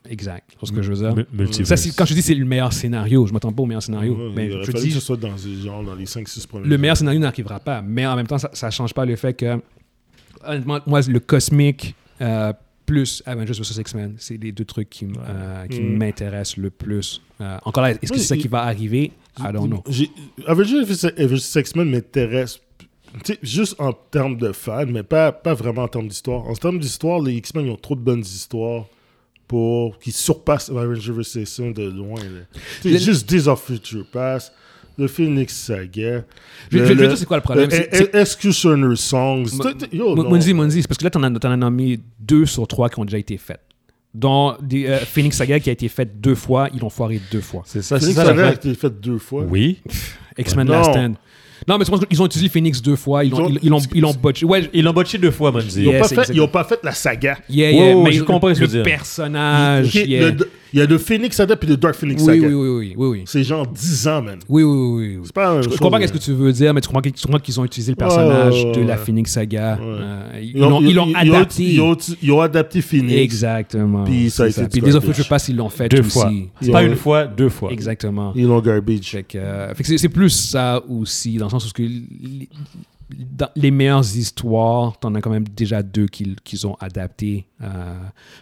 S1: Exact, c'est ce que je veux dire.
S3: Mu- multiverse.
S1: Ça, c'est- quand je dis c'est le meilleur scénario, je m'attends pas au meilleur scénario,
S2: Ouais,
S1: mais
S2: il aurait
S1: je
S2: fallu
S1: dis
S2: que ce soit dans, genre, dans les 5-6 premiers.
S1: le meilleur scénario n'arrivera pas. Mais en même temps, ça ne change pas le fait que, honnêtement, moi, le cosmique euh, plus Avengers vs. X-Men, c'est les deux trucs qui, m- euh, qui
S2: Mm.
S1: m'intéressent le plus. Euh, encore là, est-ce que
S2: Oui,
S1: c'est ça
S2: et-
S1: qui va arriver? I don't know.
S2: J'ai- Avengers vs. Avengers X-Men m'intéresse. Tu sais, juste en termes de fan, mais pas, pas vraiment en termes d'histoire. En termes d'histoire, les X-Men ils ont trop de bonnes histoires pour qui surpassent Avengers vs. X-Men de loin. là. Tu sais,
S1: Le-
S2: juste Days of Future Past, le Phoenix Saga.
S1: Je,
S2: le-
S1: je- je veux
S2: le-
S1: dire, c'est quoi le problème?
S2: le
S1: C'est- c'est-
S2: Executioner Songs.
S1: M-
S2: Tu- tu-
S3: Oh,
S2: yo,
S1: M-
S2: non.
S1: Mundi, Mundi, c'est parce que là, t'en as, t'en as nommé deux sur trois qui ont déjà été faites. Dont des, euh, Phoenix Saga qui a été faite deux fois, ils l'ont foiré deux fois.
S3: C'est ça, c'est
S2: Phoenix
S3: ça. la
S2: Saga a
S3: vraie-
S2: été fait deux fois.
S3: Oui.
S1: X-Men
S2: Non.
S1: Last Stand. Non, mais je pense qu'ils ont utilisé Phoenix deux fois, ils l'ont-
S2: Ils ont-
S1: ils- ils l'ont ils l'ont botché. Ouais,
S3: Ils l'ont botché deux fois, Manzi.
S2: Ils n'ont
S1: Yes,
S2: pas, fait- ils
S1: exactement.
S2: ont pas fait la saga.
S1: Yeah,
S3: Ouais,
S1: yeah,
S3: ouais,
S1: mais
S3: je
S1: le-
S3: comprends ce que
S1: le
S3: tu veux dire.
S1: personnage.
S2: Ok,
S1: yeah.
S2: le- il y a le Phoenix Saga puis le Dark Phoenix
S1: Ah, oui,
S2: Saga.
S1: oui, oui, oui, oui, oui.
S2: C'est genre 10 ans, man.
S1: Oui, oui, oui, oui, oui.
S2: C'est pas la même
S1: Je, je
S2: chose,
S1: comprends
S2: là.
S1: qu'est-ce que tu veux dire, mais tu comprends que- tu comprends qu'ils ont utilisé le
S2: Ouais,
S1: personnage
S2: ouais,
S1: de la
S2: ouais.
S1: Phoenix Saga.
S2: Ouais.
S1: Euh, ils l'ont ils l'ont
S2: ils ont-
S1: adapté.
S2: Ils ont, ils ont adapté Phoenix.
S1: Exactement.
S2: Puis ça a
S1: c'est
S2: été du
S1: Puis Days of
S2: garbage.
S1: Future Past, ils l'ont fait
S3: Deux
S1: aussi.
S3: fois.
S2: Ils
S3: Pas
S2: ont-
S3: une fois, deux fois.
S1: Exactement.
S2: Ils l'ont garbage.
S1: Fait que, euh, fait que c'est- c'est plus ça aussi, dans le sens où ce que les, dans les meilleures histoires, t'en as quand même déjà deux qu'ils qu'ils ont adaptées. Euh,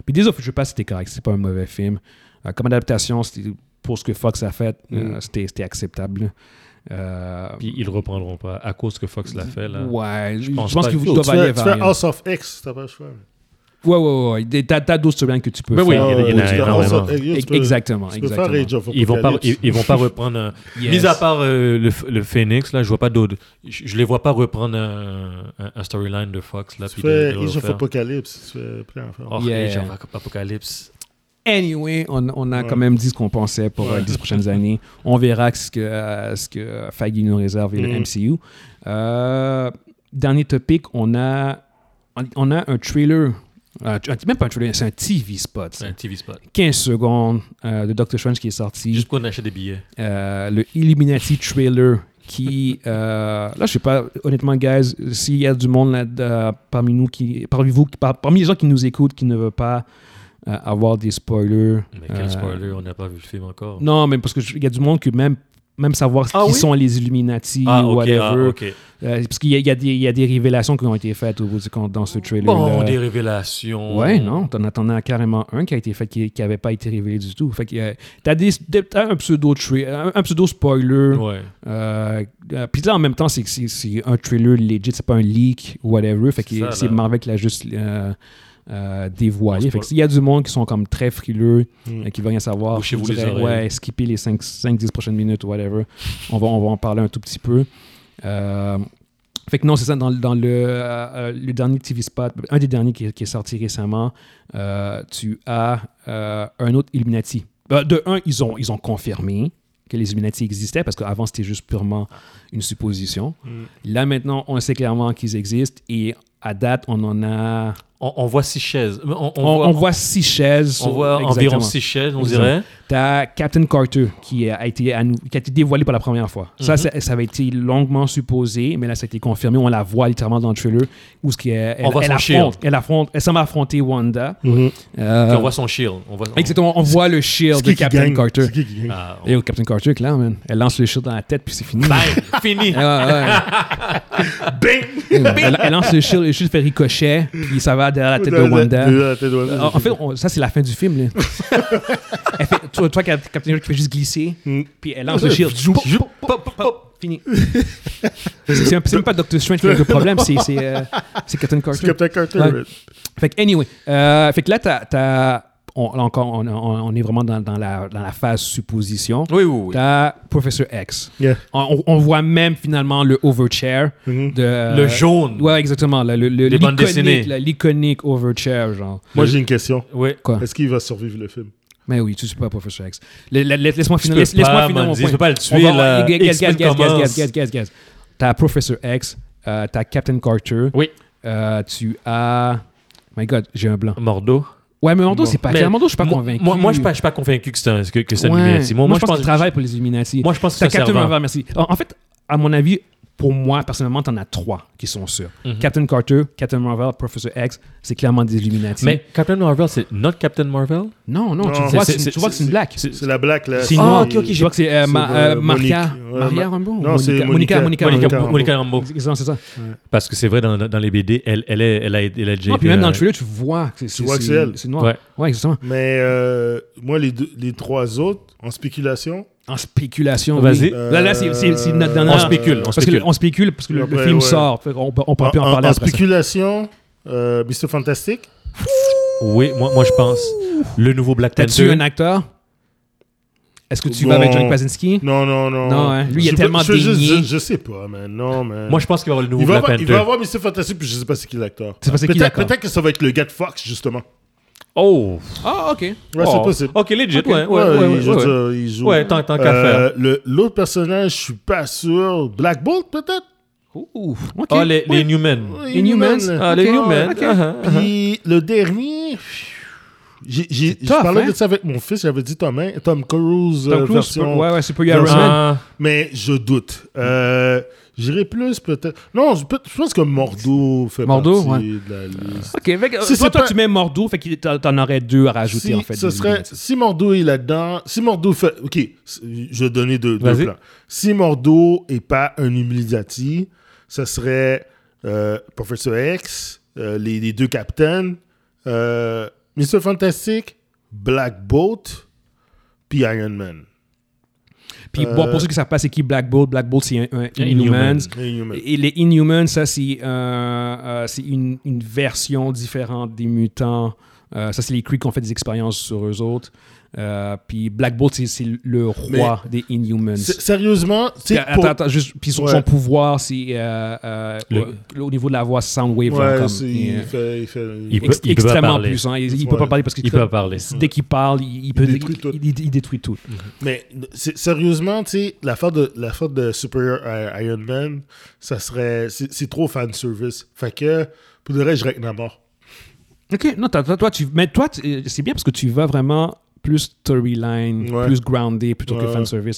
S1: puis Days of Future Past, c'était correct, c'était pas un mauvais film. Euh, comme adaptation, c'était- pour ce que Fox a fait, euh,
S2: Mm.
S1: c'était c'était acceptable. Euh,
S3: Puis ils le reprendront pas à cause que Fox l'a fait là.
S1: ouais, je pense,
S3: pense pas
S1: qu'ils
S3: que-
S2: Yo, Oh, tu
S1: doivent aller
S2: fais,
S1: vers
S2: tu fais
S1: rien.
S2: House of X, t'as pas le choix. man.
S1: Ouais, ouais, ouais, ouais. T'as t'as d'autres storylines que tu peux
S3: Ben oui,
S1: faire.
S3: il y en a- il y en a
S2: tu fais
S3: énormément.
S2: House of X, yo, tu peux-
S1: exactement,
S2: Tu peux
S1: exactement.
S2: faire Age of
S3: Ils vont pas, ils,
S2: Apocalypse.
S3: ils vont pas reprendre.
S1: [LAUGHS]
S3: un-
S1: Yes.
S3: Mis à part euh, le, ph- le Phoenix, là, je vois pas d'autres. Je, je les vois pas reprendre un, un- un storyline de Fox là.
S2: Tu
S3: Puis de,
S2: fais
S3: de
S2: Age of
S3: refaire.
S2: Apocalypse. Tu fais plein d'affaires.
S3: Oh,
S1: Yeah.
S3: Age of Apocalypse.
S1: Anyway, on, on a
S2: Ouais.
S1: quand même dit ce qu'on pensait pour
S2: Ouais.
S1: les 10 prochaines années. On verra ce que, euh, ce que Faggy nous réserve et le
S2: Mhm.
S1: MCU. Euh, dernier topic, on a, on, on a un trailer. euh, un- même pas un trailer, c'est un TV spot. ça.
S3: C'est un TV spot.
S1: 15 secondes euh, de Doctor Strange qui est sorti.
S3: Juste qu'on achète des billets.
S1: Euh, le Illuminati trailer qui, euh, là, je sais pas, honnêtement, guys, s'il y a du monde là, euh, parmi nous, qui, parmi vous, qui- par- parmi les gens qui nous écoutent, qui ne veulent pas euh, avoir des spoilers.
S3: Mais quel
S1: euh,
S3: spoiler, on n'a pas vu le film encore.
S1: Non, mais parce qu'il y a du monde qui même même savoir
S3: Ah
S1: qui
S3: oui?
S1: sont les Illuminati
S3: ah,
S1: ou
S3: ok,
S1: whatever.
S3: ah, ok.
S1: Euh, parce qu'il y, a- il y a des- il y a des révélations qui ont été faites au bout du compte dans ce trailer.
S3: Bon, des révélations.
S1: Ouais, non, t'en attendais carrément un qui a été fait qui n'avait pas été révélé du tout. Fait que euh, t'as des, des- t'as un pseudo un, un pseudo spoiler.
S3: Ouais.
S1: Euh, euh, Puis là, en même temps, c'est que c'est- c'est un trailer legit, c'est pas un leak, whatever. Fait
S3: C'est ça,
S1: que c'est
S3: là.
S1: Marvel qui l'a juste euh, euh, dévoilé. fait
S3: Bon, c'est
S1: que s'il y a du monde qui sont comme très frileux, euh, qui veulent rien savoir,
S3: Bouchez-vous
S1: je
S3: les
S1: dirais,
S3: oreilles.
S1: ouais, skipper les 5-10 prochaines minutes, whatever. On va, on va en parler un tout petit peu. Euh, fait que non, c'est ça, dans, le- dans le, euh, euh, le dernier TV spot, un des derniers qui, est- qui est sorti récemment, euh, tu as euh, un autre Illuminati Euh, de un, ils ont, ils ont confirmé que les Illuminati existaient, parce qu'avant, c'était juste purement une supposition.
S3: Mm.
S1: Là, maintenant, on sait clairement qu'ils existent et à date, on en a...
S3: On, on voit six chaises. On, on
S1: On,
S3: voit,
S1: on voit six chaises.
S3: on voit environ six chaises, on dirait.
S1: Tu as Captain Carter qui a été, à nous- qui a été dévoilé pour la première fois.
S2: Mhm.
S1: Ça, ça, ça avait été longuement supposé, mais là, ça a été confirmé. On la voit littéralement dans le trailer où ce qui est, elle,
S3: On voit
S1: elle
S3: son
S1: affronte, elle affronte, elle semble affronter Wanda. Euh,
S3: Puis on voit son shield. On voit, on-
S1: Exactement, on voit le shield
S2: C'est
S1: de
S2: qui qui
S1: Captain
S2: gagne?
S1: Carter.
S2: C'est qui qui gagne? Bah.
S3: Ah, on-
S1: Et au Captain Carter, clair, man. Elle lance le shield dans la tête, puis c'est fini.
S3: Bang, [LAUGHS] fini.
S1: Ah,
S2: [LAUGHS]
S1: ouais. elle, elle lance le shield, le shield fait ricochet, puis ça va derrière la tête de Wanda.
S2: Derrière la tête de Wanda.
S1: Euh, En fait, on- ça, c'est la fin du film. Là.
S3: [LAUGHS]
S1: elle fait, toi, toi, Cap- Captain America, tu fais juste glisser,
S3: Mm.
S1: puis elle lance le shield. Pou, pou,
S3: Pop, pop, pop.
S1: Fini. c'est c'est un- c'est même pas Doctor Strange qui a le problème, c'est c'est, euh, c'est Captain
S2: C'est
S1: Carter.
S2: Captain Carter.
S1: Ouais.
S2: right?
S1: Fait que, anyway, euh, fait que là, t'as, t'as- on, là encore, on, on- on est vraiment dans, dans la, dans la phase supposition.
S3: Oui, oui, oui.
S1: T'as Professor X.
S2: Yeah.
S1: On, on voit même finalement le overchair
S2: Mhm.
S1: de.
S3: Le jaune.
S1: Euh, Ouais, exactement. là, le, le-
S3: Des
S1: l'iconique,
S3: bandes dessinées.
S1: là, L'iconique overchair, genre.
S2: Moi, j'ai une question.
S3: Oui.
S1: Quoi?
S2: Est-ce qu'il va survivre le film?
S1: Mais oui, tu ne suis pas Professeur X. La- la- la- Laisse-moi finir.
S3: peux
S1: laisse- Laisse-moi
S3: pas,
S1: finir
S3: man,
S1: mon
S3: dis,
S1: point.
S3: je peux pas le
S1: On
S3: tuer,
S1: va-
S3: là.
S1: Gaz, gaz, gaz,
S3: Explique
S1: gaz,
S3: comment.
S1: gaz, gaz, gaz, gaz. T'as Professor X, euh, t'as Captain Carter,
S3: Oui.
S1: euh, tu as... My God, j'ai un blanc.
S3: Mordo.
S1: Ouais, mais Mando, c'est pas...
S3: Mais
S1: clairement Mando, je suis pas
S3: moi-
S1: convaincu.
S3: Moi, moi, je suis pas, je suis pas convaincu que c'est un, que, que c'est un
S1: Ouais.
S3: Illuminati. Moi, moi, je pense,
S1: qu'il travaille pour les Illuminati.
S3: moi, je pense que c'est
S1: T'as
S3: un
S1: Captain
S3: servant.
S1: Marvel, merci. En, en fait, à mon avis, pour moi, personnellement, t'en as trois qui sont sûrs.
S3: Mhm.
S1: Captain Carter, Captain Marvel, Professor X, c'est clairement des Illuminati.
S3: Mais Captain Marvel, c'est not Captain Marvel?
S1: Non, non, tu
S2: Non.
S1: vois
S3: C'est-
S1: que
S3: c'est-
S1: c'est- tu vois que c'est une
S2: c'est-
S1: blague.
S2: C'est la blague, là. Ah,
S1: C'est
S2: C'est-
S1: noir. Je vois que c'est euh,
S2: c'est,
S1: Ma-
S2: euh,
S1: euh, Maria.
S2: Monique. Ouais,
S1: Maria
S2: Ma-
S1: Rambo.
S2: Non, c'est
S1: Monica. Monica.
S2: Monica.
S1: Rambeau.
S3: Monica,
S2: Monica Rambeau.
S3: Monica Rambeau.
S1: Exactement, c'est ça.
S3: Parce que c'est vrai, dans, dans les BD, elle, elle, est- elle, a, elle
S1: Non,
S3: a déjà été,
S1: Ah, Oh, puis même dans
S3: euh,
S1: le trailer, tu vois que c'est
S2: vois que c'est
S1: c'est-
S2: elle.
S1: c'est noir.
S3: Ouais.
S1: Ouais, exactement.
S2: Mais euh, moi, les, deux- les trois autres, en spéculation,
S1: En spéculation.
S3: Vas-y.
S1: oui. Là, là, c'est- c'est c'est notre
S2: Euh,
S1: dernière.
S3: On spécule, on
S1: Parce que
S3: spécule.
S1: le- on spécule parce que le, le
S2: Ouais,
S1: film
S2: ouais.
S1: sort. Fait qu'on peut- on peut plus en,
S2: en,
S1: parler
S2: en
S1: après ça.
S2: spéculation, euh, Mr. Fantastic,
S3: Oui, moi, moi, je pense. Le nouveau Black
S1: T'as-tu
S3: Panther.
S1: un acteur Est-ce que tu vas avec
S2: Non.
S1: John Krasinski
S2: non, non, non.
S1: Non, hein, lui, il est
S2: Je-
S1: tellement
S2: je, je,
S1: dénié.
S2: je, je sais pas, man. Non, man.
S3: Euh, Moi, je pense qu'il va y avoir le nouveau
S2: il, va
S3: Black
S2: avoir, il va
S3: Panther.
S2: avoir Mr. Fantastic, puis je sais pas c'est qui l'acteur.
S1: Tu sais pas c'est qui
S2: Peut-être
S1: l'acteur.
S2: peut-être que ça va être le gars de Fox, justement.
S3: Oh!
S1: Ah, ok.
S2: Ouais,
S3: Oh.
S2: c'est possible.
S3: Ok, legit,
S1: Ok.
S3: ouais. ouais,
S2: Ouais,
S3: ouais,
S2: il, je
S3: ouais,
S2: veux
S3: ouais.
S2: dire, il joue. Euh,
S3: Ouais, tant- tant qu'à faire.
S2: le- L'autre personnage, je suis pas sûr. Black Bolt, peut-être
S1: Ouh. Ok.
S3: Ah, les, les
S1: Ouais.
S3: Newmen.
S1: Inhumans.
S2: là.
S3: Ah, les
S1: Ok,
S3: Newmen.
S1: ok.
S3: Ah, ah, ah.
S2: Puis le dernier, j'ai- j'ai- je
S1: Uh-huh. tough,
S2: parlais
S1: hein?
S2: de ça avec mon fils, j'avais dit Tom, hein, Tom Cruise, euh,
S1: Tom Cruise,
S2: version-
S1: ouais, ouais, Super Iron
S2: version-
S1: Man.
S3: Ah,
S2: mais je doute. Euh, J'irai plus peut-être. Non, je, peut- je pense que Mordo fait
S1: Mordo,
S2: partie de la liste.
S1: Ok, fait que,
S2: Si
S1: euh, toi,
S2: c'est
S1: toi,
S2: pas-
S1: tu mets Mordo, fait que t'en- t'en aurais deux à rajouter
S2: si,
S1: en fait.
S2: ce
S1: des
S2: serait,
S1: Illuminati.
S2: si Mordo est là-dedans, si Mordo fait. Ok, s- je vais donner deux, deux
S3: Vas-y.
S2: plans. Si Mordo n'est pas un humiliati, ce serait euh, Professor X, euh, les, les deux capitaines, euh, Mr. Fantastic, Black Bolt, puis Iron Man.
S1: Puis
S2: Euh,
S1: bon, pour ceux qui savent pas, c'est qui Black Bolt Black Bolt, c'est un, un
S3: Inhumans.
S1: Inhumans.
S2: Inhuman.
S1: Et les Inhumans, ça, c'est euh, euh, c'est une, une version différente des mutants. Euh, ça, c'est les Kree qui ont fait des expériences sur eux autres. Euh, puis Black Bolt, c'est- c'est le roi des Inhumans.
S2: S- Sérieusement, tu sais,
S1: Attends,
S2: pour-
S1: attends, juste. Puis son,
S2: Ouais.
S1: son pouvoir, c'est euh, euh,
S3: Le-
S1: au- au niveau de la voix Soundwave. genre,
S2: Ouais,
S1: comme-
S2: c'est-
S1: et, euh,
S2: il fait. Il fait
S3: Il peut-
S1: ex-
S3: pas
S1: extrêmement
S3: parler.
S1: puissant. Il, il peut
S2: Ouais.
S1: pas parler parce que
S3: il peut parler.
S1: dès qu'il parle, il, il peut, il,
S2: détruit tout.
S1: il- il détruit tout.
S2: Mais c'est- sérieusement, tu sais, l'affaire de, l'affaire de Superior I- Iron Man, ça serait. C'est c'est trop fanservice. Fait que, pour le reste, je règle mort.
S1: Ok, non, toi, toi, toi, tu, mais toi, tu- euh, c'est bien parce que tu vas vraiment plus storyline,
S2: Ouais.
S1: plus grounded plutôt que
S2: Ouais.
S1: fanservice.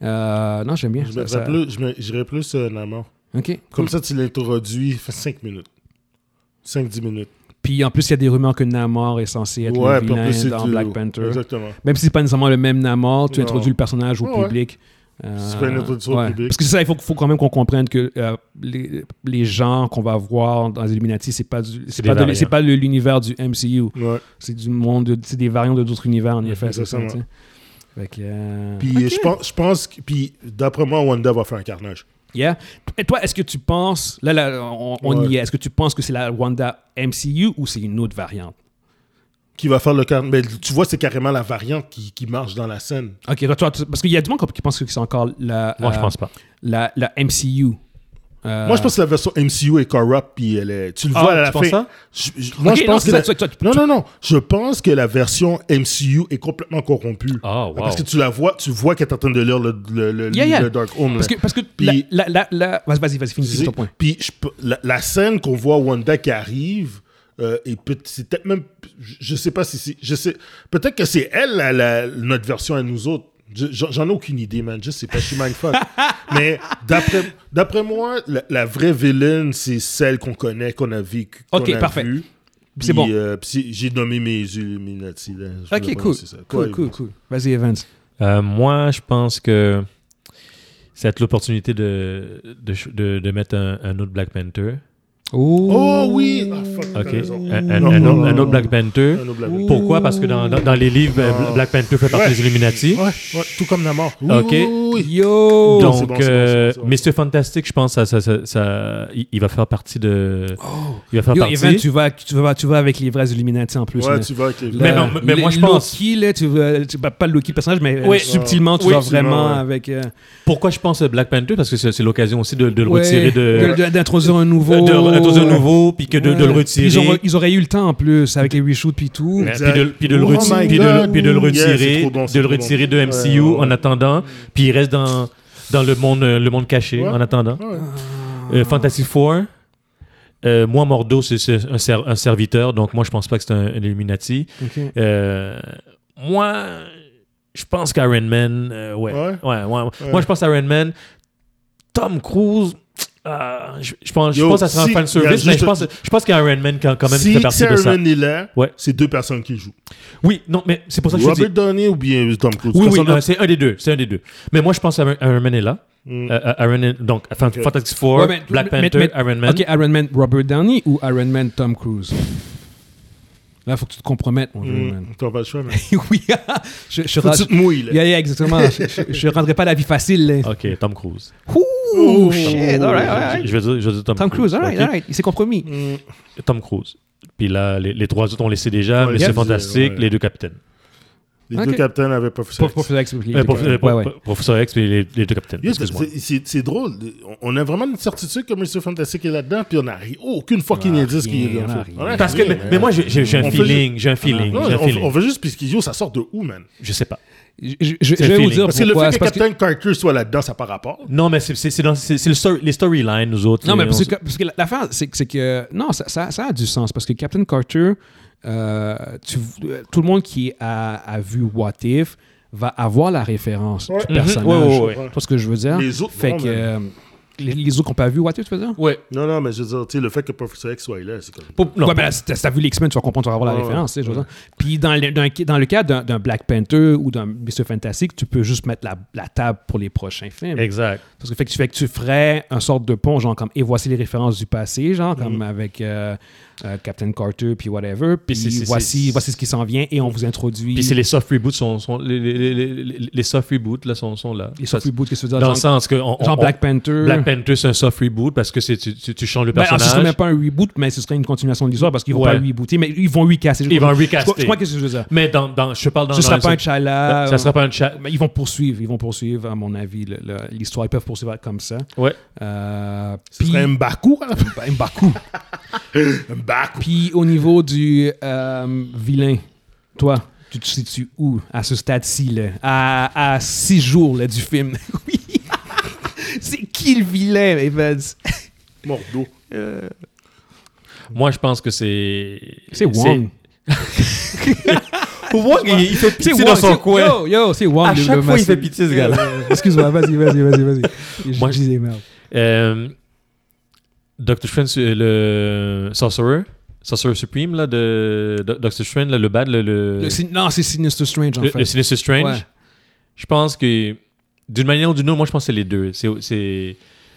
S1: Euh, non, j'aime bien.
S2: Je
S1: ça-
S2: mettrais
S1: ça-
S2: plus, je me- j'irais plus euh, Namor.
S1: Ok.
S2: Comme ça, tu l'introduis, fait 5 minutes. 5-10 minutes.
S1: Puis en plus, il y a des rumeurs que Namor est censé être le
S2: puis en
S1: vilain
S2: plus, c'est
S1: dans
S2: du-
S1: Black Panther.
S2: Exactement.
S1: Même si c'est pas nécessairement le même Namor, tu
S2: Non.
S1: introduis le personnage au
S2: Ouais, ouais.
S1: public. Euh,
S2: C'est pas une introduction au public.
S1: Parce que c'est ça, il faut, faut quand même qu'on comprenne que euh, les, les gens qu'on va voir dans les Illuminati, c'est pas, du- c'est
S3: des
S1: pas, de-
S3: variants.
S1: c'est pas le- l'univers du MCU.
S2: Ouais.
S1: C'est du monde, de- c'est des variants de d'autres univers, en effet. c'est ça,
S2: Exactement.
S1: tu sais. Fait que, euh,
S2: Puis je pense, je pense que- puis d'après moi, Wanda va faire un carnage.
S1: Yeah. Et toi, est-ce que tu penses, là, là on, on y
S2: Ouais.
S1: est, est-ce que tu penses que c'est la Wanda MCU ou c'est une autre variante?
S2: Qui va faire le carnage. Mais tu vois, c'est carrément la variante qui, qui marche dans la scène.
S1: Ah. Ok, toi, toi, tu- parce qu'il y a du monde qui pense que c'est encore la,
S3: Moi,
S1: euh,
S3: je pense pas.
S1: la, la MCU. Euh,
S2: Moi, je pense que la version MCU est corrupt, puis elle est. Tu le vois
S3: Ah,
S2: à la
S3: tu penses
S2: fin.
S3: ça?
S2: Je- je- moi,
S1: Ok,
S2: je pense
S1: non,
S2: que.
S1: c'est ça,
S2: la-
S1: tu- tu-
S2: Non, non, non. Je pense que la version MCU est complètement corrompue.
S3: Ah, wow.
S2: Parce que tu la vois, tu vois qu'elle est en train de lire le, le, le-
S1: Yeah, yeah.
S2: le Dark Home.
S1: Parce
S2: là.
S1: que, parce que
S2: Puis-
S1: la, la, la- la- vas- Vas-y, vas-y, finis
S2: Tu sais,
S1: finis ton point.
S2: Puis je peux- la, la scène qu'on voit Wanda qui arrive, euh, et peut- c'est peut-être même, je- je sais pas si c'est, je sais, peut-être que c'est elle la- la- notre version à nous autres. Je- J'en j'en ai aucune idée, man. Je sais pas, je suis mindfuck. Mais d'après d'après moi, la, la vraie villaine, c'est celle qu'on connaît, qu'on a vécu, qu'on
S1: Ok,
S2: a
S1: parfait.
S2: vue.
S1: Puis c'est bon.
S2: Puis, euh, puis c'est- j'ai nommé mes Illuminati. Là. Je voulais
S1: Ok, cool.
S2: prononcer ça. Toi,
S1: Cool, cool, cool. Vas-y, Evans.
S3: Euh, moi, je pense que c'est l'opportunité de, de, ch- de- de mettre un, un autre Black Panther.
S2: Oh oui! Ah, fuck, t'as
S3: OK. Un,
S2: raison.
S3: un-
S2: Non,
S3: un
S2: non,
S3: autre,
S2: non,
S3: un
S2: non.
S3: autre Black Panther.
S2: Un autre Black Panther.
S3: Pourquoi? Parce que dans, dans- dans les livres, euh, Black Panther fait partie
S2: Ouais.
S3: des Illuminati.
S2: Ouais, ouais, tout comme la mort. Oui,
S3: Ok.
S2: oui, oui, oui.
S1: Yo!
S2: Oh, c'est
S3: Donc,
S2: bon, c'est bon,
S3: euh,
S2: c'est bon, c'est
S3: Mr.
S2: bon.
S3: Fantastic, je pense, ça, ça- ça- ça- il, il va faire partie de. Il va faire
S1: Yo,
S3: partie.
S1: Evan, tu vas, tu, vas, tu vas avec les vrais Illuminati en plus.
S2: Ouais,
S1: là.
S2: tu vas avec les-
S3: Mais non, mais- mais
S1: le-
S3: moi, je pense-
S1: Loki, là, tu vas, tu- bah, pas le Loki personnage, mais euh,
S3: Oui.
S1: subtilement, tu
S3: Oui,
S1: vas
S2: subtilement,
S1: vraiment
S2: ouais.
S1: avec. euh,
S3: Pourquoi je pense à Black Panther? Parce que c'est c'est l'occasion aussi de, de le
S1: ouais,
S3: retirer de.
S1: de- de- d'introduire un nouveau.
S3: de- de- de- de nouveau, puis que de, de le
S1: Ouais.
S3: retirer.
S1: Ils, auraient- ils auraient eu le temps en plus avec les reshoots puis tout.
S3: Ouais,
S2: Exact.
S3: Puis de, puis de le
S2: Oh
S3: retirer,
S2: my
S3: puis de,
S2: God.
S3: le- puis de le
S2: Yeah, c'est
S3: retirer,
S2: trop bon, c'est
S3: de le
S2: trop bon.
S3: retirer de MCU
S2: Ouais, ouais,
S3: en
S2: ouais.
S3: attendant, puis il reste dans, dans le monde euh, le monde caché
S2: Ouais. Ah.
S3: en attendant.
S2: Ouais.
S3: Euh, Fantasy Four. euh, moi, Mordo, c'est- c'est un, ser- un serviteur, donc moi, je pense pas que c'est un, un Illuminati.
S1: Ok.
S3: Euh, moi, je pense qu'Iron Man, euh, ouais.
S2: Ouais.
S3: Ouais, ouais, ouais. Moi, je pense à Iron Man. Tom Cruise, ah, je, je pense, je
S2: Yo,
S3: pense que ça sera
S2: si,
S3: un fan
S2: y a
S3: service,
S2: juste-
S3: mais je pense, je pense qu'Iron Man, quand, quand même,
S2: si
S3: fait partie de ça.
S2: Iron Man est là,
S3: Ouais.
S2: c'est deux personnes qui jouent.
S3: Oui, non, mais c'est pour ça que je te dis.
S2: Robert Downey ou bien Tom Cruise.
S3: Oui, oui,
S2: Personne
S3: non, c'est un des deux. C'est un des deux. Mais moi, je pense à Iron Man est là.
S2: Mm.
S3: Euh, euh, Iron Man- donc, enfin,
S2: Ok.
S3: Fantastic Four,
S1: Ouais, mais-
S3: Black
S1: mais-
S3: Panther,
S1: mais-
S3: Iron Man.
S1: Ok, Iron Man Robert Downey ou Iron Man Tom Cruise Là, faut que tu te compromettes, mon vieux, man. [LAUGHS]
S2: Mm, T'as pas le choix, mais.
S1: oui, je, je,
S2: Faut que tu te mouilles, là.
S1: Yeah, yeah,
S3: [LAUGHS]
S1: exactement. je, je, je rendrai pas la vie facile. là.
S3: Ok, Tom Cruise.
S1: Ouh,
S3: Oh.
S1: shit, all right, all
S3: Je-
S1: right.
S3: Je vais dire, je vais dire Tom,
S1: Tom Cruise, all right,
S3: ok?
S1: all right. Il s'est compromis.
S2: Mm.
S3: Tom Cruise. Puis là, les, les trois autres, on les sait déjà,
S2: Ouais,
S3: mais
S2: les
S3: c'est
S2: deux,
S3: fantastique,
S2: ouais.
S3: les deux capitaines.
S2: Les
S1: Ok.
S2: deux capitaines avaient pas fait ça.
S1: Pour, pour, pour, expliquer.
S3: Euh, prof- euh,
S1: ouais,
S3: prof-
S1: ouais.
S3: Professeur X, puis les, les deux capitaines.
S2: Yo,
S3: Excuse-moi.
S2: c'est- C'est c'est drôle. On on a vraiment une certitude que Monsieur Fantastic est là-dedans, puis on n'a ri- aucune fucking
S1: Ah,
S2: indice qu'il est
S1: rien,
S2: dans le
S1: rien.
S2: film. On a
S3: Parce que,
S2: rien,
S3: mais,
S2: man.
S3: mais moi, j'ai- j'ai j'ai un
S2: On fait Ah,
S3: feeling, j'ai un feeling,
S2: Non,
S3: j'ai un
S2: on,
S3: feeling.
S2: on veut juste, puisque yo, ça sort de où, man?
S3: Je sais pas.
S1: Je, je- je- je
S3: le
S1: vais vous
S3: feeling.
S1: dire
S2: Parce que le
S1: pourquoi.
S2: fait
S1: c'est
S2: que
S1: parce que-
S2: Captain Carter soit là-dedans, ça par rapport.
S3: Non, mais c'est- c'est c'est dans- c'est- c'est le story- les storylines, nous autres.
S1: Non, mais
S3: on
S1: parce
S3: sait-
S1: que, parce que la- l'affaire, c'est que, c'est que- Non, ça, ça- ça a du sens. Parce que Captain Carter, euh, tu- euh, tout le monde qui a, a vu What If va avoir la référence
S2: Ouais.
S1: du
S2: Mhm.
S1: personnage.
S3: Ouais, ouais, ouais.
S1: Tu vois ce que je veux dire?
S2: Les autres,
S1: Fait
S2: non,
S1: que,
S2: mais-
S1: euh, les, les autres qui n'ont pas vu What If, tu veux dire?
S3: Ouais.
S2: Non, non, mais je veux dire, tu sais, le fait que Professor X soit là, c'est comme.
S3: Pour- non,
S1: ouais, mais là, si t'as si t'as vu les X-Men, tu vas comprendre, tu vas avoir la
S2: Ouais,
S1: référence. tu sais, je veux dire. Puis dans le, d'un- dans le cas d'un, d'un Black Panther ou d'un Mr. Fantastic, tu peux juste mettre la, la table pour les prochains films.
S3: Exact.
S1: Parce que fait que tu fais que tu ferais un sorte de pont, genre comme et voici les références du passé, genre
S3: Mhm.
S1: comme avec euh, euh, Captain Carter puis whatever. Puis
S3: c'est- c'est-
S1: voici,
S3: c'est-
S1: voici ce qui s'en vient et on vous introduit.
S3: Puis c'est les soft reboots sont, sont les, les- les- les- les soft reboots là sont, sont là.
S1: les soft
S3: Ça,
S1: reboots, qu'est-ce que tu veux
S3: c'est-
S1: dire,
S3: dans le
S1: genre-
S3: sens que on, on-
S1: genre
S3: on-
S1: Black Panther.
S3: Black Panther c'est un soft reboot parce que c'est tu, tu, tu changes le
S1: Ben, alors, ce
S3: personnage.
S1: serait même pas un reboot, mais ce serait une continuation de l'histoire parce qu'ils vont
S3: Ouais.
S1: pas rebooter, mais ils vont recaster. Je
S3: Ils vont
S1: crois- je-
S3: recaster.
S1: Je crois que c'est ce que je veux dire.
S3: Mais dans, dans je parle dans
S1: Ce
S3: dans
S1: sera
S3: les-
S1: pas un T'Challa.
S3: ça sera pas un chat.
S1: Mais ils vont poursuivre, ils vont poursuivre, à mon avis, le- le- l'histoire. Ils peuvent poursuivre comme ça.
S3: Ouais.
S1: Euh,
S2: Ce
S1: puis-
S2: serait Mbaku, hein?
S1: Ben, M'Baku.
S2: [LAUGHS] Mbaku.
S1: Puis au niveau du euh, vilain, toi, tu te situes où à ce stade-ci, là? à, à six jours là, du film? [LAUGHS] oui. C'est qui le vilain, Evans?
S2: Mordo.
S3: Moi je pense que c'est
S1: C'est Wong.
S3: Wong il, il fait pitié
S1: Wong,
S3: dans son
S1: c'est-
S3: coin.
S1: Yo, yo, c'est Wong.
S3: À
S1: le-
S3: chaque
S1: le
S3: fois, il
S1: massif.
S3: fait pitié, ce gars-là.
S1: Euh, Excuse-moi, vas-y, vas-y, vas-y, vas-y.
S3: [LAUGHS]
S1: Je
S3: Moi,
S1: dis des merdes.
S3: Euh, Doctor Strange euh, le sorcerer sorcerer supreme là de Do- Doctor Strange là, le bad le le,
S1: Le sin- non, c'est Sinister Strange, en
S3: le-
S1: fait.
S3: le Sinister Strange.
S1: Ouais.
S3: Je pense que d'une manière ou d'une autre, moi je pense que c'est les deux. C'est c'est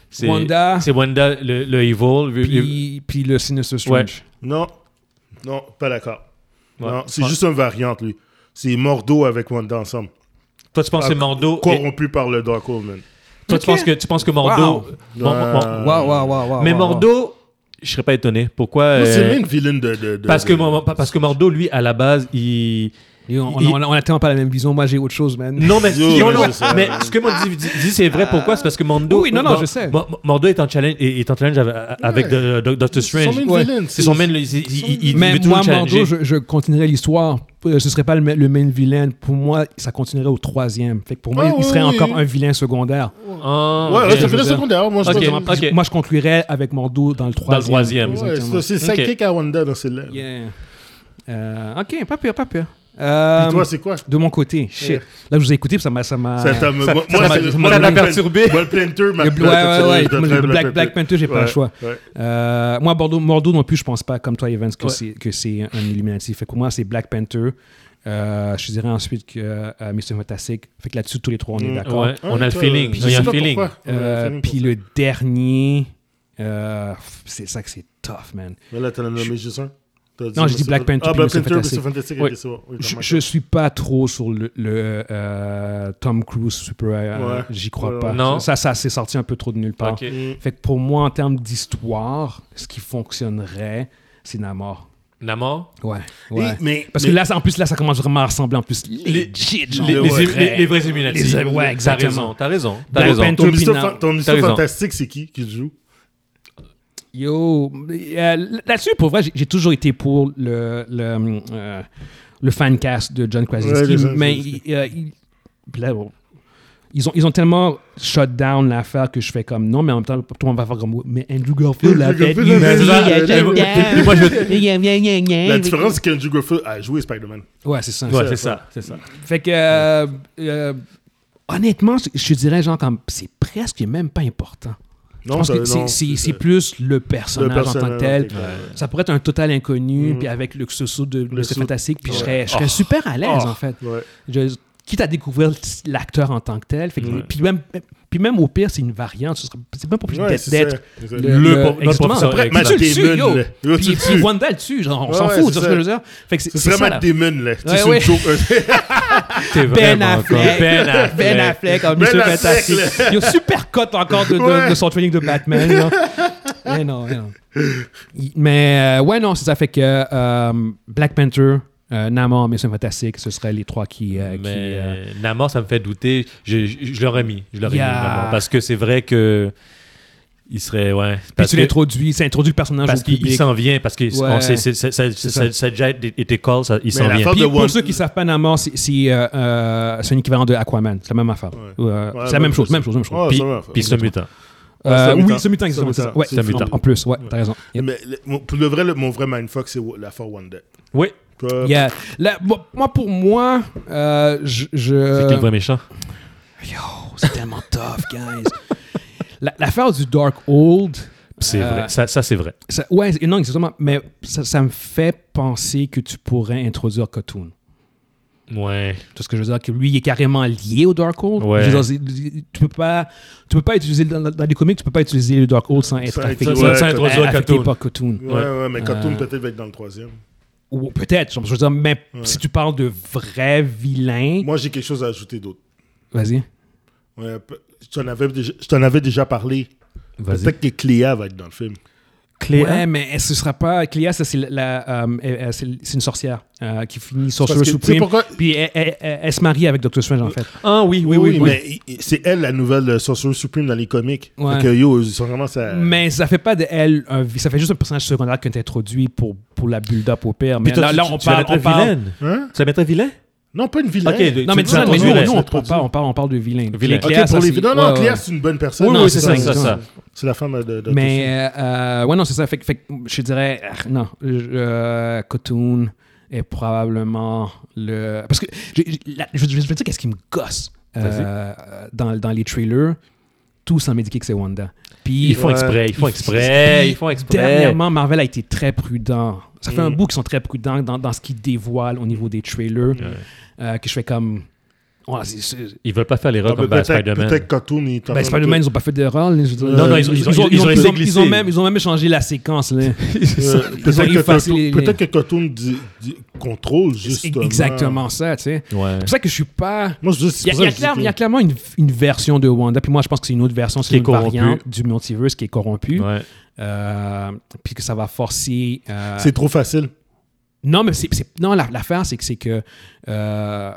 S3: c'est-
S1: Wanda.
S3: c'est Wanda le, le evil. le-
S1: Puis, puis le Sinister Strange.
S2: Non. Non, pas d'accord.
S3: Ouais.
S2: Non, c'est juste une variante, lui. C'est Mordo avec Wanda ensemble.
S3: Toi tu penses que c'est Mordo. et-
S2: Corrompu par le Darkhold, man.
S3: toi
S1: Ok.
S3: tu penses que tu penses que Mordo.
S2: Wow.
S3: Mon- mon-
S2: Ouais.
S1: Waouh, waouh, waouh, waouh.
S3: mais
S1: waouh, waouh.
S3: Mordo, je serais pas étonné. Pourquoi
S2: Moi, C'est
S3: euh,
S2: même une vilaine de. de- de-
S3: Parce que
S2: de-
S3: mon- parce que Mordo lui à la base il
S1: Et on, on- on a- on a tellement pas la même vision. Moi, j'ai autre chose, man.
S3: Non, mais,
S2: Yo,
S3: non,
S2: ouais,
S3: non,
S2: c'est ça.
S3: mais ce que Mondo dit, dit, c'est
S2: Ah.
S3: vrai. Pourquoi C'est parce que Mondo.
S1: Oui, non, non,
S3: Mor-
S1: je sais.
S3: Mor- Mordo est en challenge, est est en challenge avec, avec Do- Do- Doctor Strange.
S2: C'est son
S1: Ouais.
S2: main villain.
S3: C'est son main. il- Il, il,
S1: mais
S3: il veut
S1: moi,
S3: toujours
S1: Mando,
S3: challenger.
S1: je, je continuerai l'histoire. Euh, Ce serait pas le, ma- le main vilain. Pour moi, ça continuerait au troisième. Fait que pour moi,
S2: Ah,
S1: il- il serait
S2: oui, oui,
S1: encore
S2: oui.
S1: un vilain secondaire.
S3: Ah,
S2: Ouais,
S3: ok.
S2: ouais,
S1: je
S2: ça fait le
S1: veux dire.
S2: secondaire. Moi, je
S3: Ok,
S2: pense
S3: on prend-
S2: que-
S3: Ok.
S1: Moi, je conclurais avec Mordo dans le
S3: Dans le
S1: troisième.
S3: troisième.
S2: Ouais,
S1: Exactement.
S2: c'est- C'est sidekick à Wanda dans celle-là. Puis
S1: Yeah. Euh, ok, pas pire, pas pire. Euh,
S2: toi, c'est quoi
S1: de mon côté, shit.
S2: Yeah.
S1: Là, je vous ai écouté, puis ça m'a. Ça m'a.
S2: Ça t'a- moi- moi,
S1: ça m'a-
S2: c'est-
S1: ça
S2: moi,
S1: m'a
S2: la
S1: donné-
S3: perturbé.
S2: Black Panther, ma
S1: Le- ouais, ouais, ouais.
S2: je te
S1: Moi,
S2: traite
S1: j'ai-
S2: Black
S1: Black, Black Panther, j'ai pas le
S2: Ouais,
S1: choix.
S2: ouais.
S1: Euh, moi, Bordeaux, Mordo non plus, je pense pas, comme toi, Evans, que
S3: Ouais.
S1: c'est- que c'est un Illuminati. Fait que pour moi, c'est Black Panther. Euh, je dirais ensuite que euh, Mr. Fantastic. Fait que là-dessus, tous les trois, on est
S2: Mm.
S1: d'accord.
S3: Ouais, on a le
S2: toi,
S3: feeling.
S2: je
S3: Il y a
S2: sais
S3: un
S2: pas
S3: feeling.
S2: pourquoi. On a
S1: Euh,
S2: feeling
S1: puis
S2: pour
S1: le dernier, euh, c'est ça que c'est tough, man.
S2: ça. Mais là, t'en as nommé juste un. T'as dit
S1: Non, j'ai dit
S2: Mr.
S1: Black Panther,
S2: Ah,
S1: puis
S2: Black
S1: Mr.
S2: Panther, Mr.
S1: Fantastic.
S2: Fantastic.
S3: Oui.
S2: ok, c'est bon. Oui,
S1: Je,
S2: t'as
S1: je
S2: marqué.
S1: suis pas trop sur le, le, euh, Tom Cruise super. euh,
S2: Ouais.
S1: J'y crois
S2: Ouais,
S1: pas.
S2: ouais.
S3: Non.
S1: Ça, ça c'est sorti un peu trop de nulle part.
S3: Ok.
S2: Mm.
S1: Fait que pour moi, en termes d'histoire, ce qui fonctionnerait, c'est Namor.
S3: Namor.
S1: Ouais.
S2: Et- mais-
S1: Parce
S2: mais-
S1: que là, ça- en plus, là, ça commence vraiment à ressembler en plus legit, genre.
S3: Les,
S2: Ouais,
S3: les-
S2: ouais.
S3: les- les vrais Illuminati.
S1: Les- ouais, exactement. Ben
S3: T'as raison. T'as
S1: Black
S3: raison.
S1: Panther.
S3: T'as raison.
S2: Ton
S1: Turpin,
S2: Mr.
S1: non.
S2: Fan- Ton
S3: T'as
S2: Mr.
S3: raison.
S2: Fantastic, c'est qui qui le joue
S1: Yo, euh, là-dessus, pour vrai, j'ai- j'ai toujours été pour le, le, euh, le fancast de John
S2: Ouais,
S1: Krasinski,
S2: les gens-
S1: mais il- euh, il- puis là, bon, ils, ont, ils ont tellement shut down l'affaire que je fais comme non, mais en même temps, tout le monde va faire comme mais Andrew Garfield l'a
S2: Andrew
S1: fait.
S2: Garfield l'a fait.
S3: Et
S2: [LAUGHS]
S3: moi, je- Eh,
S2: La
S1: La
S2: différence, c'est qu'Andrew Garfield a joué Spider-Man.
S1: Ouais, c'est ça.
S3: Ouais, c'est ça. C'est ça.
S1: Fait que, euh, euh, honnêtement, je, je dirais, genre, comme, c'est presque même pas important.
S2: Non,
S1: je pense
S2: ça-
S1: que c'est-
S2: non,
S1: c'est
S2: c'est-
S1: c'est plus le personnage, en tant que tel.
S2: ok, ouais.
S1: Ça pourrait être un total inconnu,
S2: Mhm.
S1: puis avec le socio de
S2: Le
S1: Mr.
S2: sou-
S1: Fantastic, puis je
S2: Ouais.
S1: serais, je serais
S3: Oh.
S1: super à l'aise,
S2: Oh.
S1: en fait.
S2: Ouais.
S1: Je- quitte à découvrir l'acteur en tant que tel. Fait que-
S3: Ouais.
S1: puis, même, puis même au pire, c'est une variante. Ce serait- C'est même pas obligé
S2: Ouais,
S1: d'être-
S2: c'est
S1: d'être
S2: ça, c'est ça.
S1: le,
S3: Le
S1: le-
S3: pro- notre
S1: exactement.
S3: professeur
S1: Après,
S3: X,
S1: mais
S2: là.
S1: tu le tues,
S2: Damon,
S1: yo.
S2: là. Yo, tu
S1: Puis,
S2: le [LAUGHS]
S1: puis
S2: tues.
S1: Wanda le tue, genre, on
S2: Ouais,
S1: s'en fout,
S2: ouais, c'est
S1: tu vois ce
S2: ça.
S1: que je veux dire? Fait que c'est
S2: C'est
S1: c'est ça,
S2: vraiment
S1: la-
S2: Damon, là. Tu sais,
S1: Ouais,
S2: c'est une
S1: ouais.
S2: joke.
S3: T'es
S1: Ben
S3: vraiment con.
S1: Affleck.
S3: Ben Affleck.
S1: Ben Affleck en
S2: Ben
S1: Mr.
S2: Affleck,
S1: Fantastic. Il y a super cote encore de, de-
S2: Ouais.
S1: de son training de Batman. là. Eh non, eh non. Il- Mais euh, ouais, non, c'est ça fait que euh, Black Panther, euh, Namor, Mr. Fantastic, ce seraient les trois qui. euh, qui,
S3: Mais
S1: euh,
S3: Namor, ça me fait douter. Je, je, je l'aurais mis. Je l'aurais
S1: Yeah.
S3: mis, Namor. Parce que c'est vrai que. Il serait. Ouais.
S1: Puis
S3: Parce
S1: tu
S3: que-
S1: l'introduis, ça introduit le personnage
S3: Parce
S1: au
S3: qu'il il
S1: public.
S3: s'en vient, parce que on sait- c'est- c'est- ça
S1: C'est
S3: ça-
S1: ça.
S3: ça a déjà été été call, ça- il s'en
S2: la
S3: vient.
S2: forme-
S1: Puis
S2: de
S1: pour
S2: Wanda-
S1: ceux qui ne savent pas Namor, c'est c'est, euh, euh, c'est un équivalent de Aquaman. C'est la même affaire.
S2: Ouais.
S1: Euh,
S2: Ouais,
S1: c'est la
S2: même
S1: même chose,
S2: chose.
S1: même chose, même chose.
S2: Ouais,
S3: Puis-
S2: Ah, ça va, ça va.
S3: Puis c'est un mutant.
S1: Euh,
S2: c'est un
S1: oui,
S2: mutant.
S1: c'est mutant,
S2: C'est un
S1: exactement.
S2: mutant.
S1: c'est ça. Ouais,
S2: C'est un
S3: mutant.
S1: En plus, ouais, t'as raison. Yep.
S2: Mais le- mon- pour le vrai, le- mon vrai mindfuck, c'est la for Wanda.
S3: Oui,
S2: Toi,
S1: Yeah. Là, moi- moi, pour moi, euh, je. je-
S3: c'est qui le vrai méchant
S1: Yo, c'est
S3: [LAUGHS]
S1: tellement tough, guys. La- L'affaire du Dark Old.
S3: C'est
S1: euh,
S3: vrai, ça, ça, c'est vrai.
S1: ça- ouais, c'est- non, exactement. Mais ça, ça me fait penser que tu pourrais introduire Cotoon.
S3: Ouais.
S1: Tu vois ce que je veux dire? Que lui, il est carrément lié au Darkhold.
S3: Ouais.
S1: Je veux dire, c'est- tu peux pas, tu peux pas utiliser, dans, dans les comics, tu peux pas utiliser le Darkhold sans être
S2: Sans être-
S1: affecté,
S2: sans- sans
S1: euh,
S3: introduire
S1: affecté
S3: Khatoun.
S1: par Khatoun.
S2: Ouais, ouais, mais Cartoon
S1: Euh,
S2: peut-être va être dans le troisième.
S1: Ou peut-être, je veux dire, mais si tu parles de vrai vilain,
S2: Moi, j'ai quelque chose à ajouter d'autre.
S1: vas-y.
S2: Ouais, pe- je t'en avais, déjà- je t'en avais déjà parlé.
S3: Vas-y.
S2: Peut-être que Cléa va être dans le film.
S3: Cléa?
S1: Ouais, mais ce sera pas. Cléa, ça, c'est la- la, euh, euh, c'est c'est une sorcière euh, qui finit
S2: Parce
S1: sorcière
S2: que, tu sais
S1: suprême.
S2: pourquoi
S1: Puis elle, elle- elle- elle se marie avec Doctor Strange en fait.
S3: Ah oui,
S2: Oui, oui, mais i- i- c'est elle la nouvelle euh, Sorcerer Supreme dans les comics.
S1: Ouais.
S2: Fait que yo, ils sont vraiment ça.
S1: Mais ça fait pas de elle un vi- ça fait juste un personnage secondaire que tu introduit pour, pour la build-up au père. Mais
S3: Puis toi,
S1: là,
S3: tu-
S1: là,
S3: tu-
S1: on
S3: tu vas
S1: parle,
S3: mettre
S1: on parle
S3: vilaine.
S2: Hein?
S3: Tu vas mettre un vilain
S2: Non, pas une vilaine.
S3: Ok, de-
S1: Non, mais,
S3: Tu
S1: dis ça,
S3: dis
S1: mais nous,
S3: introduire.
S1: nous, on,
S2: C'est
S1: parle pas, on, parle, on parle de vilain.
S3: Vilain.
S2: Ok,
S1: Cléa, ça,
S2: pour les
S1: c'est-
S2: Non, non,
S1: ouais,
S2: Cléa,
S1: ouais.
S2: c'est une bonne personne.
S3: Oui,
S2: Non,
S3: oui,
S2: c'est
S3: c'est
S2: ça,
S3: ça,
S2: c'est
S3: c'est
S2: ça.
S3: ça.
S2: C'est la femme de. de
S1: Mais, euh, ouais, non, c'est ça. Fait, que- fait que je dirais, ah, non, euh, Cotoon est probablement le. Parce que j'ai- j'ai- la- je, je, je vais te dire qu'est-ce qui me gosse euh, dans, dans les trailers. Tous en médiquer que c'est Wanda. Puis,
S3: Ils font
S2: Ouais.
S3: exprès, ils font
S1: Ils-
S3: exprès,
S1: puis
S3: ils font exprès.
S1: Dernièrement, Marvel a été très prudent. Ça fait
S2: Mm.
S1: un bout qu'ils sont très prudents dans, dans ce qu'ils dévoilent au niveau des trailers.
S3: Ouais.
S1: euh, que je fais comme. Ouais, c'est- c'est-
S3: Ils veulent pas faire l'erreur
S2: Ah,
S3: comme
S2: ben,
S3: dans
S2: Peut-être
S3: Spider-Man.
S2: peut-être Cartoon, il t'en
S1: Ben, Spider-Man, ils ont pas fait d'erreur. là, je veux dire.
S2: Non, non, ils
S3: ont- ils ont- ils ont
S1: ils
S3: essayé
S1: ont-
S3: de
S1: ils ont
S3: glisser.
S1: même ils ont même changé la séquence. là.
S2: [LAUGHS] Euh,
S1: Ils ont
S2: Peut-être que
S1: effacé
S2: Cartoon-
S1: les- les-
S2: peut-être que Cartoon dit- dit- contrôle justement.
S1: Exactement ça, tu sais.
S3: Ouais.
S1: C'est pour ça que je suis pas.
S2: Moi, je dis.
S1: Il y, a- il y a clairement- il y a clairement une, une version de Wanda, puis moi je pense que c'est une autre version,
S3: Qui
S1: c'est
S3: est
S1: une
S3: corrompue.
S1: variante du multiverse qui est corrompu,
S3: Ouais.
S1: Euh, puis que ça va forcer. euh,
S2: C'est trop facile.
S1: Non, mais c'est, c'est- non, la- l'affaire, c'est que, c'est que euh,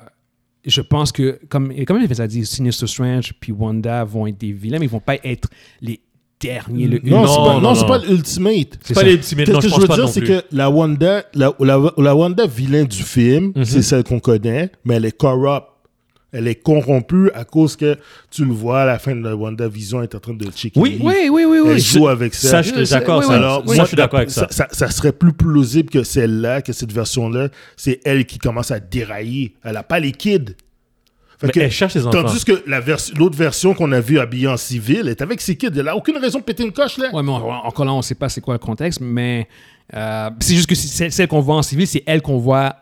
S1: je pense que, comme, et comme j'avais dit, Sinister Strange puis Wanda vont être des vilains, mais ils vont pas être les derniers. Le
S2: Non,
S1: ultime.
S2: c'est pas,
S3: non,
S2: non,
S3: non,
S2: c'est
S3: non.
S2: pas l'ultimate.
S3: C'est pas
S1: ça.
S3: les petits
S2: Qu'est-ce
S3: non,
S2: que
S3: je
S2: je
S3: pense
S2: veux
S3: pas
S2: dire,
S3: non
S2: c'est
S3: plus.
S2: que la Wanda, la, la- la Wanda vilain du film,
S3: Mhm.
S2: c'est celle qu'on connaît, mais elle est corrupt. Elle est corrompue à cause que tu le vois à la fin de la Wanda Vision, elle est en train de checker.
S1: Oui, oui, oui, oui, oui.
S2: Elle joue avec ça.
S3: Ça, je suis d'accord.
S1: Oui,
S3: ça.
S1: oui.
S3: Alors,
S1: Oui.
S3: moi, je suis d'accord avec ça.
S2: Ça, ça serait plus plausible que celle-là, que cette version-là. C'est elle qui commence à dérailler. Elle n'a pas les kids. Fait
S3: Mais
S2: que-
S3: elle cherche ses enfants.
S2: Tandis que la vers- l'autre version qu'on a vue habillée en civil est avec ses kids. Elle n'a aucune raison de péter une coche, là.
S1: Ouais, mais on- encore là, on sait pas c'est quoi le contexte, mais euh, c'est juste que c'est- celle, celle qu'on voit en civil, c'est elle qu'on voit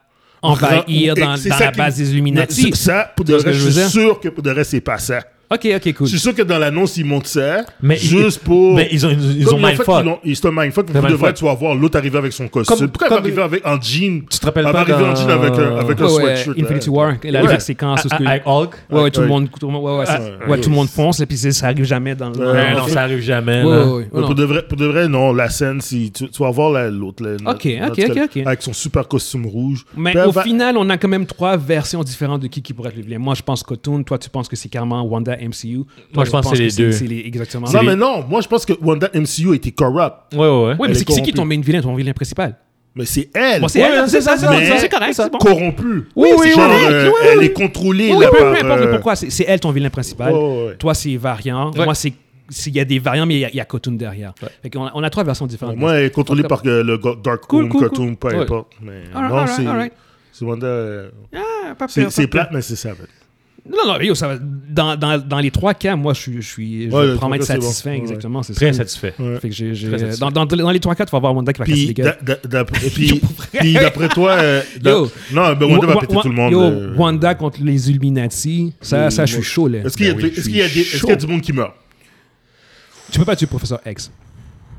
S1: envahir
S2: Et
S1: dans,
S2: c'est
S1: dans
S2: ça
S1: la
S2: qui-
S1: base des
S2: Non,
S1: Illuminati.
S2: c'est- Ça, pour de
S1: Tu vois ce
S2: vrai,
S1: que je
S2: je
S1: veux
S2: suis
S1: dire?
S2: sûr que pour de vrai, c'est pas ça.
S1: Ok, ok, cool.
S2: Je suis sûr que dans l'annonce, ils montent ça.
S3: Mais
S2: juste
S3: ils-
S2: pour.
S3: mais ils ont- ils- ils
S2: Comme
S3: ont
S2: en fait,
S3: mindfuck.
S2: ils l'ont- ils- C'est un mindfuck.
S3: C'est un
S2: Vous devrez,
S3: mindfuck.
S2: tu vas voir l'autre arriver avec son costume.
S3: Comme-
S2: Pourquoi elle va
S3: comme-
S2: arriver avec, en jean
S3: Tu te rappelles
S2: Elle va
S3: pas
S2: arriver en
S3: dans-
S2: jean avec un, avec un
S1: Ouais, ouais,
S2: sweatshirt. là.
S1: Infinity War, la, la
S2: Ouais.
S1: séquence où ce
S3: Ah,
S1: que-
S3: Avec Hulk.
S1: Ouais, ouais, tout le
S2: Ouais. Ah,
S1: monde, tout le monde- ouais, ouais, c'est-
S2: Ouais.
S1: ouais, tout le monde fonce, et puis c'est- ça arrive jamais dans le.
S3: Ouais,
S2: Ouais,
S3: non,
S2: en fait-
S3: ça arrive jamais.
S1: Ouais,
S3: là.
S1: ouais, ouais,
S2: Mais
S1: non.
S2: pour, de vrai, pour de vrai, non, la scène, si tu, tu vas voir la- l'autre. là, notre-
S1: Ok, ok,
S2: notre collègue,
S1: ok, ok.
S2: Avec son super costume rouge.
S1: Mais
S2: Puis elle
S1: au
S2: va-
S1: final, on a quand même trois versions différentes de qui, qui pourrait être le vilain. Moi, je pense Cotoon. Toi, tu penses que c'est carrément Wanda MCU. Toi,
S3: Moi, je pense que c'est les deux.
S1: C'est les, exactement.
S2: Non,
S1: Oui,
S2: mais non, moi je pense que Wanda MCU était corrupt.
S3: Ouais, ouais, ouais.
S1: mais
S2: elle
S1: c'est
S2: est
S1: qui- c'est qui
S2: corrompue.
S1: ton main vilain, ton vilain principal
S2: Mais c'est elle. hein.
S1: Bon, c'est
S3: Ouais,
S1: elle,
S3: ouais,
S1: c'est ça, c'est
S2: mais-
S1: ça, c'est correct. c'est bon.
S2: corrompue.
S1: Oui, oui,
S2: Genre,
S1: oui, oui,
S2: euh,
S1: oui, oui,
S2: elle
S1: oui.
S2: est contrôlée
S1: Oui,
S2: là,
S1: peu,
S2: par,
S1: peu importe le
S2: euh,
S1: pourquoi, c'est c'est elle ton vilain principal.
S2: Ouais, ouais, ouais.
S1: Toi, c'est variant.
S3: Ouais.
S1: Moi, c'est s'il y a des variants, mais il y a- il y, a Cotoon derrière. Fait qu'on a- on, a, trois versions différentes.
S2: Moi, elle est contrôlée par euh, le go- Dark
S1: Cool,
S2: Room,
S1: cool,
S2: Cartoon, peu
S3: cool.
S2: importe. Mais
S1: Alright,
S2: non,
S1: alright,
S2: c'est.
S1: alright.
S2: C'est Wanda. euh,
S1: Ah, pas
S2: C'est
S1: pire,
S2: c'est
S1: pas pire.
S2: plate, mais c'est ça. fait.
S1: Non, non, mais yo, ça va- dans, dans, dans les trois cas, moi, je, suis- je, suis, je
S2: Ouais,
S1: vais
S2: le
S1: prendre être
S2: trois cas, c'est
S1: satisfait,
S2: bon. Ouais, ouais.
S1: exactement. c'est
S3: Très
S1: ça.
S3: satisfait.
S2: Ouais.
S1: Fait que j'ai- j'ai-
S3: Très satisfait.
S1: dans, dans- dans les trois cas, tu vas voir Wanda qui va casser les
S2: Puis,
S1: gueules.
S2: d'a- d'a- d'a- et puis, puis d'après toi. euh, d'a-
S1: Yo.
S2: non, mais Wanda
S1: Wa-
S2: va
S1: wa-
S2: péter
S1: wa-
S2: tout le monde.
S1: yo,
S2: euh.
S1: Wanda contre les Illuminati, ça, ça je suis chaud, là.
S2: Est-ce qu'il y, a
S1: Ben
S2: des-
S1: oui,
S2: est-ce
S1: je
S2: qu'il y a
S1: suis
S2: des- est-ce qu'il y a
S1: chaud.
S2: du monde qui meurt
S1: Tu peux pas tuer Professeur X.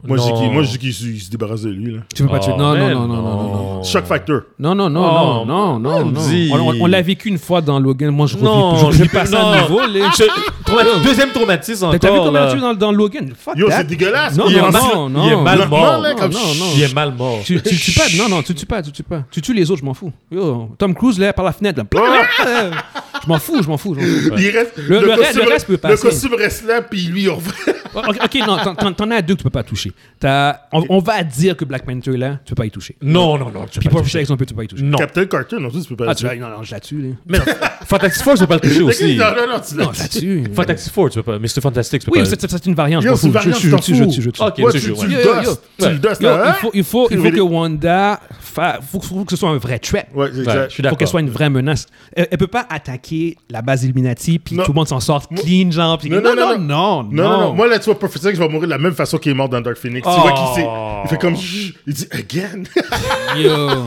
S2: Moi, je dis
S3: Non.
S2: qu'il- moi, je dis qu'il se- il se débarrasse de lui. là.
S1: Tu peux pas
S3: Oh,
S1: tuer. Non, non,
S3: man,
S1: non, non, non, non, non.
S2: Shock Factor.
S1: Non, non, non, non,
S3: Oh,
S1: non, non, non.
S3: Andy.
S1: On, on- on l'a vécu une fois dans Logan. Moi, je revis,
S3: Non,
S1: je revis
S3: je-
S1: pas ça
S3: non.
S1: à nouveau. les-
S3: Je- trauma- Deuxième traumatisme encore. euh,
S1: T'as vu comment
S3: là.
S1: il a tué dans, dans Logan? Fuck
S2: Yo,
S1: that.
S2: c'est dégueulasse.
S1: Non,
S2: Il est
S1: non,
S2: rendu-
S1: non, non.
S3: Il est mal
S2: Non,
S3: mort.
S2: non, là, comme-
S1: Non, non.
S3: Il est mal mort.
S1: Tu, tu tues pas, non, non, tu tues pas, tu tues pas. Tu tues les autres, je m'en fous. Yo, Tom Cruise, là, par la fenêtre, là. Je m'en fous, je m'en fous. je m'en fous.
S2: [LAUGHS] Il reste,
S1: Le- le reste- le reste peut
S2: le
S1: passer.
S2: costume reste là, puis lui, il revient.
S1: Ok, ok, non, t'en- t'en t'en as deux que tu peux pas toucher. T'as- on, on va dire que Black Panther, là, tu peux pas y toucher.
S3: Non, non, non. tu
S1: Puis
S3: peux pas
S1: Professor
S3: toucher.
S1: X non plus, tu peux pas y toucher.
S3: Non.
S2: Captain Carter, non, tu peux pas
S1: Ah,
S2: le
S1: tu vas,
S2: tuer.
S1: non, non, je la tue, là.
S3: Mais non, Fantastic Four, tu peux pas le toucher aussi.
S2: Non, non, non, tu l'as
S1: Non, je la tue.
S3: Fantastic Four, tu peux pas. Mr. Fantastic, tu peux
S1: Oui,
S3: pas.
S1: c'est- c'est c'est une variante. je
S2: Yo,
S1: m'en
S2: c'est une
S1: fous. Je-
S2: variante,
S1: je-
S2: t'en
S1: je- je-
S2: fous.
S1: je- je- je-
S3: Ok,
S2: Ouais,
S3: tu
S2: tu,
S3: joues,
S2: tu
S3: ouais.
S2: le
S1: Yo,
S2: dust.
S1: yo.
S2: Tu le dust.
S1: Yo,
S2: hein?
S1: il faut, il faut, il faut
S2: Révéler-
S1: que Wanda, fa- faut, faut que ce soit un vrai threat.
S2: Ouais, c'est
S3: Ouais,
S2: exact.
S3: je suis
S1: faut
S3: d'accord.
S1: qu'elle soit une vraie menace. Elle, elle peut pas attaquer la base Illuminati puis
S2: Non.
S1: tout le monde s'en sort clean, genre. puis-
S2: Non, non,
S1: non,
S2: non,
S1: non,
S2: Non, non, non. Moi, là, tu vois, Professor X va mourir de la même façon qu'il est mort dans Dark Phoenix. Tu
S3: Oh.
S2: vois qu'il s'est- Il fait comme. Chut Il dit again. [LAUGHS]
S1: Yo.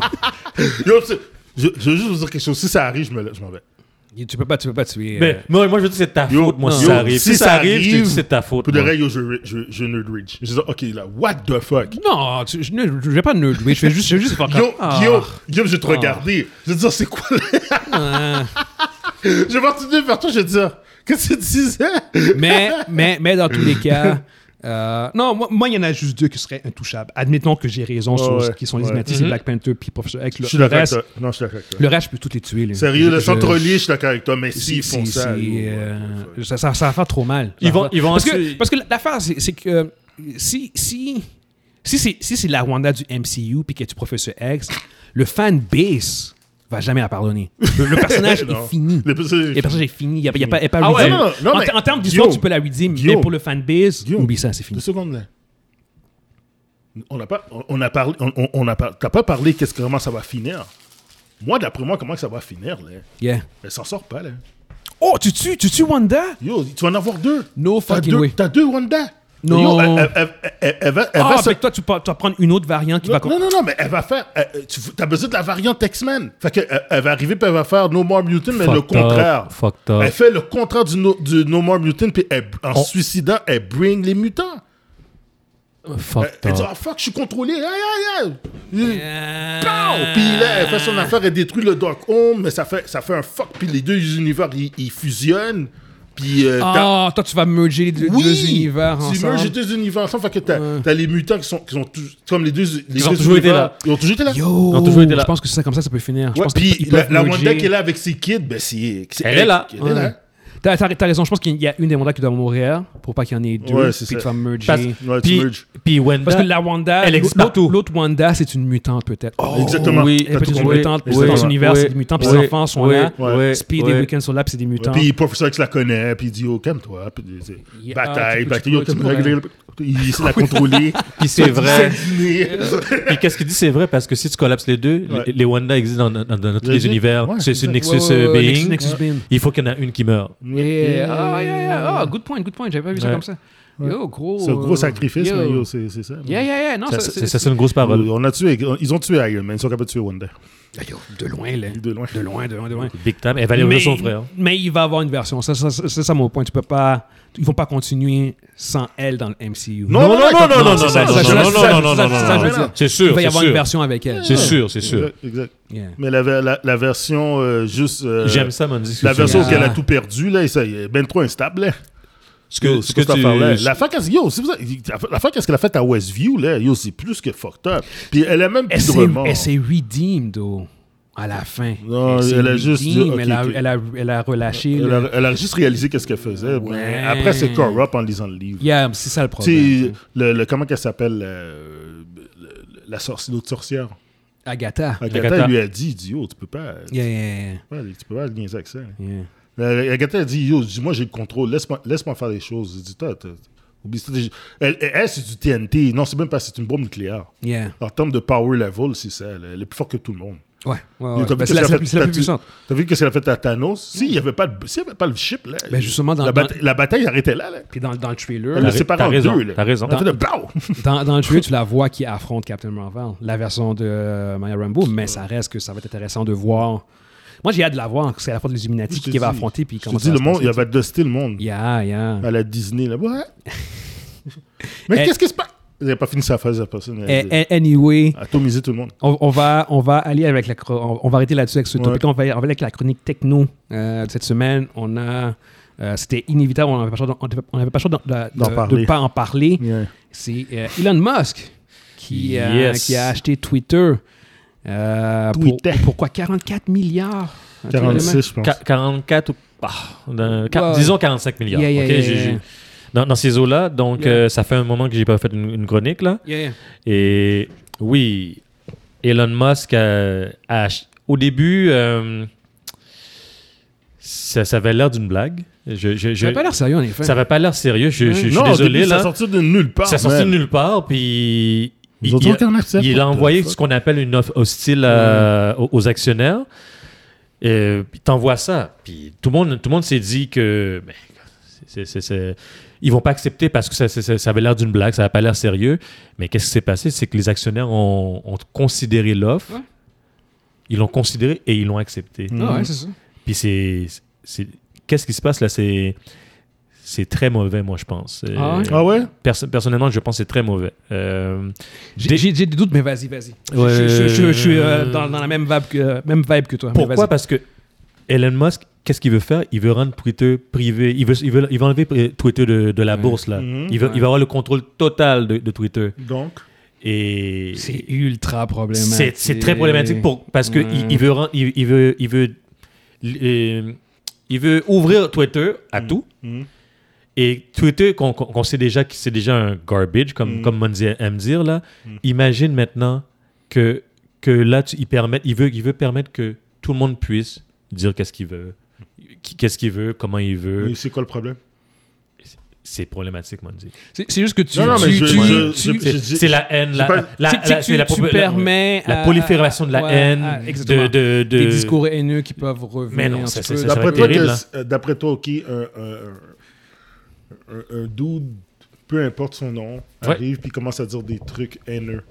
S2: Yo, c'est- je, je veux juste vous dire quelque chose. Si ça arrive, je me lève, je m'en vais.
S1: tu peux pas, tu peux pas tuer. euh.
S3: Mais moi, moi, je veux dire, c'est de ta
S2: Yo,
S3: faute, moi,
S2: non.
S3: si
S2: Yo,
S3: ça arrive.
S2: si
S3: Si ça
S2: ça
S3: arrive, je te
S2: arrive,
S3: dis, c'est de ta faute.
S2: Pour de
S3: moi.
S2: vrai, yo, je, je, je nerd rage. Je dis, ok, là, what the fuck?
S1: Non, tu- je ne je vais pas nerd, oui, je vais juste, je vais juste faire comme-
S2: Guillaume,
S1: Ah.
S2: Guillaume, Guillaume, je vais te regarder. Je vais te dire, c'est quoi là? [LAUGHS] Je vais retourner vers toi, je vais te dire, qu'est-ce que tu disais?
S1: Mais, mais, mais dans tous les cas, euh, non, moi, moi, il y en a juste deux qui seraient intouchables. Admettons que j'ai raison sur
S2: ouais,
S1: ce qui sont les
S2: ouais.
S1: Illuminati, c'est Black Panther puis Professeur X.
S2: Je suis
S1: Le,
S2: d'accord avec
S1: reste,
S2: toi. Non, je suis d'accord avec toi.
S1: le reste, je peux toutes les tuer. là.
S2: Sérieux,
S1: Je-
S2: le
S1: je-
S2: centre relié, je suis d'accord avec toi, mais s'ils
S1: si,
S2: font
S1: si,
S2: ça.
S1: si,
S2: yo,
S1: euh, ça, ça- ça va faire trop mal.
S3: Ils
S1: Ça va
S3: vont-
S1: faire-
S3: ils vont
S1: parce, que,
S3: ensuite-
S1: parce que l'affaire, c'est c'est que euh, si, si, si c'est si c'est la Rwanda du MCU puis que tu Professeur X, le fan base va jamais la pardonner. Le, le
S2: [LAUGHS]
S1: personnage est fini.
S2: Le personnage est
S1: Le personnage est fini. Il n'y a, il y a pas, il y a pas
S3: Ah ouais,
S1: redeem.
S2: non, non, non,
S1: en,
S2: mais-
S1: en termes d'histoire,
S2: Guillaume,
S1: tu peux la redeem, mais
S2: Guillaume,
S1: pour le fan base,
S2: Guillaume,
S1: oublie ça, c'est fini.
S2: Deux secondes là. On n'a pas, on, on a parlé, on, on- on a par- t'as pas parlé qu'est-ce que- comment ça va finir. Moi, d'après moi, comment que ça va finir là?
S1: Yeah.
S2: Elle s'en sort pas là.
S1: Oh, tu tues, tu tues Wanda?
S2: Yo, tu vas en avoir deux.
S1: No
S2: T'as
S1: fucking
S2: deux-
S1: way.
S2: T'as deux Wanda.
S1: Non.
S2: Yo, elle, elle- elle- elle- elle va, elle
S1: Ah,
S2: va se-
S1: fait que toi, tu, pars- tu vas prendre une autre variante qui va...
S2: Non, non, non, mais elle va faire. elle- tu as besoin de la variante X-Men. Fait que, euh, elle, elle va arriver puis elle va faire No More Mutant, mais
S3: Fucked
S2: le
S3: up,
S2: contraire.
S3: fucked up.
S2: Elle fait le contraire du No, du no More Mutant, puis elle- en
S3: On-
S2: suicidant, elle bring les mutants. Elle,
S3: Fuck
S2: elle dit
S3: that.
S2: Oh fuck, je suis contrôlé. Aïe, aïe, aïe.
S1: Euh,
S2: Pow! Puis là, elle fait son affaire, elle détruit le Dark Home, mais ça fait, ça fait un fuck. Puis les deux univers, ils, ils fusionnent. Puis euh, t'as-
S1: Ah, toi, tu vas merger les deux, deux univers
S2: tu merges les
S1: ensemble.
S2: deux univers ensemble. Fait que t'as
S1: Ouais.
S2: t'as les mutants qui sont, qui sont tous- comme les deux. Les
S3: Ils ont
S2: deux
S3: toujours été
S2: univers,
S3: là.
S2: Ils ont toujours été là.
S1: Yo,
S3: Ils ont toujours été là.
S1: je pense que c'est ça, comme ça, ça peut finir. Je
S2: Oh. Ouais,
S1: pense que
S2: puis
S1: ils
S2: la,
S1: peuvent
S2: la
S1: merger.
S2: Wanda qui est là avec ses kids, ben c'est. c'est
S3: Elle est là.
S2: Elle
S1: Ouais.
S2: est là.
S1: T'as t'as- t'as raison, je pense qu'il y a une des Wanda qui doit mourir pour pas qu'il y en ait deux.
S2: Ouais, c'est
S1: puis
S2: ça.
S1: tu vas merger.
S3: Parce-
S2: Ouais, tu
S3: Puis,
S2: merges.
S3: puis Wanda.
S1: Parce que la Wanda,
S3: Elle existe
S1: l'autre-
S3: partout.
S1: l'autre Wanda, c'est une mutante peut-être. Oh,
S2: Exactement.
S3: oui,
S1: Elle
S2: T'as
S1: peut
S2: tout
S1: être une
S2: compris.
S1: mutante, puis
S2: Oui,
S1: c'est dans
S2: oui,
S1: son univers, c'est des mutants, puis ses
S3: oui,
S1: enfants sont
S3: oui,
S1: là.
S3: oui,
S1: Speed
S3: oui.
S1: et Weekend sont là, puis c'est des mutants.
S2: Puis Professeur X la connaît, puis il dit Oh, calme-toi. Puis il dit,
S1: Yeah,
S2: Bataille,
S1: tu peux-
S2: bataille.
S1: tu peux-
S2: oh,
S1: tu peux-
S2: tu- [LAUGHS] Il essaie de la contrôler.
S3: Puis c'est vrai.
S2: Disney.
S3: Puis qu'est-ce qu'il dit, c'est vrai, parce que si tu collapses les deux,
S2: Ouais.
S3: les, les Wanda existent dans, dans- dans tous
S2: Les
S3: les
S2: deux.
S3: univers.
S2: Ouais,
S3: c'est
S2: c'est
S3: c'est
S2: ça.
S3: Nexus
S1: Ouais, ouais,
S3: euh,
S1: ouais,
S3: Being.
S1: Nexus- Nexus Beam.
S3: Il faut qu'il y en a une qui meurt.
S1: Yeah. Ah, yeah, yeah. Ah, good point, good point. J'avais pas vu ça
S3: Ouais.
S1: comme ça. Yo, gros. euh,
S2: C'est un gros sacrifice,
S1: yo.
S2: mais yo, c'est c'est ça. Euh,
S1: Yeah, yeah, yeah. Non,
S3: Ça,
S1: ça-
S3: C'est ça, c'est une grosse parole.
S2: On a tué, ils ont tué Iron Man, ils sont capables de tuer Wanda.
S1: Ah, yo, de loin, là.
S2: De loin.
S1: De loin, de loin, de loin.
S3: Big time. Elle va aller
S1: mais,
S3: ouvrir son frère.
S1: mais il va avoir une version. Ça, ça, ça, c'est ça mon point. Tu peux pas, ils vont pas continuer sans elle dans le MCU.
S2: Non, non, non, non, non,
S1: c'est
S2: non,
S1: ça,
S2: non,
S1: c'est ça, c'est
S2: non, non,
S1: ça, c'est ça,
S2: non, non, non,
S1: c'est
S2: non,
S1: ça,
S2: non,
S1: je veux
S2: non.
S1: dire.
S3: C'est sûr,
S1: Il va y
S3: c'est
S1: avoir
S3: sûr.
S1: une version avec elle.
S3: C'est sûr, c'est sûr.
S2: Exact, exact.
S1: Yeah.
S2: Mais la, la, la version euh, juste. euh,
S3: J'aime ça, mon discussion.
S2: La version
S1: Yeah.
S2: qu'elle a tout perdu, là, et ça, il est ben trop instable. là.
S3: Ce
S2: Yo,
S3: que,
S2: c'est
S3: ce que
S2: quoi cette
S3: tu
S2: affaire-là? La fin qu'est-ce yo, c'est pour ça- la- la fin qu'est-ce qu'elle a faite à Westview, là, yo, c'est plus que fucked up. Puis elle a même
S1: Elle
S2: plus de
S1: s'est
S2: remords.
S1: elle s'est redeemed, oh, à la fin.
S2: Non,
S1: s'est
S2: elle a juste dit,
S1: redeemed,
S2: ok,
S1: elle, a,
S2: ok.
S1: elle, a, elle a relâché.
S2: Elle
S1: là.
S2: a, elle a juste réalisé qu'est-ce qu'elle faisait. mais
S1: Ouais.
S2: après, c'est corrupt en lisant le livre.
S1: Yeah, c'est ça le problème.
S2: Tu sais, le, le- comment qu'elle s'appelle euh, le- la sorcière, l'autre sorcière.
S1: Agatha.
S2: Agatha,
S3: Agatha.
S2: lui a dit, dit yo, tu peux pas,
S1: Yeah, yeah,
S2: tu peux pas- tu peux pas lier avec ça.
S1: yeah, yeah.
S2: Euh, Agatha a dit Yo, dis-moi, j'ai le contrôle, laisse-moi laisse faire les choses. J'ai dit Toi, t'as- oublie ça. J'ai- Elle, elle, elle, c'est du TNT. Non, c'est même pas, c'est une bombe nucléaire.
S1: Yeah.
S2: En termes de power level, c'est ça. Elle, elle est plus forte que tout le monde.
S1: Ouais, ouais, ouais.
S2: Yo, t'as
S1: Ben,
S2: vu
S1: c'est la,
S2: qu'est-ce qu'elle
S1: c'est
S2: a
S1: la
S2: fait-
S1: plus- c'est la plus
S2: t'as-
S1: puissante.
S2: T'as vu qu'est-ce qu'elle a fait à Thanos S'il n'y avait, pas de- s'il y avait pas le chip, là.
S1: Ben, justement, dans-
S2: la, bata-
S1: dans-
S2: la bataille arrêtait là. là.
S1: Puis dans, dans le trailer,
S2: Elle le
S3: ra-
S2: séparait
S3: t'as
S2: en
S3: raison,
S2: deux. là.
S3: t'as raison.
S2: Elle fait le BAO
S1: dans,
S2: [LAUGHS]
S1: dans le trailer, tu la vois qui affronte Captain Marvel, la version de euh, Maya Rambo, mais ça reste que ça va être intéressant de voir. Moi, j'ai hâte de la voir, parce que c'est la fois des Illuminati
S2: Je te
S1: qui va
S2: dis-
S1: affronter, puis
S2: Je te
S1: comment
S2: dis,
S1: ça
S2: le
S1: va se
S2: monde,
S1: passer.
S2: il avait dusté le monde.
S1: Yeah, yeah.
S2: À la Disney, là. Ouais. Mais
S1: Elle-
S2: qu'est-ce qui se passe Elle n'a pas fini sa phase, la personne. Elle
S1: Eh, eh, Anyway,
S2: a atomisé tout le monde.
S1: on, on va, on va aller avec la, chro- on, on va arrêter là-dessus avec ce
S2: Ouais.
S1: topic. On va, on va aller avec la chronique techno euh, de cette semaine. On a, euh, c'était inévitable. On n'avait pas le choix d'en- on avait- on avait pas le choix d'en- de-
S2: D'en
S1: de-
S2: parler.
S1: de pas en parler.
S2: Yeah.
S1: C'est euh, Elon Musk qui, euh,
S3: Yes.
S1: qui a acheté Twitter. euh, pour-
S2: Twitter.
S1: pourquoi 44 milliards
S2: 46, je pense.
S3: Qua- 44 ou pas. Dans- quar-
S1: Ouais.
S3: Disons 45 milliards.
S1: Yeah, yeah,
S3: ok,
S1: yeah,
S3: j'ai-
S1: yeah.
S3: j'ai- Dans, dans ces eaux-là, donc
S1: Yeah.
S3: euh, ça fait un moment que j'ai pas fait une, une chronique là.
S1: Yeah, yeah.
S3: Et oui, Elon Musk a- a ach- au début, euh, ça, ça avait l'air d'une blague. Je, je- je-
S1: Ça n'a pas l'air sérieux en effet.
S3: ça avait pas l'air sérieux. Je, je- je suis
S2: Non, au
S3: désolé
S2: début,
S3: là.
S2: Ça sortit de nulle part.
S3: Ça sortit
S2: man.
S3: de nulle part, puis
S2: Ils
S3: il,
S2: ont
S3: il,
S2: aucun accès,
S3: il
S2: what
S3: a
S2: the
S3: envoyé
S2: fuck.
S3: ce qu'on appelle une offre hostile à- aux, aux actionnaires. Et puis t'envoies ça, puis tout le monde, tout le monde s'est dit que ben, c'est, c'est- c'est- ils vont pas accepter parce que ça, c'est- c'est- ça avait l'air d'une blague, ça n'a pas l'air sérieux. Mais qu'est-ce qui s'est passé, c'est que les actionnaires ont, ont considéré l'offre,
S1: Ouais.
S3: ils l'ont considéré et ils l'ont accepté.
S1: Ah ouais, c'est ça.
S3: Puis c'est, c'est- qu'est-ce qui se passe là, c'est, c'est très mauvais, moi je pense. Euh,
S1: Ah ouais?
S2: Ah ouais
S3: Perso- personnellement, je pense que c'est très mauvais. Euh,
S1: J'ai
S3: Des-
S1: j'ai- j'ai des doutes, mais vas-y, vas-y. Je-
S3: Ouais.
S1: Je, je- je- je suis euh, dans, dans la même vibe que, euh, même vibe que toi. mais
S3: pourquoi Parce que Elon Musk, qu'est-ce qu'il veut faire Il veut rendre Twitter privé. Il veut, il veut, il veut enlever euh, Twitter de, de la
S1: Ouais.
S3: bourse. Là.
S2: Mhm.
S3: il, veut, il
S1: Mm. Ouais.
S3: veut avoir le contrôle total de, de Twitter.
S2: Donc,
S3: Et
S1: C'est ultra problématique.
S3: c'est c'est très problématique pour, parce que
S1: Ouais.
S3: il- il veut, rend- il, il veut, il veut, euh, il veut ouvrir Twitter à
S1: Mm.
S3: tout.
S2: mhm.
S3: Et Twitter, qu'on qu'on- qu'on sait déjà que c'est déjà un garbage, comme,
S2: Mm.
S3: comme Monzi aime dire, là, imagine maintenant que, que là, tu, il, permet, il, veut, il veut permettre que tout le monde puisse dire qu'est-ce qu'il veut, qui- qu'est-ce qu'il veut, comment il veut.
S2: mais c'est quoi le problème
S3: C'est problématique, Monzi.
S1: C'est c'est juste que tu.
S2: Non, non, mais
S1: tu-
S2: je-
S1: tu-
S2: je-
S1: tu-
S2: je-
S1: tu-
S3: C'est c'est la haine,
S2: c'est
S3: la,
S2: pas-
S3: la, la,
S1: c'est que tu-
S3: c'est la
S1: tu
S3: propo- la-
S1: permets
S3: la
S1: à-
S3: prolifération de la
S1: ouais,
S3: haine,
S1: à- exactement.
S3: de, de, de-
S1: Des discours haineux qui peuvent revenir.
S3: Mais non,
S1: un
S3: ça,
S1: petit peu.
S3: c'est- ça,
S2: D'après
S3: va être
S2: toi,
S3: terrible, hein.
S2: qu'est-ce- euh, d'après toi, ok, un, un, un, un dude, peu importe son nom, arrive puis commence à dire des trucs haineux.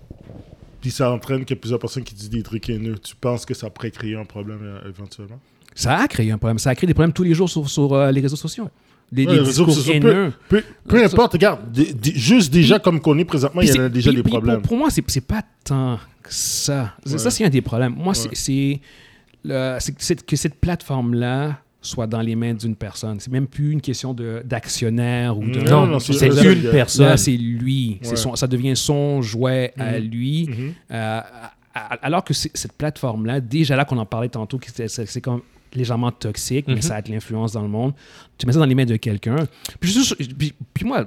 S2: Puis ça entraîne qu'il y a plusieurs personnes qui disent des trucs haineux. Tu penses que ça pourrait créer un problème euh, éventuellement
S1: Ça a créé un problème. Ça a créé des problèmes tous les jours sur, sur euh, les réseaux sociaux. Des, des
S2: Ouais, les réseaux
S1: discours
S2: sociaux, peu-
S1: haineux.
S2: Peu, peu importe, regarde, des- des- juste déjà comme qu'on est présentement,
S1: Puis
S2: il y en
S1: c'est-
S2: a déjà
S1: puis-
S2: des
S1: puis pour-
S2: problèmes.
S1: Pour, moi, c'est c'est pas tant que ça. C'est- Ça,
S2: Ouais.
S1: c'est un des problèmes. Moi, c'est-
S2: Ouais.
S1: c'est le- c'est- c'est que cette plateforme-là soit dans les mains d'une personne. C'est même plus une question de- d'actionnaire ou de...
S2: Non, non,
S3: c'est
S2: c'est-
S3: une
S2: c'est-
S3: personne.
S1: Là, c'est lui. C'est
S2: Ouais.
S1: son- ça devient son jouet à lui.
S2: Mhm.
S1: Euh, à- alors que c'est- cette plateforme-là, déjà là qu'on en parlait tantôt, qui c'est- c'est c'est comme légèrement toxique, mais
S3: Mhm.
S1: ça a de l'influence dans le monde. Tu mets ça dans les mains de quelqu'un. Puis, je suis sûr- puis- puis moi,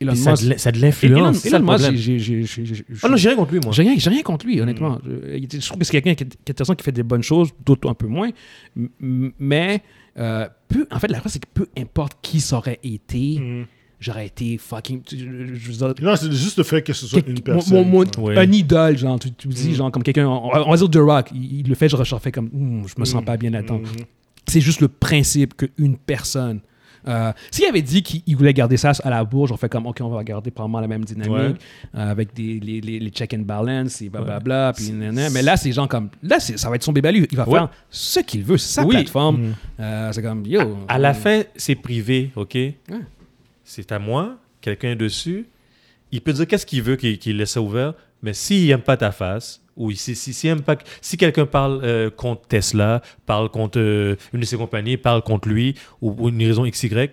S1: Elon
S3: Puis ça a
S1: Musk...
S3: de l'in- ça a de
S1: Elon,
S3: l'influence. c'est ça
S1: Elon
S3: le
S1: Musk,
S3: problème.
S1: j'ai- j'ai- j'ai- j'ai- j'ai-
S3: Ah non, j'ai Mm. rien contre lui, moi.
S1: j'ai rien, j'ai rien contre lui, honnêtement. Je, il- je trouve que c'est quelqu'un qui est qui est intéressant, qui fait des bonnes choses, d'autres un peu moins. M- m- Mais, euh, peu, en fait, la réponse, c'est que peu importe qui ça aurait été,
S3: Mm.
S2: Mhm.
S1: j'aurais été fucking. tu- Je, je vous aurais-
S2: Non, c'est juste le fait que ce soit
S1: Quelque-
S2: une
S1: mon-
S2: personne.
S1: mon- mon-
S3: ouais.
S1: Un idole, genre, tu, tu dis,
S2: Mhm.
S1: genre, comme quelqu'un, on, on va dire The Rock, il, il le fait, je refais comme, Hum, je me
S2: Mm.
S1: sens pas bien là-dedans.
S2: Mhm.
S1: C'est juste le principe qu'une personne. euh, S'il avait dit qu'il voulait garder ça à la bourre, j'aurais fait comme, OK, on va garder probablement la même dynamique,
S3: Ouais.
S1: euh, avec des, les, les- les check and balance, et blablabla.
S3: Ouais.
S1: puis nanana. Mais là, c'est genre comme, là, c'est- ça va être son bébé à lui. Il va
S3: Ouais.
S1: faire ce qu'il veut, c'est sa
S3: Oui.
S1: plateforme. Euh, c'est comme, yo.
S3: À la fin, c'est privé, OK? C'est à moi, quelqu'un est dessus. Il peut dire qu'est-ce qu'il veut qu'il qu'il laisse ça ouvert, mais s'il n'aime pas ta face, ou si, si, s'il aime pas, que- si quelqu'un parle euh, contre Tesla, parle contre euh, une de ses compagnies, parle contre lui, ou pour une raison XY,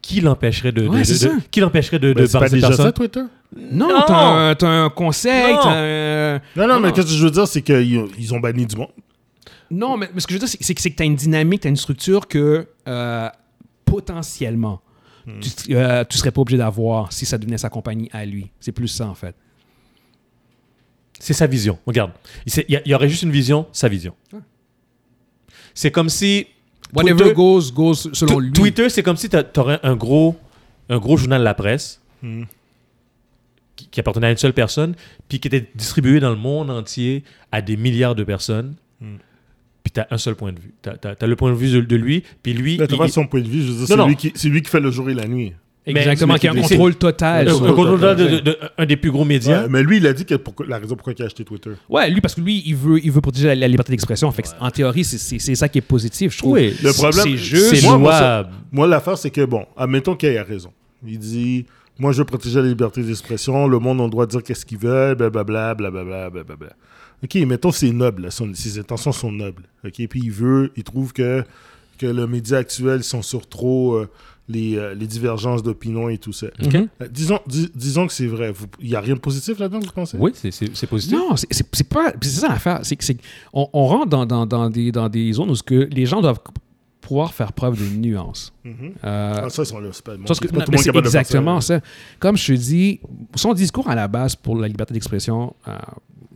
S3: qui l'empêcherait de, de-
S1: Ouais,
S3: de-
S1: c'est
S3: de-
S1: ça.
S3: qui l'empêcherait de, de
S2: Ben, c'est
S3: barrer
S2: pas
S3: cette
S2: déjà
S3: personne?
S2: ça, Twitter?
S1: Non,
S3: Non.
S1: t'as un, t'as un conseil,
S3: Non.
S1: t'as un-
S2: Non, non, mais
S1: Non.
S2: qu'est-ce que je veux dire, c'est qu'ils ils ont banni du monde.
S1: Non, mais, mais ce que je veux dire, c'est- c'est que- c'est que tu as une dynamique, tu as une structure que euh, potentiellement, tu ne serais pas obligé d'avoir si ça devenait sa compagnie à lui. C'est plus ça, en fait.
S3: C'est sa vision. Regarde. Il s'est- il y, a- il y aurait juste une vision, sa vision. C'est comme si.
S1: Whatever
S3: Twitter-
S1: goes, goes selon
S3: Tw-
S1: lui.
S3: Twitter, c'est comme si tu aurais un gros, un gros journal de la presse
S2: Hmm.
S3: qui, qui appartenait à une seule personne, puis qui était distribué dans le monde entier à des milliards de personnes.
S2: Hmm.
S3: Puis tu as un seul point de vue. Tu as, le point de vue de, de lui, puis lui.
S2: Là, tu
S3: il-
S2: vois
S3: il-
S2: son point de vue, je veux dire,
S3: Non, non.
S2: c'est lui, qui- c'est lui qui fait le jour et la nuit.
S1: Exactement,
S3: mais-
S1: qui a un
S3: mais c'est-
S1: contrôle total.
S3: euh,
S1: sur-
S3: un contrôle de- de- de- un des plus gros médias.
S2: Ouais, Hein? mais lui, il a dit que pourquoi- la raison pourquoi il a acheté Twitter.
S1: Ouais, lui, parce que lui, il veut, il veut protéger la, la liberté d'expression. Fait que c'est- En théorie, c'est- c'est c'est ça qui est positif, je trouve.
S3: Oui,
S2: Le
S1: C'est-
S2: problème,
S1: c'est juste-
S3: c'est
S2: moi, moi, ça-
S3: louable.
S2: moi, l'affaire, c'est que, bon, admettons qu'il a raison. Il dit, moi, je veux protéger la liberté d'expression, le monde, on doit dire qu'est-ce qu'il veut, blablabla, blablabla, blablabla. OK, mettons, c'est noble, là, son- ses intentions sont nobles. OK, puis il veut, il trouve que, que le média actuel sont sur trop euh, les, euh, les divergences d'opinion et tout ça.
S1: Mhm.
S2: Euh, disons, dis- disons que c'est vrai. Vous- Il n'y a rien de positif là-dedans, vous pensez?
S3: Oui, c'est- c'est c'est positif.
S1: Non, c'est- c'est c'est pas. C'est ça l'affaire. C'est que- c'est que on, on rentre dans, dans- dans des, dans des zones où ce que les gens doivent pouvoir faire preuve de nuance.
S2: Mhm.
S1: Euh,
S2: Ah, ça, ils sont là, c'est pas,
S1: Parce que-
S2: c'est pas
S1: non,
S2: tout
S1: mais
S2: le monde
S1: c'est
S2: capable de faire hein. ça.
S1: exactement ça. Comme je te dis, son discours à la base pour la liberté d'expression, euh,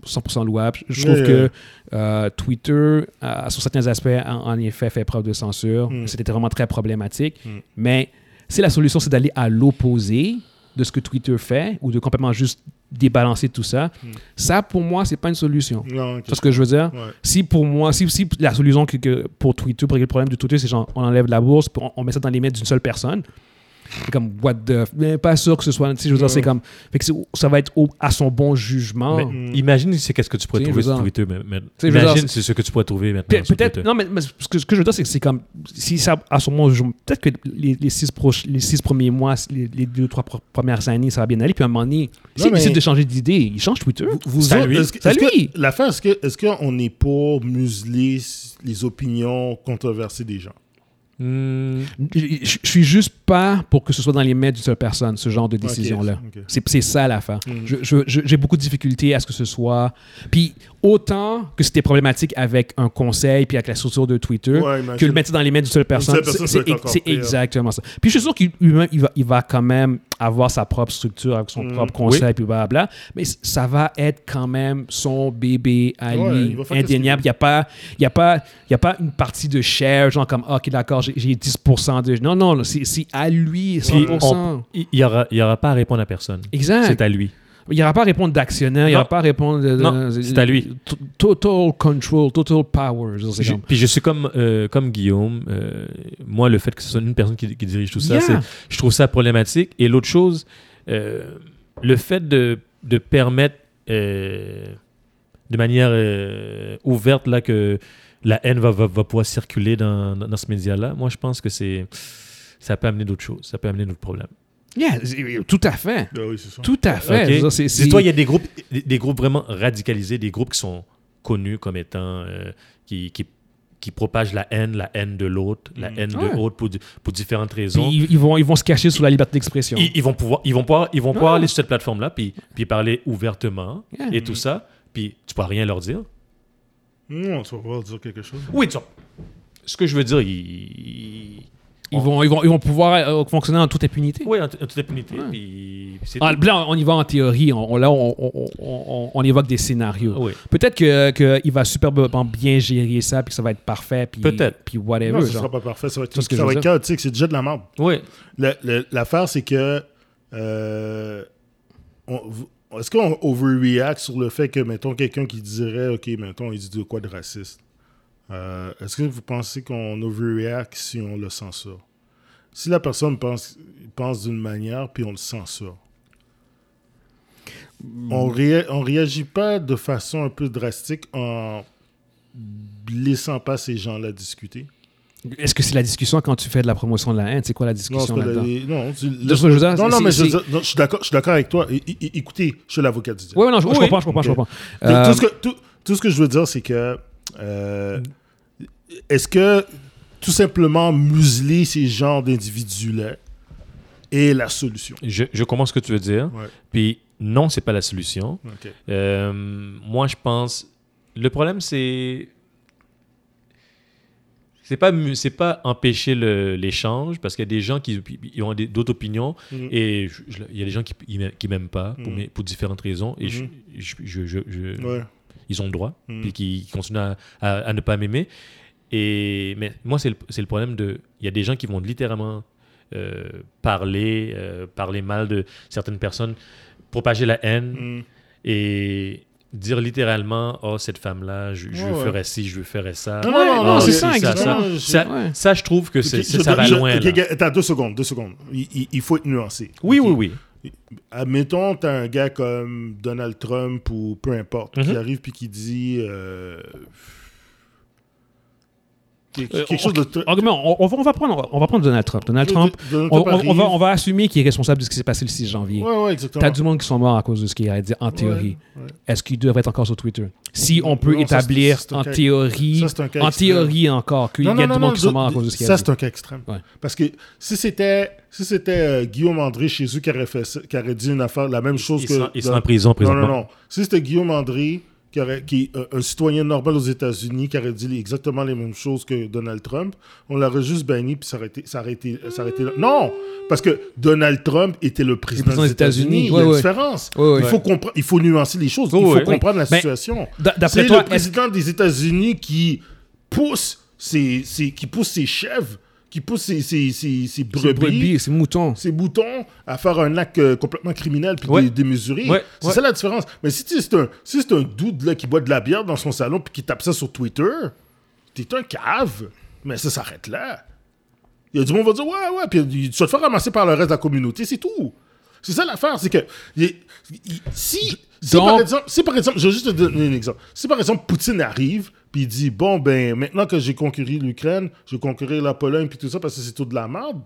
S1: 100% louable. Je trouve
S2: Yeah.
S1: que euh, Twitter, euh, sur certains aspects, en, en effet, fait preuve de censure.
S2: Mm.
S1: C'était vraiment très problématique.
S2: Mm.
S1: Mais si la solution, c'est d'aller à l'opposé de ce que Twitter fait ou de complètement juste débalancer tout ça,
S2: Hmm.
S1: ça, pour moi, c'est pas une solution.
S2: Non, ok.
S1: Tu vois ce que je veux dire?
S2: Ouais.
S1: Si pour moi, si, si la solution que, que pour Twitter, pour régler le problème de Twitter, c'est genre on enlève la bourse, puis on, on met ça dans les mains d'une seule personne. C'est comme what the. f- Mais pas sûr que ce soit. Tu sais, je veux dire, c'est comme. Fait que c'est- ça va être au- à son bon jugement.
S3: Mais
S2: Hmm.
S3: imagine c'est qu'est-ce que tu pourrais
S1: Tu sais,
S3: trouver
S1: je veux
S3: sur
S1: dire-
S3: Twitter. mais- mais-
S1: sais, je veux
S3: Imagine
S1: dire,
S3: c'est ce que tu pourrais trouver
S1: Pe-
S3: maintenant. sur
S1: Peut-être.
S3: Twitter.
S1: Non, mais, mais ce, que, ce que je veux dire, c'est que c'est comme. Si ça, à son moment, je- peut-être que les, les six proches, les six premiers mois, les, les deux, trois pro- premières années, ça va bien aller. Puis à un moment donné,
S2: Non,
S1: s'il
S2: mais-
S1: décide de changer d'idée, il change Twitter.
S2: Vous
S3: C'est à
S2: autres,
S3: lui.
S2: est-ce que-
S1: C'est à
S2: est-ce que-
S1: lui.
S2: L'affaire, est-ce que est-ce qu'on est pour museler s- les opinions controversées des gens
S3: Hmm.
S1: Je, je- je suis juste pas pour que ce soit dans les mains d'une seule personne, ce genre de décision-là.
S2: ok.
S1: C'est- C'est ça l'affaire.
S2: Mm.
S1: Je- je- je- J'ai beaucoup de difficultés à ce que ce soit. Puis autant que c'était problématique avec un conseil puis avec la structure de Twitter,
S2: Ouais, imagine.
S1: que le mettre dans les mains d'une seule personne,
S2: seule
S1: c'est-
S2: personne, ça
S1: c'est
S2: va être encore
S1: c'est
S2: pire.
S1: exactement ça. Puis je suis sûr qu'il lui-même, il va, il va quand même avoir sa propre structure avec
S2: Mm.
S1: son propre conseil puis blablabla, mais c- ça va être quand même son bébé à
S2: Ouais,
S1: lui,
S2: il va faire qu'est-ce
S1: indéniable. Il n'y a, pas- il y a, pas- il y a pas une partie de share, genre comme, Ah, ok, d'accord, j'ai- j'ai 10% de... Non, non, c'est c'est à lui,
S3: Puis
S1: 100%.
S3: on- il n'y aura, il y aura pas à répondre à personne. C'est
S1: Exact.
S3: à lui.
S1: Il n'y aura pas à répondre d'actionnaire, il n'y aura
S3: Non.
S1: pas à répondre de... de-
S3: Non,
S1: de-
S3: c'est à lui.
S1: t- Total control, total power. genre, c'est
S3: Je-
S1: comme-
S3: puis je suis comme, euh, comme Guillaume. euh, moi, le fait que ce soit une personne qui, qui dirige tout ça,
S1: Yeah.
S3: c'est- je trouve ça problématique. Et l'autre chose, euh, le fait de, de permettre euh, de manière euh, ouverte là, que la haine va, va, va pouvoir circuler dans, dans- dans ce média-là, moi, je pense que c'est ça peut amener d'autres choses. Ça peut amener d'autres problèmes.
S1: Yeah, c'est- euh, tout à fait.
S2: Ah oui, c'est ça.
S1: Tout à fait.
S3: Ok.
S1: Je veux dire, c'est- c'est-
S3: Dis-toi, il y a des groupes, des, des groupes vraiment radicalisés, des groupes qui sont connus comme étant euh, qui, qui qui propagent la haine, la haine de l'autre, la haine
S1: Ouais.
S3: de l'autre pour, di- pour différentes
S1: Puis
S3: raisons.
S1: ils, ils vont, ils vont se cacher sous la liberté d'expression.
S3: Ils, ils vont pouvoir, ils vont pouvoir, ils vont pouvoir
S1: Ouais.
S3: aller sur cette plateforme-là, puis, puis parler ouvertement
S1: Yeah.
S3: et tout ça, puis tu pourras rien leur dire.
S2: Non, tu vas pouvoir dire quelque chose.
S3: Oui, tu vas- Ce que je veux dire, ils...
S1: Ils vont, ils, vont, ils vont pouvoir euh, fonctionner en toute impunité.
S3: Oui, en, t- en toute impunité,
S1: Ouais.
S3: puis c'est
S1: Ah,
S3: tout.
S1: là, on y va en théorie. On, on- là, on, on- on- on- on évoque des scénarios.
S3: Oui.
S1: Peut-être que qu'il va superbement bien gérer ça, puis que ça va être parfait, puis
S3: Peut-être.
S1: puis whatever.
S2: Non, ce
S1: Eh genre.
S2: sera pas parfait. Ça va être,
S1: C'est ce que
S2: ça
S1: je
S2: va
S1: veux
S2: être
S1: dire.
S2: chaotique. C'est déjà de la merde.
S3: Oui.
S2: Le- le- L'affaire, c'est que. euh, on- v- Est-ce qu'on overreact sur le fait que, mettons, quelqu'un qui dirait, OK, mettons, il dit de quoi de raciste Euh, Est-ce que vous pensez qu'on overreact si on le censure Si la personne pense, pense d'une manière, puis on le censure.
S1: Mm.
S2: On ré- on réagit pas de façon un peu drastique en laissant pas ces gens-là discuter.
S1: Est-ce que c'est la discussion quand tu fais de la promotion de la haine? C'est quoi la
S2: Non, c'est
S1: discussion
S2: pas la-
S1: là-dedans?
S2: les- non, tu-
S1: De ce que je veux dire,
S2: non, non,
S1: c'est-
S2: mais je,
S1: c'est-
S2: veux dire, non, je suis d'accord, je suis d'accord avec toi. É- é- é- écoutez, je suis l'avocat du diable.
S1: Oui, non, Ah, je, je
S3: Oui.
S1: comprends, je comprends, je
S2: Ok.
S1: comprends.
S2: Tout-
S1: Euh,
S2: Tout, ce que, tout, tout ce que je veux dire, c'est que euh, est-ce que tout simplement museler ces genres d'individus-là est la solution?
S3: Je, je comprends ce que tu veux dire.
S2: Ouais.
S3: Puis non, c'est pas la solution.
S2: Ok.
S3: Euh, moi, je pense. Le problème, c'est. C'est pas, mu- c'est pas empêcher le- l'échange parce qu'il y a des gens qui ils ont des- d'autres opinions
S2: Mhm.
S3: et je- je- il y a des gens qui ils m'aiment- qui m'aiment pas pour,
S2: Mhm.
S3: mes- pour différentes raisons et je-
S2: Mhm.
S3: je- je- je- je-
S2: Ouais.
S3: ils ont le droit
S2: Mhm.
S3: puis qui qui continuent à, à- à ne pas m'aimer. Et, mais moi, c'est le, c'est le problème de. Il y a des gens qui vont littéralement euh, parler, euh, parler mal de certaines personnes, propager la haine
S2: Mm.
S3: et dire littéralement oh cette femme là je, je
S2: Ouais, ouais.
S3: ferais ci je ferais ça
S2: Non, non, non,
S3: Ah,
S1: non, c'est
S3: si,
S1: ça, exactement.
S2: Non, non,
S3: ça,
S1: ouais.
S3: ça, je trouve que c'est
S2: Ok,
S3: c'est-
S2: je
S3: ça
S2: dois-
S3: va
S2: je-
S3: loin
S2: ok,
S3: là.
S2: ok, Attends, deux secondes, deux secondes. Il, il- il faut être nuancé.
S3: oui
S2: Ok.
S3: oui oui
S2: Admettons, t'as un gars comme Donald Trump ou peu importe qui
S3: Mhm.
S2: arrive puis qui dit euh, quelque,
S1: Euh,
S2: quelque
S1: on-
S2: chose de tr-
S1: argument, on, on va, on va prendre, on va prendre Donald Trump. Donald
S2: de-
S1: Trump,
S2: de- de- de-
S1: on, on-
S2: Paris.
S1: on va, on va assumer qu'il est responsable de ce qui s'est passé le 6 janvier.
S2: Ouais, ouais,
S1: T'as
S2: exactement.
S1: du monde qui sont morts à cause de ce qu'il a dit en théorie.
S2: ouais.
S1: Est-ce qu'il devrait être encore sur Twitter Si on peut
S2: Non, ça, c'est-
S1: établir
S2: c'est un
S1: en
S2: cas-
S1: théorie,
S2: ça, c'est un cas
S1: en
S2: extrême.
S1: théorie encore, qu'il y a
S2: Non, non,
S1: du
S2: non,
S1: monde
S2: non,
S1: qui sont
S2: je-
S1: morts à cause de ce qu'il
S2: Ça,
S1: a dit.
S2: c'est un cas extrême.
S1: Ouais.
S2: Parce que si c'était si c'était euh, Guillaume André chez eux qui aurait, fait ça- qui aurait dit une affaire, la même chose
S3: ils
S2: que.
S3: sont, ils sont
S2: dans-
S3: en prison
S2: Non,
S3: présentement
S2: non, non. Si c'était Guillaume André, qui, aurait- qui est euh, un- un citoyen normal aux États-Unis, qui aurait dit les- exactement les mêmes choses que Donald Trump, on l'aurait juste banni puis ça aurait été. ça aurait été- ça aurait été- non! Parce que Donald Trump était le président des États-Unis. Il y a
S1: Ouais,
S2: une
S1: ouais.
S2: différence.
S1: Ouais, ouais.
S2: Il, faut compre- il faut nuancer les choses.
S3: Ouais,
S2: il faut
S3: ouais.
S2: comprendre la
S1: Mais ben,
S2: situation.
S1: d'a-
S2: C'est
S1: D'après
S2: le
S1: toi, est-ce
S2: président des États-Unis qui pousse ses, ses- qui pousse ses chèvres, qui pousse ses, ses- ses- ses
S1: que
S2: brebis,
S1: c'est mouton
S2: ses boutons à faire un acte euh, complètement criminel puis
S3: Ouais.
S2: dé- démesuré.
S3: Ouais,
S2: C'est
S3: ouais.
S2: ça la différence. Mais si tu- c'est un, si c'est un dude là, qui boit de la bière dans son salon puis qui tape ça sur Twitter, t'es un cave. Mais ça s'arrête là. Il y a du monde qui va dire ouais, ouais, puis tu vas te faire ramasser par le reste de la communauté, c'est tout. C'est ça l'affaire, c'est que il est- il- si, si
S1: Donc-
S2: par exemple, si par exemple, je vais juste te donner un exemple. Si par exemple Poutine arrive puis il dit bon ben maintenant que j'ai conquéri l'Ukraine, je vais conquérir la Pologne puis tout ça parce que c'est tout de la merde.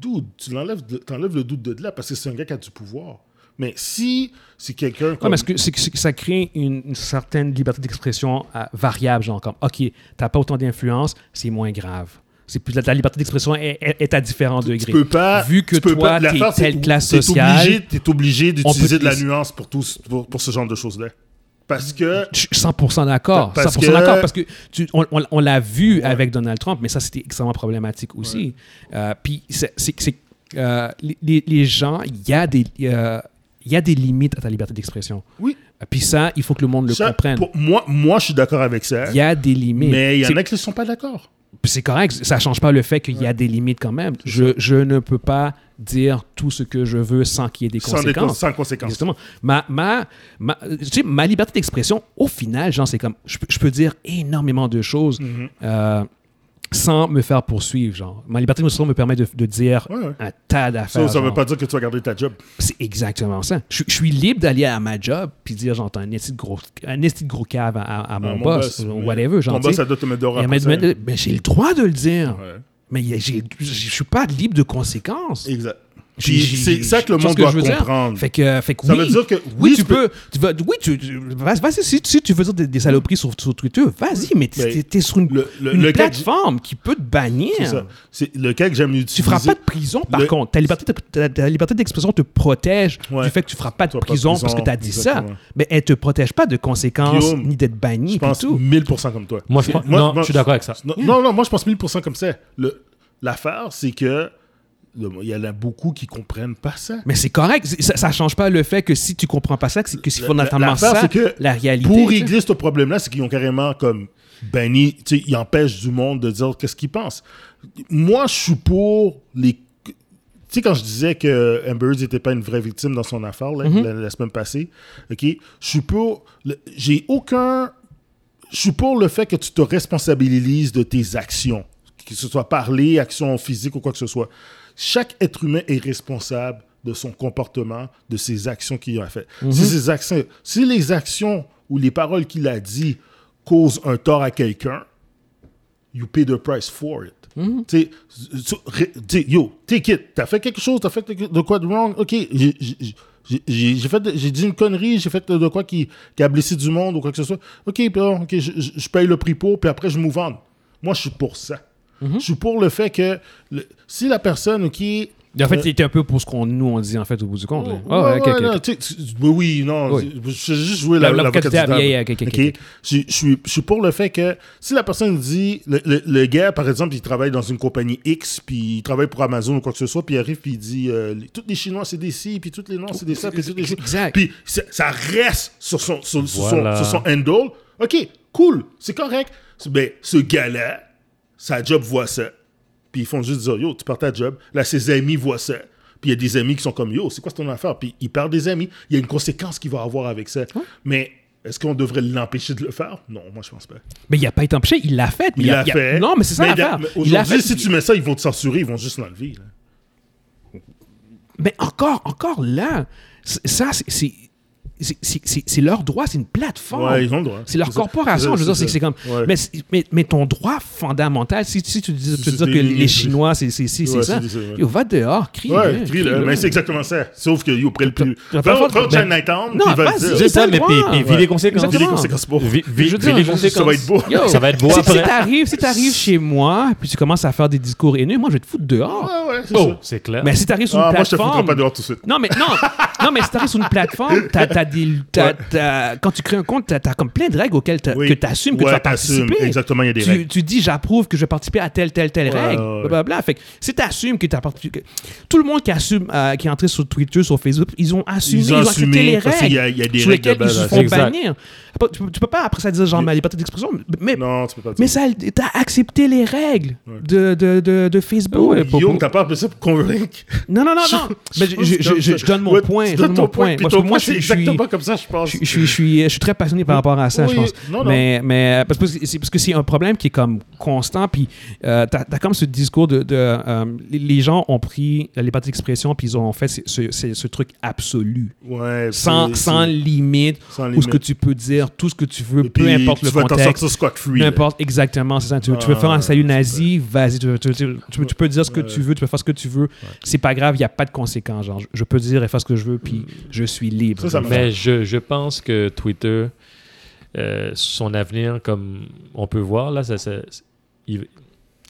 S2: Dude, tu l'enlèves, de- t'enlèves le doute de là parce que c'est un gars qui a du pouvoir. Mais si c'est quelqu'un
S1: Ouais,
S2: comme
S1: mais est-ce que, c'est que- c'est que ça crée une, une certaine liberté d'expression euh, variable, genre comme, OK, t'as pas autant d'influence, c'est moins grave. C'est plus, la, la liberté d'expression est, est- est à différents degrés.
S2: tu peux pas,
S1: Vu que
S2: tu peux
S1: toi,
S2: pas-
S1: t'es
S2: l'affaire, c'est
S1: telle
S2: que
S1: classe
S2: t'es
S1: sociale,
S2: obligé, t'es obligé
S1: peut
S2: d'utiliser
S1: te Mm.
S2: de la
S1: laisser-
S2: nuance pour tout, ce- pour, pour ce genre de choses là. Parce que
S1: Je suis 100% d'accord.
S2: Parce
S1: 100%
S2: que-
S1: d'accord parce que tu- on, on- on l'a vu avec Donald Trump, mais ça c'était extrêmement problématique aussi. Euh, Puis c'est- c'est c'est, euh, les- les, les gens, il y a des euh, il y a des limites à ta liberté d'expression.
S2: Oui.
S1: Euh, Puis ça, il faut que le monde le
S2: Ça,
S1: comprenne.
S2: pour- moi, moi, je suis d'accord avec ça.
S1: Il y a des limites.
S2: mais il y en
S1: C'est-
S2: a qui ne sont pas d'accord.
S1: Puis c'est correct, ça change pas le fait qu'il y a des limites quand même. Je, je ne peux pas dire tout ce que je veux sans qu'il y ait des
S2: Sans, des cons-
S1: conséquences.
S2: sans conséquence.
S1: Exactement. Ma, ma, ma, tu sais, ma liberté d'expression, au final, genre, c'est comme, je, peux- je peux dire énormément de choses
S2: Mhm.
S1: euh, sans me faire poursuivre, genre. Ma liberté d'expression me permet de, de dire
S2: Ouais, ouais.
S1: un tas
S2: Ça,
S1: d'affaires.
S2: ça ne veut
S1: genre.
S2: pas dire que tu vas garder ta job.
S1: C'est exactement ça. Je, je suis libre d'aller à ma job puis dire, genre, t'as un esti de gros, un esti de gros cave à, à- à mon,
S2: mon
S1: boss,
S2: boss,
S1: ou
S2: mais-
S1: whatever, genre.
S2: Mon
S1: tu sais.
S2: boss, ça doit te mettre dehors
S1: Et elle m'a
S2: après
S1: dit,
S2: ça.
S1: mais, mais j'ai le droit de le dire.
S2: Ouais.
S1: Mais il y a- j'ai- je ne suis pas libre de conséquences.
S2: Exact. Puis
S1: J'ai-
S2: c'est
S1: j'ai-
S2: ça que le
S1: tu vois
S2: monde
S1: ce
S2: doit
S1: je veux dire?
S2: comprendre.
S1: Fait que, fait que
S2: Ça
S1: oui,
S2: veut dire que
S1: oui,
S2: oui,
S1: tu
S2: tu
S1: peux. Tu vas, oui, tu, tu- vas- vas-y, si, si tu veux dire des, des saloperies sur, sur Twitter, vas-y, mais
S2: Mais
S1: t'es, t'es sur une,
S2: le- le-
S1: une
S2: le cas que j'-
S1: plateforme qui peut te
S2: C'est ça.
S1: bannir.
S2: C'est le cas que j'aime
S1: Tu
S2: utiliser.
S1: feras pas de prison, par
S2: Le-
S1: contre. Ta liberté, de- ta, ta liberté d'expression te protège
S2: Ouais.
S1: du fait que tu feras pas de
S2: Soit pas de
S1: prison, parce
S2: prison,
S1: que tu as dit ça.
S2: exactement.
S1: Mais elle te protège pas de conséquences,
S2: Guillaume,
S1: ni d'être
S2: Je
S1: banni, puis
S2: pense
S1: tout.
S2: 1000% comme toi.
S3: Moi, je pense- non, je suis d'accord avec ça.
S2: Non, non, non, moi, je pense 1000% comme ça. Le- L'affaire, c'est que le- il y en a beaucoup qui comprennent pas ça.
S1: Mais c'est correct. C'est- Ça, ça change pas le fait que si tu comprends pas ça, que, c'est- que si
S2: Le-
S1: fondamentalement
S2: l'affaire,
S1: ça,
S2: c'est que
S1: la réalité.
S2: Pour
S1: tu sais.
S2: régler ce problème-là, c'est qu'ils ont carrément comme banni, tu sais, ils empêchent du monde de dire qu'est-ce qu'ils pensent. Moi, je suis pour les. Tu sais, quand je disais que Amber Heard n'était pas une vraie victime dans son affaire là,
S3: Mhm.
S2: la, la semaine passée, ok, je suis pour. le- J'ai aucun. Je suis pour le fait que tu te responsabilises de tes actions, que ce soit parler, action physique ou quoi que ce soit. Chaque être humain est responsable de son comportement, de ses actions qu'il a faites. Si, ses actions, si les actions ou les paroles qu'il a dit causent un tort à quelqu'un, you pay the price for it. Tu sais, tu- ré- tu sais, yo, take it. T'as fait quelque chose, t'as fait quelque- de quoi de wrong. Ok, j'ai- j'ai- j'ai- j'ai fait de- j'ai dit une connerie, j'ai fait de de quoi qui, qui a blessé du monde ou quoi que ce soit. Ok, puis bon, ok, je- je je paye le prix pour, puis après je move on. Moi, je suis pour ça.
S1: Mm-hmm.
S2: Je suis pour le fait que le- si la personne euh, qui
S1: En fait, c'était un peu pour ce qu'on nous on dit en fait au bout du compte. là.
S2: Ouais,
S1: Ah,
S2: Oh, ouais,
S1: ok, ok,
S2: non,
S1: ok.
S2: tu sais, tu- tu- oui, oui, non.
S1: Oui.
S2: Je je vais juste jouer la,
S1: La-
S2: la,
S1: l'avocat
S2: l'avocat
S1: du diable,
S2: du
S1: yeah, yeah,
S2: diable.
S1: ok, ok,
S2: Ok? Je, je suis, je suis pour le fait que si la personne dit, le, le- le gars, par exemple, il travaille dans une compagnie X, puis il travaille pour Amazon ou quoi que ce soit, puis il arrive, puis il dit, euh, les- tous les Chinois, c'est des ci, puis toutes les Noirs, c'est des ça, puis toutes les
S1: Exact.
S2: Puis ça, ça reste sur son, sur, sur son-
S3: Voilà.
S2: sur son handle. OK, cool, c'est correct. Mais ce gars-là, sa job voit ça. Puis ils font juste dire, yo, tu pars ta job. Là, ses amis voient ça. Puis il y a des amis qui sont comme, yo, c'est quoi ton affaire? Puis il perd des amis. Il y a une conséquence qu'il va avoir avec ça. Mais est-ce qu'on devrait l'empêcher de le faire? Non, moi, je pense pas.
S1: Mais il a pas été empêché, il l'a fait. mais
S2: Il
S1: a-
S2: l'a
S1: il a-
S2: fait.
S1: Non, mais c'est ça
S2: Mais
S1: l'affaire.
S2: dans- mais
S1: Il l'a fait.
S2: Aujourd'hui, si tu mets ça, ils vont te censurer. Ils vont juste l'enlever. là.
S1: Mais encore, encore là, c- ça, c'est- c'est. c'est- c'est- C'est c'est leur droit, c'est une plateforme.
S2: Ouais, ils ont le droit.
S1: Oh. C'est leur
S2: C'est ça,
S1: corporation.
S2: c'est ça,
S1: Je veux dire,
S2: c'est
S1: c'est
S2: ça.
S1: c'est comme.
S2: Ouais.
S1: Mais, c'est- mais, mais ton droit fondamental, si, si tu dis, tu
S2: C'est
S1: dis que
S2: des-
S1: les Chinois, c'est c'est- c'est- c'est
S2: Ouais,
S1: ça,
S2: c'est- c'est- ouais.
S1: yo, va dehors, crie.
S2: Ouais,
S1: hein,
S2: crie-le.
S1: crie-le.
S2: Mais c'est exactement ça. Sauf que, yo, près le plus.
S1: t'as
S2: Va
S1: pas le droit de-
S2: va au
S1: Ben-
S2: Chinatown,
S1: Non,
S2: puis il va
S1: vas-y.
S2: le
S1: C'est
S3: C'est
S1: ça,
S2: dire.
S3: ça, mais
S1: le
S3: puis
S1: droit.
S3: puis vis
S1: Ouais.
S3: les conséquences.
S2: Vis les
S1: Exactement.
S2: conséquences pour.
S3: Vi- vi-
S1: Je veux
S3: vis
S1: dire,
S3: les
S1: je-
S3: conséquences.
S2: ça va être beau.
S1: Yo,
S3: Ça va être beau
S1: si- Si
S3: après.
S1: t'arrives, si t'arrives chez moi, puis tu commences à faire des discours haineux, moi, je vais te foutre dehors.
S2: Ouais, ouais, c'est
S3: Oh,
S2: ça.
S3: c'est clair.
S1: Mais si t'arrives sur une
S2: Ah, moi, je te
S1: plateforme.
S2: foutrais pas dehors tout de suite.
S1: Non, mais non, non mais si t'arrives sur une plateforme, t'as, t'as des, t'as-
S2: Ouais.
S1: t'as- quand tu crées un compte, t'as, t'as comme plein de règles auxquelles t'as-
S2: Oui.
S1: que t'assumes que
S2: Ouais,
S1: tu vas
S2: t'assumes.
S1: participer.
S2: Exactement, il y a des
S1: tu,
S2: règles.
S1: tu dis j'approuve que je vais participer à telle, telle, telle
S2: Ouais,
S1: règle,
S2: ouais, ouais.
S1: blablabla. Fait que si t'assumes que t'as participé... que- Tout le monde qui assume, euh, qui est entré sur Twitter, sur Facebook, ils ont assumé, ils ont, accepté les
S2: parce qu'il y a-
S1: règles
S2: il y a des
S1: sur
S2: règles de
S1: lesquelles ils
S2: base,
S1: se
S2: là.
S1: font
S3: Exact.
S1: bannir. Après, Tu, peux- tu peux pas après ça dire genre ma liberté d'expression, mais,
S2: Non, tu peux pas dire.
S1: mais ça, t'as accepté les règles de, de, de, de Facebook.
S3: Ouais, pour-
S2: Ah Guillaume, t'as pas appelé ça pour convaincre.
S1: Non, non, non,
S2: Je-
S1: non. Mais
S2: je
S1: je,
S2: pense
S1: je-
S2: que
S1: je- je- je donne mon
S2: ouais,
S1: point.
S2: tu
S1: Je
S2: donnes
S1: donne
S2: ton
S1: mon point.
S2: puis
S1: Parce
S2: ton
S1: que
S2: point,
S1: moi, je
S2: c'est
S1: je suis.
S2: exactement comme ça, je pense.
S1: Je, je suis, je, suis, je suis très passionné par rapport à ça,
S2: Oui,
S1: je pense.
S2: non, non.
S1: Mais, mais euh, parce, que c'est- c'est- parce que c'est un problème qui est comme constant. Puis euh, t'as as comme ce discours de. de, euh, les- les gens ont pris la liberté d'expression, puis ils ont fait ce, ce- ce- ce truc absolu.
S2: Ouais,
S1: Sans,
S2: c'est-
S1: sans
S2: c'est-
S1: limite,
S2: Sans
S1: où ce que
S2: limite.
S1: tu peux dire, tout ce que tu veux,
S2: Et
S1: peu
S2: puis,
S1: importe le
S2: Tu vas t'en
S1: contexte.
S2: sortir scot-free.
S1: Peu
S2: là.
S1: importe, exactement, c'est ça. Tu, tu veux
S2: Ah,
S1: faire un salut
S2: c'est
S1: nazi, vas-y, tu, tu- tu- tu peux- tu peux dire ce que tu veux, tu peux faire ce que tu veux. C'est pas grave, il n'y a pas de conséquences. Genre, je, je peux dire et faire ce que je veux, puis je suis libre.
S2: Hmm. Ça, ça me-
S3: Mais je, je pense que Twitter, euh, son avenir, comme on peut voir, là, ça, ça- il,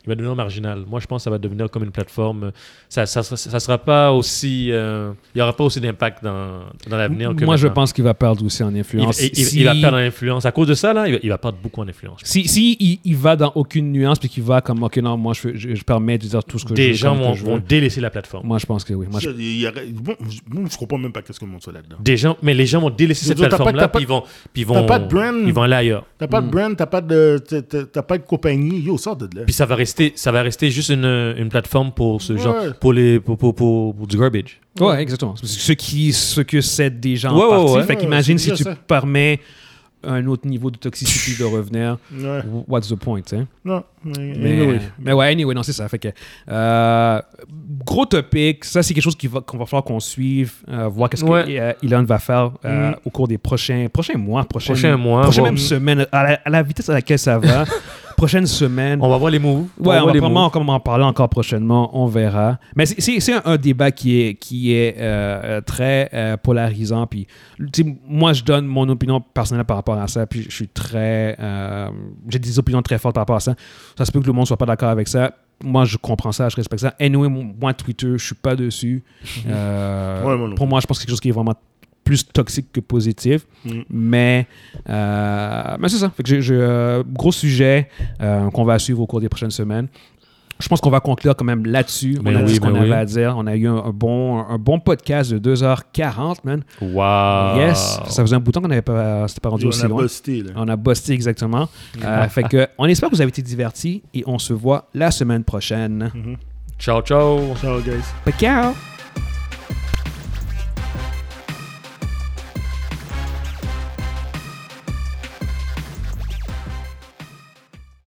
S3: il va devenir marginal. Moi, je pense que ça va devenir comme une plateforme. Ça ça, sera- ça sera pas aussi. euh, il n'y aura pas aussi d'impact dans, dans l'avenir que.
S1: Moi, je
S3: maintenant.
S1: pense qu'il va perdre aussi en influence.
S3: hein. Il, il- il-
S1: si,
S3: il va perdre en influence. À cause de ça, là, il va, il va perdre beaucoup en influence.
S1: si, si il, il va dans aucune nuance, puis qu'il va comme, OK, non, moi, je, je, je permets de dire tout ce que je veux.
S3: Des gens
S1: comme que
S3: vont,
S1: je
S3: vont
S1: veux.
S3: délaisser la plateforme.
S1: Moi, je pense que oui. Moi, je-
S2: Il y aurait- bon, je- bon, je comprends même pas qu'est-ce que le monde soit là-dedans.
S3: Des gens, mais les gens vont délaisser
S2: Je veux
S3: cette
S2: dire, t'as pas-
S3: plateforme-là,
S2: t'as pas-
S3: puis ils vont, puis ils
S2: t'as
S3: vont,
S2: pas de brand.
S3: ils vont aller ailleurs.
S2: T'as pas de brand, t'as pas de, t'as- t'as t'as pas de compagnie. Yo, sors de là.
S3: Puis ça va rester, ça va rester juste une, une plateforme pour ce genre,
S2: Ouais.
S3: pour les, pour, pour, pour- pour du garbage.
S1: Ouais, exactement. Ce, qui, ce que c'est déjà en
S3: Ouais, ouais,
S1: partie.
S3: ouais.
S1: fait qu'imagine
S2: Ouais,
S1: si
S2: c'est
S1: tu
S2: déjà ça.
S1: permets un autre niveau de toxicité de revenir,
S2: [LAUGHS] Ouais.
S1: what's the point, hein?
S2: Non. Mais,
S1: Mais,
S2: anyway.
S1: mais ouais, anyway, non, c'est ça. Fait que, euh, gros topic. Ça, c'est quelque chose qu'il va- qu'on va, falloir qu'on suive, euh, voir qu'est-ce
S3: Ouais.
S1: que euh, Elon va faire euh,
S2: Mm.
S1: au cours des prochains, prochains mois, prochaines,
S3: Prochain mois,
S1: prochaines
S3: voir-
S1: même semaines, à la, à la vitesse à laquelle ça va. prochaine semaine.
S3: On va voir les moves.
S1: Ouais, on va
S3: voir les
S1: vraiment comme en parler encore prochainement, on verra. Mais c'est- c'est c'est un, un débat qui est, qui est euh, euh, très euh, polarisant. Puis, tu sais, moi, je donne mon opinion personnelle par rapport à ça. Puis, je suis très. euh, J'ai des opinions très fortes par rapport à ça. Ça se peut que le monde soit pas d'accord avec ça. Moi, je comprends ça, je respecte ça. Anyway, mon- moi, Twitter, je suis pas
S2: [LAUGHS]
S1: dessus. Euh,
S2: Ouais, moi non
S1: pour moi, je pense que c'est quelque chose qui est vraiment plus toxique que positif.
S2: Mm.
S1: Mais, euh, mais c'est ça. Fait que j'ai- j'ai, euh, gros sujet euh, qu'on va suivre au cours des prochaines semaines. Je pense qu'on va conclure quand même là-dessus. On
S3: Mais
S1: a dit
S3: Ben oui,
S1: ce qu'on
S3: mais
S1: avait
S3: oui.
S1: à dire. On a eu un, un bon, un bon podcast de 2h40, man.
S3: moves. Wow.
S1: Yes. Ça faisait un bout de temps qu'on n'avait pas, euh, c'était pas rendu
S2: on
S1: aussi
S2: a
S1: loin.
S2: posté,
S3: Ah.
S2: là.
S1: On a bossé exactement. Euh, fait que, on espère que vous avez été divertis et on se voit la semaine prochaine.
S3: Ciao, ciao.
S2: Mm-hmm. Ciao, guys.
S1: Ciao!